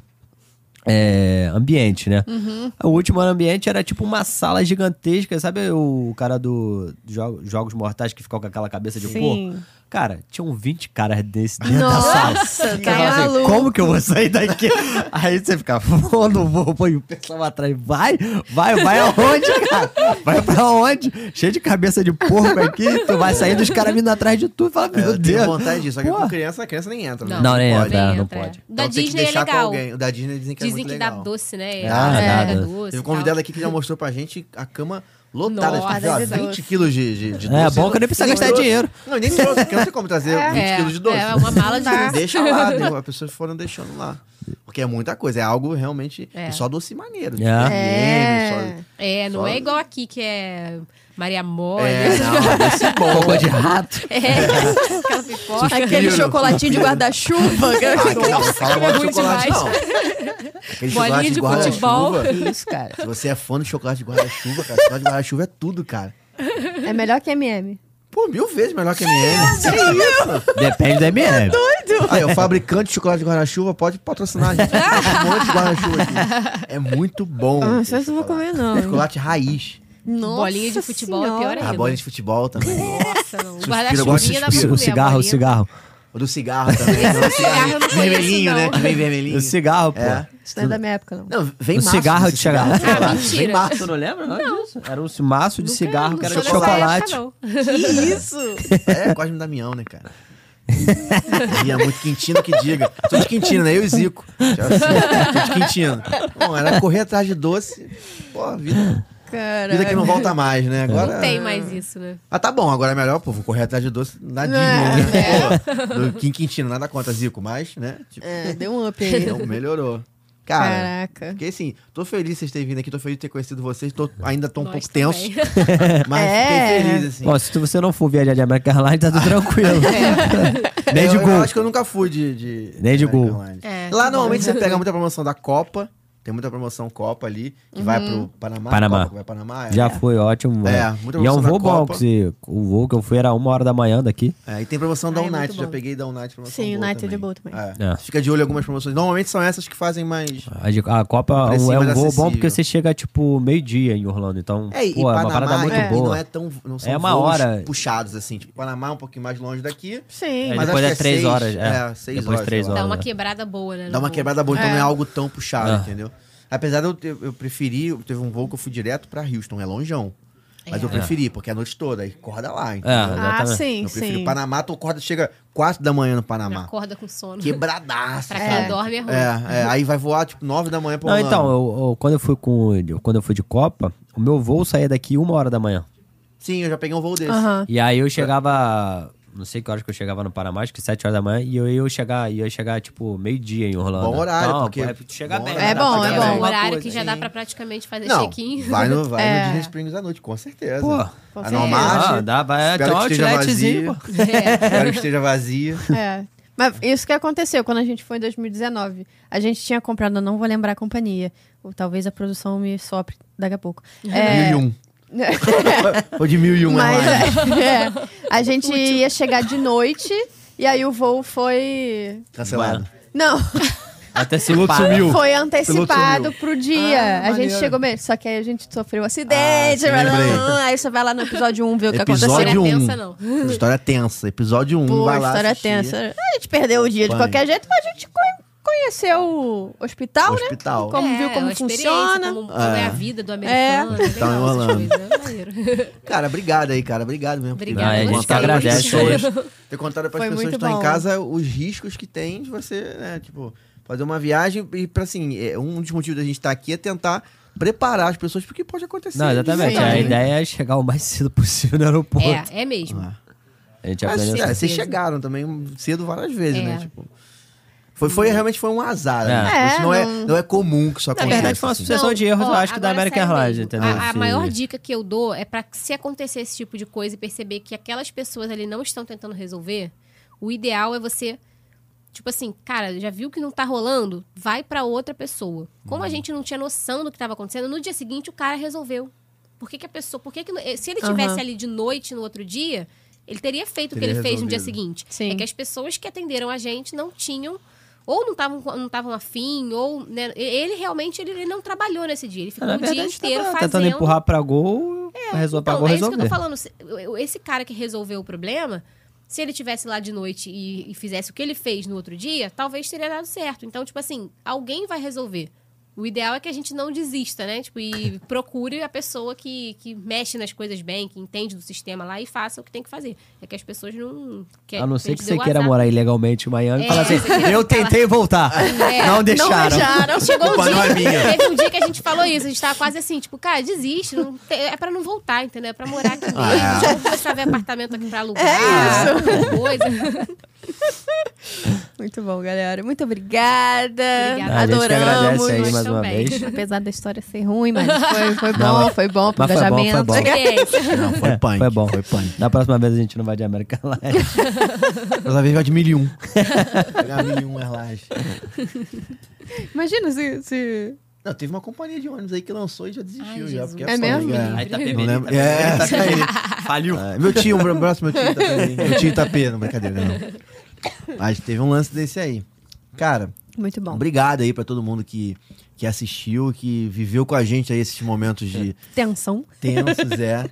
S3: é, ambientes, né?
S1: Uhum.
S3: O último ambiente era tipo uma sala gigantesca, sabe o cara do jo- Jogos Mortais que ficou com aquela cabeça de
S1: Sim.
S3: porco? Cara, tinham 20 caras desse dentro da
S1: Nossa,
S3: sala.
S1: tá
S3: Você fala assim,
S1: maluco.
S3: como que eu vou
S2: (laughs)
S3: sair daqui? Aí você fica, pô, não vou, põe o pessoal atrás. Vai, vai, vai aonde, cara? Vai pra onde? Cheio de cabeça de porco aqui, tu vai sair dos caras vindo atrás de tu. Fala,
S2: É,
S3: meu
S2: eu tenho
S3: Deus.
S2: vontade disso, só que
S3: Pô.
S2: com criança, a criança nem entra. né?
S3: Não, nem
S2: pode.
S3: entra. não
S4: é.
S3: pode.
S4: O Da
S2: Então tem que
S4: Disney é
S2: deixar com
S4: legal.
S2: alguém. O da Disney dizem que é
S4: Dizem
S2: muito
S4: que
S2: legal.
S4: dá doce, né?
S3: Ah,
S4: É,
S3: dá, dá.
S4: doce.
S2: Teve um
S4: e
S2: convidado
S4: tal.
S2: aqui que já mostrou pra gente a cama lotada.
S4: Nossa,
S2: Nossa,
S1: de doce.
S2: 20 quilos de, de, de
S3: É,
S2: doce.
S3: bom que eu nem precisa gastar
S2: trouxe.
S3: dinheiro.
S2: Não, nem trouxe, porque não tem como trazer 20 quilos de doce.
S4: (laughs) É, uma mala de doce.
S2: Deixa
S4: (laughs)
S2: lá, né? as pessoas foram deixando lá. Porque é muita coisa, é algo realmente.
S4: É.
S2: e só doce maneiro.
S3: É.
S2: É. Só...
S4: É, não
S2: Só-
S4: é igual aqui que é Maria Mole,
S2: É, não, doce bom.
S3: Cocô de rato.
S4: (laughs) é, aquela pipoca.
S1: Aquele
S2: Sufiro.
S1: chocolatinho de guarda-chuva. (laughs)
S2: Ah, que não, fala mal de
S4: Ruim
S2: chocolate, não.
S4: demais.
S2: Aquele
S4: Bolinha
S2: chocolate
S4: de
S2: guarda-chuva.
S4: futebol.
S1: Que Isso, cara.
S2: Se você é fã do chocolate de guarda-chuva, cara, chocolate de guarda-chuva é tudo, cara.
S1: É melhor que MM.
S2: Pô, mil vezes melhor que a MM. Que isso?
S3: Depende da MM.
S2: Aí, o fabricante de chocolate de guarda-chuva pode patrocinar a gente. Tem um monte de guarda-chuva aqui. É muito bom.
S1: Ah, não
S2: esse
S1: sei se eu vou
S2: chocolate.
S1: comer, não.
S2: Chocolate raiz.
S1: Nossa
S4: Bolinha de futebol é pior
S1: senhora.
S4: ainda.
S2: A bola de futebol
S4: (laughs)
S2: também.
S4: Nossa,
S2: Suspiro, eu
S4: não.
S2: gosto de
S4: Guarda-chuvinha dá pra
S2: suspiro.
S3: O
S4: comer. a
S3: cigarro, o
S4: bolinha.
S3: cigarro.
S2: O do cigarro também. Tem um
S4: cigarro eu não conheço,
S2: vermelhinho, né?
S4: não.
S2: Que vem vermelhinho.
S3: O cigarro, pô.
S2: É.
S1: Isso não é da minha época, não.
S2: Não, vem
S3: O
S2: maço
S3: cigarro
S2: desse
S3: de cigarro.
S2: sei
S4: Ah,
S2: lá.
S4: mentira.
S2: Vem maço.
S3: Tu não lembra? Não, disso. Era um maço de cigarro que era
S4: Não
S3: de
S4: sou dessa
S3: chocolate.
S4: (laughs) época, não.
S1: Que isso?
S2: É, Cosme Damião, né, cara? (laughs) Dia muito Quintino que diga. Sou de Quintino, né? Eu e Zico. Já assim, sou de Quintino. Bom, era correr atrás de doce. Pô, a vida, vida que
S1: Cara.
S2: não volta mais, né? Agora.
S4: Não tem mais isso, né?
S2: Ah, tá bom, agora é melhor, pô, vou correr atrás de doce na Disney, né? Pô, do Kim Quintino, nada contra Zico, mas, né? Tipo,
S1: É, deu um up (laughs) aí.
S2: não melhorou. Cara,
S1: Caraca.
S2: fiquei assim, tô feliz de vocês terem vindo aqui, tô feliz de ter conhecido vocês, tô, ainda tô um
S4: Nós
S2: pouco tenso,
S4: também.
S2: (laughs) mas
S1: É.
S2: fiquei feliz, assim.
S3: Ó, se tu- você não for viajar de American Airlines, tá tudo tranquilo. Nem de
S2: eu, eu
S3: gol.
S2: acho que eu nunca fui de. de
S3: Nem de
S2: American
S3: gol.
S2: Airlines.
S4: É,
S2: Lá normalmente você pega muita promoção da Copa. Tem muita promoção Copa ali, que vai pro Panamá.
S3: Panamá.
S2: Copa, que vai Panamá é.
S3: Já foi ótimo.
S2: É,
S3: mano.
S2: muita
S3: E é
S2: promoção
S3: um
S2: da
S3: voo bom,
S2: Copa.
S3: que se- o voo que eu fui era uma hora da manhã daqui.
S2: É, e tem promoção da
S4: Ah, é
S2: Unite,
S4: muito
S2: já
S4: bom.
S2: peguei da Unite promoção.
S1: Sim,
S2: boa
S1: Unite é de
S2: também.
S1: boa também.
S2: É.
S3: É.
S2: Fica de olho em algumas promoções. Normalmente são essas que fazem mais.
S3: A, de- a Copa
S2: Precinho
S3: é um
S2: mais
S3: voo
S2: acessível.
S3: bom porque você chega, tipo, meio-dia em Orlando. Então,
S2: É, e
S3: pô, é uma
S2: Panamá
S3: parada muito
S2: e não
S3: boa.
S2: é tão. Não são
S3: É uma
S2: voos
S3: hora.
S2: puxados, assim. Tipo, Panamá é um pouquinho mais longe daqui.
S1: Sim.
S3: É,
S2: mas
S3: depois
S2: acho
S3: é
S2: que é
S3: três
S2: seis,
S3: horas.
S2: é, seis
S3: depois
S2: horas,
S3: três
S2: eu
S3: horas.
S4: Dá uma
S3: é.
S4: quebrada boa, né?
S2: Dá uma
S4: no-
S2: quebrada boa, então
S1: É.
S2: não é algo tão puxado,
S3: Ah.
S2: entendeu? Apesar de eu, eu, eu preferi, teve um voo que eu fui direto pra Houston, é longeão. Mas eu preferi, porque é a noite toda, aí acorda
S3: É.
S2: lá, entendeu?
S1: Ah,
S3: Exatamente.
S1: sim,
S2: eu prefiro
S1: sim.
S2: Panamá, tu acorda, chega 4 da manhã no
S4: Não
S2: Panamá.
S4: Acorda com sono.
S2: Quebradaço.
S4: Pra quem
S2: cara.
S4: dorme é ruim.
S2: É, é, aí vai voar tipo 9 da manhã pra
S3: Não,
S2: Orlando.
S3: então, eu- eu- quando, eu fui com, quando eu fui de Copa, o meu voo saía daqui uma hora da manhã.
S2: Sim, eu já peguei um voo desse.
S1: Aham.
S3: E aí eu chegava. Não sei que horas que eu chegava no Panamá, acho que 7 horas da manhã, e eu ia chegar, ia chegar tipo, meio-dia em Orlando.
S2: Bom horário,
S3: Então,
S2: porque-
S3: pô, é chegar
S2: bom
S3: bem.
S2: horário,
S3: dá pra
S1: bom,
S3: chegar
S1: é
S3: bem.
S4: É
S1: bom.
S4: um
S2: alguma
S4: horário que
S2: coisa,
S4: já dá
S2: sim.
S4: pra praticamente fazer
S2: Não,
S4: check-in.
S2: vai
S4: (laughs)
S2: no,
S1: (laughs)
S2: vai
S1: É.
S2: no Disney Springs à noite, com certeza.
S3: Pô,
S1: com
S2: a
S1: certeza.
S2: normal,
S3: Ah, dá, vai,
S2: espero
S3: tem um
S2: que esteja
S3: outletzinho,
S2: vazio. Espero que esteja vazio.
S1: É. Mas isso que aconteceu quando a gente foi em 2019. A gente tinha comprado, eu não vou lembrar a companhia. Ou talvez a produção me sopre daqui a
S4: (laughs)
S1: pouco. É, (laughs)
S2: Mil e um. Foi de mil e um,
S1: Mas
S2: é mais.
S1: (laughs)
S3: né?
S1: é, a gente ia chegar de noite e aí o voo foi.
S2: Cancelado.
S1: Não, (laughs)
S3: Até se para.
S2: sumiu.
S1: foi antecipado pro dia.
S2: Ah,
S1: a gente
S2: maneiro.
S1: chegou mesmo. Só que aí a gente sofreu um acidente.
S2: Ah, sim, lembrei.
S1: aí você vai lá no episódio 1 ver o que aconteceu. né?
S3: um,
S2: Episódio
S4: Não é
S2: 1.
S4: tensa, não.
S2: História tensa. Episódio 1.
S1: Pô,
S2: vai lá
S1: história
S2: assistir.
S1: tensa. A gente perdeu o dia de
S2: Pânico.
S1: qualquer jeito, mas a gente co- conheceu o hospital,
S2: Hospital.
S1: né? Como
S4: É,
S1: viu como
S4: uma experiência,
S1: funciona.
S4: Como, como é a vida do americano. É.
S2: Tá
S4: legal, essas
S2: enrolando.
S4: coisas, é maneiro.
S2: Cara, obrigado aí, cara. Obrigado mesmo. por ter
S4: Obrigada,
S3: Ah, a gente
S2: contado
S3: que
S2: pras
S3: agradece né?
S2: pessoas- (laughs) Ter contado para
S1: Foi
S2: as pessoas que
S1: muito
S2: estão em
S1: bom.
S2: casa os riscos que tem de você, né? Tipo, fazer uma viagem e, pra, assim, é, um dos motivos da gente estar aqui é tentar preparar as pessoas pro que pode acontecer.
S3: Não, exatamente.
S1: Sim.
S3: A ideia é chegar o mais cedo possível no aeroporto.
S4: É, é mesmo.
S3: A gente
S2: Mas,
S3: aprendeu.
S2: é, vocês
S4: certeza.
S2: chegaram também cedo várias vezes,
S4: É.
S2: né? Tipo, foi, foi, realmente foi um azar.
S3: É.
S2: Né? Tipo, isso
S1: É,
S2: não, é,
S1: não-
S2: não é comum que isso
S3: Na
S2: aconteça.
S3: verdade, foi uma
S2: assim.
S3: sucessão
S4: Não,
S3: de erros,
S4: ó,
S3: eu acho que da
S4: agora
S3: American
S4: sério
S3: Airlines,
S4: mesmo.
S3: entendeu?
S4: A, a
S3: Se-
S4: maior dica que eu dou é pra que se acontecer esse tipo de coisa e perceber que aquelas pessoas ali não estão tentando resolver, o ideal é você tipo assim, cara, já viu que não tá rolando? Vai pra outra pessoa. Como a
S3: Uhum.
S4: gente não tinha noção do que tava acontecendo, no dia seguinte o cara resolveu. Por que, que a pessoa, por que, que se ele
S1: Aham.
S4: tivesse ali de noite no outro dia, ele teria feito o que
S2: Teria
S4: ele fez no dia
S2: resolvido.
S4: seguinte?
S1: Sim.
S4: É que as pessoas que atenderam a gente não tinham ou não estavam não estavam afim, ou né, ele realmente ele, ele não trabalhou nesse dia, ele ficou
S3: É, Na
S4: o dia
S3: verdade,
S4: inteiro
S3: tava
S4: fazendo.
S3: tentando empurrar pra gol, resolve pra
S4: Então,
S3: gol,
S4: é isso que eu
S3: resolveu.
S4: tô falando. Se- eu- Esse cara que resolveu o problema, se ele tivesse lá de noite e, e fizesse o que ele fez no outro dia, talvez teria dado certo. Então, tipo assim, alguém vai resolver. O ideal é que a gente não desista, né? Tipo, e
S3: (laughs)
S4: procure a pessoa que, que mexe nas coisas bem, que entende do sistema lá e faça o que tem que fazer. É que as pessoas não... Que
S3: A não ser
S4: gente
S3: que
S4: deu
S3: você queira
S4: azar.
S3: morar ilegalmente em Miami e
S4: É,
S3: falar
S4: (laughs)
S3: assim,
S4: você quer
S3: eu
S4: ficar lá."
S3: tentei voltar,
S4: É,
S3: não
S1: Não
S3: deixaram.
S1: deixaram.
S3: (laughs)
S4: Chegou um
S2: Culpa não é minha.
S4: dia, teve um dia que a gente falou isso, a gente tava quase assim, tipo, cara, desiste, não te- é pra não voltar, entendeu? É pra morar aqui mesmo,
S2: Ah.
S4: vamos começar a ver apartamento aqui pra alugar, é isso. coisa.
S2: (laughs)
S1: Muito bom, galera. Muito obrigada.
S4: Obrigada.
S3: Ah, a gente que
S1: Adoramos.
S3: agradece aí
S4: Nós
S3: mais uma
S4: também.
S3: vez.
S1: Apesar da história ser ruim, (laughs) mas foi, foi bom,
S3: Não,
S1: foi bom pro
S3: mas foi bom, foi
S1: engajamento.
S3: bom.
S4: Gente,
S2: Não, foi punk.
S3: É, Foi bom.
S2: Foi punk.
S3: Na próxima vez a gente não vai de American Airlines.
S2: Dessa vez vai de mil e um.
S3: (laughs)
S2: Pegar mil e um Airlines.
S1: Imagina se. se...
S2: Não, teve uma companhia de ônibus aí que lançou e já desistiu.
S4: Ai,
S2: já,
S4: Jesus.
S2: porque
S1: É
S2: foda,
S1: mesmo?
S2: cara.
S1: Aí
S3: tá
S2: Não lembro. É, tá caindo.
S3: Faliu.
S2: Ah, Meu tio, um abraço, meu tio Itapê. Meu tio Itapê, não, brincadeira, não. Mas teve um lance desse aí. Cara,
S1: Muito bom.
S2: obrigado aí pra todo mundo que, que assistiu, que viveu com a gente aí esses momentos de
S1: Tensão.
S2: tensos, é.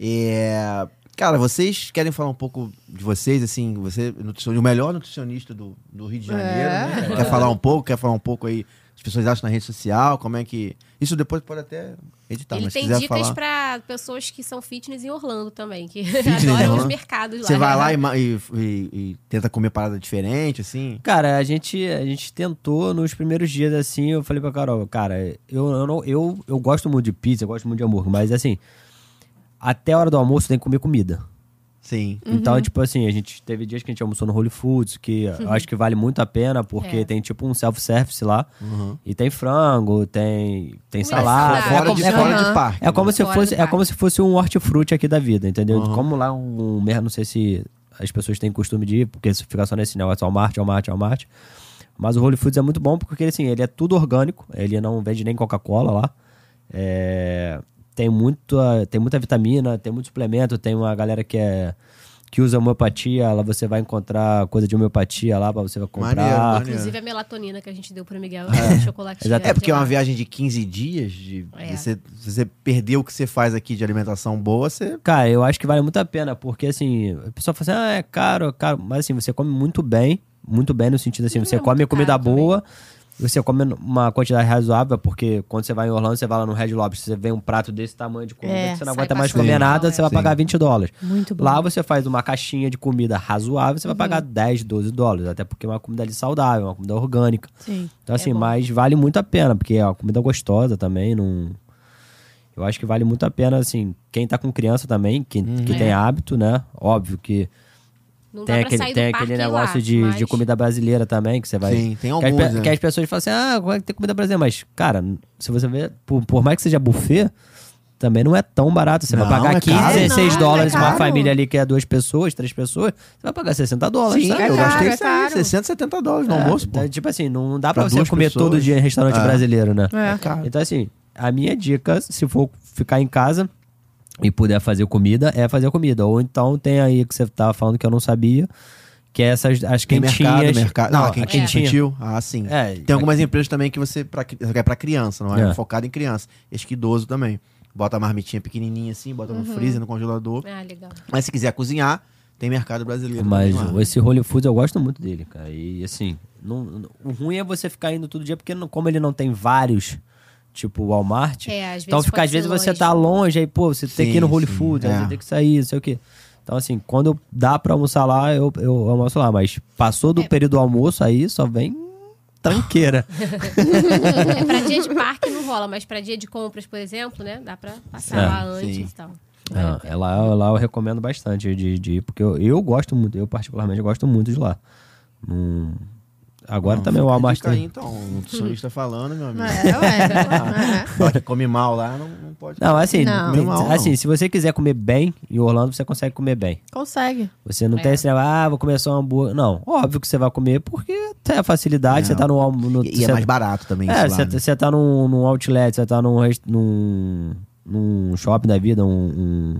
S2: É, Cara, vocês querem falar um pouco de vocês, assim, você é nutricion- o melhor nutricionista do, do Rio de Janeiro,
S1: É.
S2: né? Quer falar um pouco, quer falar um pouco aí, as pessoas acham na rede social, como é que... Isso depois pode até editar, Tá, mas
S4: ele
S2: se
S4: tem
S2: quiser
S4: dicas
S2: falar...
S4: pra pessoas que são fitness em Orlando também, que (laughs)
S2: em
S4: adoram os
S2: Orlando?
S4: mercados lá.
S2: Você vai lá e, ma- e- e- e tenta comer parada diferente, assim?
S3: Cara, a gente, a gente tentou nos primeiros dias assim. Eu falei pra Carol, cara, eu, eu, não, eu, eu gosto muito de pizza, eu gosto muito de hambúrguer, mas assim, até a hora do almoço tem que comer comida.
S2: Sim.
S3: Então, tipo assim, a gente teve dias que a gente almoçou no Holy Foods, que eu acho que vale muito a pena, porque
S4: É.
S3: tem tipo um self-service lá. E tem frango, tem, tem
S4: Comida
S3: salada.
S4: saudável.
S3: É
S2: Fora,
S3: como-
S2: de,
S3: é
S2: fora
S3: como-
S2: de
S1: Aham.
S2: parque. né?
S3: é como se
S4: Fora do
S3: fosse, é
S4: parque.
S3: como se fosse um hortifruti aqui da vida, entendeu?
S2: Uhum.
S3: Como lá um, mer- não sei se as pessoas têm costume de ir, porque se ficar só nesse negócio Walmart, Walmart, Walmart. Mas o Holy Foods é muito bom porque assim, ele é tudo orgânico, ele não vende nem Coca-Cola lá. É, tem muita, tem muita vitamina, tem muito suplemento, tem uma galera que é que usa homeopatia, lá você vai encontrar coisa de homeopatia lá para você comprar.
S2: Maneiro, maneiro.
S4: Inclusive a melatonina que a gente deu pro Miguel, é. chocolate.
S3: Exato.
S2: É porque é uma viagem de 15 dias, de
S4: É.
S2: você, se você perder o que você faz aqui de alimentação boa, você...
S3: Cara, eu acho que vale muito a pena, porque assim, a pessoa fala assim, ah, é caro, é caro. Mas assim, você come muito bem, muito bem no sentido assim,
S4: Não
S3: você
S4: é
S3: come
S4: muito
S3: comida
S4: caro também.
S3: boa, você come uma quantidade razoável, porque quando você vai em Orlando, você vai lá no Red Lobster, você vê um prato desse tamanho de comida,
S1: É,
S3: que você não
S4: sai
S3: aguenta mais
S4: passando
S3: comer
S4: mal,
S3: nada,
S4: é.
S3: você vai
S2: Sim.
S3: pagar 20 dólares.
S1: Muito bom.
S3: Lá você faz uma caixinha de comida razoável, você vai pagar
S4: Uhum.
S3: 10, 12 dólares, até porque é uma comida ali saudável, uma comida orgânica.
S1: Sim.
S4: é
S3: Então, assim, mas vale muito a pena, porque é uma comida gostosa também, não... Eu acho que vale muito a pena, assim, quem tá com criança também, quem, que tem hábito, né? Óbvio que
S4: Não É. dá
S3: tem
S4: pra
S3: aquele,
S4: sair do
S3: tem
S4: parque
S3: aquele
S4: e ir
S3: negócio
S4: lá,
S3: de,
S4: mas-
S3: de comida brasileira também, que você vai...
S2: Sim, tem
S3: que as
S2: alguns,
S3: pe-
S2: né?
S3: que as pessoas falam assim, ah, como é que tem comida brasileira? Mas, cara, se você ver, por, por mais que seja buffet, também não é tão barato. Você
S2: Não,
S3: vai pagar
S2: é
S3: 15,
S2: caro.
S3: 16
S1: Não, é
S3: dólares, uma
S1: caro.
S3: família ali que é duas pessoas, três pessoas, você vai pagar 60 dólares,
S2: Sim,
S3: sabe?
S2: eu
S1: caro,
S2: gastei
S1: é
S2: isso aí,
S1: caro. É.
S2: 60, 70 dólares no almoço, pô.
S3: Então, tipo assim, não dá pra,
S2: Pra
S3: você
S2: duas
S3: comer
S2: pessoas.
S3: todo dia em restaurante
S2: É.
S3: brasileiro, né?
S1: É.
S2: caro.
S3: Então, assim, a minha dica, se for ficar em casa e puder fazer comida, é fazer comida. Ou então tem aí que você tava falando que eu não sabia, que é essas as
S2: Tem
S3: quentinhas.
S2: mercado, mercado. Não,
S3: é Não,
S2: a quentinha infantil. Ah, sim.
S3: É,
S2: Tem algumas empresas também que você pra, que é pra criança, não é?
S3: É.
S2: Focado em criança. Esse que idoso também. Bota a marmitinha pequenininha assim, bota
S1: Uhum.
S2: no freezer, no congelador.
S4: Ah, legal. (laughs)
S2: Mas se quiser cozinhar, tem mercado brasileiro.
S3: Mas
S2: também, lá.
S3: esse Holy Foods eu gosto muito dele, cara. E assim, não- não- o ruim é você ficar indo todo dia, porque não- como ele não tem vários, tipo Walmart,
S4: É, às
S3: então
S4: vezes
S3: fica,
S4: pode
S3: às vezes
S4: ser
S3: você
S4: longe.
S3: tá longe, aí, pô, você tem que ir no
S2: Sim,
S3: Holy
S2: sim,
S3: Foods, aí
S2: é.
S3: você tem que sair, não sei o quê. Então, assim, quando dá pra almoçar lá, eu, eu almoço lá. Mas passou do período do almoço, aí só vem
S4: (laughs)
S3: tranqueira.
S4: É, pra dia de parque não rola, mas pra dia de compras, por exemplo, né? Dá pra passar
S3: É,
S4: lá antes
S2: sim.
S4: e tal.
S3: Ah, é lá, lá eu recomendo bastante de, de ir, porque eu, eu gosto muito, eu particularmente gosto muito de lá. Hum, agora
S2: Não,
S3: também é o
S2: fica a
S3: Walmart
S2: dica
S3: tem...
S2: aí, então, o nutricionista falando, meu amigo.
S1: É,
S2: (laughs)
S1: ué. né?
S2: Só que come mal lá, não, não pode.
S3: Não, assim,
S1: Não.
S3: tem-
S2: Normal, não.
S3: assim, se você quiser comer bem, em Orlando você consegue comer bem.
S1: Consegue.
S3: Você não
S4: É.
S3: tem esse negócio, ah, vou comer só um hambúrguer. Não, óbvio que você vai comer porque tem a facilidade,
S2: É.
S3: você tá no... almo- no
S2: E, e é
S3: você-
S2: mais barato também
S3: É,
S2: isso lá,
S3: você
S2: né?
S3: você tá num, num outlet, você tá num, rest- num, num shopping da vida, um, um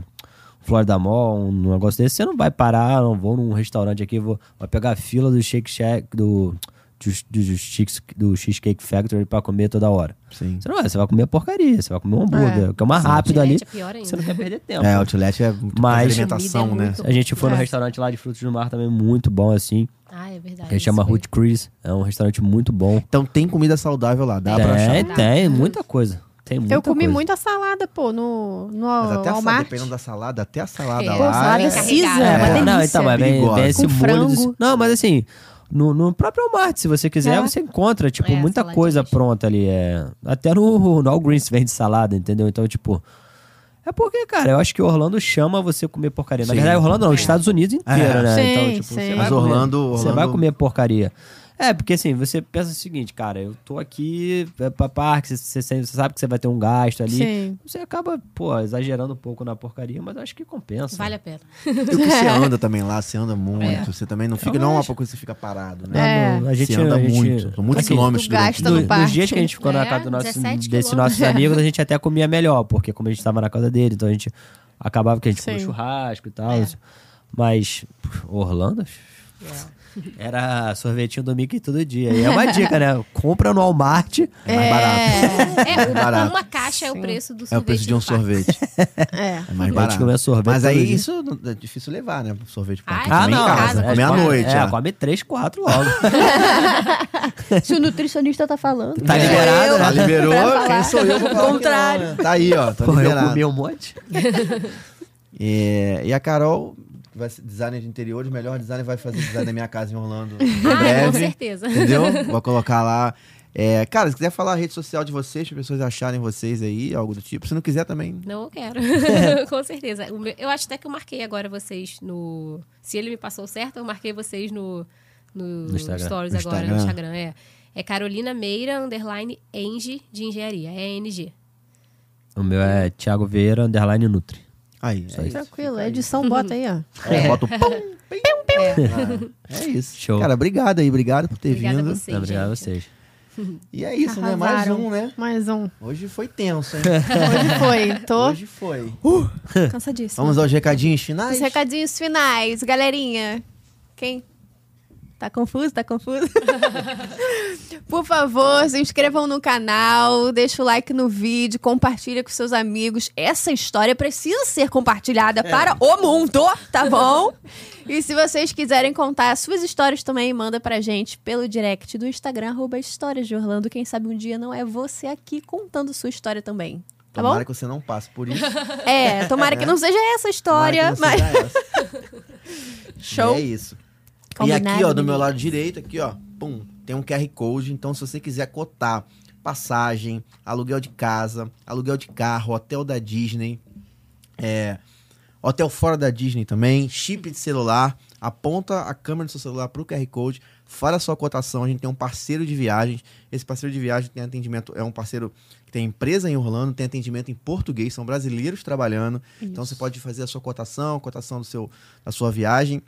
S3: Florida Mall, um negócio desse, você não vai parar, "Ah, não vou num restaurante aqui, vou, vou pegar a fila do Shake Shack, do, do, do, Cheese- do Cheesecake Factory pra comer toda hora.
S2: Sim.
S3: Você não vai, você vai comer porcaria, você vai comer um hambúrguer, que é mais rápido ali,
S4: Gente, é pior ainda.
S3: você não quer perder tempo.
S2: É, outlet é muito
S3: Mas-
S2: alimentação,
S4: Comida é
S2: né?
S4: muito-
S3: A gente foi no
S1: É.
S3: restaurante lá de frutos do mar também, muito bom, assim,
S4: Ah, é verdade.
S3: que chama
S4: isso
S3: Ruth Chris, é um restaurante muito bom.
S2: Então tem comida saudável lá, dá pra achar.
S3: Tem, tem, muita coisa. Tem muita
S1: eu comi
S3: coisa.
S1: muita salada, pô, no, no
S2: Mas até a salada,
S1: Walmart.
S2: dependendo da salada, até a salada
S4: É.
S2: lá.
S4: Pô,
S1: salada
S2: é-
S4: Caesar,
S1: Caesar,
S4: é
S1: é uma
S4: uma
S3: Ah, não, então, mas vem,
S2: Perigosa.
S3: vem esse
S1: Com
S3: molho. dos-
S1: frango.
S3: Não, mas assim, no, no próprio Walmart, se você quiser,
S1: É.
S3: você encontra, tipo,
S4: É,
S3: muita
S4: saladinhas.
S3: coisa pronta ali. É... Até no, no All Greens vende salada, entendeu? Então, tipo. É porque, cara, eu acho que Orlando chama você comer porcaria. Na
S2: Sim.
S3: verdade, Orlando não, os Estados Unidos inteiro,
S2: É.
S3: né?
S1: É. Sim,
S3: então, tipo,
S1: sim.
S3: Você vai
S2: Mas
S3: comer-
S2: Orlando, Orlando...
S3: você vai comer porcaria. É, porque assim, você pensa o seguinte, cara, eu tô aqui é, pra parque, você, você- você sabe que você vai ter um gasto ali.
S1: Sim.
S3: Você acaba, pô, exagerando um pouco na porcaria, mas eu acho que compensa.
S4: Vale a pena.
S2: E o que você anda também lá, você anda muito. Você também não fica, não é uma coisa que você fica parado,
S3: Não,
S2: né?
S1: É.
S3: não, a gente
S2: você anda
S3: a gente-
S2: muito. São muitos
S3: assim,
S2: quilômetros
S1: tu
S2: durante o
S1: gasta
S2: dia.
S1: no
S3: no- nos
S1: parque.
S3: dias que a gente ficou na
S4: É,
S3: casa do nosso,
S4: 17
S3: desse
S4: quilômetros.
S3: nossos amigos, a gente até comia melhor, porque como a gente tava na casa dele, então a gente acabava que a gente comia
S1: Sim.
S3: churrasco e tal. Mas pô, Orlando era sorvetinho do Mickey todo dia. E é uma dica, né? Compra no Walmart.
S2: É mais barato.
S4: (laughs) É, uma,
S2: Barato.
S4: uma caixa é o preço do sorvete.
S2: É o preço de um
S4: do parque.
S2: sorvete.
S1: É.
S2: É mais
S3: A gente
S2: barato.
S3: comeu sorvete
S2: Mas
S3: todo
S2: aí
S3: dia.
S2: isso não- é difícil levar, né? Sorvete pra
S4: Ah,
S2: aqui
S4: é?
S3: Ah,
S2: também
S3: não.
S2: em casa.
S4: é,
S2: Comer à
S4: come-
S2: noite. né?
S3: É,
S2: ó.
S3: come três, quatro logo.
S1: Se o nutricionista tá falando.
S3: Tá liberado,
S2: Tá,
S3: né?
S2: liberou?
S1: falar.
S2: Quem sou eu? pra falar que não,
S1: Contrário.
S2: né? Tá aí, ó. Tá
S3: Pô, eu
S2: liberado.
S3: comi um monte.
S2: É, e a Carol vai ser designer de interiores, melhor designer, vai fazer design da minha casa
S1: (laughs)
S2: em Orlando.
S1: Ah,
S2: em breve,
S4: com certeza.
S2: Entendeu? Vou colocar lá. É, cara, se quiser falar a rede social de vocês, para as pessoas acharem vocês aí, algo do tipo. Se não quiser também.
S4: (laughs) Não, eu quero. Com certeza. O meu- eu acho até que eu marquei agora vocês no. Se ele me passou certo, eu marquei vocês no, no,
S3: No Instagram.
S4: Stories
S2: No
S4: agora,
S2: Instagram.
S4: no Instagram. É. é Carolina Meira, underline Eng de Engenharia. É NG.
S3: O meu é Thiago Vieira, underline Nutri.
S2: Aí, é isso.
S1: Tranquilo, a edição bota aí, ó.
S2: É, bota o pum, pim, pim. Ah, É isso.
S3: Show.
S2: Cara, obrigado aí, obrigado por ter
S4: Obrigada a
S2: vindo.
S4: vocês.
S3: Obrigado a
S4: gente.
S3: vocês.
S2: E é isso, né? Mais
S1: Arrasaram.
S2: um, né?
S1: Mais um.
S2: Hoje foi tenso, hein?
S1: Hoje foi. (laughs) Tô
S2: Hoje foi.
S1: cansadíssima.
S2: Vamos aos recadinhos finais?
S1: Os recadinhos finais, galerinha. Quem tá confuso, tá confuso? Por favor, se inscrevam no canal, deixa o like no vídeo, compartilha com seus amigos. Essa história precisa ser compartilhada para o mundo, tá bom? e se vocês quiserem contar as suas histórias também, manda pra gente pelo direct do Instagram, arroba Histórias de Orlando. Quem sabe um dia não é você aqui contando sua história também. Tá
S2: Tomara
S1: bom?
S2: que você não passe por isso.
S1: É, tomara que não seja essa a história,
S2: Tomara que é. não
S1: mas.
S2: seja essa.
S1: Show.
S2: E é isso.
S1: Combinado,
S2: e aqui, ó, do
S1: menino.
S2: meu lado direito, aqui, ó, pum, tem um QR Code. Então, se você quiser cotar passagem, aluguel de casa, aluguel de carro, hotel da Disney, é, hotel fora da Disney também, chip de celular, aponta a câmera do seu celular pro QR Code, Fala a sua cotação. A gente tem um parceiro de viagens. Esse parceiro de viagem tem atendimento, é um parceiro que tem empresa em Orlando, tem atendimento em português, são brasileiros trabalhando. Então você pode fazer a sua cotação, a cotação do seu, da sua viagem.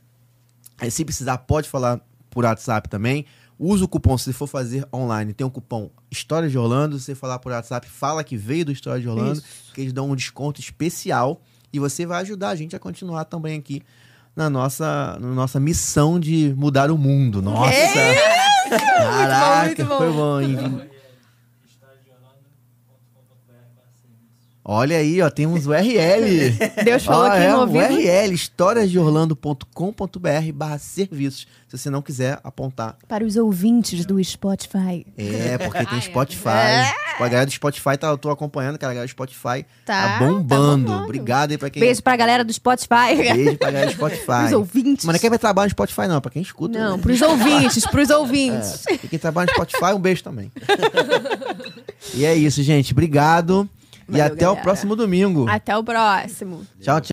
S2: Aí, se precisar, pode falar por WhatsApp também. Usa o cupom, se for fazer online, tem um cupom História de Orlando. Se você falar por WhatsApp, fala que veio do História de Orlando, que eles dão um desconto especial. E você vai ajudar a gente a continuar também aqui na nossa, na nossa missão de mudar o mundo. Nossa! Caraca,
S5: muito bom.
S2: foi bom. hein? Olha aí, ó, tem uns URL.
S1: Deus falou
S2: Ah,
S1: aqui
S2: é,
S1: no
S2: o
S1: ouvido.
S2: URL, historiasdeorlando.com.br barra serviços, se você não quiser apontar.
S5: Para os ouvintes do Spotify.
S2: É, porque
S4: Ah, é.
S2: tem Spotify. A galera do Spotify, tá, eu tô acompanhando, cara, a galera do Spotify
S1: Tá,
S2: tá, bombando.
S1: tá bombando.
S2: Obrigado aí pra quem...
S5: Beijo pra galera do Spotify.
S2: Beijo pra galera do Spotify.
S5: Os ouvintes.
S2: Mas não é quem vai trabalhar no Spotify, não, é pra quem escuta.
S1: Não,
S2: né?
S1: pros ouvintes, pros
S5: É.
S1: ouvintes.
S2: E quem trabalha no Spotify, um beijo também. (laughs) e é isso, gente. Obrigado. e
S1: Valeu,
S2: até o
S1: galera.
S2: próximo domingo.
S1: Até o próximo.
S2: Tchau, tchau.